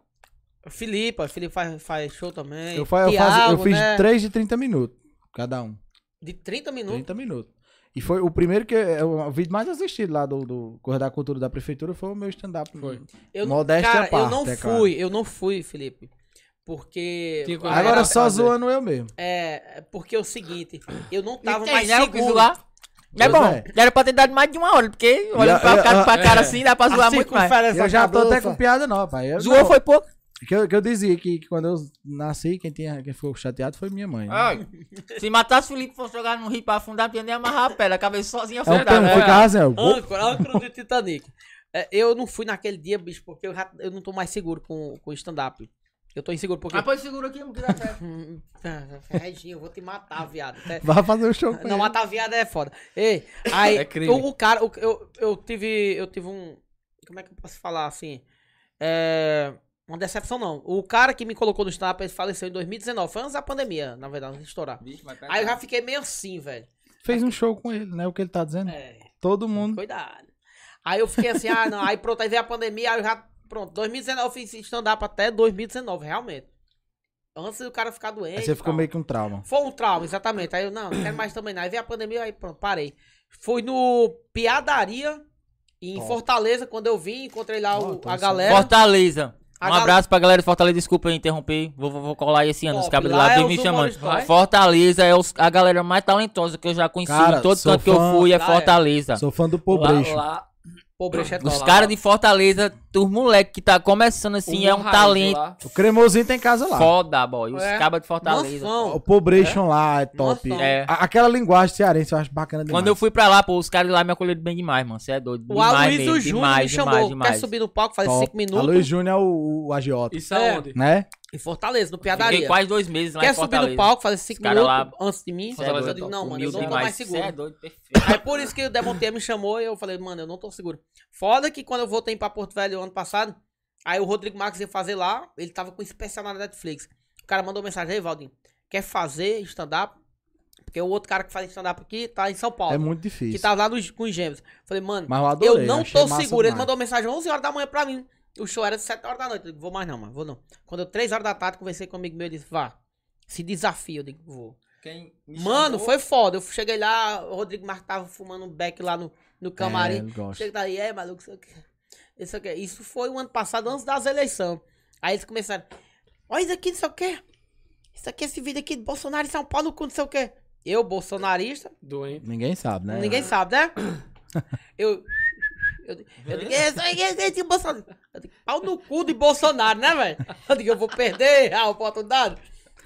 Speaker 4: Filipe, ó, Filipe faz, faz show também.
Speaker 2: Eu, fa- eu
Speaker 4: Thiago,
Speaker 2: faz- eu fiz
Speaker 4: né? Uhum.
Speaker 2: três de 30 minutos, cada um.
Speaker 4: De 30 minutos.
Speaker 2: 30 minutos. E foi o primeiro que. é O vídeo mais assistido lá do, do Correio da Cultura da Prefeitura foi o meu stand-up. Foi.
Speaker 4: Eu,
Speaker 2: Modéstia à
Speaker 4: cara, eu
Speaker 2: parte,
Speaker 4: não
Speaker 2: é claro.
Speaker 4: fui, eu não fui, Felipe. Porque.
Speaker 1: Tinha coisa
Speaker 2: Agora
Speaker 1: Era-
Speaker 2: só
Speaker 1: fazer.
Speaker 2: zoando eu mesmo.
Speaker 4: É, é porque é o seguinte, eu não
Speaker 5: Tava
Speaker 4: tava mais
Speaker 5: o que
Speaker 4: seguro.
Speaker 5: zoar. É
Speaker 2: Pois
Speaker 5: bom,
Speaker 2: é.
Speaker 5: era pra ter dado mais de uma hora, porque olhando
Speaker 2: eu-
Speaker 5: pra, cara,
Speaker 2: eu-
Speaker 5: pra cara
Speaker 1: é.
Speaker 5: assim, dá pra zoar
Speaker 4: A
Speaker 5: muito mais.
Speaker 4: circunferência
Speaker 2: Eu já tô até
Speaker 4: cabeça.
Speaker 2: com piada não, pai. Eu,
Speaker 5: Zoou
Speaker 2: não.
Speaker 5: foi pouco.
Speaker 2: Que eu, que eu dizia que, que quando eu nasci, quem, tinha, quem ficou chateado foi minha mãe. né?
Speaker 5: Ai, se matasse o Felipe e fosse jogar no rio pra afundar, não tinha nem amarrar a pedra, acabei
Speaker 2: é
Speaker 5: sozinho
Speaker 2: um
Speaker 5: afundado.
Speaker 2: termo, foi
Speaker 4: Ah.
Speaker 2: casal.
Speaker 4: âncora, âncora do Titanic. É, eu não fui naquele dia, bicho, porque eu, já- eu não tô mais seguro com com o stand-up. Eu tô inseguro porque.
Speaker 5: Ah, pois segura aqui, não dá certo.
Speaker 4: Hum, ah, Reginho, eu vou te matar, viado. Até-
Speaker 2: Vai fazer o show. com
Speaker 4: Não,
Speaker 2: ele.
Speaker 4: matar viado é foda. Ei, aí
Speaker 1: É crime.
Speaker 4: o, o cara, o- eu, eu tive. Eu tive um. Como é que eu posso falar assim? É, Uma decepção, não. O cara que me colocou no stand-up, ele faleceu em 2019. Foi antes da pandemia, na verdade, antes de estourar.
Speaker 5: Bicho, mas tá
Speaker 4: Aí eu já fiquei meio assim, velho.
Speaker 2: Fez um show com ele, né? O que ele tá dizendo.
Speaker 4: É.
Speaker 2: Todo mundo.
Speaker 4: Cuidado. Aí eu fiquei assim, ah, não. Aí pronto, aí veio a pandemia, aí eu já. Pronto, 2019 eu fiz stand-up até 2019, realmente. Antes do cara ficar doente.
Speaker 2: Aí você
Speaker 4: e
Speaker 2: ficou
Speaker 4: tal.
Speaker 2: meio que um trauma.
Speaker 4: Foi um trauma, exatamente. Aí eu, não, não quero mais também não. Aí veio a pandemia, aí pronto, parei. Fui no Piadaria, em
Speaker 2: Top.
Speaker 4: Fortaleza, quando eu vim, encontrei lá o-
Speaker 5: então
Speaker 2: Top,
Speaker 4: a
Speaker 2: isso.
Speaker 4: galera.
Speaker 5: Fortaleza.
Speaker 4: A
Speaker 5: é um
Speaker 4: gal-
Speaker 5: abraço pra galera de Fortaleza, desculpa eu interromper, vou, vou, vou colar assim, esse ano, os
Speaker 4: Top,
Speaker 5: cabos de
Speaker 4: lá
Speaker 5: lá
Speaker 4: é
Speaker 5: vem
Speaker 4: os
Speaker 5: me chamando.
Speaker 4: humoristas, vai.
Speaker 5: Fortaleza é os- a galera mais talentosa que eu já conheci,
Speaker 2: Cara,
Speaker 5: em todo
Speaker 2: sou
Speaker 5: canto que eu
Speaker 2: fã.
Speaker 5: fui é
Speaker 4: Lá é.
Speaker 5: Fortaleza.
Speaker 2: Sou fã do
Speaker 1: Lá,
Speaker 2: Pobreixo.
Speaker 1: lá,
Speaker 4: Pô, Brecha é
Speaker 5: Os
Speaker 4: top.
Speaker 5: caras de Fortaleza os moleques que tá começando assim, é um talento
Speaker 2: O cremosinho tem casa lá.
Speaker 5: foda, boy. Os
Speaker 4: É.
Speaker 5: cabas de Fortaleza.
Speaker 4: Mofão.
Speaker 2: O Pobration lá é top.
Speaker 4: Nossa.
Speaker 5: É.
Speaker 2: A- Aquela linguagem cearense eu acho bacana demais.
Speaker 5: Quando eu fui pra lá, pô, os caras lá me acolheram bem demais, mano. Você é doido.
Speaker 4: O
Speaker 5: demais
Speaker 4: Aloysio
Speaker 5: mesmo,
Speaker 4: Júnior
Speaker 5: demais,
Speaker 4: me chamou.
Speaker 5: demais,
Speaker 4: Quer
Speaker 5: demais.
Speaker 4: subir no palco, faz
Speaker 2: Top.
Speaker 4: cinco minutos.
Speaker 2: Aloysio Júnior é o, o agiota,
Speaker 1: Isso
Speaker 4: É.
Speaker 1: aonde?
Speaker 2: né?
Speaker 4: Em Fortaleza, no
Speaker 5: Fiquei
Speaker 4: Piadaria.
Speaker 5: quase dois meses lá
Speaker 4: Quer
Speaker 5: em
Speaker 4: subir
Speaker 5: Fortaleza.
Speaker 4: no palco, fazer cinco
Speaker 5: Os cara
Speaker 4: minutos
Speaker 5: lá-
Speaker 4: antes de mim?
Speaker 5: Cê é doido,
Speaker 4: eu digo, não, mano, eu
Speaker 5: humilde
Speaker 4: não tô
Speaker 5: demais.
Speaker 4: mais
Speaker 5: Cê é
Speaker 4: seguro.
Speaker 5: doido, perfeito.
Speaker 4: Aí por isso que o Demontier me chamou e eu falei, mano, eu não tô seguro. Foda que quando eu voltei pra Porto Velho ano passado, aí o Rodrigo Marques ia fazer lá, ele tava com um especial na Netflix. O cara mandou mensagem, aí, Valdinho, quer fazer stand-up? Porque o outro cara que faz stand-up aqui tá em São Paulo.
Speaker 2: É muito difícil.
Speaker 4: Que tá lá nos, com os gêmeos. Falei, mano,
Speaker 2: Mas eu adorei.
Speaker 4: eu não
Speaker 2: achei
Speaker 4: tô
Speaker 2: massa
Speaker 4: seguro. Ele
Speaker 2: demais.
Speaker 4: mandou mensagem 11 horas da manhã pra mim. O show era 7 horas da noite. Eu digo, vou mais não, mano. Vou não. Quando eu 3 horas da tarde, conversei com um amigo meu. Ele disse, vá. Se desafia. Eu digo, vou. Mano, foi foda. Eu cheguei lá, o Rodrigo Marques tava fumando um beck lá no, no
Speaker 2: É,
Speaker 4: camarim.
Speaker 2: eu gosto.
Speaker 4: Chega daí, é, maluco, isso aqui. Isso aqui. Isso foi o ano passado, antes das eleições. Aí eles começaram. Olha isso aqui, não sei o quê. Isso aqui, esse vídeo aqui de Bolsonaro e São Paulo, com não sei o quê. Eu, bolsonarista,
Speaker 1: Doente.
Speaker 2: Ninguém sabe, né?
Speaker 4: Ninguém sabe, né? Eu. Eu, eu digo, "Esse aí é de Bolsonaro. Eu digo, pau no cu de Bolsonaro, né, velho? Eu digo, eu vou perder a oportunidade.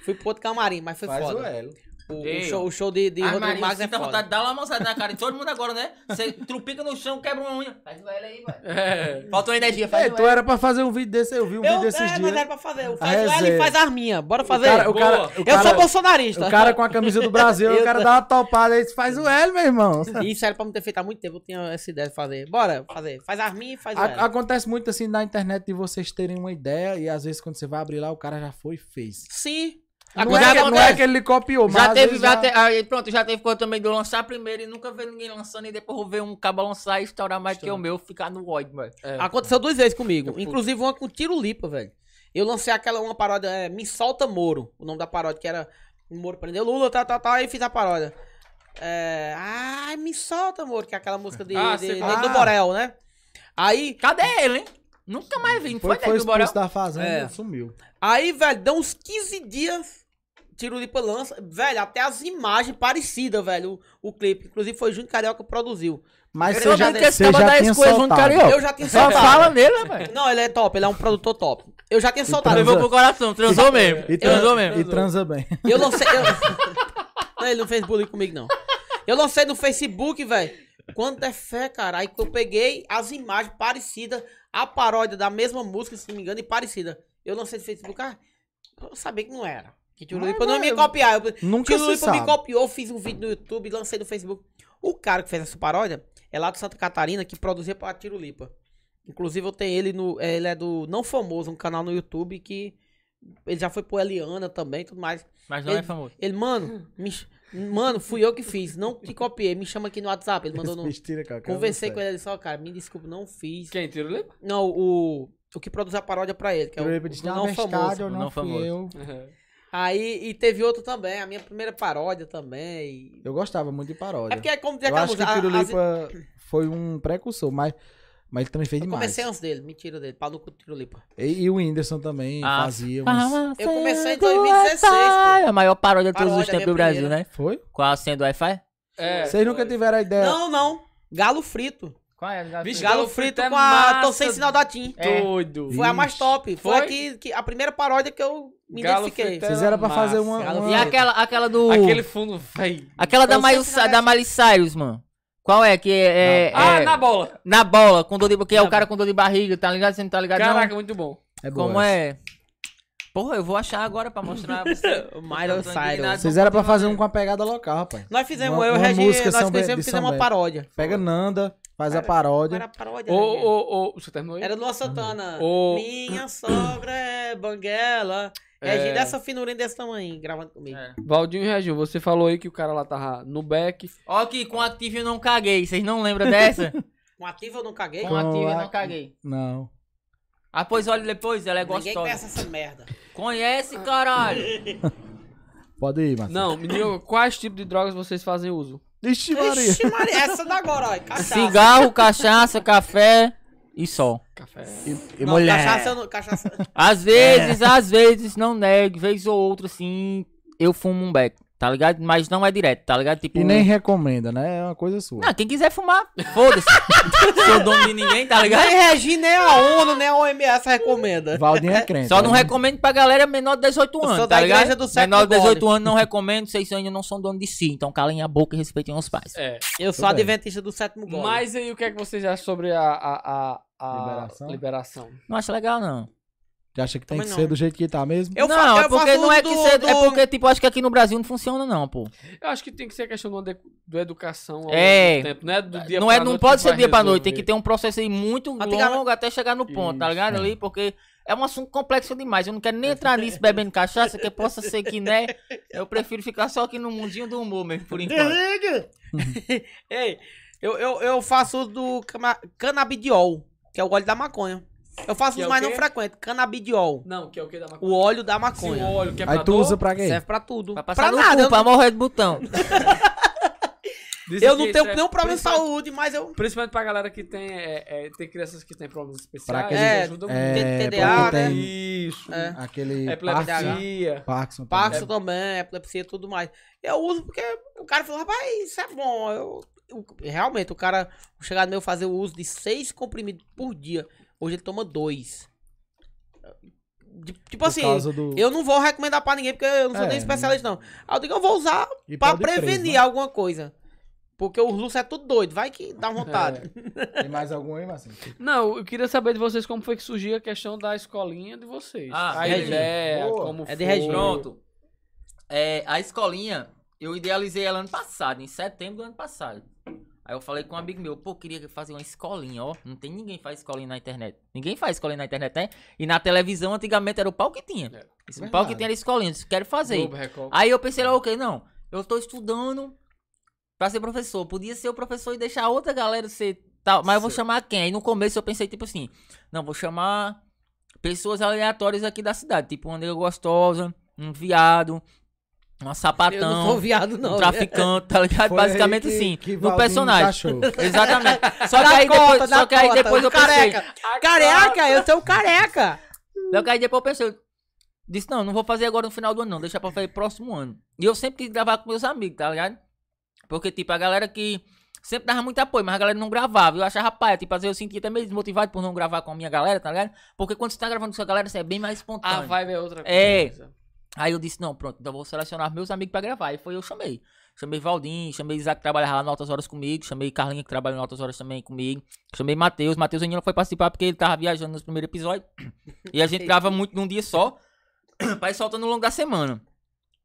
Speaker 4: Fui pro outro camarim, mas foi
Speaker 6: Faz o
Speaker 4: foda.
Speaker 6: elo.
Speaker 4: O, o
Speaker 5: Ei,
Speaker 4: show, o show de, de Rodrigo
Speaker 5: Marinho,
Speaker 4: Marques é
Speaker 5: sinta
Speaker 4: foda.
Speaker 5: vontade de dar uma mãozada na cara de todo mundo agora, né? Você trupica no chão, quebra uma unha. Faz o L aí, vai.
Speaker 1: É.
Speaker 5: Faltou energia, faz
Speaker 2: É,
Speaker 5: o
Speaker 2: tu era pra fazer um vídeo desse, eu vi um
Speaker 4: Eu,
Speaker 2: vídeo desses
Speaker 4: é,
Speaker 2: dias. né?
Speaker 4: mas era pra fazer. Eu faz o L
Speaker 2: resenha.
Speaker 4: e faz as minhas. Bora fazer.
Speaker 2: cara- o cara-
Speaker 4: Boa.
Speaker 2: o
Speaker 4: eu
Speaker 2: cara-
Speaker 4: sou bolsonarista.
Speaker 2: O cara com a camisa do Brasil, o cara dá uma topada aí, faz o L, meu irmão.
Speaker 4: Isso era pra me ter feito há muito tempo. Eu tinha essa ideia de fazer. Bora fazer. Faz as minhas e faz o L.
Speaker 2: A- acontece muito assim na internet de vocês terem uma ideia e às vezes quando você vai abrir lá, o cara já foi e fez.
Speaker 4: Sim.
Speaker 2: Não é, que, não é que ele copiou, mas.
Speaker 5: Já
Speaker 2: às
Speaker 5: teve,
Speaker 2: vezes
Speaker 5: já te- aí, pronto, já teve coisa também de eu lançar primeiro e nunca ver ninguém lançando e depois eu ver um cabo lançar e estourar mais que o meu, ficar no ódio, mano.
Speaker 4: Tá. Aconteceu duas vezes comigo. Inclusive uma com tiro lipa, velho. Eu lancei aquela uma paródia, é, Me Solta Moro, o nome da paródia, que era um Moro prendeu Lula, tal, tal, tal, e fiz a paródia. É, ai, Me Solta Moro, que é aquela música de,
Speaker 1: Ah,
Speaker 4: de-
Speaker 1: sei
Speaker 4: de-
Speaker 1: qual.
Speaker 4: do Borel, né? Aí,
Speaker 5: Cadê ele, hein? Nunca mais vi. Não
Speaker 2: Foi,
Speaker 5: foi,
Speaker 2: foi
Speaker 5: daí do Borel?
Speaker 2: expulso da fazenda,
Speaker 4: É.
Speaker 2: sumiu.
Speaker 4: aí, velho, deu uns 15 dias, tiro lipa lança, velho, até as imagens parecidas, velho, o, o clipe. Inclusive foi Júnior Carioca que produziu.
Speaker 2: Mas
Speaker 4: Eu
Speaker 2: você
Speaker 4: não
Speaker 2: já,
Speaker 4: acredito que
Speaker 2: você
Speaker 5: esse
Speaker 2: já
Speaker 5: cara dá
Speaker 2: tinha
Speaker 5: esse coisa no
Speaker 2: soltado.
Speaker 5: carioca.
Speaker 4: Eu já tinha
Speaker 5: Só
Speaker 4: soltado.
Speaker 5: fala nele, rapaz.
Speaker 4: Não, ele é top, ele é um produtor top. Eu já tinha soltado.
Speaker 2: transa-
Speaker 5: Levou pro coração, transou mesmo.
Speaker 2: E,
Speaker 5: transou
Speaker 2: transa,
Speaker 5: mesmo.
Speaker 2: e transa bem.
Speaker 4: Eu lancei. Eu... Não, ele não fez bullying comigo, não. Eu lancei no Facebook, velho. Quanto é fé, cara. Aí que eu peguei as imagens parecidas, a paródia da mesma música, se não me engano, e parecida. Eu lancei no Facebook, ah, eu sabia que não era. Que Tirulipa não ia me copiar. Eu...
Speaker 2: Nunca se
Speaker 4: Tirulipa me
Speaker 2: sabe.
Speaker 4: copiou, eu fiz um vídeo no YouTube, lancei no Facebook. O cara que fez essa paródia é lá de Santa Catarina, que produzia pra Tirulipa. Inclusive, eu tenho ele no. é, Ele é do Não Famoso, um canal no YouTube que. Ele já foi pro Eliana também e tudo mais.
Speaker 5: Mas
Speaker 4: não
Speaker 5: não
Speaker 4: é
Speaker 5: é famoso.
Speaker 4: Ele, mano, me ch- mano, fui eu que fiz, não te copiei, me chama aqui no WhatsApp, ele mandou no...
Speaker 2: Mentira, cara, que eu não
Speaker 4: Conversei
Speaker 2: sei.
Speaker 4: com ele, ele disse, ó, cara, me desculpa, não fiz.
Speaker 1: Quem tira o livro?
Speaker 4: Não, o... O que produz a paródia pra ele, que é o,
Speaker 2: Tirulipa
Speaker 4: o
Speaker 2: disse,
Speaker 4: não famoso.
Speaker 2: eu
Speaker 5: o
Speaker 2: não,
Speaker 5: não
Speaker 2: fui
Speaker 5: famoso.
Speaker 2: eu.
Speaker 1: É.
Speaker 4: Aí, e teve outro também, a minha primeira paródia também.
Speaker 2: Eu gostava muito de
Speaker 4: É
Speaker 2: paródia.
Speaker 4: porque é como dizer
Speaker 2: eu
Speaker 4: aquela
Speaker 2: acho que é
Speaker 4: música, a- as-
Speaker 2: Tirulipa foi um precursor, mas, mas ele também fez
Speaker 4: Eu
Speaker 2: demais.
Speaker 4: comecei antes dele, mentira dele, pau no cu do Tirulipa.
Speaker 2: E, e o Whindersson também
Speaker 5: Ah,
Speaker 2: fazia umas...
Speaker 4: Eu comecei
Speaker 5: é
Speaker 4: em 2016, pô.
Speaker 5: A maior paródia de todos
Speaker 4: Paródia,
Speaker 5: os
Speaker 4: minha
Speaker 5: tempos do Brasil,
Speaker 4: primeira.
Speaker 5: né?
Speaker 2: Foi?
Speaker 5: Qual a senha do Wi-Fi?
Speaker 1: É.
Speaker 2: Vocês nunca tiveram a ideia...
Speaker 4: Não, não, Galo Frito.
Speaker 5: Qual é?
Speaker 1: Vixe,
Speaker 4: Galo
Speaker 1: Galo Frito
Speaker 4: Frito
Speaker 1: é
Speaker 4: com a... Tô
Speaker 1: massa.
Speaker 4: sem sinal É. da TIM.
Speaker 1: Doido.
Speaker 4: Foi a mais
Speaker 2: Vixe.
Speaker 4: top, foi,
Speaker 1: Foi?
Speaker 4: a que, que- a primeira paródia que eu me
Speaker 1: Galo
Speaker 4: identifiquei.
Speaker 1: Frito é
Speaker 2: Vocês eram pra fazer uma...
Speaker 4: Massa.
Speaker 2: uma-
Speaker 5: E aquela, aquela do.
Speaker 1: Aquele fundo, véi.
Speaker 5: Aquela da,
Speaker 4: Eu sei
Speaker 5: Miley,
Speaker 4: que não é
Speaker 5: da Miley Cyrus, mano. Qual é? Que é. é-
Speaker 1: Ah,
Speaker 5: é-
Speaker 1: na bola.
Speaker 5: na bola, com dor de que é o cara com dor de barriga, tá ligado? Você não tá ligado? não?
Speaker 1: Caraca, muito bom.
Speaker 2: É boa
Speaker 5: Como
Speaker 2: essa.
Speaker 5: é? Porra, eu vou achar agora pra mostrar pra você.
Speaker 1: é
Speaker 4: Miley
Speaker 5: Eu tô indignado,
Speaker 4: Cyrus.
Speaker 2: Vocês eram pra fazer um com a pegada local, rapaz.
Speaker 4: Nós fizemos,
Speaker 2: Uma-
Speaker 4: eu e o
Speaker 2: uma
Speaker 4: Regi,
Speaker 2: música
Speaker 4: nós
Speaker 2: São Bento- de
Speaker 4: conhecemos,
Speaker 2: São
Speaker 4: fizemos uma
Speaker 2: Bento.
Speaker 4: paródia.
Speaker 2: Pega Nanda, faz a
Speaker 4: Era- Era
Speaker 2: paródia.
Speaker 4: paródia.
Speaker 1: Ô,
Speaker 4: Regi.
Speaker 1: ô, ô. Você terminou aí?
Speaker 4: É. Era Lua Santana.
Speaker 1: Ô.
Speaker 4: Minha sogra é banguela.
Speaker 1: É.
Speaker 4: Regi dessa finurinha desse tamanho, gravando comigo.
Speaker 5: É.
Speaker 1: Valdinho e Regil, você falou aí que o cara lá tava no back.
Speaker 5: Ó, aqui, com Active eu não caguei. Vocês não lembram dessa?
Speaker 4: Com ativo eu não caguei.
Speaker 5: com
Speaker 2: Com
Speaker 5: Active eu não
Speaker 2: Active.
Speaker 5: caguei.
Speaker 2: Não.
Speaker 5: Ah, pois olha depois, ela é
Speaker 4: Ninguém
Speaker 5: gostosa.
Speaker 4: conhece essa merda.
Speaker 5: Conhece, caralho.
Speaker 2: Pode ir, Marcelo.
Speaker 1: Não, me diga quais tipos de drogas vocês fazem uso?
Speaker 2: Ixi, Maria.
Speaker 4: Ixi, Maria, essa da agora, ó. é Cachaça.
Speaker 5: Cigarro, cachaça, café e sol.
Speaker 1: Café.
Speaker 2: E,
Speaker 4: Não, Cachaça, eu não, cachaça.
Speaker 2: É.
Speaker 5: Às vezes, às vezes, não nego, vez ou outra, assim, eu fumo um beck. Tá ligado? Mas não é direto, tá ligado? Tipo,
Speaker 2: E nem recomenda, né? É uma coisa sua.
Speaker 5: Não, quem quiser fumar, foda-se. Sou dono de ninguém, tá ligado?
Speaker 4: Nem Regi, nem a ONU, nem a OMS recomenda.
Speaker 2: Valdinho é crente.
Speaker 5: Só não
Speaker 2: né?
Speaker 5: recomendo pra galera menor de 18
Speaker 4: Eu
Speaker 5: anos,
Speaker 4: sou
Speaker 5: tá
Speaker 4: da
Speaker 5: ligado?
Speaker 4: igreja do século
Speaker 5: menor de 18
Speaker 4: Gole.
Speaker 5: anos não recomendo, vocês ainda não são dono de si, então calem a boca e respeitem os pais.
Speaker 1: É.
Speaker 4: Eu sou
Speaker 2: Tudo bem.
Speaker 4: adventista do sétimo gol.
Speaker 1: Mas aí, o que é que vocês acham sobre a, a, a, a
Speaker 2: Liberação?
Speaker 1: liberação?
Speaker 5: Não acho legal, não.
Speaker 2: Já acha que tem
Speaker 4: Também
Speaker 2: que
Speaker 4: não.
Speaker 2: ser do jeito que tá mesmo?
Speaker 4: Eu
Speaker 5: não,
Speaker 4: fa-
Speaker 5: é
Speaker 4: eu
Speaker 5: porque
Speaker 4: faço
Speaker 5: não é
Speaker 4: do-
Speaker 5: que cê, é
Speaker 4: do-
Speaker 5: porque tipo, acho que aqui no Brasil não funciona não, pô.
Speaker 1: Eu acho que tem que ser a questão do, do educação ao
Speaker 5: É.
Speaker 1: longo do tempo. Não é do dia
Speaker 5: não
Speaker 1: pra
Speaker 5: é, não
Speaker 1: noite
Speaker 5: pode
Speaker 1: que
Speaker 5: ser
Speaker 1: vai
Speaker 5: dia pra noite, tem
Speaker 1: resolver.
Speaker 5: que ter um processo aí muito
Speaker 4: Antigamente-
Speaker 5: longo até chegar no ponto, tá
Speaker 1: Isso,
Speaker 5: ligado ali? Porque é um assunto complexo demais. Eu não quero nem entrar nisso bebendo cachaça, que possa ser que, né? Eu prefiro ficar só aqui no mundinho do humor mesmo, por enquanto.
Speaker 4: Desliga! Ei, eu, eu, eu faço uso do cama- canabidiol, que é o óleo da maconha. Eu faço
Speaker 1: Que é
Speaker 4: uso,
Speaker 1: o
Speaker 4: mas não
Speaker 1: quê?
Speaker 4: frequento. Canabidiol,
Speaker 1: Não, que é o que da maconha?
Speaker 4: o óleo da
Speaker 1: Sim, o
Speaker 4: maconha.
Speaker 1: óleo que é
Speaker 2: Aí
Speaker 1: pra
Speaker 2: tu
Speaker 1: dor.
Speaker 2: usa pra quê?
Speaker 4: Serve pra tudo.
Speaker 5: Pra
Speaker 4: Pra,
Speaker 5: passar no
Speaker 4: nada. né?
Speaker 5: cu, pra morrer de botão.
Speaker 1: Dizem
Speaker 4: eu
Speaker 1: que
Speaker 4: não tenho
Speaker 1: isso é
Speaker 4: nenhum problema
Speaker 1: principalmente-
Speaker 4: de saúde, mas eu...
Speaker 1: Principalmente pra galera que tem, é, é, tem crianças que tem problemas especiais,
Speaker 2: Pra que-
Speaker 1: é,
Speaker 4: É,
Speaker 1: ajudam muito.
Speaker 2: É,
Speaker 4: TDA,
Speaker 2: porque
Speaker 4: né?
Speaker 2: tem
Speaker 1: Isso.
Speaker 4: É.
Speaker 2: aquele Parkinson.
Speaker 1: Epilepsia.
Speaker 2: Parkinson.
Speaker 4: Paxo
Speaker 2: também. É
Speaker 4: também, epilepsia e tudo mais. Eu uso porque o cara falou, rapaz, isso é bom. Eu, eu- realmente, o cara chegado meu fazer o uso de seis comprimidos por dia. Hoje ele toma dois. De- tipo
Speaker 2: Por
Speaker 4: assim,
Speaker 2: causa do...
Speaker 4: eu não vou recomendar pra ninguém, porque eu não sou
Speaker 2: É,
Speaker 4: nem especialista, não. Aí eu digo, eu vou usar
Speaker 2: e
Speaker 4: pra
Speaker 2: pode ir preso,
Speaker 4: prevenir
Speaker 2: né?
Speaker 4: alguma coisa. Porque os luxos é tudo doido, vai que dá
Speaker 5: É.
Speaker 4: vontade.
Speaker 2: Tem mais algum aí, Marcinho?
Speaker 1: Não, eu queria saber de vocês como foi que surgiu a questão da escolinha é de vocês.
Speaker 5: Ah,
Speaker 1: a
Speaker 5: Regina.
Speaker 1: ideia,
Speaker 2: Boa.
Speaker 1: como
Speaker 4: É de
Speaker 1: foi.
Speaker 4: Regina.
Speaker 5: Pronto. É, a escolinha, eu idealizei ela ano passado, em setembro do ano passado. Aí eu falei com um amigo meu, pô, queria fazer uma escolinha, ó. Não tem ninguém que faz escolinha na internet. Ninguém faz escolinha na internet, né? E na televisão, antigamente, era o pau que tinha.
Speaker 1: É,
Speaker 5: Esse
Speaker 2: verdade.
Speaker 5: pau que tinha era escolinha, eu disse, quero fazer.
Speaker 1: Globo Record.
Speaker 5: Aí eu pensei lá, ok, não. Eu tô estudando pra ser professor. Podia ser o professor e deixar outra galera ser tal. Mas eu vou
Speaker 1: Sim.
Speaker 5: chamar quem? Aí no começo eu pensei, tipo assim, não, vou chamar pessoas aleatórias aqui da cidade. Tipo uma nega gostosa, um viado, uma sapatão.
Speaker 4: Eu não sou viado,
Speaker 5: Um
Speaker 4: não. né?
Speaker 5: traficante, tá ligado?
Speaker 2: Foi
Speaker 5: Basicamente
Speaker 2: aí que-
Speaker 5: sim.
Speaker 2: que
Speaker 5: no
Speaker 2: Valdinho
Speaker 5: personagem.
Speaker 2: encaixou.
Speaker 5: Exatamente.
Speaker 4: Tá
Speaker 5: Só que aí depois, só que aí depois eu pensei.
Speaker 4: careca. Careca, eu sou um careca.
Speaker 5: Só que aí depois eu pensei. Disse, não, não vou fazer agora no final do ano, não. Deixa pra fazer próximo ano. E eu sempre quis gravar com meus amigos, tá ligado? Porque, tipo, a galera que. Sempre dava muito apoio, mas a galera não gravava. Eu achava paia, tipo, às vezes eu sentia até meio desmotivado por não gravar com a minha galera, tá ligado? Porque quando você tá gravando com sua galera, você é bem mais
Speaker 1: A
Speaker 5: espontâneo.
Speaker 1: vibe é outra
Speaker 5: É.
Speaker 1: coisa.
Speaker 5: Aí eu disse, não, pronto, então vou selecionar meus amigos pra gravar. E foi eu chamei. Chamei Valdim, chamei Isaac que trabalhava lá em Altas Horas comigo, chamei Carlinha que trabalha em Altas Horas também comigo, chamei Matheus. Matheus ainda não foi participar porque ele tava viajando nos primeiros episódios. E a gente grava muito num dia só, pra ir soltando ao longo da semana.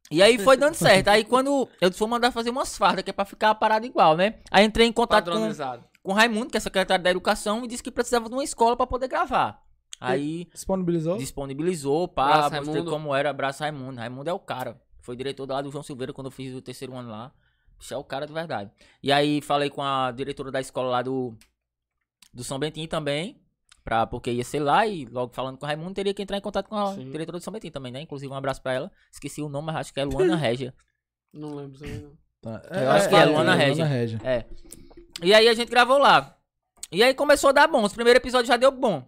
Speaker 5: E aí foi dando certo. Aí quando eu disse, vou mandar fazer umas fardas, que é pra ficar parado igual, né? Aí entrei em contato com,
Speaker 1: Padronizado.
Speaker 5: com o Raimundo, que é secretário da educação, e disse que precisava de uma escola pra poder gravar. Aí
Speaker 2: Disponibilizou?
Speaker 5: disponibilizou, pá,
Speaker 1: Abraço,
Speaker 5: mostrei
Speaker 1: Raimundo.
Speaker 5: como era, abraço Raimundo. Raimundo é o cara. Foi diretor lá do João Silveira quando eu fiz o terceiro ano lá. Isso é o cara de verdade. E aí falei com a diretora da escola lá do, do São Bentinho também. Pra, porque ia ser lá e logo falando com o Raimundo teria que entrar em contato com a
Speaker 1: Sim.
Speaker 5: diretora do São Bentinho também, né? Inclusive um abraço pra ela. Esqueci o nome, mas acho que é Luana Régia.
Speaker 1: Não lembro também, não.
Speaker 2: Tá.
Speaker 5: Eu acho que é Luana Regia.
Speaker 2: Regia.
Speaker 5: É. E aí a gente gravou lá. E aí começou a dar bom. Os primeiros episódios já deu bom.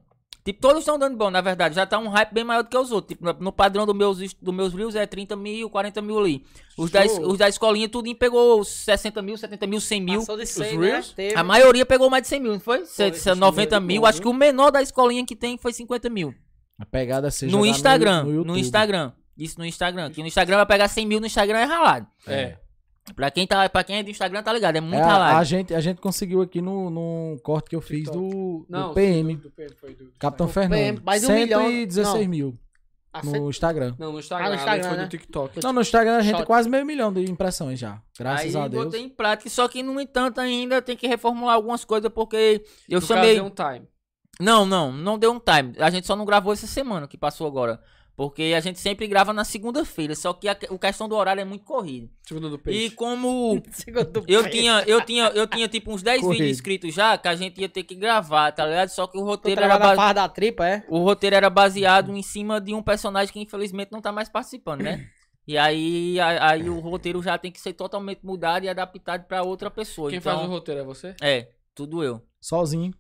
Speaker 5: Tipo, todos estão dando bom, na verdade. Já tá um hype bem maior do que os outros. Tipo, no- no padrão dos meus, is- do meus views é 30 mil, 40 mil ali. Os da, es-
Speaker 1: Show.
Speaker 5: os da escolinha, tudo pegou 60 mil, 70 mil, 100 mil.
Speaker 4: Passou de 100, né?
Speaker 1: reels?
Speaker 4: Teve.
Speaker 5: A maioria pegou mais de 100 mil, não foi? Se-
Speaker 4: Foi,
Speaker 5: se é 90
Speaker 1: foi
Speaker 5: mil.
Speaker 1: bom,
Speaker 5: Acho
Speaker 1: viu?
Speaker 5: que o menor da escolinha que tem foi 50 mil.
Speaker 2: A pegada é ser
Speaker 5: No
Speaker 2: jogar
Speaker 5: Instagram. No,
Speaker 2: YouTube.
Speaker 5: Instagram. Isso no Instagram. Que no Instagram vai pegar 100 mil no Instagram é ralado.
Speaker 1: É.
Speaker 5: Pra quem, tá, pra quem é do Instagram, tá ligado? É muito
Speaker 2: É, a,
Speaker 5: ralado.
Speaker 2: a gente, a gente conseguiu aqui no, num corte que eu fiz do,
Speaker 1: Não,
Speaker 2: do PM,
Speaker 1: sim, do- do PM, foi do- do
Speaker 2: Capitão
Speaker 1: Instagram.
Speaker 2: Fernando.
Speaker 4: PM, mais de um milhão.
Speaker 2: 116 mil
Speaker 4: Ah,
Speaker 2: no Instagram.
Speaker 1: Não, no Instagram.
Speaker 4: Ah, no
Speaker 1: ali
Speaker 4: Instagram,
Speaker 1: foi
Speaker 4: né?
Speaker 1: do TikTok.
Speaker 2: Não, no Instagram a gente
Speaker 4: Shot.
Speaker 2: quase meio milhão de impressões já. Graças
Speaker 5: aí
Speaker 2: a Deus.
Speaker 5: botei em prática, só que no entanto ainda tem que reformular algumas coisas porque eu
Speaker 1: No
Speaker 5: chamei.
Speaker 1: caso, é um time.
Speaker 5: Não, não, não deu um time. A gente só não gravou essa semana que passou agora. Porque a gente sempre grava na segunda-feira, só que a que- o questão do horário é muito corrido.
Speaker 1: Segundo do
Speaker 5: E
Speaker 1: peixe.
Speaker 5: como
Speaker 4: Segundo
Speaker 5: eu
Speaker 4: peso.
Speaker 5: tinha, eu tinha, eu tinha tipo uns 10
Speaker 2: Corrido.
Speaker 5: vídeos inscritos já que a gente ia ter que gravar, tá ligado? Só que o
Speaker 4: Tu
Speaker 5: roteiro era
Speaker 4: trabalha na
Speaker 5: ba-
Speaker 4: farra da tripa, é?
Speaker 5: o roteiro era baseado em cima de um personagem que infelizmente não tá mais participando, né? E aí, a- aí o roteiro já tem que ser totalmente mudado e adaptado pra outra pessoa.
Speaker 1: Quem
Speaker 5: então...
Speaker 1: faz o roteiro é você?
Speaker 5: É, tudo eu.
Speaker 2: Sozinho.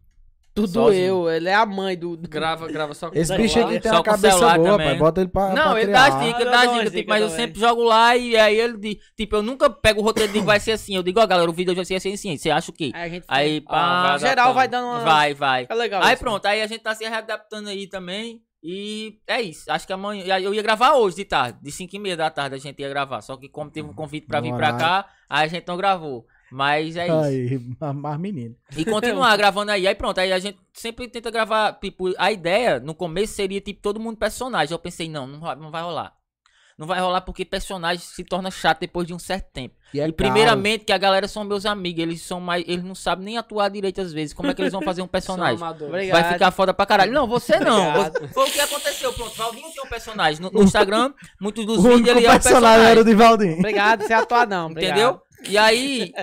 Speaker 4: Tudo
Speaker 1: Sozinho.
Speaker 4: eu, ele é a mãe do. do...
Speaker 1: Grava, grava só com
Speaker 2: Esse
Speaker 1: o
Speaker 2: bicho é
Speaker 1: celular.
Speaker 2: aqui tem
Speaker 5: Só
Speaker 2: uma
Speaker 5: com o
Speaker 2: cabeça boa,
Speaker 5: celular também.
Speaker 2: rapaz. Bota ele pra.
Speaker 5: Não,
Speaker 2: pra
Speaker 5: ele dá as
Speaker 2: criar.
Speaker 4: Ah,
Speaker 5: dicas, ele dá
Speaker 4: eu
Speaker 5: as
Speaker 4: dou
Speaker 5: dicas,
Speaker 4: as
Speaker 5: tipo,
Speaker 4: dicas
Speaker 5: mas eu
Speaker 4: também.
Speaker 5: sempre jogo lá e aí ele, di- tipo, eu nunca pego o roteiro e digo, vai ser assim. Eu digo, ó, galera, o vídeo vai ser assim, assim, você acha o quê?
Speaker 4: Aí a gente.
Speaker 5: Aí,
Speaker 4: Ah,
Speaker 5: pá,
Speaker 4: geral vai dando uma.
Speaker 5: vai, vai.
Speaker 4: É legal.
Speaker 5: Aí
Speaker 4: isso.
Speaker 5: pronto, aí a gente tá se readaptando aí também. E é isso, acho que amanhã. e aí Eu ia gravar hoje de tarde, de 5 e meia da tarde a gente ia gravar. Só que, como teve um convite pra vir pra
Speaker 2: Moral.
Speaker 5: cá, aí a gente não gravou. Mas é
Speaker 2: Tá
Speaker 5: isso.
Speaker 2: Aí, mas- mas menino.
Speaker 5: E continuar gravando aí. Aí pronto, aí a gente sempre tenta gravar. Tipo, a ideia no começo seria, tipo, todo mundo personagem. Eu pensei, não, não vai, não vai rolar. Não vai rolar porque personagem se torna chato depois de um certo tempo.
Speaker 2: é
Speaker 5: e
Speaker 2: caro.
Speaker 5: primeiramente que a galera são meus amigos, eles são mais. Eles não sabem nem atuar direito às vezes. Como é que eles vão fazer um personagem?
Speaker 4: Obrigado.
Speaker 5: Vai ficar foda pra caralho. Não, você não.
Speaker 4: Obrigado.
Speaker 5: Você- Foi o que aconteceu. Pronto, Valdinho tem um personagem. No, no Instagram, muitos dos
Speaker 2: O único
Speaker 5: vídeos ele é um
Speaker 2: personagem
Speaker 5: personagem.
Speaker 2: era o Divaldim.
Speaker 4: Obrigado, você atuar não. obrigado.
Speaker 5: Entendeu? E aí,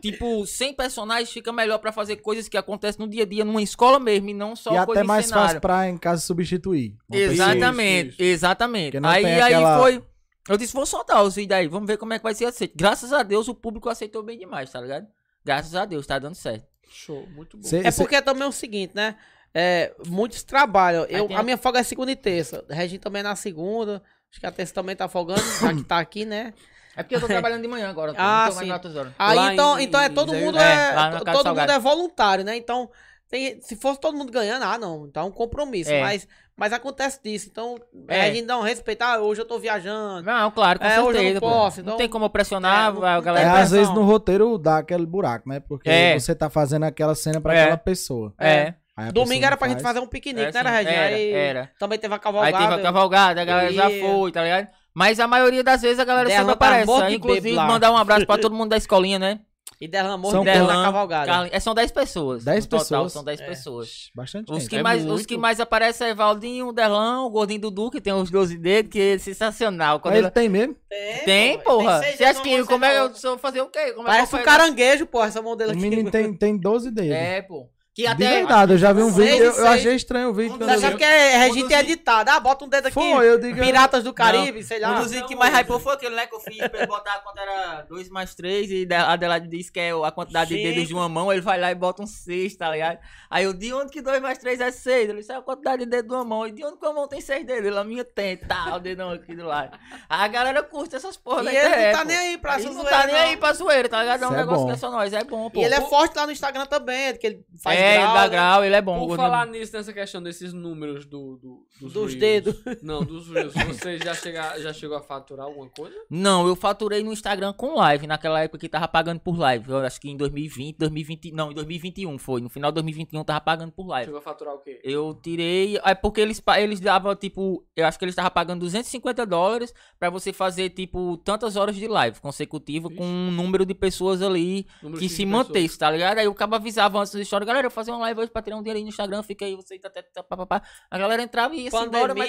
Speaker 5: tipo, sem personagens fica melhor pra fazer coisas que acontecem no dia a dia, numa escola mesmo, e não só
Speaker 2: E
Speaker 5: coisa
Speaker 2: até
Speaker 5: em
Speaker 2: mais
Speaker 5: cenário.
Speaker 2: fácil pra em casa substituir. Uma pessoa.
Speaker 5: Exatamente, exatamente.
Speaker 2: Porque não
Speaker 5: Aí,
Speaker 2: tem
Speaker 5: aí
Speaker 2: aquela-
Speaker 5: foi. Eu disse, vou soltar os vídeos aí, vamos ver como é que vai ser aceito. Graças a Deus o público aceitou bem demais, tá ligado? Graças a Deus, tá dando certo.
Speaker 1: Show, muito bom.
Speaker 2: Cê-
Speaker 4: É
Speaker 2: cê-
Speaker 4: porque também é o seguinte, né? É, muitos trabalham. Eu,
Speaker 5: tem-
Speaker 4: a minha folga é segunda e terça. Regina também é na segunda. Acho que a terça também tá folgando, já que tá aqui, né?
Speaker 5: É porque eu tô trabalhando de manhã agora,
Speaker 4: pô, não
Speaker 2: Ah,
Speaker 4: tô mais
Speaker 5: mais
Speaker 4: nas
Speaker 5: horas.
Speaker 4: Aí
Speaker 1: Lá
Speaker 4: então,
Speaker 1: em-
Speaker 4: então é
Speaker 1: em
Speaker 4: todo
Speaker 1: Zé-
Speaker 4: mundo
Speaker 5: É,
Speaker 4: é,
Speaker 5: lá na
Speaker 4: to-
Speaker 5: Casa
Speaker 4: todo mundo
Speaker 5: Salgado.
Speaker 4: é voluntário, né? Então tem- se fosse todo mundo ganhando, ah, não, então é um compromisso,
Speaker 5: É.
Speaker 4: mas mas acontece disso. Então
Speaker 5: É.
Speaker 4: a gente dá um respeito, ah, hoje eu tô viajando.
Speaker 5: Não, claro, com
Speaker 4: É, hoje eu não
Speaker 5: certeza. pô.
Speaker 4: posso,
Speaker 5: Não
Speaker 4: então-
Speaker 5: tem como eu pressionar,
Speaker 4: É, não-
Speaker 5: a
Speaker 2: É,
Speaker 5: galera.
Speaker 2: às
Speaker 4: pressão.
Speaker 2: vezes no roteiro dá aquele buraco, né? Porque
Speaker 5: É.
Speaker 2: você tá fazendo aquela cena pra
Speaker 5: É.
Speaker 2: aquela pessoa.
Speaker 5: É,
Speaker 2: Aí a
Speaker 4: Domingo
Speaker 2: pessoa
Speaker 4: era pra gente
Speaker 2: faz.
Speaker 4: fazer um
Speaker 5: é
Speaker 4: piquenique, né,
Speaker 5: assim,
Speaker 4: era, Regina?
Speaker 5: era,
Speaker 4: Aí
Speaker 5: era.
Speaker 4: também teve a
Speaker 5: Aí
Speaker 4: cavalgada.
Speaker 5: teve a cavalgada, a galera já
Speaker 4: E-
Speaker 5: foi, tá ligado? Mas a maioria das vezes a galera
Speaker 4: Derrama
Speaker 5: sempre
Speaker 4: tá
Speaker 5: aparece. né?
Speaker 4: morto de
Speaker 5: inclusive,
Speaker 4: bêbado lá.
Speaker 5: mandar um abraço pra todo mundo da escolinha, né?
Speaker 4: E derramou
Speaker 2: São
Speaker 4: de Deus na
Speaker 5: Paulo.
Speaker 4: cavalgada.
Speaker 5: Carlinhos- é, são 10 pessoas.
Speaker 2: 10
Speaker 5: no total,
Speaker 2: pessoas.
Speaker 5: São 10 pessoas.
Speaker 2: Bastante
Speaker 5: Os
Speaker 2: gente.
Speaker 5: um que,
Speaker 1: é
Speaker 5: mais, os
Speaker 1: muito.
Speaker 5: que mais aparecem é Valdinho, Derlan, o Gordinho Dudu, que tem os 12 dedos, que é sensacional. Quando
Speaker 2: Mas ele
Speaker 5: ele...
Speaker 2: tem mesmo?
Speaker 5: Tem, porra. Você acha que como é que eu
Speaker 4: eu...
Speaker 5: sou fazer o quê? Como é que eu
Speaker 4: Parece um
Speaker 5: faço?
Speaker 4: caranguejo, porra, essa mão dele
Speaker 2: O
Speaker 4: aqui.
Speaker 2: menino tem, tem 12 dedos.
Speaker 5: É, pô. Que
Speaker 2: De
Speaker 5: até.
Speaker 2: verdade, eu já vi um
Speaker 4: Seis,
Speaker 2: vídeo. Eu, eu
Speaker 4: seis.
Speaker 2: achei estranho o vídeo. Quando
Speaker 4: Você
Speaker 2: eu
Speaker 4: acha
Speaker 2: vi.
Speaker 4: que é Regina
Speaker 5: Produzir.
Speaker 4: é editado? Ah, bota um dedo aqui.
Speaker 2: Foi, eu digo.
Speaker 4: Piratas do Caribe, sei lá.
Speaker 5: Um dos vídeos que mais hypou foi aquele, né? Que eu fiz pra ele botar a conta era 2 mais 3 e a Adelaide diz que é a quantidade de dedos de uma mão, ele vai lá e bota um 6, tá ligado? Aí eu, de onde que 2 mais 3 é 6? Ele disse, é a quantidade de dedos de uma mão. E de onde que uma mão tem 6 dedos? Ele, a minha tem, tá, o dedão aqui do lado. A galera curte essas porra
Speaker 4: E
Speaker 5: da
Speaker 4: ele não
Speaker 5: internet,
Speaker 4: tá
Speaker 5: pô.
Speaker 4: nem aí pra
Speaker 5: Ele
Speaker 4: essa
Speaker 5: não
Speaker 4: zoeira,
Speaker 5: tá nem aí pra zoeira, tá ligado? É um
Speaker 2: Isso é
Speaker 5: negócio
Speaker 2: bom.
Speaker 5: que é só nós, é bom, pô.
Speaker 4: E ele é
Speaker 5: Pô,
Speaker 4: forte lá no Instagram também, que ele faz
Speaker 5: é,
Speaker 4: grau,
Speaker 5: ele dá
Speaker 4: né?
Speaker 5: grau, ele é bom.
Speaker 1: Por
Speaker 5: gordinho.
Speaker 1: falar nisso, nessa questão desses números do, do- dos,
Speaker 4: dos
Speaker 1: reels.
Speaker 4: dedos.
Speaker 1: Não, dos reels. Você já, chega, já chegou a faturar alguma coisa?
Speaker 5: Não, eu faturei no Instagram com live, naquela época que tava pagando por live. Eu acho que em 2020, 2020, não, em 2021 foi. No final de 2021 tava pagando por live.
Speaker 1: Chegou a faturar o quê?
Speaker 5: Eu tirei, é porque eles pa- eles davam tipo, eu acho que eles estavam pagando 250 dólares pra você fazer tipo tantas horas de live consecutiva com um número de pessoas ali
Speaker 1: Número
Speaker 5: que
Speaker 1: X de
Speaker 5: se
Speaker 1: pessoas.
Speaker 5: mantesse, tá ligado? Aí o cabo avisava antes da história, galera, eu vou fazer uma live hoje pra tirar um dinheiro aí no Instagram, fica aí, você tá, tá, tá, pá, pá, pá. A galera entrava e ia embora, mas
Speaker 4: Pandemia,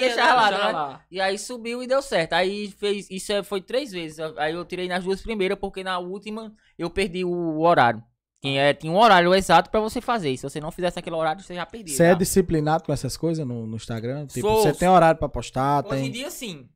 Speaker 4: né?
Speaker 5: deixava lá,
Speaker 1: Já
Speaker 5: né?
Speaker 1: lá.
Speaker 5: E aí subiu e deu certo. Aí fez. Isso é- foi três vezes. Aí eu tirei nas duas primeiras, porque na última eu perdi o, o horário. Tinha, é, tinha um horário exato pra você fazer. Se você não fizesse aquele horário, você já perdia.
Speaker 2: Você é
Speaker 5: tá?
Speaker 2: disciplinado com essas coisas no, no Instagram? Tipo,
Speaker 5: Sou.
Speaker 2: você tem horário pra postar,
Speaker 5: Hoje em
Speaker 2: tem.
Speaker 5: dia sim.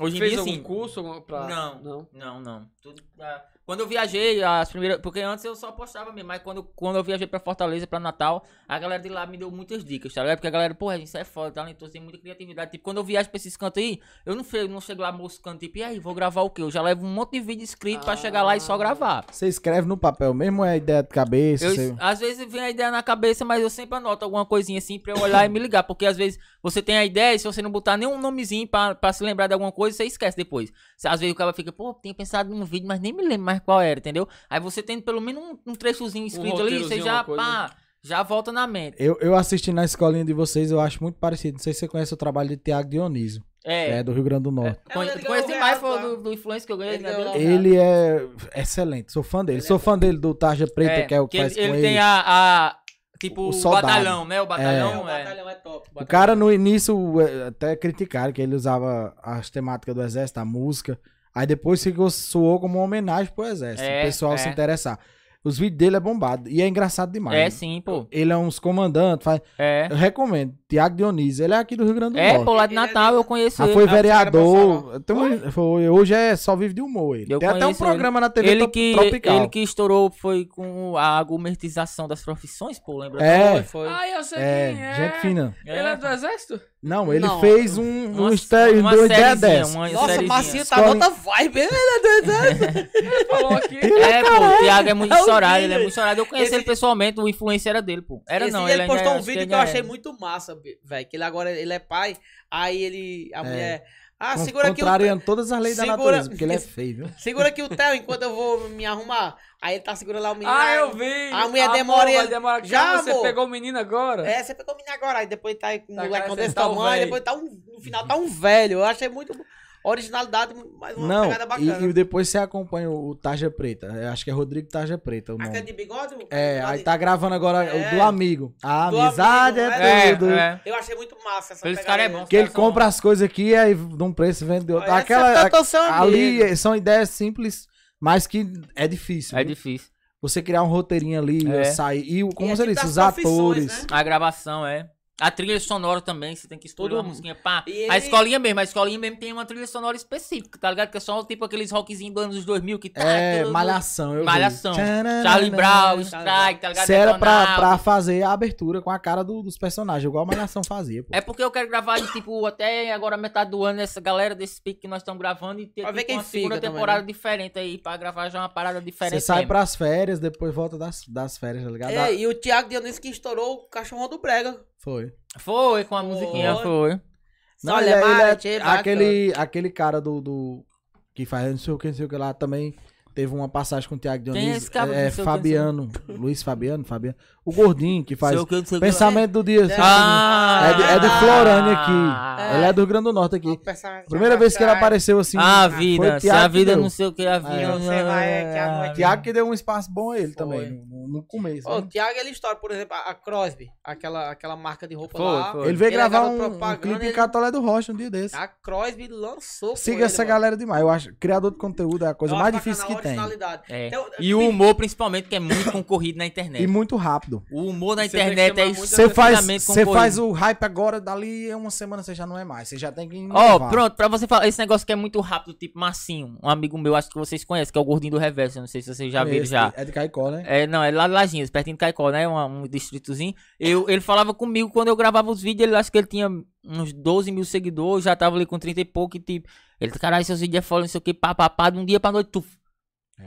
Speaker 5: Hoje em
Speaker 1: Fez
Speaker 5: dia
Speaker 1: algum
Speaker 5: sim.
Speaker 1: curso alguma- pra...
Speaker 5: Não.
Speaker 1: Não.
Speaker 5: assim, Não, não. Tudo- ah, Quando eu viajei, as primeiras. Porque antes eu só postava mesmo, mas quando, quando eu viajei pra Fortaleza, pra Natal, a galera de lá me deu muitas dicas, tá ligado? Porque a galera, porra, isso é foda, talentoso, tem muita criatividade. Tipo, quando eu viajo pra esses cantos aí, eu não chego, não chego lá moscando, tipo, e aí, vou gravar o quê? Eu já levo um monte de vídeo escrito pra chegar lá e só gravar.
Speaker 2: Você escreve no papel mesmo ou é ideia de cabeça?
Speaker 5: Eu-
Speaker 2: Você-
Speaker 5: às vezes vem a ideia na cabeça, mas eu sempre anoto alguma coisinha assim pra eu olhar e me ligar. Porque às vezes você tem a ideia e se você não botar nenhum nomezinho pra, pra se lembrar de alguma coisa, você esquece depois. Se- Às vezes o cara fica, pô, tinha pensado num vídeo, mas nem me lembro mais qual era, entendeu? Aí você tem pelo menos um, um trechozinho escrito ali, você
Speaker 1: roteirozinho,
Speaker 5: já,
Speaker 1: uma coisa.
Speaker 5: pá, já volta na mente.
Speaker 2: Eu, eu assisti na escolinha de vocês, eu acho muito parecido. Não sei se você conhece o trabalho de Tiago Dionísio, que
Speaker 5: É.
Speaker 2: é do Rio Grande do Norte.
Speaker 5: Conhe-
Speaker 4: É, ele ganhou
Speaker 5: conheço demais,
Speaker 4: reais
Speaker 5: foi
Speaker 4: lá.
Speaker 5: do, do influencer que eu ganhei,
Speaker 4: Ele
Speaker 5: né?
Speaker 4: ganhou lá.
Speaker 2: Ele é excelente, sou fã dele.
Speaker 5: é
Speaker 2: sou fã dele do Tarja Preta, que é o que,
Speaker 5: ele,
Speaker 2: faz com
Speaker 5: ele
Speaker 2: ele.
Speaker 5: tem a, a- Tipo,
Speaker 2: O
Speaker 5: o,
Speaker 2: soldado.
Speaker 5: batalhão, né? O
Speaker 4: É, o
Speaker 5: batalhão é.
Speaker 4: batalhão é top.
Speaker 2: O cara no início eh, até criticaram que ele usava as temáticas do exército, a música. Aí depois ficou, soou como uma homenagem pro exército,
Speaker 5: É,
Speaker 2: o pessoal
Speaker 5: é.
Speaker 2: se interessar. Os vídeos dele é bombado. E é engraçado demais.
Speaker 5: É sim, pô.
Speaker 2: Ele é uns comandantes, faz...
Speaker 5: É.
Speaker 2: Eu recomendo. Tiago Dionísio, ele é aqui do Rio Grande do
Speaker 5: É,
Speaker 2: Norte.
Speaker 5: pô, tá lá de Natal eu conheço
Speaker 2: Já
Speaker 5: ele.
Speaker 2: Ah, foi
Speaker 4: você era
Speaker 2: vereador. Tem um- foi- hoje é só vive de humor ele.
Speaker 5: Eu
Speaker 2: Tem até um
Speaker 5: conheço ele.
Speaker 2: programa na TV
Speaker 5: Ele
Speaker 2: Top-
Speaker 5: que,
Speaker 2: tropical.
Speaker 5: ele que estourou foi com a agumertização das profissões, pô, lembra?
Speaker 2: É,
Speaker 4: Foi.
Speaker 1: Ah, eu sei
Speaker 2: é,
Speaker 1: quem é.
Speaker 2: gente fina.
Speaker 1: Ele é do exército?
Speaker 2: Não, ele
Speaker 4: Não.
Speaker 2: fez um, um
Speaker 5: Uma-
Speaker 2: estéreo
Speaker 5: uma
Speaker 2: do ideia
Speaker 5: sériezinha,
Speaker 2: dessa.
Speaker 5: uma
Speaker 4: Nossa,
Speaker 5: sériezinha.
Speaker 4: Marcinho tá
Speaker 2: Escolhe-
Speaker 4: nota vibe, hein?
Speaker 1: Ele falou aqui.
Speaker 5: É, pô, o Thiago é muito
Speaker 4: É o
Speaker 5: estourado, ele é
Speaker 4: Guilherme.
Speaker 5: muito estourado. Eu conheci
Speaker 4: Esse-
Speaker 5: ele pessoalmente, o influencer era dele, pô. Era
Speaker 4: Esse
Speaker 5: não,
Speaker 4: dia ele
Speaker 5: ainda
Speaker 4: postou um
Speaker 5: acho
Speaker 4: vídeo que
Speaker 5: ainda
Speaker 4: eu
Speaker 5: é.
Speaker 4: achei muito massa, velho. Que ele agora ele é pai, aí ele. A mulher. Ah,
Speaker 2: Con-
Speaker 4: segura aqui, o,
Speaker 2: Contrariando todas as leis da
Speaker 4: Segura-
Speaker 2: natureza, porque ele é feio, viu?
Speaker 4: segura aqui o Theo enquanto eu vou me arrumar. Aí ele tá segurando lá o menino.
Speaker 1: Ah,
Speaker 4: aí-
Speaker 1: eu vi.
Speaker 4: A mulher
Speaker 1: Amor,
Speaker 4: demora e
Speaker 1: vai
Speaker 4: ele-
Speaker 1: demorar. Já,
Speaker 4: Já,
Speaker 1: você
Speaker 4: amor.
Speaker 1: pegou o menino agora?
Speaker 4: É, você pegou o menino agora, aí depois tá aí com um
Speaker 1: Tá,
Speaker 4: molecão
Speaker 1: cara,
Speaker 4: desse
Speaker 1: tá um
Speaker 4: tamanho,
Speaker 1: velho.
Speaker 4: depois tá um. No final tá um velho. Eu achei muito originalidade, mas uma
Speaker 2: Não,
Speaker 4: pegada
Speaker 2: e,
Speaker 4: bacana.
Speaker 2: e depois você acompanha o, o Tarja Preta. Eu Acho que é Rodrigo Tarja Preta o
Speaker 4: A cara
Speaker 2: nome.
Speaker 4: de bigode? o-
Speaker 2: É,
Speaker 4: bigode-
Speaker 2: aí tá gravando agora o
Speaker 4: É.
Speaker 2: do amigo. A
Speaker 4: Do
Speaker 2: amizade
Speaker 4: amigo,
Speaker 2: é
Speaker 4: é.
Speaker 2: tudo.
Speaker 5: É.
Speaker 4: Eu achei muito massa essa
Speaker 5: Aqueles
Speaker 4: Esse
Speaker 5: caras é bom.
Speaker 2: Que ele compra as coisas aqui aí de um preço vende de
Speaker 4: é
Speaker 2: outro. Aquela, ali eh, são ideias simples, mas que é difícil.
Speaker 5: É
Speaker 2: viu?
Speaker 5: difícil.
Speaker 2: Você criar um roteirinho ali,
Speaker 5: É.
Speaker 2: sair. E, o- como
Speaker 4: é
Speaker 2: você
Speaker 4: tipo
Speaker 2: disse,
Speaker 4: das
Speaker 2: os
Speaker 4: profissões,
Speaker 2: atores.
Speaker 4: né?
Speaker 5: A gravação, é. A trilha sonora também, você tem que escolher
Speaker 4: Todo
Speaker 5: uma musiquinha, pá.
Speaker 4: E ele-
Speaker 5: A escolinha mesmo, a escolinha mesmo tem uma trilha sonora específica, tá ligado? Que é só tipo aqueles rockzinhos dos anos 2000 que tá...
Speaker 2: É,
Speaker 5: tudo-
Speaker 2: Malhação. Eu vi.
Speaker 5: Malhação.
Speaker 2: Tchananana.
Speaker 5: Charlie Brown, Strike, tá ligado?
Speaker 2: Isso era pra,
Speaker 5: Detonautas.
Speaker 2: pra fazer a abertura com a cara do- dos personagens, igual a Malhação fazia, pô.
Speaker 5: É porque eu quero gravar, e, tipo, até agora metade do ano, essa galera desse pique que nós estamos gravando e ter
Speaker 4: Pra ver
Speaker 5: tipo,
Speaker 4: quem
Speaker 5: uma segunda
Speaker 4: fica também,
Speaker 5: temporada
Speaker 4: né?
Speaker 5: diferente aí, pra gravar já uma parada diferente.
Speaker 2: Você sai
Speaker 5: mesmo.
Speaker 2: pras férias, depois volta das, das férias, tá ligado?
Speaker 4: É, e o Thiago Dionísio que estourou o cachorrão do Brega.
Speaker 2: Foi.
Speaker 5: Foi com a musiquinha,
Speaker 4: Foi.
Speaker 5: é foi.
Speaker 2: Não,
Speaker 4: Olha,
Speaker 2: ele, é- ele é
Speaker 4: bate, bate.
Speaker 2: aquele, aquele cara do, do- Que faz não sei o que, não sei o que lá também. Teve uma passagem com o Thiago
Speaker 5: é
Speaker 2: Dionísio.
Speaker 5: esse cabo,
Speaker 2: é,
Speaker 5: não sei o que,
Speaker 2: Fabiano. Luiz Fabiano, Fabiano. O gordinho que faz.
Speaker 5: Sei o que, não sei o que lá.
Speaker 2: Pensamento do dia. sabe?
Speaker 5: Ah,
Speaker 2: é, de, é de
Speaker 5: ah,
Speaker 2: Florânia aqui. Ele é do Rio Grande do Norte aqui. Primeira vez que ele apareceu assim.
Speaker 5: Ah, a
Speaker 2: foi
Speaker 5: vida,
Speaker 2: o
Speaker 5: se
Speaker 2: Thiago
Speaker 5: a
Speaker 2: que
Speaker 5: vida
Speaker 2: deu.
Speaker 5: não sei o que, a vida.
Speaker 2: É.
Speaker 4: Você vai, é, que a noite-
Speaker 2: Thiago que deu um espaço bom a ele também, no, no começo.
Speaker 4: Ô, o
Speaker 2: né?
Speaker 4: Thiago, ele estoura, por exemplo, a a Crosby, aquela, aquela marca de roupa
Speaker 5: Foi,
Speaker 4: lá.
Speaker 5: foi.
Speaker 2: Ele veio
Speaker 4: Ele
Speaker 2: gravar
Speaker 4: garoto
Speaker 2: um, um
Speaker 4: propaganda,
Speaker 2: clipe em
Speaker 4: ele-
Speaker 2: Catolé do Rocha um dia desse.
Speaker 5: Tá
Speaker 4: A Crosby lançou. com
Speaker 2: Siga
Speaker 4: ele,
Speaker 2: essa
Speaker 4: mano.
Speaker 2: galera demais. Eu acho criador de conteúdo é a coisa
Speaker 4: Eu
Speaker 2: mais
Speaker 4: acho
Speaker 2: difícil que
Speaker 4: bacana
Speaker 2: tem.
Speaker 4: a originalidade.
Speaker 5: É.
Speaker 4: Então,
Speaker 5: E o humor, principalmente, que é muito concorrido na
Speaker 2: E
Speaker 5: internet.
Speaker 2: muito rápido.
Speaker 5: O humor na
Speaker 1: Você tem que
Speaker 5: internet é
Speaker 1: chamar muita
Speaker 2: Você faz,
Speaker 5: estupidamente
Speaker 2: você
Speaker 5: concorrido.
Speaker 2: faz o hype agora, dali uma semana você já não é mais. Você já tem que.
Speaker 5: Ó,
Speaker 2: inovar.
Speaker 5: pronto, pra você falar, esse negócio que é muito rápido, tipo Marcinho, um amigo meu, acho que vocês conhecem, que é o Gordinho do Reverso, eu não sei se vocês já viram
Speaker 2: Esse
Speaker 5: já.
Speaker 2: É de Caicó, né?
Speaker 5: É, não, é lá de Lajinhas, pertinho de Caicó, né? Um, um distritozinho. Eu, ele falava comigo quando eu gravava os vídeos, ele acho que ele tinha uns 12 mil seguidores, já tava ali com 30 e pouco, e tipo, ele, caralho, seus vídeos é foda, não sei o que, pá, pá, pá, de um dia pra noite, tu.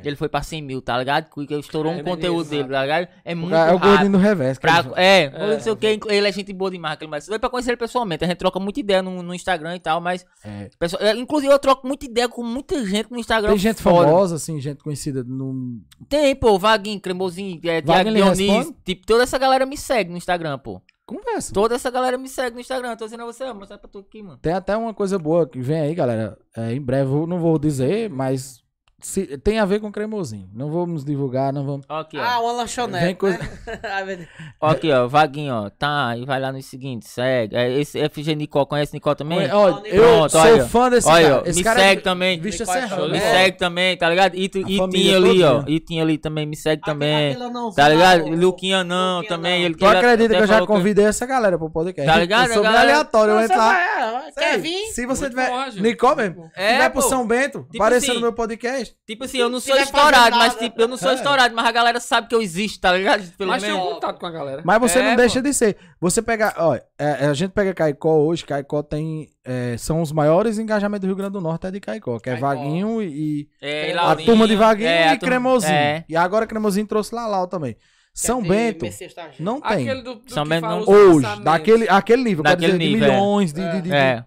Speaker 5: Ele foi pra 100 mil, tá ligado? Que que estourou
Speaker 1: É
Speaker 5: um
Speaker 1: mesmo,
Speaker 5: conteúdo dele, tá ligado? É muito
Speaker 2: é o
Speaker 5: rápido.
Speaker 2: gordinho do revés. que
Speaker 5: Pra,
Speaker 2: ele-
Speaker 5: é, não sei o que, ele é gente boa demais, aquele mas. Deu pra conhecer ele pessoalmente, a gente troca muita ideia no, no Instagram e tal, mas.
Speaker 2: É.
Speaker 5: pessoal- é, inclusive, eu troco muita ideia com muita gente no Instagram.
Speaker 2: Tem gente
Speaker 5: foda.
Speaker 2: famosa, assim, gente conhecida no.
Speaker 5: Tem, pô, Vaguinho, Cremosinho, é, Thiago
Speaker 2: Vaguinho lhe
Speaker 5: Dionísio.
Speaker 2: responde?
Speaker 5: Tipo, toda essa galera me segue no Instagram, pô.
Speaker 2: Conversa.
Speaker 5: Toda essa galera me segue no Instagram. Tô dizendo a você, ó, mostrar pra tu aqui, mano.
Speaker 2: Tem até uma coisa boa que vem aí, galera. É, em breve eu não vou dizer, mas se- tem a ver com cremosinho. Não vamos divulgar, não vamos.
Speaker 5: Ó aqui, ó.
Speaker 4: Ah, uma lanchonete.
Speaker 2: Vem coisa-
Speaker 4: né? Ai, meu Deus.
Speaker 5: Ó aqui, ó. Vaguinho, ó. Tá, e vai lá no seguinte, segue. É, esse FG Nicol, conhece Nicol também?
Speaker 4: é.
Speaker 2: Olha, olha, eu
Speaker 5: Pronto,
Speaker 2: sou
Speaker 5: olha.
Speaker 2: fã desse
Speaker 5: Olha, ó,
Speaker 2: cara. Esse
Speaker 5: me
Speaker 2: cara
Speaker 5: segue
Speaker 2: é
Speaker 5: também.
Speaker 2: bicha
Speaker 4: Nicole
Speaker 2: serrana.
Speaker 5: Me
Speaker 4: É.
Speaker 5: segue também, tá ligado? E, tu, e
Speaker 2: família né?
Speaker 5: tinha ali, ó.
Speaker 2: todinha.
Speaker 5: E tinha ali também, me segue também.
Speaker 4: Aquele anãozinho
Speaker 5: Tá
Speaker 4: lá,
Speaker 5: ligado?
Speaker 4: o-
Speaker 5: Luquinha não,
Speaker 4: Luquinha
Speaker 5: também.
Speaker 4: não.
Speaker 5: Ele,
Speaker 2: Tu
Speaker 5: ele
Speaker 2: acredita
Speaker 5: até
Speaker 2: que eu já
Speaker 5: falou
Speaker 2: convidei essa galera pro podcast?
Speaker 5: Tá ligado?
Speaker 2: Eu sou
Speaker 5: A
Speaker 2: bem
Speaker 5: galera-
Speaker 2: aleatório, eu
Speaker 4: Não,
Speaker 2: entro
Speaker 4: você
Speaker 2: lá.
Speaker 4: vai, é, Quer
Speaker 2: Sério,
Speaker 4: vir?
Speaker 2: Se você
Speaker 1: Muito
Speaker 2: tiver.
Speaker 1: bom, Gil.
Speaker 2: Nicole mesmo.
Speaker 5: É,
Speaker 2: se tiver pro
Speaker 5: pô.
Speaker 2: São Bento,
Speaker 5: Tipo
Speaker 2: apareça
Speaker 5: assim,
Speaker 2: no meu podcast.
Speaker 5: Tipo assim, eu não
Speaker 4: Se
Speaker 5: sou
Speaker 4: vai fazer
Speaker 5: estourado,
Speaker 4: nada.
Speaker 5: mas tipo, eu não sou
Speaker 2: É.
Speaker 5: estourado, mas a galera sabe que eu existo, tá ligado? Pelo
Speaker 1: Mas tem
Speaker 5: menos.
Speaker 1: um contato com a galera.
Speaker 2: Mas você
Speaker 5: É,
Speaker 2: não
Speaker 5: pô.
Speaker 2: deixa de ser. Você pega. Ó, é, a gente pega Caicó hoje. Caicó tem. é, são os maiores engajamentos do Rio Grande do Norte é de Caicó, que é
Speaker 4: Caicó.
Speaker 2: Vaguinho e.
Speaker 5: É,
Speaker 4: Tem
Speaker 5: e
Speaker 2: a
Speaker 5: Laurinho,
Speaker 2: turma de Vaguinho
Speaker 5: é, a
Speaker 2: e
Speaker 5: turma-
Speaker 2: Cremosinho.
Speaker 5: É.
Speaker 2: E agora Cremosinho trouxe Lalau também. São
Speaker 4: Quer vir,
Speaker 2: Bento.
Speaker 4: Mercedes tá junto.
Speaker 2: Não tem.
Speaker 1: Aquele do, do
Speaker 5: São
Speaker 1: que
Speaker 5: Bento
Speaker 1: fala
Speaker 5: não-
Speaker 1: os
Speaker 2: Hoje,
Speaker 1: lançamentos.
Speaker 2: daquele, aquele nível, quero
Speaker 5: Daquele
Speaker 2: dizer, de
Speaker 5: nível, é.
Speaker 2: milhões, de, de- de- de-
Speaker 5: É,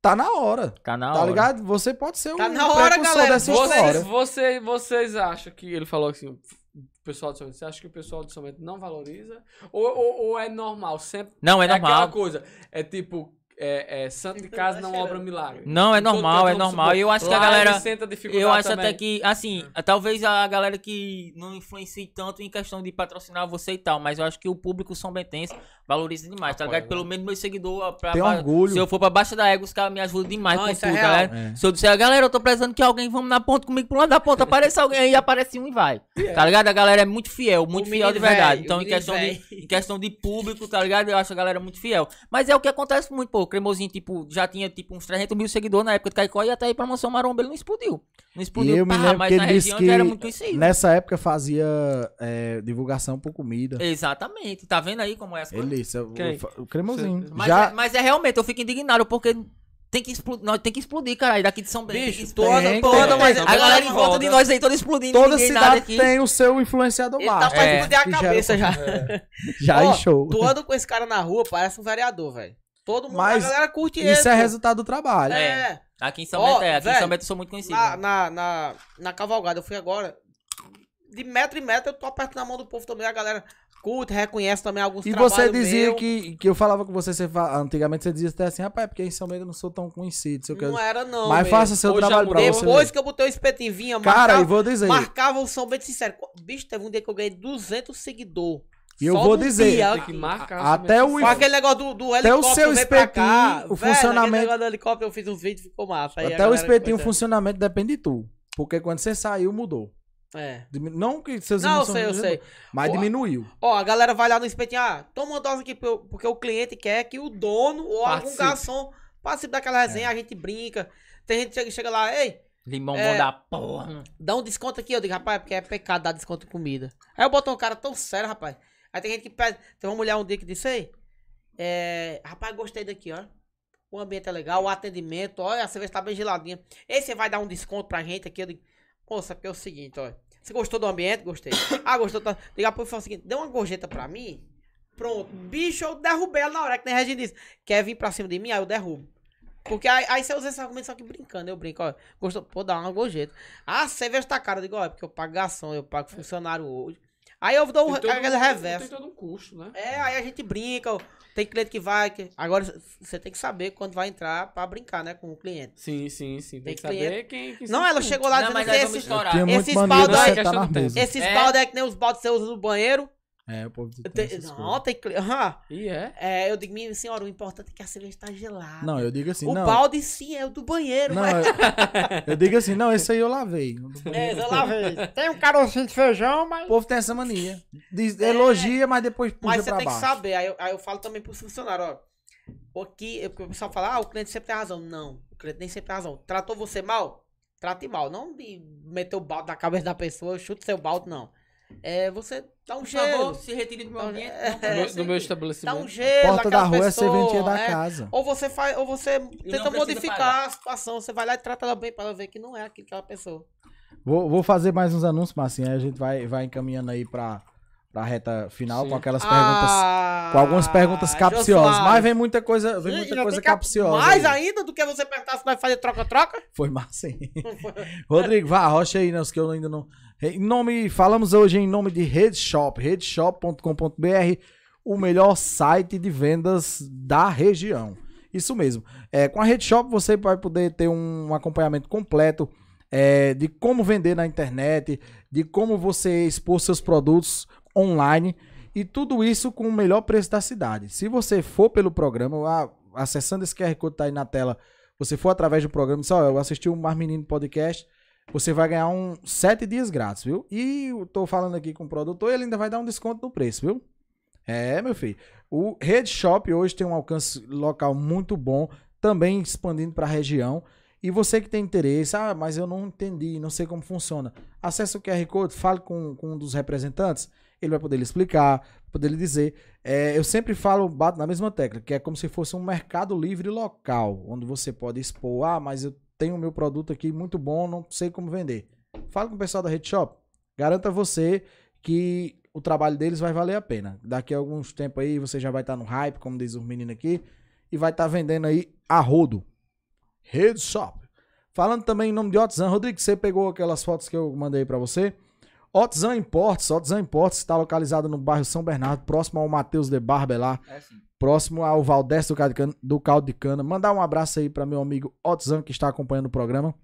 Speaker 2: Tá na hora,
Speaker 5: tá na hora.
Speaker 2: tá ligado? Você pode ser um
Speaker 4: Tá na hora,
Speaker 2: precursor
Speaker 4: galera,
Speaker 2: dessa história.
Speaker 1: Vocês, você- vocês acham que ele falou assim, o pessoal do São Bento, você acha que o pessoal do São Bento não valoriza? Ou, ou- ou é normal? Sempre
Speaker 5: Não, é
Speaker 1: aquela
Speaker 5: normal.
Speaker 1: coisa. É tipo, é, é, santo de casa
Speaker 4: tá
Speaker 1: não obra milagre.
Speaker 5: Não, é
Speaker 1: Em todo
Speaker 5: normal, é
Speaker 1: canto, vamos
Speaker 5: normal.
Speaker 1: supor,
Speaker 5: E eu acho que a
Speaker 1: lá ele
Speaker 5: galera.
Speaker 1: senta dificuldade
Speaker 5: Eu acho
Speaker 1: também. É.
Speaker 5: até que, assim, talvez a galera que não influencie tanto em questão de patrocinar você e tal, mas eu acho que o público são bentense valoriza demais, tá
Speaker 1: Apoia, né?
Speaker 5: ligado? Pelo menos meu seguidor, pra,
Speaker 2: Tem
Speaker 5: pra-
Speaker 2: orgulho.
Speaker 5: se eu for pra baixo da égua, os caras me ajudam demais
Speaker 4: Não,
Speaker 5: com
Speaker 4: isso é
Speaker 5: tudo,
Speaker 4: real.
Speaker 5: galera.
Speaker 2: É.
Speaker 5: Se eu disser, galera, eu tô precisando que alguém, vamos na ponta comigo pro lado da ponta, aparece alguém aí, aparece um e vai. Tá ligado? A galera é muito fiel, muito
Speaker 4: O
Speaker 5: fiel
Speaker 4: menino
Speaker 5: de verdade.
Speaker 4: véi,
Speaker 5: então,
Speaker 4: o
Speaker 5: em
Speaker 4: menino
Speaker 5: questão, de,
Speaker 4: véi.
Speaker 5: em questão de público, tá ligado? Eu acho a galera muito fiel. Mas é o que acontece muito, pô. O Cremosinho, tipo, já tinha tipo uns 300 mil seguidores na época de Caicó e até aí pra Mansão Maromba ele não explodiu. Não
Speaker 2: E
Speaker 5: explodiu,
Speaker 2: eu me
Speaker 5: pá,
Speaker 2: lembro
Speaker 5: mas
Speaker 2: que
Speaker 5: na
Speaker 2: ele disse
Speaker 5: região já era muito
Speaker 2: que né?
Speaker 5: conhecido.
Speaker 2: nessa época fazia é, divulgação por comida.
Speaker 5: Exatamente. Tá vendo aí como é as coisas?
Speaker 2: Ele, isso, o-
Speaker 1: Quem?
Speaker 2: o cremosinho.
Speaker 5: Mas,
Speaker 2: Já,
Speaker 5: é, mas é realmente, eu fico indignado, porque tem que explodir, nós tem que explodir, caralho. Daqui de São Bento. tem que
Speaker 4: Bicho,
Speaker 5: explodir.
Speaker 4: toda,
Speaker 2: tem,
Speaker 4: toda,
Speaker 2: tem.
Speaker 4: mas
Speaker 5: a galera em volta de nós aí toda explodindo.
Speaker 2: tá toda
Speaker 5: ninguém nada
Speaker 2: cidade
Speaker 5: aqui.
Speaker 2: tem o seu influenciador
Speaker 4: Ele tá
Speaker 2: baixo.
Speaker 4: pra
Speaker 5: É.
Speaker 4: explodir a
Speaker 2: Que já-
Speaker 4: cabeça já.
Speaker 2: Já
Speaker 4: Ó,
Speaker 2: em show.
Speaker 4: Tu anda com esse cara na rua, parece um vereador, velho. Todo mundo,
Speaker 2: Mas
Speaker 4: a galera curte ele.
Speaker 2: Isso é
Speaker 4: pô.
Speaker 2: resultado do trabalho.
Speaker 4: É,
Speaker 5: Aqui em São
Speaker 4: Ó,
Speaker 5: Bento é, aqui em
Speaker 4: velho,
Speaker 5: São Bento eu sou muito conhecido.
Speaker 4: na, na, na, na cavalgada, eu fui agora. De metro em metro, eu tô apertando a mão do povo também, a galera curte, reconhece também alguns
Speaker 2: E você
Speaker 4: trabalhos
Speaker 2: dizia
Speaker 4: meu.
Speaker 2: que, que eu falava com você, você fa- antigamente você dizia até assim, rapaz, é porque em São Bento eu não sou tão conhecido. sei o que.
Speaker 4: Não era, não.
Speaker 2: Mas
Speaker 4: velho.
Speaker 2: faça seu
Speaker 1: Hoje já
Speaker 2: trabalho pra
Speaker 1: mudei.
Speaker 2: você.
Speaker 4: Depois que eu botei o espetinho, vinha,
Speaker 2: Cara,
Speaker 4: marcava,
Speaker 2: e vou dizer.
Speaker 4: marcava o São Bento sincero. Bicho, teve um dia que eu ganhei 200 seguidores.
Speaker 2: E eu
Speaker 4: Só
Speaker 2: vou
Speaker 4: num
Speaker 2: dizer,
Speaker 4: dia,
Speaker 1: Tem que
Speaker 4: aqui.
Speaker 1: marcar
Speaker 2: Até o
Speaker 4: Com aquele negócio do, do
Speaker 2: Até o
Speaker 4: helicóptero
Speaker 2: seu
Speaker 4: vem pra cá.
Speaker 2: espetinho, o
Speaker 4: Velho,
Speaker 2: funcionamento-
Speaker 4: aquele negócio do helicóptero, eu fiz uns vídeos, ficou massa. Aí a
Speaker 2: Até o
Speaker 4: galera
Speaker 2: espetinho, o
Speaker 4: coisa-
Speaker 2: funcionamento depende de tu. Porque quando você saiu, mudou.
Speaker 4: É.
Speaker 2: Dimi- Não que seus
Speaker 4: Não, eu sei, eu
Speaker 2: emocionamentos-
Speaker 4: sei.
Speaker 2: Mas
Speaker 4: Pô,
Speaker 2: diminuiu.
Speaker 4: Ó, a galera vai lá no espetinho, ah, toma uma dose aqui, pro- porque o cliente quer que o dono ou algum
Speaker 1: Participe.
Speaker 4: garçom participe daquela resenha,
Speaker 2: É.
Speaker 4: a gente brinca. Tem gente que chega, chega lá, ei,
Speaker 5: Limão
Speaker 4: é-
Speaker 5: bom da porra.
Speaker 4: dá um desconto aqui. Eu digo, rapaz, porque é pecado dar desconto em comida. Aí eu boto um cara tão sério, rapaz. Aí tem gente que pede, tem uma mulher um dia que disse, ei, é, rapaz, gostei daqui, ó. O ambiente é legal, o atendimento, olha, a cerveja tá bem geladinha. Ei, você vai dar um desconto pra gente aqui? Eu digo, moça, porque é o seguinte, ó. Você gostou do ambiente? Gostei. Ah, gostou. Tá... Diga pro fala o seguinte, dê uma gorjeta pra mim. Pronto. Bicho, eu derrubei ela na hora que nem a Regina disse. Quer vir pra cima de mim? Aí eu derrubo. Porque aí, aí você usa esse argumento só que brincando. Eu brinco, ó. Gostou? Pô, dá uma gorjeta. Ah, cerveja tá cara. Eu digo, ó, é porque eu pago garçom, eu pago funcionário hoje. Aí eu dou um, aquele reverso.
Speaker 1: Tem todo um custo, né?
Speaker 4: É, aí a gente brinca. ó. Tem cliente que vai. que- Agora c- você tem que saber quando vai entrar pra brincar, né? Com o cliente.
Speaker 1: Sim, sim, sim. Tem,
Speaker 4: Tem
Speaker 1: que
Speaker 4: cliente.
Speaker 1: saber quem... quem
Speaker 4: Não,
Speaker 1: são
Speaker 4: ela
Speaker 1: quem.
Speaker 4: chegou lá
Speaker 5: Não, mas
Speaker 4: dizendo
Speaker 5: aí
Speaker 4: que
Speaker 5: vamos
Speaker 4: esses,
Speaker 5: estourar.
Speaker 2: Tinha muito
Speaker 4: esses
Speaker 2: maneiro
Speaker 4: baldos-
Speaker 2: você
Speaker 1: Não, é
Speaker 2: tá
Speaker 1: questão
Speaker 2: nas
Speaker 1: do tempo.
Speaker 2: mesas.
Speaker 4: esses
Speaker 5: É.
Speaker 4: balde aí que nem os baldes que você usa no banheiro.
Speaker 2: É, o povo tem
Speaker 4: Tem-
Speaker 2: essas
Speaker 4: não,
Speaker 2: coisas.
Speaker 4: tem cliente. aham.
Speaker 1: E é.
Speaker 4: É, eu digo, minha senhora, o importante é que a cerveja tá gelada.
Speaker 2: Não, eu digo assim,
Speaker 4: o
Speaker 2: não.
Speaker 4: balde sim é o do banheiro,
Speaker 2: Não,
Speaker 4: mas-
Speaker 2: eu, eu digo assim, não, esse aí eu lavei.
Speaker 4: É, eu lá vejo.
Speaker 9: Tem um carocinho de feijão,
Speaker 2: O
Speaker 9: mas.
Speaker 2: povo tem essa mania. Diz- elogia, mas depois puxa
Speaker 4: É. Mas você
Speaker 2: pra
Speaker 4: tem que
Speaker 2: baixo.
Speaker 4: saber. Aí eu, aí eu falo também pros funcionários, ó. O que eu- porque o pessoal fala, ah, o cliente sempre tem razão. Não, o cliente nem sempre tem razão. Tratou você mal? Trate mal. Não de meter o balde na cabeça da pessoa, chute seu balde, não. É, você dá um
Speaker 5: Por favor,
Speaker 4: gelo.
Speaker 5: se retire do meu
Speaker 4: Dá um
Speaker 5: ambiente.
Speaker 4: gelo.
Speaker 5: não
Speaker 1: No
Speaker 5: quero
Speaker 1: meu- No
Speaker 5: você
Speaker 1: meu
Speaker 5: aqui.
Speaker 4: Dá um
Speaker 1: estabelecimento.
Speaker 4: gelo.
Speaker 2: Porta da
Speaker 4: àquela
Speaker 2: rua é
Speaker 4: pessoa,
Speaker 2: serventia da
Speaker 4: é.
Speaker 2: casa.
Speaker 4: Ou você faz, ou você tenta
Speaker 5: precisa
Speaker 4: modificar
Speaker 5: pagar.
Speaker 4: a situação. Você vai lá e trata ela bem pra ela ver que não é aquilo que ela pensou.
Speaker 2: Vou, vou fazer mais uns anúncios, Marcinho. Aí a gente vai, vai encaminhando aí pra, pra reta final
Speaker 1: Sim.
Speaker 2: com aquelas perguntas.
Speaker 4: Ah,
Speaker 2: Com algumas perguntas capciosas.
Speaker 4: Josimar.
Speaker 2: Mas vem muita coisa, vem
Speaker 4: Ih,
Speaker 2: muita
Speaker 4: ainda
Speaker 2: coisa
Speaker 4: tem cap-
Speaker 2: capciosa.
Speaker 4: Mais
Speaker 2: aí.
Speaker 4: ainda do que você perguntar se vai fazer troca-troca?
Speaker 2: Foi massa, hein? Rodrigo, vá, rocha aí, né? Os que eu ainda não. Em nome, falamos hoje em nome de Rede Shop, redeshop.com.br, o melhor site de vendas da região. Isso mesmo. É, com a Rede Shop você vai poder ter um acompanhamento completo é, de como vender na internet, de como você expor seus produtos online e tudo isso com o melhor preço da cidade. Se você for pelo programa, a- acessando esse QR Code que tá aí na tela, você for através do programa, só eu assisti o Mar Menino Podcast, você vai ganhar um sete dias grátis, viu? E eu tô falando aqui com o produtor, ele ainda vai dar um desconto no preço, viu? É, meu filho. O Rede Shop hoje tem um alcance local muito bom, também expandindo para a região. E você que tem interesse, ah, mas eu não entendi, não sei como funciona. Acesse o QR Code, fale com, com um dos representantes, ele vai poder lhe explicar, poder lhe dizer. É, eu sempre falo, bato na mesma tecla, que é como se fosse um mercado livre local, onde você pode expor, ah, mas eu tenho o meu produto aqui muito bom, não sei como vender. Fala com o pessoal da Rede Shop, garanta você que o trabalho deles vai valer a pena. Daqui a alguns tempos aí você já vai estar no hype, como diz o menino aqui, e vai estar vendendo aí a rodo. Rede Shop. Falando também em nome de Otzan, Rodrigo, você pegou aquelas fotos que eu mandei pra você? tá Otzan Importes, Otzan Importes está localizado no bairro São Bernardo, próximo ao Matheus de Barbelar.
Speaker 5: É assim.
Speaker 2: próximo ao Valdés do Caldo de Cana. do Caldo de Cana. Mandar um abraço aí para meu amigo Otzan, que está acompanhando o programa.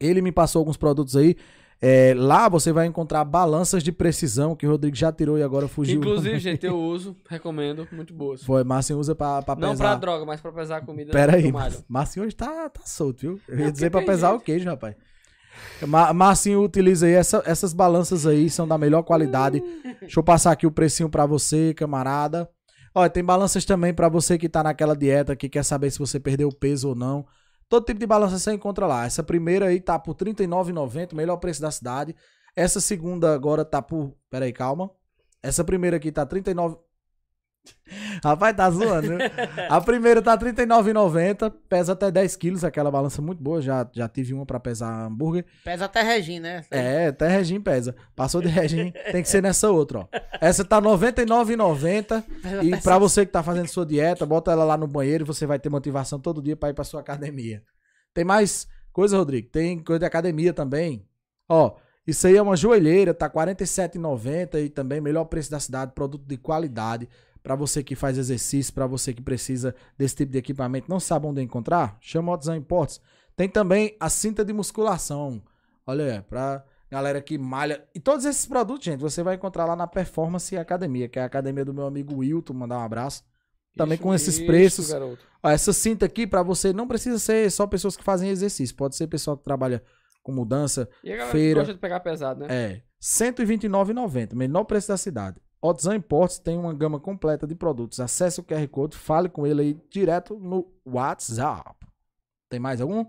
Speaker 2: Ele me passou alguns produtos aí. É, lá você vai encontrar balanças de precisão que o Rodrigo já tirou e agora fugiu.
Speaker 1: Inclusive, gente, eu uso, recomendo, muito boas.
Speaker 2: Foi, Márcio usa pra, pra
Speaker 1: Não pra
Speaker 2: pesar.
Speaker 1: droga, mas pra pesar a comida.
Speaker 2: Pera aí,
Speaker 1: tomada. é
Speaker 2: Marcinho hoje tá, tá solto, viu? Eu ia dizer
Speaker 1: que
Speaker 2: pra
Speaker 1: tem
Speaker 2: pesar o queijo, rapaz. Ma- Marcinho utiliza aí, essa- essas balanças aí são da melhor qualidade. Deixa eu passar aqui o precinho pra você, camarada. Olha, tem balanças também pra você que tá naquela dieta, que quer saber se você perdeu peso ou não. Todo tipo de balança você encontra lá. Essa primeira aí tá por R$ 39,90, melhor preço da cidade. Essa segunda agora tá por... Pera aí, calma. Essa primeira aqui tá 39... Rapaz, tá zoando, né? A primeira tá R$ 39,90, pesa até 10 quilos, aquela balança muito boa, já, já tive uma pra pesar hambúrguer.
Speaker 4: Pesa até Regina, né?
Speaker 2: É, até Regim pesa. Passou de Regim, tem que ser nessa outra, ó. Essa tá R$ 99,90
Speaker 4: Pesa
Speaker 2: e
Speaker 4: até
Speaker 2: pra você que tá fazendo sua dieta, bota ela lá no banheiro e você vai ter motivação todo dia pra ir pra sua academia. Tem mais coisa, Rodrigo? Tem coisa de academia também. Ó, isso aí é uma joelheira, tá R$ 47,90 e também melhor preço da cidade, produto de qualidade. Pra você que faz exercício, pra você que precisa desse tipo de equipamento, não sabe onde encontrar? Chama o Otzan Importes. Tem também a cinta de musculação. Olha, aí, pra galera que malha. E todos esses produtos, gente, você vai encontrar lá na Performance Academia, que é a academia do meu amigo Wilton, mandar um abraço. Também
Speaker 1: Isso
Speaker 2: com esses
Speaker 1: mesmo,
Speaker 2: preços.
Speaker 1: garoto.
Speaker 2: Ó, essa cinta aqui, pra você, não precisa ser só pessoas que fazem exercício. Pode ser pessoal que trabalha com mudança,
Speaker 1: E a galera
Speaker 2: Feira.
Speaker 1: gosta de pegar pesado, né?
Speaker 2: é, R$ 129,90, menor preço da cidade. Otzan Importes tem uma gama completa de produtos. Acesse o QR Code, fale com ele aí direto no WhatsApp. Tem mais algum?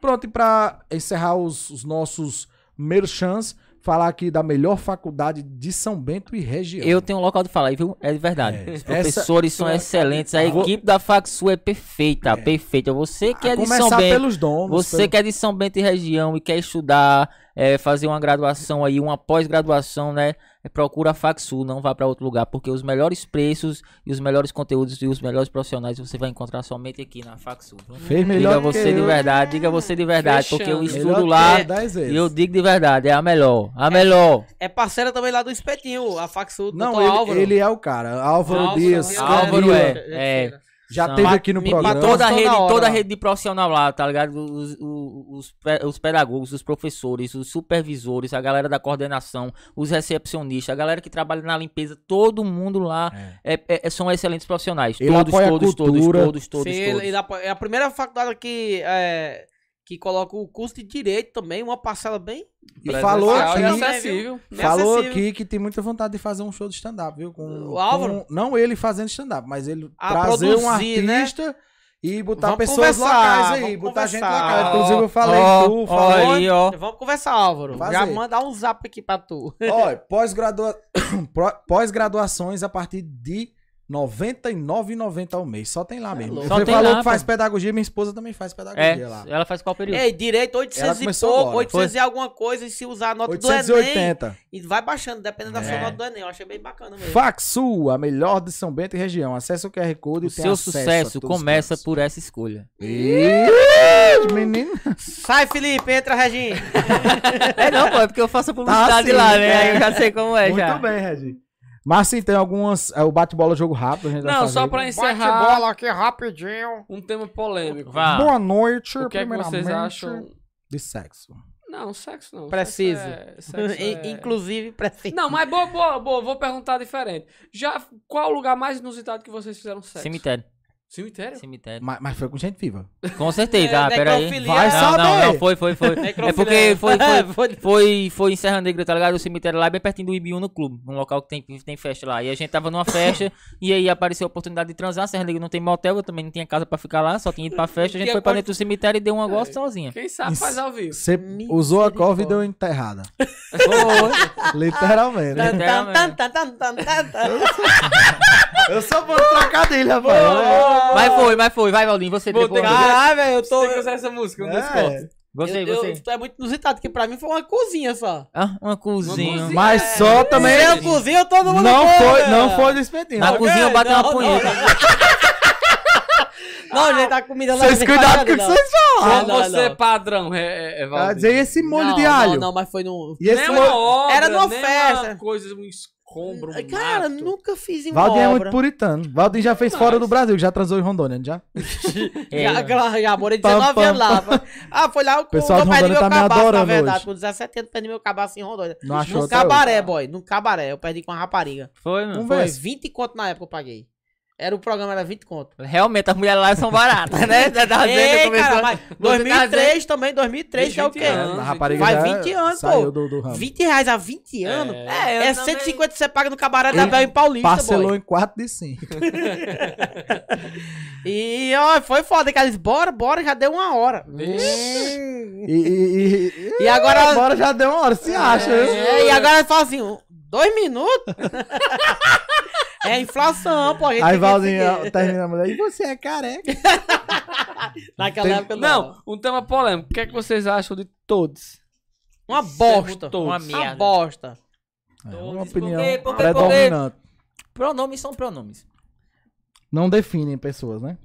Speaker 2: Pronto, e para encerrar os, os nossos merchans, falar aqui da melhor faculdade de São Bento e região.
Speaker 5: Eu tenho um local de falar aí, viu? É de verdade.
Speaker 2: É.
Speaker 5: Os professores são excelentes. A
Speaker 2: Vou-
Speaker 5: equipe da FacSul é perfeita, perfeita. Você que
Speaker 2: A
Speaker 5: é de São
Speaker 2: começar
Speaker 5: Bento,
Speaker 2: pelos donos.
Speaker 5: você que é de São Bento e região e quer estudar, é, fazer uma graduação aí, uma pós-graduação, né? é, Procura a FacSul, não vá para outro lugar, porque os melhores preços e os melhores conteúdos e os melhores profissionais você vai encontrar somente aqui na FacSul.
Speaker 2: fez melhor
Speaker 5: Diga
Speaker 2: que
Speaker 5: você de
Speaker 2: eu.
Speaker 5: verdade, diga você de verdade, porque eu
Speaker 1: Fechando.
Speaker 2: Melhor
Speaker 5: estudo
Speaker 2: que
Speaker 5: lá
Speaker 2: eu dez vezes.
Speaker 5: e eu digo de verdade, é a melhor, a melhor.
Speaker 4: É parceira também lá do Espetinho, a Faxu,
Speaker 2: Não, ele, ele é o cara. Álvaro,
Speaker 4: Álvaro,
Speaker 2: Dias.
Speaker 5: Álvaro
Speaker 2: Candia,
Speaker 5: é, é.
Speaker 2: Já
Speaker 5: São-
Speaker 2: teve aqui no
Speaker 4: Me
Speaker 2: programa.
Speaker 4: patrou-
Speaker 5: toda a
Speaker 4: Toda
Speaker 5: rede,
Speaker 4: hora,
Speaker 5: toda a
Speaker 4: ó.
Speaker 5: rede de profissional lá, tá ligado? Os, os, os pe- os pedagogos, os professores, os supervisores, a galera da coordenação, os recepcionistas, a galera que trabalha na limpeza, todo mundo lá é. é- é- são excelentes profissionais.
Speaker 2: Ele
Speaker 5: todos,
Speaker 2: apoia a
Speaker 5: todos, todos,
Speaker 2: cultura.
Speaker 5: todos, todos,
Speaker 4: Sim,
Speaker 5: todos.
Speaker 4: ele- ele apo- é a primeira faculdade que, é, que coloca o curso de direito também, uma parcela bem.
Speaker 2: E falou
Speaker 1: Presencial
Speaker 2: aqui.
Speaker 1: e
Speaker 4: aqui-
Speaker 1: acessível.
Speaker 4: bem
Speaker 2: Falou
Speaker 4: acessível.
Speaker 2: aqui que tem muita vontade de fazer um show de stand-up, viu? Com,
Speaker 4: O Álvaro?
Speaker 2: com- não ele fazendo stand-up, mas ele
Speaker 4: Ah,
Speaker 2: trazer um
Speaker 4: produzir, né?
Speaker 2: artista e botar
Speaker 4: Vamos
Speaker 2: pessoas
Speaker 4: conversar,
Speaker 2: locais aí,
Speaker 4: vamos
Speaker 2: botar gente
Speaker 4: conversar.
Speaker 2: local. Inclusive eu falei, tu
Speaker 5: ó,
Speaker 2: falou.
Speaker 5: aí, ó.
Speaker 4: Vamos conversar, Álvaro.
Speaker 2: Fazer.
Speaker 4: Já mandar um zap aqui pra tu.
Speaker 2: Ó, pós-gradua- pró- pós-graduações a partir de R$ 99,90 ao mês. Só tem lá mesmo.
Speaker 4: é louco.
Speaker 2: Você
Speaker 5: Só tem
Speaker 2: falou
Speaker 5: lá,
Speaker 2: que faz
Speaker 5: pô.
Speaker 2: pedagogia, minha esposa também faz pedagogia
Speaker 5: É,
Speaker 2: lá.
Speaker 5: ela faz qual período?
Speaker 4: Ei, direito 800 e
Speaker 2: começou
Speaker 4: pouco,
Speaker 2: agora.
Speaker 4: 800 e alguma coisa, e se usar a nota do Enem.
Speaker 2: 880.
Speaker 4: E vai baixando, dependendo da sua
Speaker 5: É.
Speaker 4: nota do Enem. Eu achei bem bacana mesmo.
Speaker 2: Faxu, a melhor de São Bento e região. Acesse o QR Code
Speaker 5: O
Speaker 2: e tem
Speaker 5: seu
Speaker 2: acesso a
Speaker 5: sucesso
Speaker 2: todos os
Speaker 5: começa
Speaker 2: planos.
Speaker 5: por essa escolha.
Speaker 2: Ih, menino.
Speaker 4: Sai, Felipe, entra, Regin.
Speaker 5: É não, pô, é porque eu faço a
Speaker 2: publicidade lá, né? Aí eu
Speaker 5: já sei como é,
Speaker 2: Muito bem, Regi. Mas sim, tem algumas. é, o bate-bola é jogo rápido. A gente vai
Speaker 1: Não,
Speaker 2: fazer.
Speaker 1: só pra
Speaker 9: Bate
Speaker 1: encerrar,
Speaker 9: bola aqui rapidinho.
Speaker 1: um tema polêmico.
Speaker 5: Vá.
Speaker 2: Boa noite,
Speaker 1: O que é que vocês
Speaker 2: primeiramente,
Speaker 1: acham?
Speaker 2: De sexo.
Speaker 1: Não, sexo não.
Speaker 4: Preciso.
Speaker 1: Sexo é- sexo é-
Speaker 4: Inclusive, prefeito.
Speaker 1: Não, mas boa, boa, boa, vou perguntar diferente. Já, qual o lugar mais inusitado que vocês fizeram sexo?
Speaker 5: Cemitério,
Speaker 1: Cemitério?
Speaker 5: cemitério.
Speaker 2: Mas, mas foi com gente viva.
Speaker 5: Com certeza, ah, peraí.
Speaker 4: Necrofilia.
Speaker 2: Vai
Speaker 4: Não,
Speaker 5: Não,
Speaker 2: saber.
Speaker 5: não, não, foi, foi, foi. É porque foi, foi,
Speaker 4: foi.
Speaker 5: Foi, foi em Serra Negra, tá ligado? O cemitério lá é bem pertinho do Ibiúna Clube, um local que tem, que tem festa lá. E a gente tava numa festa, e aí apareceu a oportunidade de transar. Serra Negra não tem motel, eu também não tinha casa pra ficar lá, só tinha ido pra festa. A gente
Speaker 4: Tinha
Speaker 5: foi pra
Speaker 4: quanto-
Speaker 5: dentro do cemitério e deu uma gosta sozinha.
Speaker 1: Quem sabe faz ao vivo.
Speaker 2: Você usou a cova e deu enterrada. Literalmente.
Speaker 5: Tá.
Speaker 4: Tan, tan, tan, tan, tan, tan, tan.
Speaker 2: Eu só vou trocar dele, rapaz.
Speaker 5: Mas foi, mas foi. Vai, Valdinho, você
Speaker 1: Vou
Speaker 5: depois.
Speaker 1: ter que-
Speaker 4: Caralho, velho, eu tô.
Speaker 1: Tem que usar essa música, não
Speaker 2: É.
Speaker 1: desconto.
Speaker 5: Você,
Speaker 4: eu-
Speaker 5: você.
Speaker 4: eu- é muito inusitado, porque pra mim foi uma cozinha só.
Speaker 5: Ah, uma cozinha.
Speaker 1: cozinha.
Speaker 2: Mas só também. é-
Speaker 4: Se eu cozinho, todo mundo
Speaker 2: Não
Speaker 4: come,
Speaker 2: foi,
Speaker 4: né?
Speaker 2: não foi do espetinho.
Speaker 5: Na cozinha eu bati uma
Speaker 4: não,
Speaker 5: punheta.
Speaker 4: Não, gente, a comida lá.
Speaker 2: Ah, Vocês
Speaker 4: não tem
Speaker 2: cuidado com o
Speaker 4: facada,
Speaker 2: que
Speaker 4: não.
Speaker 2: vocês falam.
Speaker 4: Não,
Speaker 1: Como
Speaker 4: não,
Speaker 1: você,
Speaker 4: não.
Speaker 1: padrão, é, é, é
Speaker 2: Vai
Speaker 1: Valdir.
Speaker 2: dizer esse molho
Speaker 4: Não,
Speaker 2: de
Speaker 4: não,
Speaker 2: alho.
Speaker 4: Não, mas foi no.
Speaker 2: E esse
Speaker 1: Nem
Speaker 2: molho...
Speaker 1: uma obra,
Speaker 4: Era numa
Speaker 1: nem uma
Speaker 4: festa.
Speaker 1: coisa, um escombro, um
Speaker 4: Cara,
Speaker 1: mato.
Speaker 4: nunca fiz em uma
Speaker 2: Valdir é muito
Speaker 4: obra.
Speaker 2: puritano. Valdir já fez fora do Brasil, já transou em Rondônia, não já?
Speaker 4: Já, já, já morei
Speaker 2: É. Pam,
Speaker 4: 19
Speaker 2: pam,
Speaker 4: anos lá. Ah, foi lá, eu,
Speaker 2: Pessoal de
Speaker 4: eu perdi
Speaker 2: Rondônia
Speaker 4: meu
Speaker 2: tá me
Speaker 4: cabaço, na
Speaker 2: adorando
Speaker 4: verdade.
Speaker 2: hoje.
Speaker 4: Com 17 anos, perdi meu cabaço em Rondônia.
Speaker 2: Não achou tá
Speaker 4: Num
Speaker 2: até hoje.
Speaker 4: cabaré, boy. Num cabaré. Eu perdi com uma rapariga.
Speaker 5: Foi, mano.
Speaker 4: Foi
Speaker 2: Conversa.
Speaker 4: 20 conto na época eu paguei. Era o programa, era 20 conto.
Speaker 5: Realmente, as mulheres lá são baratas, né? Da, da
Speaker 4: Ei, cara, mas
Speaker 5: Tá
Speaker 4: 2003 também, 2003 que é o
Speaker 1: 20
Speaker 4: quê?
Speaker 1: anos.
Speaker 2: A rapariga
Speaker 4: Faz
Speaker 2: já
Speaker 4: 20 anos,
Speaker 2: saiu
Speaker 4: pô.
Speaker 2: Do, do ramo.
Speaker 4: 20 reais há 20 anos? É,
Speaker 5: eu
Speaker 4: é
Speaker 5: também-
Speaker 4: 150 que você paga no cabaré da Bel em Paulista,
Speaker 2: Parcelou
Speaker 4: boy.
Speaker 2: em 4 de 5.
Speaker 4: E ó, foi foda, que eles, bora, bora, já deu uma hora.
Speaker 2: E, e, e-
Speaker 4: E agora-
Speaker 2: Agora já deu uma hora, se acha. viu?
Speaker 4: É, e agora eles falam assim, um, dois minutos? é inflação, pô. a gente
Speaker 2: Aí
Speaker 4: tem que
Speaker 2: Valdir
Speaker 4: seguir.
Speaker 2: termina a mulher. E você é careca?
Speaker 4: Naquela época não.
Speaker 1: Não, um tema polêmico. O que é que vocês acham de todos?
Speaker 4: Uma bosta.
Speaker 1: Todos.
Speaker 4: Uma,
Speaker 5: merda.
Speaker 4: bosta.
Speaker 2: É uma
Speaker 5: Porque-
Speaker 2: opinião
Speaker 5: porque- porque-
Speaker 2: predominante.
Speaker 5: Pronomes são pronomes.
Speaker 2: Não definem pessoas, né?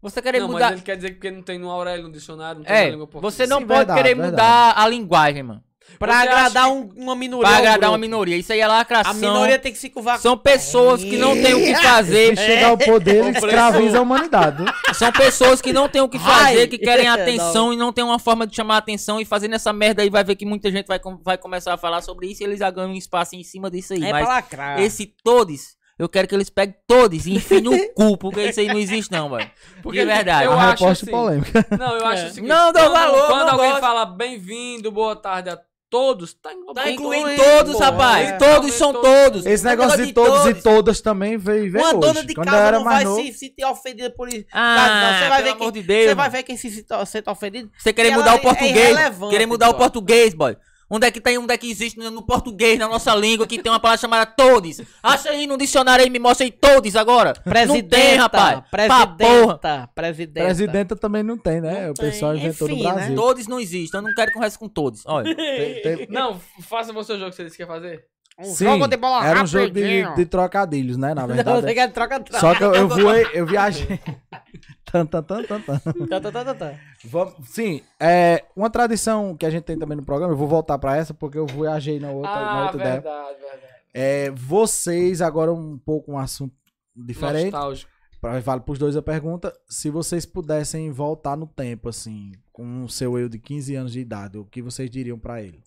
Speaker 5: Você querer
Speaker 1: Não, mas
Speaker 5: mudar.
Speaker 1: ele quer dizer que porque não tem no Aurélio, no dicionário, não tem na
Speaker 5: É,
Speaker 1: língua portuguesa.
Speaker 5: você não
Speaker 2: Sim,
Speaker 5: pode
Speaker 2: verdade,
Speaker 5: querer
Speaker 2: verdade.
Speaker 5: mudar a linguagem, mano.
Speaker 4: Pra
Speaker 1: Você
Speaker 4: agradar
Speaker 1: acha
Speaker 4: um- uma minoria.
Speaker 5: Pra
Speaker 4: ao
Speaker 5: agradar
Speaker 4: grupo.
Speaker 5: uma minoria. Isso aí é
Speaker 4: A
Speaker 5: lacração.
Speaker 4: minoria tem que se curvar.
Speaker 5: São pessoas que não têm o que
Speaker 2: Se
Speaker 4: É.
Speaker 5: fazer.
Speaker 2: chegar ao poder, ele
Speaker 1: Opressor.
Speaker 2: escraviza a humanidade. viu?
Speaker 5: São pessoas que não têm o que
Speaker 4: Ai.
Speaker 5: fazer, que querem
Speaker 4: Não.
Speaker 5: atenção e não tem uma forma de chamar atenção. E fazendo essa merda aí, vai ver que muita gente vai, com- vai começar a falar sobre isso e eles já ganham um espaço em cima disso aí.
Speaker 4: É
Speaker 5: mas
Speaker 4: pra lacrar.
Speaker 5: esse todos, eu quero que eles peguem todos e enfiem no cu, porque isso aí não existe, não, velho.
Speaker 1: Porque
Speaker 5: de verdade.
Speaker 1: Eu acho
Speaker 2: a resposta
Speaker 1: assim.
Speaker 2: polêmica.
Speaker 1: Não, eu acho
Speaker 4: É.
Speaker 1: o seguinte.
Speaker 5: Não dá
Speaker 1: quando-
Speaker 5: valor,
Speaker 1: Quando
Speaker 5: não
Speaker 1: alguém
Speaker 5: gosta.
Speaker 1: fala bem-vindo, boa tarde a todos, tá englobando
Speaker 5: Tá incluindo
Speaker 4: incluindo,
Speaker 5: todos,
Speaker 4: pô,
Speaker 5: rapaz.
Speaker 1: é.
Speaker 5: Todos são todos.
Speaker 2: Esse
Speaker 5: Não é
Speaker 2: negócio de todos, e todas também veio, veio
Speaker 4: Uma
Speaker 2: hoje.
Speaker 4: dona de
Speaker 2: Quando eu
Speaker 4: casa
Speaker 2: era
Speaker 4: não
Speaker 2: mais
Speaker 4: vai
Speaker 2: novo,
Speaker 4: se sentir ofendida por isso.
Speaker 5: Ah,
Speaker 4: Você vai ver
Speaker 5: pelo amor
Speaker 4: que-
Speaker 5: de Deus,
Speaker 4: Você vai
Speaker 5: mano.
Speaker 4: ver quem se senta- senta ofendido.
Speaker 5: Você querer
Speaker 4: Ela
Speaker 5: mudar
Speaker 4: é
Speaker 5: o português.
Speaker 4: irrelevante,
Speaker 5: querer mudar o
Speaker 4: boy.
Speaker 5: português, boy. Onde é que tem, onde é que existe no no português, na nossa língua, que tem uma palavra chamada todes? Acha aí no dicionário aí, me mostra aí todes agora. não tem, rapaz. Pra porra.
Speaker 4: Presidenta. Presidenta.
Speaker 2: presidenta também não tem, né? o pessoal
Speaker 4: tem,
Speaker 2: inventou
Speaker 4: enfim,
Speaker 2: no
Speaker 4: né?
Speaker 2: Brasil.
Speaker 5: Todes não existe, eu não quero conversa com todos. Olha,
Speaker 2: Tem- tem-
Speaker 1: Não, faça você o jogo que você disse que ia fazer.
Speaker 4: Um
Speaker 2: Sim,
Speaker 4: jogo de bola
Speaker 2: era um jogo de,
Speaker 4: rapidinho.
Speaker 2: de trocadilhos, né? Na
Speaker 4: Não,
Speaker 2: verdade.
Speaker 4: você
Speaker 2: é.
Speaker 4: quer troca troca.
Speaker 2: Só que eu, eu voei, eu viajei. tan, tan, tan, tan, tan.
Speaker 4: Tá, tá, tá, tá, tá.
Speaker 2: Vamos- Sim, é, uma tradição que a gente tem também no programa, eu vou voltar pra essa porque eu viajei na outra, na
Speaker 1: Ah,
Speaker 2: outra ideia.
Speaker 1: verdade, verdade.
Speaker 2: É, vocês, agora um pouco um assunto diferente.
Speaker 1: Nostálgico.
Speaker 2: Pra, vale pros dois a pergunta. Se vocês pudessem voltar no tempo, assim, com o seu eu de 15 anos de idade, o que vocês diriam pra ele?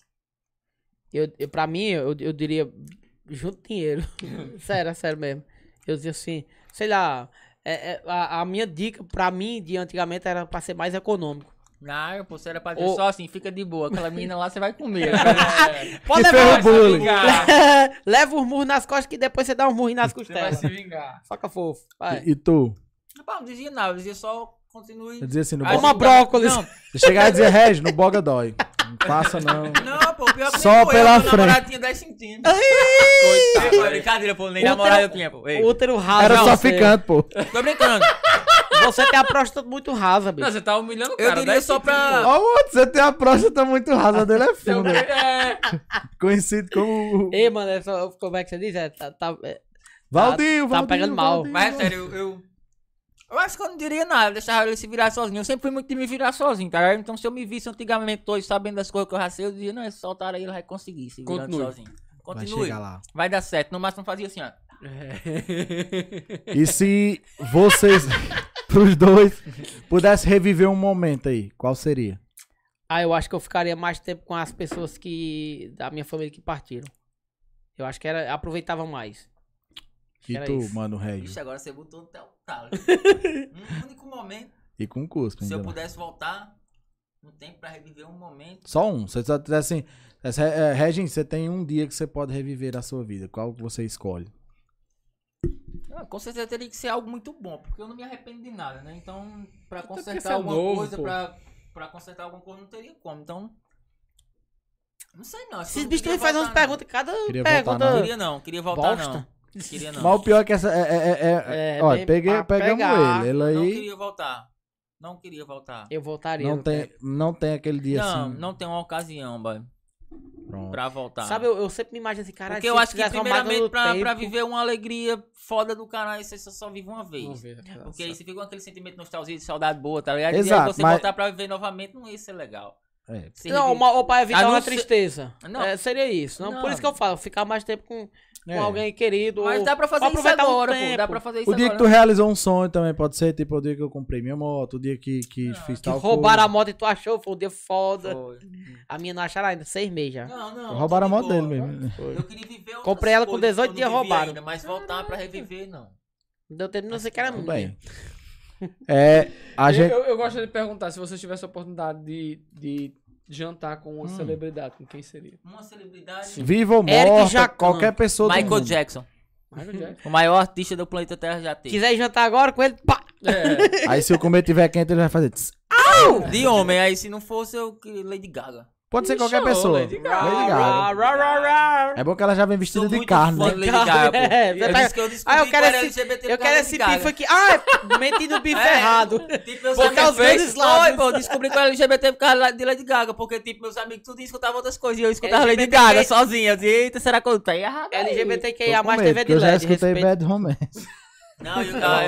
Speaker 4: Eu, eu, pra mim, eu, eu diria, junto dinheiro. sério, é sério mesmo. Eu dizia assim, sei lá, é- é, a, a minha dica pra mim de antigamente era pra ser mais econômico.
Speaker 5: não, pô, você era pra dizer
Speaker 4: Ô.
Speaker 5: só assim, fica de boa. Aquela menina lá você vai comer.
Speaker 1: É,
Speaker 4: Pode
Speaker 2: Que
Speaker 4: levar.
Speaker 2: ferro bullying.
Speaker 4: Leva os murros nas costas que depois você dá um murro nas
Speaker 1: Você vai
Speaker 4: costelas.
Speaker 1: se vingar.
Speaker 4: Soca fofo. Vai.
Speaker 2: E, e tu?
Speaker 5: Rapaz, não dizia nada, eu dizia só continue.
Speaker 2: Eu dizia assim, no
Speaker 5: Aí
Speaker 4: Toma
Speaker 5: você-
Speaker 4: brócolis.
Speaker 5: Não,
Speaker 2: Eu chegava e dizia, Regis, no boga dói. Não faça não.
Speaker 5: não, pô, pior é que
Speaker 2: Só
Speaker 5: nem foi
Speaker 2: pela
Speaker 5: eu, meu
Speaker 2: frente.
Speaker 5: namorado tinha 10 centímetros. Coitado, é brincadeira, pô, nem
Speaker 4: Outra-
Speaker 5: namorado eu tinha, pô. Ei,
Speaker 4: Útero raso.
Speaker 2: Era
Speaker 4: não,
Speaker 2: só
Speaker 4: você-
Speaker 2: ficando, pô.
Speaker 5: Tô brincando.
Speaker 4: Você tem a próstata muito rasa,
Speaker 1: Não,
Speaker 4: bicho.
Speaker 1: você tá humilhando o
Speaker 5: Eu
Speaker 1: cara.
Speaker 5: diria
Speaker 1: dez
Speaker 5: só pra.
Speaker 2: Ó, o outro, você tem a próstata muito rasa a dele, é
Speaker 1: centímetros.
Speaker 2: funda.
Speaker 1: É,
Speaker 2: Conhecido como.
Speaker 4: Ei, mano, é só- como é que você diz? É, tá, tá- é,
Speaker 2: Valdir, Valdir.
Speaker 4: tá pegando mal.
Speaker 2: Valdir,
Speaker 5: Mas é sério, eu, eu. eu acho que eu não diria nada, deixava ele se virar sozinho. Eu sempre fui muito de me virar sozinho, tá? ligado? Então se eu me visse antigamente hoje sabendo das coisas que eu já sei, eu dizia, não, esse soltar aí ele vai conseguir se virando
Speaker 1: Continue.
Speaker 5: sozinho.
Speaker 2: Vai
Speaker 5: Continue.
Speaker 2: chegar
Speaker 5: Vai,
Speaker 2: lá.
Speaker 5: dar certo. No máximo fazia assim, ó. É.
Speaker 2: E se vocês, pros dois, pudessem reviver um momento aí, qual seria?
Speaker 4: Ah, eu acho que eu ficaria mais tempo com as pessoas que. da minha família que partiram. Eu acho que era, aproveitava mais.
Speaker 2: E
Speaker 4: Era
Speaker 2: tu,
Speaker 4: isso.
Speaker 2: mano, Regis?
Speaker 5: Vixe, agora você botou até o talo. um único momento.
Speaker 2: E com cuspe,
Speaker 5: Se eu
Speaker 2: ainda mais.
Speaker 5: pudesse voltar no tempo pra reviver um momento.
Speaker 2: Só um. Se você tivesse assim. essa- é, Regis, você tem um dia que você pode reviver na sua vida. Qual que você escolhe?
Speaker 5: Ah, com certeza teria que ser algo muito bom, porque eu não me arrependo de nada, né? Então, pra
Speaker 1: porque você
Speaker 5: consertar
Speaker 1: é
Speaker 5: alguma
Speaker 1: novo,
Speaker 5: coisa,
Speaker 1: pô.
Speaker 5: pra, pra consertar alguma coisa, não teria como. Então, não sei não. acho que eu
Speaker 4: Esses
Speaker 5: não
Speaker 4: bichos também
Speaker 5: queria
Speaker 4: fazem umas
Speaker 5: voltar, não.
Speaker 4: perguntas, cada
Speaker 2: Queria
Speaker 4: pergunta.
Speaker 2: voltar, não.
Speaker 5: Queria não, queria voltar
Speaker 4: Bosta.
Speaker 5: não. Queria não.
Speaker 2: Mas o pior é que essa. É, é, é- é-
Speaker 4: É,
Speaker 2: olha,
Speaker 4: bem
Speaker 2: peguei,
Speaker 4: pra
Speaker 2: pegamos
Speaker 4: pegar.
Speaker 2: ele. Ele
Speaker 5: Não
Speaker 2: aí
Speaker 5: queria voltar. Não queria voltar.
Speaker 4: Eu voltaria.
Speaker 2: não
Speaker 4: no
Speaker 2: tem,
Speaker 4: tempo.
Speaker 2: não tem aquele dia
Speaker 5: Não,
Speaker 2: assim.
Speaker 5: não tem uma ocasião, boy.
Speaker 2: Pronto.
Speaker 5: pra voltar.
Speaker 4: Sabe, eu, eu sempre me imagino assim, caralho,
Speaker 5: Tá. Porque eu
Speaker 4: se
Speaker 5: acho que
Speaker 4: fizesse uma máquina
Speaker 5: primeiramente
Speaker 4: do
Speaker 5: pra, pra
Speaker 4: tempo-
Speaker 5: viver uma alegria foda do caralho, você só, só vive uma
Speaker 1: Vamos
Speaker 5: vez.
Speaker 1: ver, tá cara.
Speaker 5: Porque aí você fica com aquele sentimento de nostalgia, de saudade boa, tá ligado? e
Speaker 2: Exato,
Speaker 5: aí você
Speaker 2: mas-
Speaker 5: voltar pra viver novamente não ia ser legal.
Speaker 2: É.
Speaker 5: Você
Speaker 4: Não,
Speaker 5: revive-
Speaker 4: uma, ou pra evitar
Speaker 5: A Ah, não
Speaker 4: uma
Speaker 5: ser-
Speaker 4: tristeza.
Speaker 5: Não.
Speaker 4: É, seria isso. Não, Por
Speaker 5: Não.
Speaker 4: isso que eu falo, ficar mais tempo com, com
Speaker 2: É.
Speaker 4: alguém querido.
Speaker 5: Mas
Speaker 4: ou-
Speaker 5: dá pra fazer
Speaker 4: ou
Speaker 5: isso
Speaker 4: aproveitar um
Speaker 5: agora, pô.
Speaker 4: tempo.
Speaker 5: Dá pra fazer isso
Speaker 2: O dia que tu
Speaker 5: agora.
Speaker 2: realizou um sonho também pode ser, tipo, o dia que eu comprei minha moto, o dia que, que fiz
Speaker 4: Que
Speaker 2: tal
Speaker 4: roubaram a
Speaker 2: coisa.
Speaker 4: moto e tu achou, foi um dia foda.
Speaker 5: Foi.
Speaker 4: A minha não acharam ainda, seis meses já.
Speaker 5: Não, não.
Speaker 2: Roubaram a
Speaker 5: tô
Speaker 2: moto
Speaker 5: de
Speaker 2: dele
Speaker 5: boa.
Speaker 2: mesmo.
Speaker 5: Eu queria viver outras
Speaker 4: Comprei ela com
Speaker 5: coisas que
Speaker 4: 18
Speaker 5: eu
Speaker 4: dias,
Speaker 5: não vivi
Speaker 4: roubaram.
Speaker 5: ainda, mas voltar pra reviver, não.
Speaker 4: Não deu tempo, não sei o que era
Speaker 2: Tudo
Speaker 4: minha.
Speaker 2: Tá bem. É, a gente...
Speaker 1: Eu, eu gosto de perguntar se você tivesse a oportunidade de, de jantar com uma
Speaker 4: Hum.
Speaker 1: celebridade, com quem seria?
Speaker 5: Uma celebridade.
Speaker 2: Viva ou
Speaker 4: Eric
Speaker 2: morta,
Speaker 4: Jacan.
Speaker 2: qualquer pessoa do
Speaker 5: Michael
Speaker 2: mundo.
Speaker 5: Jackson.
Speaker 1: Michael Jackson.
Speaker 5: O maior artista do planeta Terra já teve.
Speaker 4: Quiser ir jantar agora com ele, pá!
Speaker 1: É,
Speaker 2: Aí se o comer tiver quente, ele vai fazer... tss.
Speaker 5: De homem, aí se não fosse eu que- Lady Gaga.
Speaker 2: Pode ser
Speaker 1: Ixi,
Speaker 2: qualquer
Speaker 1: ô,
Speaker 2: pessoa.
Speaker 1: Lady
Speaker 2: Lady
Speaker 1: Gaga.
Speaker 2: Gaga. É bom que ela já vem
Speaker 5: Sou
Speaker 2: vestida de
Speaker 5: muito
Speaker 2: carne,
Speaker 5: fã
Speaker 2: né?
Speaker 5: de Lady Gaga, pô.
Speaker 4: É,
Speaker 5: Eu
Speaker 4: tá-
Speaker 5: disse que eu descobri
Speaker 4: Ah, eu
Speaker 5: que
Speaker 4: quero
Speaker 5: era
Speaker 4: esse-
Speaker 5: LGBT
Speaker 4: Eu
Speaker 5: por
Speaker 4: quero
Speaker 5: causa da
Speaker 4: esse
Speaker 5: Lady Gaga.
Speaker 4: bife aqui. Ah, meti no bife
Speaker 5: Tá É.
Speaker 4: errado.
Speaker 5: Tipo, meus
Speaker 4: Por causa
Speaker 5: amigos-
Speaker 4: dos lados.
Speaker 5: Foi, pô, eu descobri que eu era LGBT por causa de Lady Gaga, porque, tipo, meus amigos tudo escutavam outras coisas e eu escutava
Speaker 4: LGBT.
Speaker 5: Lady Gaga sozinha. Eu dizia, eita, será que eu tô errado? aí?"
Speaker 4: LGBTQIA,
Speaker 2: Tô com
Speaker 4: mais
Speaker 2: medo,
Speaker 4: TV
Speaker 2: porque
Speaker 4: de
Speaker 2: eu já
Speaker 4: LED,
Speaker 2: escutei
Speaker 4: respeito.
Speaker 2: Bad Romance.
Speaker 5: Não, Ah,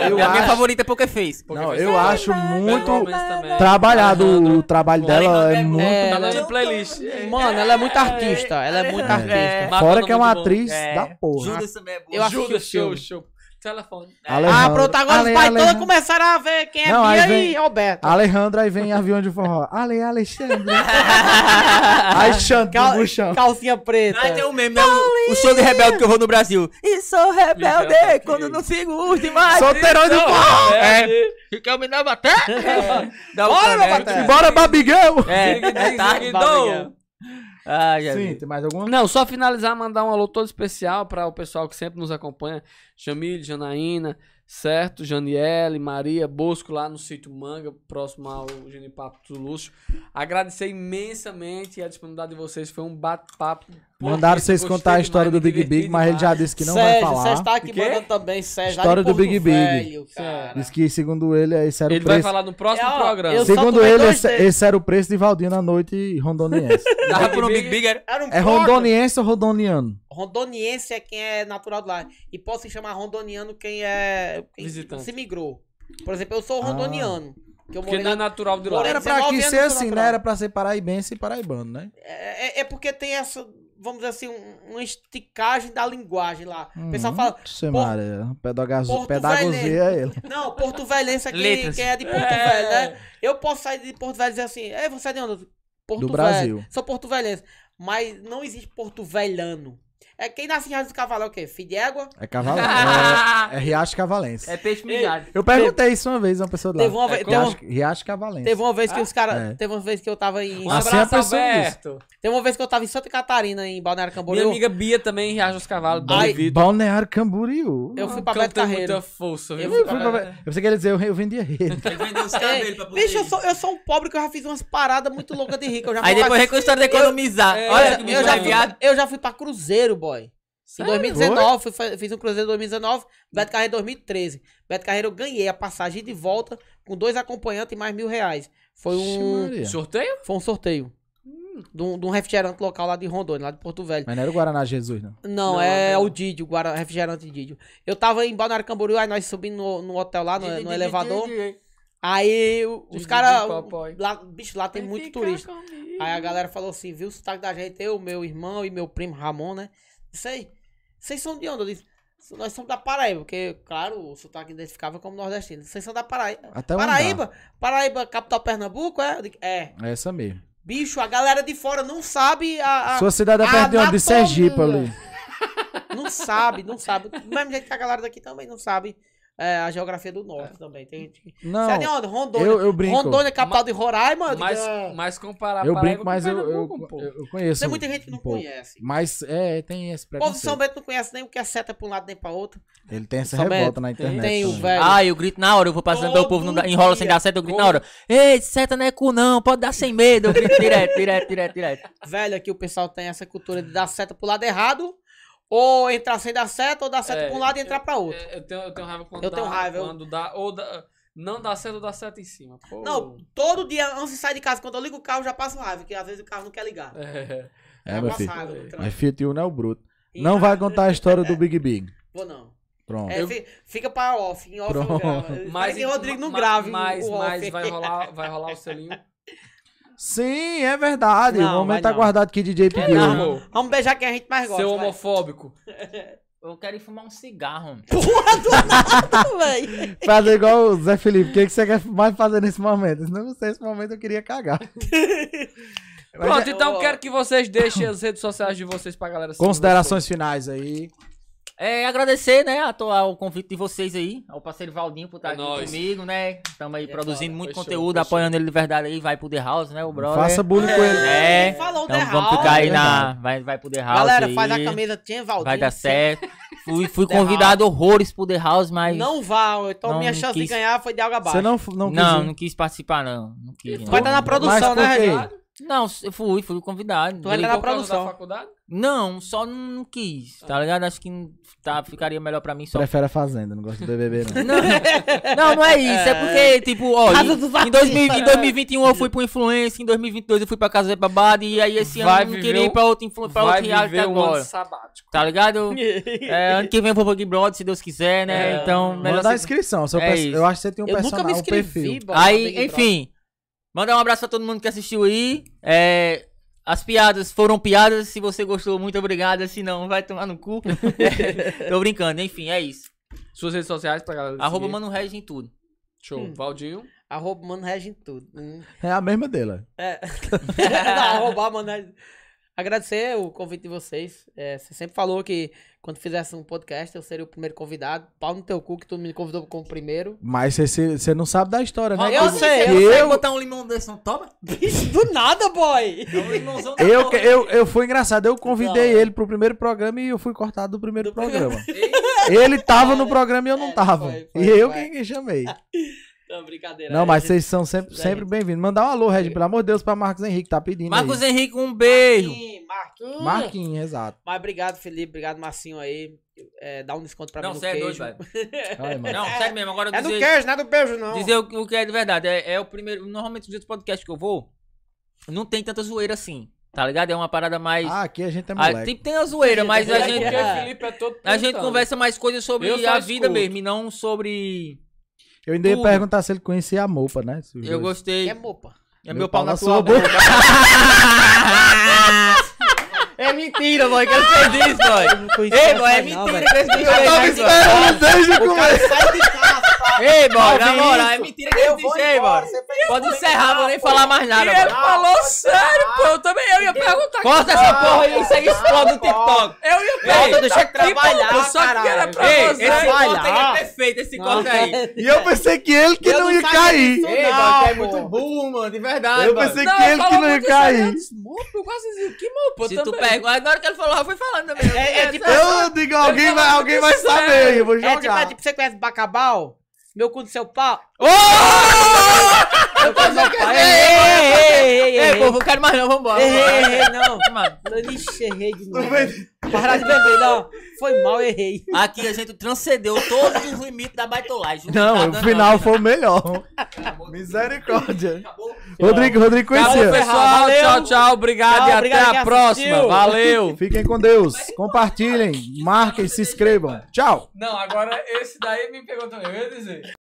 Speaker 5: eu,
Speaker 2: Eu
Speaker 5: a minha
Speaker 2: acho-
Speaker 5: favorita é Poker Face.
Speaker 2: Não, eu
Speaker 1: é
Speaker 2: acho muito
Speaker 1: um também.
Speaker 2: trabalhado o trabalho
Speaker 1: Alejandro
Speaker 2: dela. É
Speaker 5: é
Speaker 2: muito...
Speaker 4: É,
Speaker 1: tá na
Speaker 4: ela-
Speaker 1: minha playlist. É.
Speaker 4: Mano, ela é muito artista. Ela é muito artista.
Speaker 5: É.
Speaker 2: Fora
Speaker 1: Madonna
Speaker 2: que é uma
Speaker 1: muito bom.
Speaker 2: atriz
Speaker 5: É.
Speaker 2: da porra.
Speaker 5: Judas também é boa.
Speaker 4: Eu acho
Speaker 1: Judas,
Speaker 4: que o
Speaker 1: show,
Speaker 4: filme-
Speaker 1: show. Telefone.
Speaker 4: Ah,
Speaker 2: Alejandro.
Speaker 4: pronto, agora
Speaker 2: é Ale-
Speaker 4: os pais todos
Speaker 2: Alejandro.
Speaker 4: começaram a ver quem é
Speaker 2: Não, aí
Speaker 4: Bia
Speaker 2: vem-
Speaker 4: e Roberto.
Speaker 2: Alejandro, aí vem avião de forró. Ale, Alexandre. aí chanta
Speaker 4: Cal-
Speaker 2: no chão.
Speaker 4: Calcinha preta.
Speaker 5: Aí tem o meme, né? O, o show de rebelde que eu vou no Brasil. E sou
Speaker 1: Ih,
Speaker 5: rebelde
Speaker 1: já tá
Speaker 5: quando
Speaker 1: aqui.
Speaker 5: não sigo os demais.
Speaker 2: Solteirão de forró.
Speaker 5: É. Fica me na baté. Bora, meu baté.
Speaker 2: Bora, Babigão.
Speaker 5: É,
Speaker 1: Zigue,
Speaker 5: é
Speaker 1: zigue,
Speaker 2: tá,
Speaker 5: tarde,
Speaker 1: zigue,
Speaker 5: não.
Speaker 1: babigão.
Speaker 5: Ah, já
Speaker 2: Sim,
Speaker 5: vi.
Speaker 2: tem mais alguma?
Speaker 1: Não, só finalizar, mandar um alô todo especial para o pessoal que sempre nos acompanha. Jamile, Janaína, certo? Janiele, Maria, Bosco lá no sítio Manga, próximo ao Genipapo do Luxo. Agradecer imensamente a disponibilidade de vocês, foi um bate-papo.
Speaker 2: Mandaram vocês
Speaker 1: Gostei
Speaker 2: contar a história do
Speaker 1: demais, me
Speaker 2: Big Big,
Speaker 1: diverti
Speaker 2: mas ele já
Speaker 1: demais.
Speaker 2: disse que não vai
Speaker 4: Sérgio, Sérgio
Speaker 2: falar.
Speaker 4: tá aqui
Speaker 1: Quê?
Speaker 4: mandando também, Sérgio. lá
Speaker 2: História
Speaker 4: de
Speaker 2: do
Speaker 4: Porto
Speaker 2: Big Big.
Speaker 4: Velho, cara.
Speaker 2: Diz que, segundo ele, é esse era
Speaker 1: Ele
Speaker 2: o
Speaker 1: vai
Speaker 2: preço.
Speaker 1: falar no próximo
Speaker 4: É, ó,
Speaker 1: programa.
Speaker 4: eu- Só
Speaker 2: Segundo
Speaker 4: tomei
Speaker 2: ele,
Speaker 4: dois
Speaker 2: esse,
Speaker 4: dedos.
Speaker 2: esse era o preço de Valdir na noite rondoniense.
Speaker 5: Dava pro Big Big era.
Speaker 4: Era um
Speaker 2: É
Speaker 4: porco.
Speaker 2: rondoniense ou rondoniano?
Speaker 4: Rondoniense é quem é natural do lar. E pode se chamar rondoniano quem é. Quem
Speaker 1: Visitante.
Speaker 4: se migrou. Por exemplo, eu
Speaker 2: Ah.
Speaker 4: sou rondoniano. Que eu
Speaker 1: Porque
Speaker 4: morei
Speaker 1: não é
Speaker 4: na...
Speaker 1: natural de lá.
Speaker 4: Morei
Speaker 2: Era
Speaker 4: Era
Speaker 2: pra
Speaker 4: 19
Speaker 2: aqui
Speaker 4: anos
Speaker 2: ser assim,
Speaker 4: natural.
Speaker 2: né? Era pra ser paraibense e paraibano, né?
Speaker 4: é, é- é porque tem essa, vamos dizer assim, um- uma esticagem da linguagem lá. O pessoal
Speaker 2: Hum,
Speaker 4: fala.
Speaker 2: Ixi,
Speaker 4: Por-
Speaker 2: Maria, pedagazo-
Speaker 4: Porto
Speaker 2: Pedagogia é ele.
Speaker 4: Não, Porto Velhense é quem,
Speaker 5: Letras.
Speaker 4: quem é de Porto Velho, né? Eu posso sair de Porto Velho e dizer assim, é, você é de onde? Porto
Speaker 2: Do
Speaker 4: Velho.
Speaker 2: Brasil.
Speaker 4: Sou Porto Velhense. Mas não existe Porto Velhano. É quem nasce em Rádio do Cavalo é o quê? Filho de égua?
Speaker 2: É Cavalense. É, é Riacho Cavalense.
Speaker 5: É peixe mijado.
Speaker 2: Eu perguntei isso uma vez a uma pessoa de lá. É
Speaker 4: Teve uma, vez-
Speaker 2: Riacho-
Speaker 4: teve uma-
Speaker 2: Riacho Cavalense.
Speaker 4: teve uma
Speaker 5: Ah,
Speaker 4: vez que os caras.
Speaker 2: É.
Speaker 4: Teve uma vez que eu tava em.
Speaker 1: Um
Speaker 2: Assim a
Speaker 1: abraço,
Speaker 2: pessoa
Speaker 1: Alberto.
Speaker 4: Teve uma vez que eu tava em Santa Catarina, em Balneário
Speaker 1: Minha
Speaker 4: Camboriú.
Speaker 1: amiga Bia também reage aos cavalos.
Speaker 4: Ai,
Speaker 1: Ai, Vitor.
Speaker 2: Balneário Camboriú.
Speaker 4: Eu fui pra Beto
Speaker 1: Canta
Speaker 4: Carreiro.
Speaker 1: muita força, viu?
Speaker 4: Eu
Speaker 2: Eu,
Speaker 4: fui
Speaker 2: fui
Speaker 4: pra
Speaker 2: pra- eu pensei que ele ia dizer, eu, eu vendia rede.
Speaker 5: Ele vendeu os
Speaker 4: É,
Speaker 5: cabelos pra poder.
Speaker 4: bicho, eu sou, eu sou um pobre que eu já fiz umas paradas muito loucas de rico. Eu já
Speaker 5: Aí
Speaker 4: fui
Speaker 5: depois
Speaker 4: pra-
Speaker 5: vem com a história de economizar.
Speaker 1: Eu-
Speaker 5: Olha
Speaker 1: eu-
Speaker 5: que
Speaker 4: eu,
Speaker 5: bicho
Speaker 4: já fui,
Speaker 5: viado.
Speaker 4: eu já fui pra Cruzeiro, boy. Em 2019, fui fa- fiz um Cruzeiro em 2019, Beto Carreiro em 2013. Beto Carreiro eu ganhei a passagem de volta com dois acompanhantes e mais mil reais. Foi
Speaker 2: Ixi,
Speaker 4: um,
Speaker 2: Maria.
Speaker 1: Sorteio?
Speaker 4: foi um sorteio. De um, de um refrigerante local lá de Rondônia, lá de Porto Velho.
Speaker 2: Mas não era o Guaraná Jesus, não.
Speaker 4: Não, é o Didio, Guara, refrigerante Didio. Eu tava em Balneário Camboriú, aí nós subimos no, no hotel lá, no, no elevador. Aí o- os
Speaker 1: Didi,
Speaker 4: caras.
Speaker 1: papai.
Speaker 4: Lá, bicho, lá tem muito turista. Aí a galera falou assim: viu o sotaque da gente, eu, meu irmão e meu primo Ramon, né? Isso aí. Vocês são de onde? Eu disse, nós somos da Paraíba, porque, claro, o sotaque identificava como nordestino. Vocês são da Paraíba.
Speaker 2: Até onde
Speaker 4: Paraíba? Paraíba, capital Pernambuco, é? Eu digo, É.
Speaker 2: dá. É essa mesmo.
Speaker 4: Bicho, a galera de fora não sabe a. a-
Speaker 2: Sua cidade é perto de onde? De
Speaker 4: anatomia.
Speaker 2: Sergipe ali.
Speaker 4: Não sabe, não sabe. Do mesmo jeito que a galera daqui também não sabe é, a geografia do norte também. Tem gente que. Você é de
Speaker 2: Não,
Speaker 4: onde? Rondônia.
Speaker 2: eu, eu brinco.
Speaker 4: Rondônia, é capital de Roraima. eu digo,
Speaker 1: Mas,
Speaker 4: é.
Speaker 1: mas comparar
Speaker 2: eu
Speaker 1: Paraíba
Speaker 2: brinco,
Speaker 1: com
Speaker 2: mas eu, eu,
Speaker 1: Pernambuco, pô.
Speaker 2: eu- eu conheço.
Speaker 4: Tem muita gente que não
Speaker 2: um pouco.
Speaker 4: conhece.
Speaker 2: Mas é, tem esse
Speaker 4: O povo de São
Speaker 2: preconceito.
Speaker 4: Bento não conhece nem o que é seta pra um lado nem pra outro.
Speaker 2: Ele tem essa
Speaker 4: São Bento,
Speaker 2: revolta na internet. né?
Speaker 4: Tem o
Speaker 2: também.
Speaker 4: velho.
Speaker 5: Ah, eu grito na hora, eu vou passando,
Speaker 4: Todo
Speaker 5: o povo não dá, enrola sem
Speaker 4: dia.
Speaker 5: dar seta, eu grito na hora. Ei, seta não é cu não, pode dar sem medo, eu grito direto, direto, direto, direto.
Speaker 4: Velho, aqui o pessoal tem essa cultura de dar seta pro lado errado. Ou entrar sem dar seta, ou dar seta
Speaker 1: É,
Speaker 4: pra um lado e entrar pra outro.
Speaker 1: É, Eu tenho, eu tenho raiva quando
Speaker 4: Eu
Speaker 1: dá,
Speaker 4: tenho raiva, eu-
Speaker 1: Quando dá, ou dá, não dá certo ou dá certo em cima. Pô.
Speaker 4: Não, todo dia antes de sair de casa, quando eu ligo o carro, já passo raiva, porque às vezes o carro não quer ligar.
Speaker 1: É.
Speaker 2: É, meu filho.
Speaker 4: passado, outra-
Speaker 2: Mas Fiat Uno é o bruto. Não vai contar a história do Big Big.
Speaker 4: Vou não.
Speaker 2: Pronto.
Speaker 4: É, fi- Fica pra off. Em off eu
Speaker 2: Pronto.
Speaker 4: gravo. Mas em Rodrigo não
Speaker 1: ma-
Speaker 4: grave.
Speaker 1: Mas,
Speaker 4: o
Speaker 1: mas
Speaker 4: off.
Speaker 1: vai rolar, vai rolar o selinho.
Speaker 2: Sim, é verdade.
Speaker 4: Não,
Speaker 2: o momento
Speaker 4: vai não.
Speaker 2: aguardado que DJ pediu.
Speaker 4: Não,
Speaker 2: né?
Speaker 1: amor.
Speaker 4: Vamos beijar quem a gente mais gosta.
Speaker 1: Seu
Speaker 4: vai.
Speaker 1: homofóbico.
Speaker 5: Eu quero ir fumar um cigarro.
Speaker 4: Porra do nada, velho.
Speaker 2: Fazer igual o Zé Felipe. O que, que você quer mais fazer nesse momento? Se não sei, nesse momento eu queria cagar. Mas
Speaker 1: Pronto,
Speaker 4: é-
Speaker 1: então
Speaker 4: Ó.
Speaker 1: quero que vocês deixem as redes sociais de vocês pra galera seguir
Speaker 2: Considerações finais aí.
Speaker 5: É, agradecer, né, a to- ao convite de vocês aí, ao parceiro Valdinho por estar
Speaker 1: É
Speaker 5: aqui
Speaker 1: nóis.
Speaker 5: comigo, né? Estamos aí
Speaker 4: É
Speaker 5: produzindo
Speaker 4: foda,
Speaker 5: muito
Speaker 1: foi show,
Speaker 5: conteúdo,
Speaker 1: foi show.
Speaker 5: apoiando ele de verdade aí, vai pro The House, né, o brother.
Speaker 2: Faça bullying com ele.
Speaker 5: É,
Speaker 4: Falou
Speaker 5: então
Speaker 4: The
Speaker 5: vamos
Speaker 4: House.
Speaker 5: ficar aí na...
Speaker 2: Verdade.
Speaker 5: Vai, vai pro The House
Speaker 4: Galera,
Speaker 5: aí,
Speaker 4: faz a camisa Tinha Valdir.
Speaker 5: Vai dar certo. Fui, fui
Speaker 4: The House.
Speaker 5: convidado horrores pro The House, mas...
Speaker 4: Não vá, então
Speaker 5: Não
Speaker 4: minha chance de
Speaker 5: quis.
Speaker 4: ganhar foi de algo abaixo.
Speaker 2: Você não, f- não,
Speaker 5: não,
Speaker 2: quis
Speaker 5: não,
Speaker 2: ir?
Speaker 5: quis participar, não. Não quis, não.
Speaker 4: Vai estar na produção,
Speaker 2: Mas por
Speaker 4: né,
Speaker 2: quê?
Speaker 4: Reginaldo?
Speaker 5: Não, eu fui, fui convidado.
Speaker 4: Tu vai
Speaker 5: Ele-
Speaker 4: lá Tá na
Speaker 1: Por causa é da
Speaker 4: produção.
Speaker 1: faculdade?
Speaker 5: Não, só não, não quis, tá ligado? Acho que tá, ficaria melhor pra mim só.
Speaker 2: Prefere a Fazenda, não gosto do BBB, não.
Speaker 5: Não, não, não é isso. É porque, tipo, ó,
Speaker 4: Casa
Speaker 5: em,
Speaker 4: dos
Speaker 5: em 2000 em 2021 eu fui pro influência, em 2022 eu fui pra Casa de Babado, e aí esse
Speaker 1: Vai
Speaker 5: ano eu não
Speaker 1: viver
Speaker 5: queria ir
Speaker 1: um-
Speaker 5: pra outro, influ... pra
Speaker 1: Vai
Speaker 5: outro reality
Speaker 1: viver um ano
Speaker 5: agora.
Speaker 1: sabático.
Speaker 5: Tá ligado? É, ano que vem eu vou pro Big Brother, se Deus quiser, né?
Speaker 1: É.
Speaker 5: Então, melhor.
Speaker 2: Manda a
Speaker 5: ser-
Speaker 2: inscrição. seu
Speaker 5: É
Speaker 2: perso-
Speaker 5: isso.
Speaker 2: Eu acho que você tem um
Speaker 4: Eu nunca me
Speaker 2: personagem, um
Speaker 4: inscrevi,
Speaker 2: perfil.
Speaker 4: bora, Big
Speaker 5: Aí,
Speaker 4: Brother.
Speaker 5: enfim. Mandar um abraço pra todo mundo que assistiu aí. É, as piadas foram piadas. Se você gostou, muito obrigado. Se não, vai tomar no cu. É, tô brincando, enfim, é isso.
Speaker 1: Suas redes sociais pra galera.
Speaker 5: Arroba
Speaker 1: seguir.
Speaker 5: Mano Regis em tudo.
Speaker 1: Show.
Speaker 4: Hum.
Speaker 1: Valdinho.
Speaker 4: Arroba Mano Regem tudo. Hum.
Speaker 2: É a mesma dela.
Speaker 4: É. Não, Arroba Mano Regem. Agradecer o convite de vocês. É, você sempre falou que quando fizesse um podcast eu seria o primeiro convidado. Pau no teu cu que tu me convidou como primeiro.
Speaker 2: Mas você- você você não sabe da história, né?
Speaker 4: Eu
Speaker 2: Que-
Speaker 4: sei,
Speaker 2: que
Speaker 4: eu
Speaker 2: eu,
Speaker 5: botar um limão desse, não toma?
Speaker 4: Bicho, do nada, boy!
Speaker 5: Um limãozão da
Speaker 2: eu,
Speaker 5: porra.
Speaker 2: que- eu, eu fui engraçado. Eu convidei ele pro primeiro programa e eu fui cortado do primeiro programa. ele tava no programa e eu não
Speaker 4: Era,
Speaker 2: tava.
Speaker 4: foi, foi,
Speaker 2: E eu
Speaker 4: foi.
Speaker 2: quem que chamei.
Speaker 4: Não, brincadeira.
Speaker 2: Não, mas
Speaker 4: Regem.
Speaker 2: vocês são sempre,
Speaker 4: Gente.
Speaker 2: sempre bem-vindos. Mandar um alô, Red, pelo amor de Deus, pra Marcos Henrique, tá pedindo.
Speaker 5: Marcos
Speaker 2: Marcos
Speaker 5: Henrique, um beijo.
Speaker 4: Marquinhos, Marquinhos.
Speaker 2: Marquinhos, exato.
Speaker 4: Mas obrigado, Felipe. Obrigado, Marcinho aí. É, dá um desconto pra
Speaker 5: não,
Speaker 4: mim no
Speaker 5: sério, é doido,
Speaker 4: queijo.
Speaker 5: velho.
Speaker 2: Olha, mano.
Speaker 5: Não, sério mesmo. Agora
Speaker 4: É do
Speaker 5: dizer-
Speaker 4: queijo, não é do beijo, não.
Speaker 5: Dizer o, que- o que é de verdade. É, é o primeiro. Normalmente os outros podcasts que eu vou, não tem tanta zoeira assim. Tá ligado? É uma parada mais.
Speaker 2: Ah, aqui a gente é
Speaker 5: Ah,
Speaker 2: moleque.
Speaker 5: tipo, tem a zoeira, mas a
Speaker 4: É
Speaker 5: gente.
Speaker 4: porque
Speaker 1: o Felipe é todo
Speaker 5: A gente
Speaker 1: tentando.
Speaker 5: conversa mais coisas sobre
Speaker 1: Eu só
Speaker 5: a vida
Speaker 1: escuto.
Speaker 5: mesmo, e não sobre.
Speaker 2: Eu ainda ia
Speaker 5: tudo.
Speaker 2: perguntar se ele conhecia a Mopa, né? Se os
Speaker 5: Eu
Speaker 2: dois-
Speaker 5: gostei.
Speaker 4: É
Speaker 5: É,
Speaker 4: mopa.
Speaker 5: meu, pau na sua boca.
Speaker 2: boca.
Speaker 5: É mentira, boy, que ele fez isso, boy. Ei, boy, é mentira que ele fez isso. boy. Ei, boy, na moral, é mentira que ele fez isso, boy. Pode encerrar, vou nem falar mais nada, boy.
Speaker 1: Falou sério, pô. Eu também eu ia perguntar.
Speaker 5: Corta essa porra aí e segue explode no TikTok.
Speaker 1: Eu ia
Speaker 5: Ei,
Speaker 1: perguntar.
Speaker 5: deixa eu
Speaker 1: trabalhar, eu só que era pra
Speaker 5: Ei,
Speaker 1: você.
Speaker 5: esse corte aí é perfeito, esse corte aí.
Speaker 2: E eu pensei que ele que
Speaker 4: Eu
Speaker 2: não,
Speaker 4: não
Speaker 2: ia
Speaker 4: sabia
Speaker 2: cair.
Speaker 4: disso,
Speaker 5: Ei,
Speaker 4: Não,
Speaker 5: boy, tu é
Speaker 4: pô.
Speaker 5: muito burro, mano, de verdade,
Speaker 2: Eu
Speaker 5: boy.
Speaker 2: pensei que ele que não ia cair.
Speaker 1: Eu quase disse, que mopa
Speaker 5: Se tu
Speaker 1: também.
Speaker 5: pega, agora que ele falou, eu fui falando também.
Speaker 4: É, é tipo, é,
Speaker 5: assim,
Speaker 2: Eu digo, alguém vai, alguém vai saber. Eu vou jogar.
Speaker 4: tipo, é tipo, você conhece Bacabal? Meu cu do seu pau? Meu cu do meu pau. Ei, ei, ei, ei,
Speaker 5: Ei,
Speaker 4: ei.
Speaker 5: povo, eu quero mais não, vambora.
Speaker 4: Errei, errei, não.
Speaker 5: Mano,
Speaker 4: Ixi, errei de novo. Parar de beber, não. Foi mal, errei.
Speaker 5: aqui a gente transcendeu todos os limites da baitolagem.
Speaker 2: Não, o
Speaker 5: Tá dando,
Speaker 2: final
Speaker 5: não.
Speaker 2: foi o melhor. Misericórdia.
Speaker 5: Acabou.
Speaker 2: Rodrigo, Rodrigo
Speaker 1: Acabou,
Speaker 2: conhecia.
Speaker 1: pessoal.
Speaker 4: Valeu.
Speaker 1: Tchau, tchau. Obrigado
Speaker 4: Tchau,
Speaker 1: e
Speaker 4: obrigado
Speaker 1: até a
Speaker 4: quem
Speaker 1: próxima.
Speaker 4: assistiu.
Speaker 1: Valeu.
Speaker 2: Fiquem com Deus. Compartilhem, marquem, se inscrevam. Tchau.
Speaker 1: Não, agora esse daí me pegou também. Eu ia dizer.